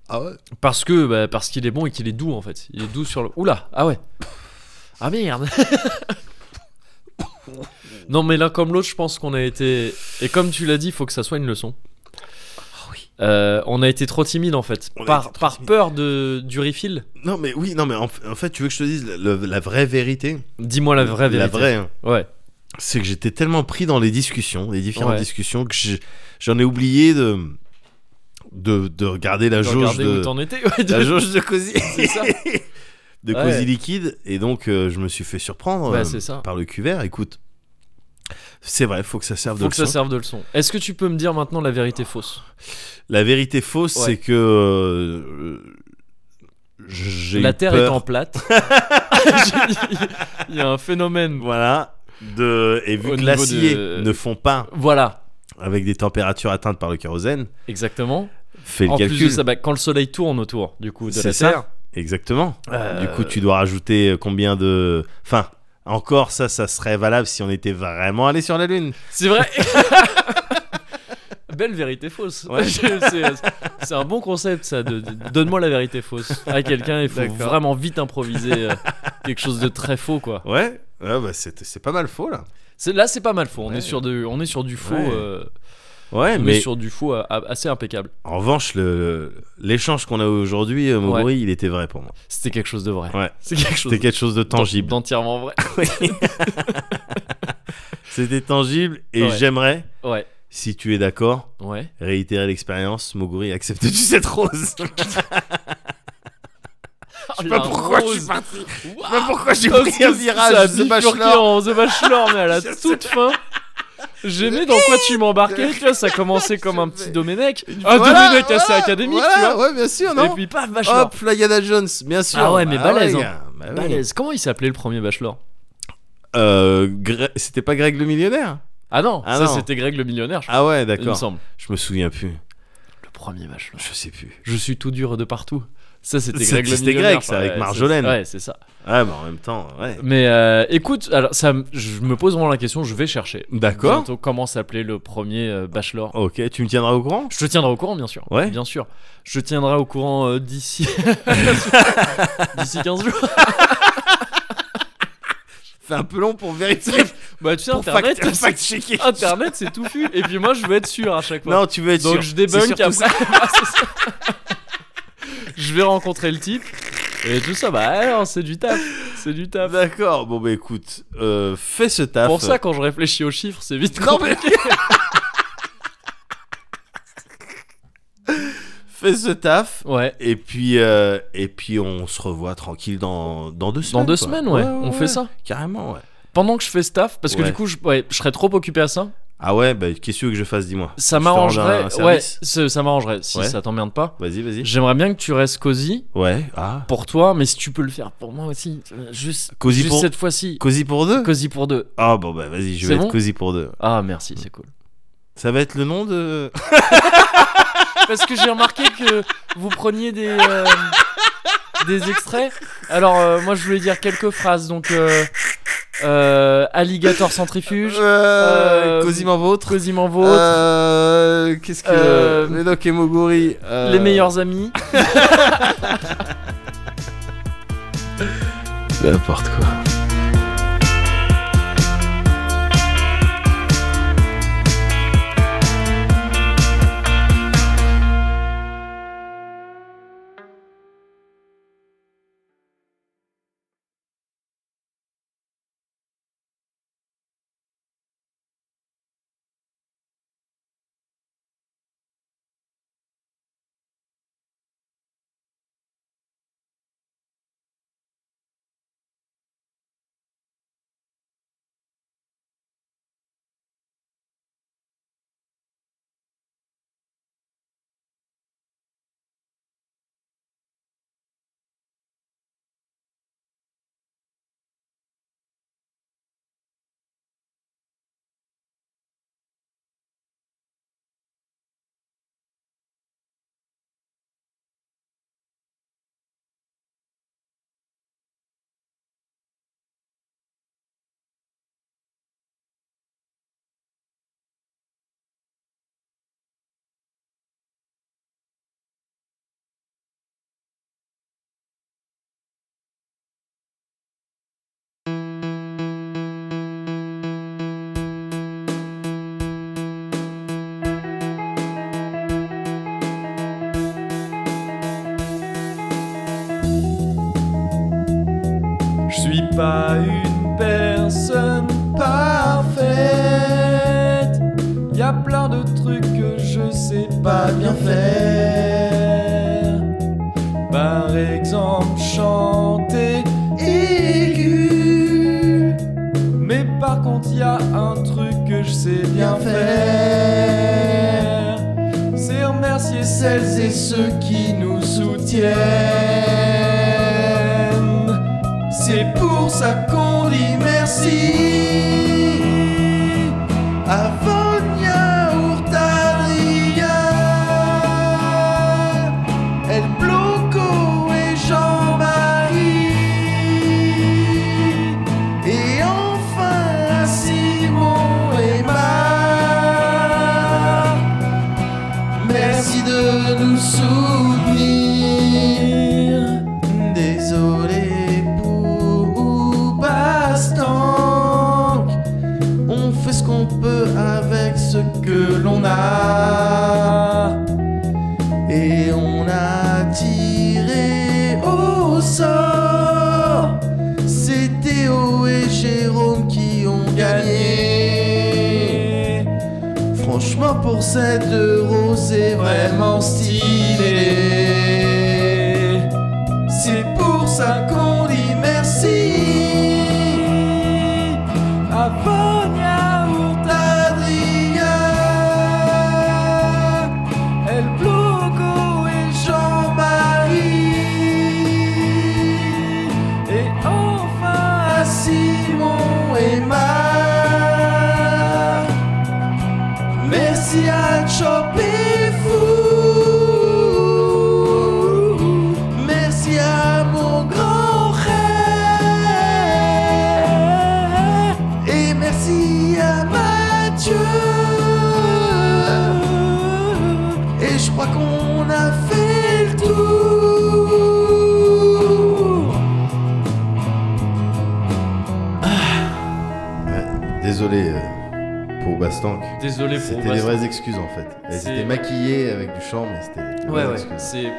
Speaker 2: Ah ouais.
Speaker 1: Parce que bah, parce qu'il est bon et qu'il est doux en fait. Il est doux sur le. Oula, ah ouais. Ah merde. non mais l'un comme l'autre, je pense qu'on a été. Et comme tu l'as dit, il faut que ça soit une leçon.
Speaker 2: Ah
Speaker 1: Euh, on a été trop timide en fait,
Speaker 2: On a été
Speaker 1: par,
Speaker 2: trop
Speaker 1: par
Speaker 2: timide.
Speaker 1: peur de, du refill.
Speaker 2: Non mais oui, non mais en, en fait, tu veux que je te dise la, la- la vraie vérité
Speaker 1: Dis-moi la vraie vérité.
Speaker 2: La vraie. hein.
Speaker 1: Ouais.
Speaker 2: c'est que j'étais tellement pris dans les discussions, les différentes
Speaker 1: Ouais.
Speaker 2: discussions, que je- j'en ai oublié de, de, de regarder la
Speaker 1: De
Speaker 2: jauge
Speaker 1: regarder
Speaker 2: de,
Speaker 1: où t'en étais. ouais, de-
Speaker 2: la jauge de Cozy,
Speaker 1: C'est ça.
Speaker 2: de
Speaker 1: Ouais.
Speaker 2: Cozy Liquide. Et donc, euh, je me suis fait surprendre
Speaker 1: Bah,
Speaker 2: euh,
Speaker 1: c'est ça.
Speaker 2: par le cuvert. Écoute, c'est vrai, faut que ça serve de
Speaker 1: Faut que ça
Speaker 2: leçon.
Speaker 1: serve de leçon. Est-ce que tu peux me dire maintenant la vérité fausse
Speaker 2: La vérité fausse,
Speaker 1: Ouais.
Speaker 2: c'est que euh, j'ai
Speaker 1: La
Speaker 2: eu
Speaker 1: Terre
Speaker 2: peur,
Speaker 1: est en plate. Il y a un phénomène.
Speaker 2: Voilà. De, et vu
Speaker 1: Au
Speaker 2: que
Speaker 1: niveau
Speaker 2: l'acier
Speaker 1: de-
Speaker 2: ne fond pas
Speaker 1: Voilà,
Speaker 2: avec des températures atteintes par le kérosène,
Speaker 1: exactement.
Speaker 2: fais
Speaker 1: En
Speaker 2: le
Speaker 1: plus de
Speaker 2: calcul.
Speaker 1: ça, bah, quand le soleil tourne autour du coup de
Speaker 2: C'est
Speaker 1: la
Speaker 2: ça.
Speaker 1: Terre,
Speaker 2: Exactement.
Speaker 1: Euh,
Speaker 2: Du coup, tu dois rajouter euh, combien de. Enfin, encore ça, ça serait valable si on était vraiment allé sur la Lune.
Speaker 1: c'est vrai. Belle vérité fausse.
Speaker 2: Ouais.
Speaker 1: Je- c'est- c'est un bon concept ça. de- de- Donne-moi la vérité fausse à quelqu'un. Il faut
Speaker 2: D'accord.
Speaker 1: vraiment vite improviser euh, quelque chose de très faux quoi.
Speaker 2: Ouais. Ouais, bah, c'est c'est pas mal faux là.
Speaker 1: C'est- Là c'est pas mal faux. On
Speaker 2: Ouais.
Speaker 1: est sur de, on est sur du faux.
Speaker 2: Ouais.
Speaker 1: euh,
Speaker 2: Ouais,
Speaker 1: on
Speaker 2: mais
Speaker 1: est sur du faux euh, assez impeccable.
Speaker 2: en revanche, le- l'échange qu'on a aujourd'hui, euh, Moguri, il était vrai pour moi.
Speaker 1: C'était quelque chose de vrai.
Speaker 2: Ouais.
Speaker 1: C'est quelque chose
Speaker 2: C'était quelque chose de tangible.
Speaker 1: d'entièrement vrai.
Speaker 2: C'était tangible et
Speaker 1: Ouais.
Speaker 2: j'aimerais,
Speaker 1: Ouais.
Speaker 2: si tu es d'accord,
Speaker 1: Ouais.
Speaker 2: réitérer l'expérience. Moguri, acceptes-tu cette rose
Speaker 1: Je sais
Speaker 2: pas pourquoi je suis
Speaker 1: parti.
Speaker 2: Mais pourquoi j'ai
Speaker 1: Ah,
Speaker 2: pris
Speaker 1: c'est-
Speaker 2: un virage
Speaker 1: ça a
Speaker 2: je sais pas,
Speaker 1: bifurqué
Speaker 2: Schnorr.
Speaker 1: en The Bachelor, mais à la
Speaker 2: Je sais
Speaker 1: toute fin. J'aimais dans quoi tu m'embarquais, tu vois, ça commençait comme un petit Domenech. Un
Speaker 2: Voilà,
Speaker 1: Domenech Ah, assez
Speaker 2: voilà,
Speaker 1: académique,
Speaker 2: voilà,
Speaker 1: tu vois.
Speaker 2: Ouais, bien sûr,
Speaker 1: Et
Speaker 2: non
Speaker 1: puis paf, Bachelor.
Speaker 2: Hop, là, Yana Jones, bien sûr.
Speaker 1: Ah ouais, mais balèze, hein.
Speaker 2: gars, bah oui.
Speaker 1: Balèze. Comment il s'appelait le premier Bachelor
Speaker 2: Euh, Gre- C'était pas Greg le millionnaire
Speaker 1: Ah non,
Speaker 2: Ah
Speaker 1: ça
Speaker 2: non.
Speaker 1: c'était Greg le millionnaire, je crois,
Speaker 2: Ah ouais,
Speaker 1: il me
Speaker 2: d'accord.
Speaker 1: semble.
Speaker 2: Je me souviens plus.
Speaker 1: Le premier Bachelor.
Speaker 2: Je sais plus.
Speaker 1: Je suis tout dur de partout. Ça c'était
Speaker 2: C'était-
Speaker 1: Greg le
Speaker 2: c'était Greg,
Speaker 1: millionnaire.
Speaker 2: ça, avec
Speaker 1: ouais,
Speaker 2: Marjolaine.
Speaker 1: c'est- Ouais, c'est ça.
Speaker 2: Ouais, Ah, mais en même temps, ouais.
Speaker 1: Mais euh, écoute, alors ça, me- je me pose vraiment la question, je vais chercher.
Speaker 2: D'accord.
Speaker 1: Bientôt, Comment s'appelait le premier euh, Bachelor
Speaker 2: Ok, tu me tiendras au courant
Speaker 1: Je te tiendrai au courant, bien sûr.
Speaker 2: Ouais.
Speaker 1: Bien sûr. Je te tiendrai au courant euh, d'ici. d'ici 15 jours.
Speaker 2: C'est un peu long pour vérifier.
Speaker 1: Bah, tu sais,
Speaker 2: pour
Speaker 1: Internet.
Speaker 2: fact- fact-checker.
Speaker 1: Ah, Internet, c'est touffu. Et puis moi, je veux être sûr à chaque fois.
Speaker 2: Non, tu veux être
Speaker 1: Donc,
Speaker 2: sûr.
Speaker 1: je débunk
Speaker 2: C'est
Speaker 1: après.
Speaker 2: surtout ça.
Speaker 1: Ah, c'est ça. je vais rencontrer le type. Et tout ça, bah, alors, c'est du taf. C'est du taf.
Speaker 2: D'accord, bon bah écoute, euh, fais ce taf.
Speaker 1: Pour ça, quand je réfléchis aux chiffres, c'est vite
Speaker 2: Non, mais-
Speaker 1: compliqué.
Speaker 2: Fais ce taf.
Speaker 1: Ouais.
Speaker 2: Et puis, euh, et puis on se revoit tranquille dans, dans deux semaines.
Speaker 1: Dans deux
Speaker 2: quoi.
Speaker 1: semaines, ouais, on fait ça.
Speaker 2: Carrément, ouais.
Speaker 1: Pendant que je fais staff, parce que
Speaker 2: Ouais.
Speaker 1: du coup, je, ouais, je serais trop occupé à ça.
Speaker 2: Ah ouais, bah qu'est-ce que tu veux que je fasse, dis-moi
Speaker 1: Ça
Speaker 2: Je te rends un
Speaker 1: m'arrangerait. Ouais,
Speaker 2: service
Speaker 1: ce- ça m'arrangerait si
Speaker 2: Ouais.
Speaker 1: ça t'emmerde pas.
Speaker 2: Vas-y, vas-y.
Speaker 1: J'aimerais bien que tu restes cosy.
Speaker 2: Ouais, ah.
Speaker 1: pour toi, mais si tu peux le faire pour moi aussi, euh, juste,
Speaker 2: Cosy
Speaker 1: juste
Speaker 2: pour-
Speaker 1: cette fois-ci,
Speaker 2: Cosy pour deux
Speaker 1: cosy pour deux.
Speaker 2: Ah bon bah vas-y, je
Speaker 1: C'est
Speaker 2: vais
Speaker 1: bon
Speaker 2: être cosy pour deux.
Speaker 1: Ah merci, c'est cool.
Speaker 2: Ça va être le nom de.
Speaker 1: Parce que j'ai remarqué que vous preniez des euh, des extraits. Alors euh, moi je voulais dire quelques phrases, donc euh, euh, alligator centrifuge,
Speaker 2: Euh,
Speaker 1: Euh,
Speaker 2: Cosiment vôtre.
Speaker 1: cosy m'en vôtre,
Speaker 2: Euh, Qu'est-ce que.
Speaker 1: Euh,
Speaker 2: Médoc et Moguri. euh,
Speaker 1: les meilleurs amis. N'importe quoi.
Speaker 2: Je suis pas une personne parfaite. Y a plein de trucs que je sais pas bien faire. Par exemple, chanter aigu. Mais par contre, y a un truc que je sais bien faire. C'est remercier celles et ceux qui nous soutiennent. C'est pour ça qu'on dit merci. à Vonia Hurtadria, El Bloco et Jean-Marie, et enfin à Simon et Marc. Merci de nous soutenir. Désolé pour Bastank. On fait ce qu'on peut avec ce que l'on a. Et on a tiré au sort. C'est Théo et Jérôme qui ont gagné. Franchement, pour 7 euros, c'est vraiment stylé. C'est pour ça qu'on dit merci. À Vonia Hurtadria, El Bloco et Jean-Marie. Et enfin à Simon et Marc. Merci à Chop et Fou. Merci à mon grand frère. Et merci à Mathieu. Et je crois qu'on a fait le tour.
Speaker 1: Ouais, Désolé euh, pour Bastank.
Speaker 2: Désolé pour
Speaker 1: C'était des vraies excuses en fait. Elles
Speaker 2: C'est-
Speaker 1: étaient maquillées avec du chant, mais c'était. des
Speaker 2: Ouais,
Speaker 1: vraies
Speaker 2: ouais.
Speaker 1: excuses.
Speaker 2: C'est...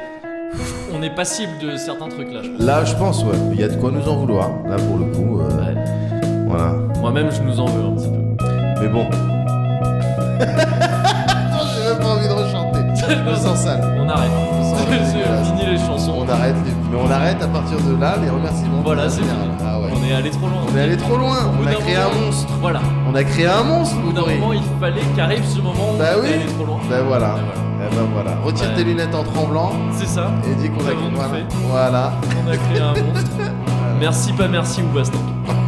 Speaker 2: On est passible de certains trucs là, je pense.
Speaker 1: Là, je pense, ouais, il y a de quoi nous en vouloir. Là, pour le coup, euh,
Speaker 2: Ouais.
Speaker 1: voilà.
Speaker 2: Moi-même, je nous en veux un petit peu.
Speaker 1: Mais bon. Attends, j'ai même pas envie de rechanter. Je me sens sale.
Speaker 2: On arrête. C'est fini les chansons.
Speaker 1: On arrête, les- mais on arrête à partir de là les remerciements.
Speaker 2: Voilà, c'est
Speaker 1: bien.
Speaker 2: fini.
Speaker 1: Ah ouais.
Speaker 2: On est allé trop loin.
Speaker 1: On est allé trop loin.
Speaker 2: Au bout
Speaker 1: On a
Speaker 2: d'un
Speaker 1: créé un
Speaker 2: moment-
Speaker 1: monstre.
Speaker 2: Voilà.
Speaker 1: On a créé un monstre,
Speaker 2: Au bout d'un
Speaker 1: Boudoué.
Speaker 2: moment, il fallait qu'arrive ce moment où
Speaker 1: Bah
Speaker 2: on
Speaker 1: oui.
Speaker 2: est allé trop loin.
Speaker 1: Ben voilà.
Speaker 2: Et voilà.
Speaker 1: Eh ben voilà. Retire
Speaker 2: Ouais.
Speaker 1: tes lunettes en tremblant
Speaker 2: C'est ça.
Speaker 1: et dis qu'on
Speaker 2: Nous
Speaker 1: a
Speaker 2: avons
Speaker 1: créé.
Speaker 2: tout
Speaker 1: Voilà.
Speaker 2: fait.
Speaker 1: voilà.
Speaker 2: On a créé un monstre. Merci, pas merci ou baston.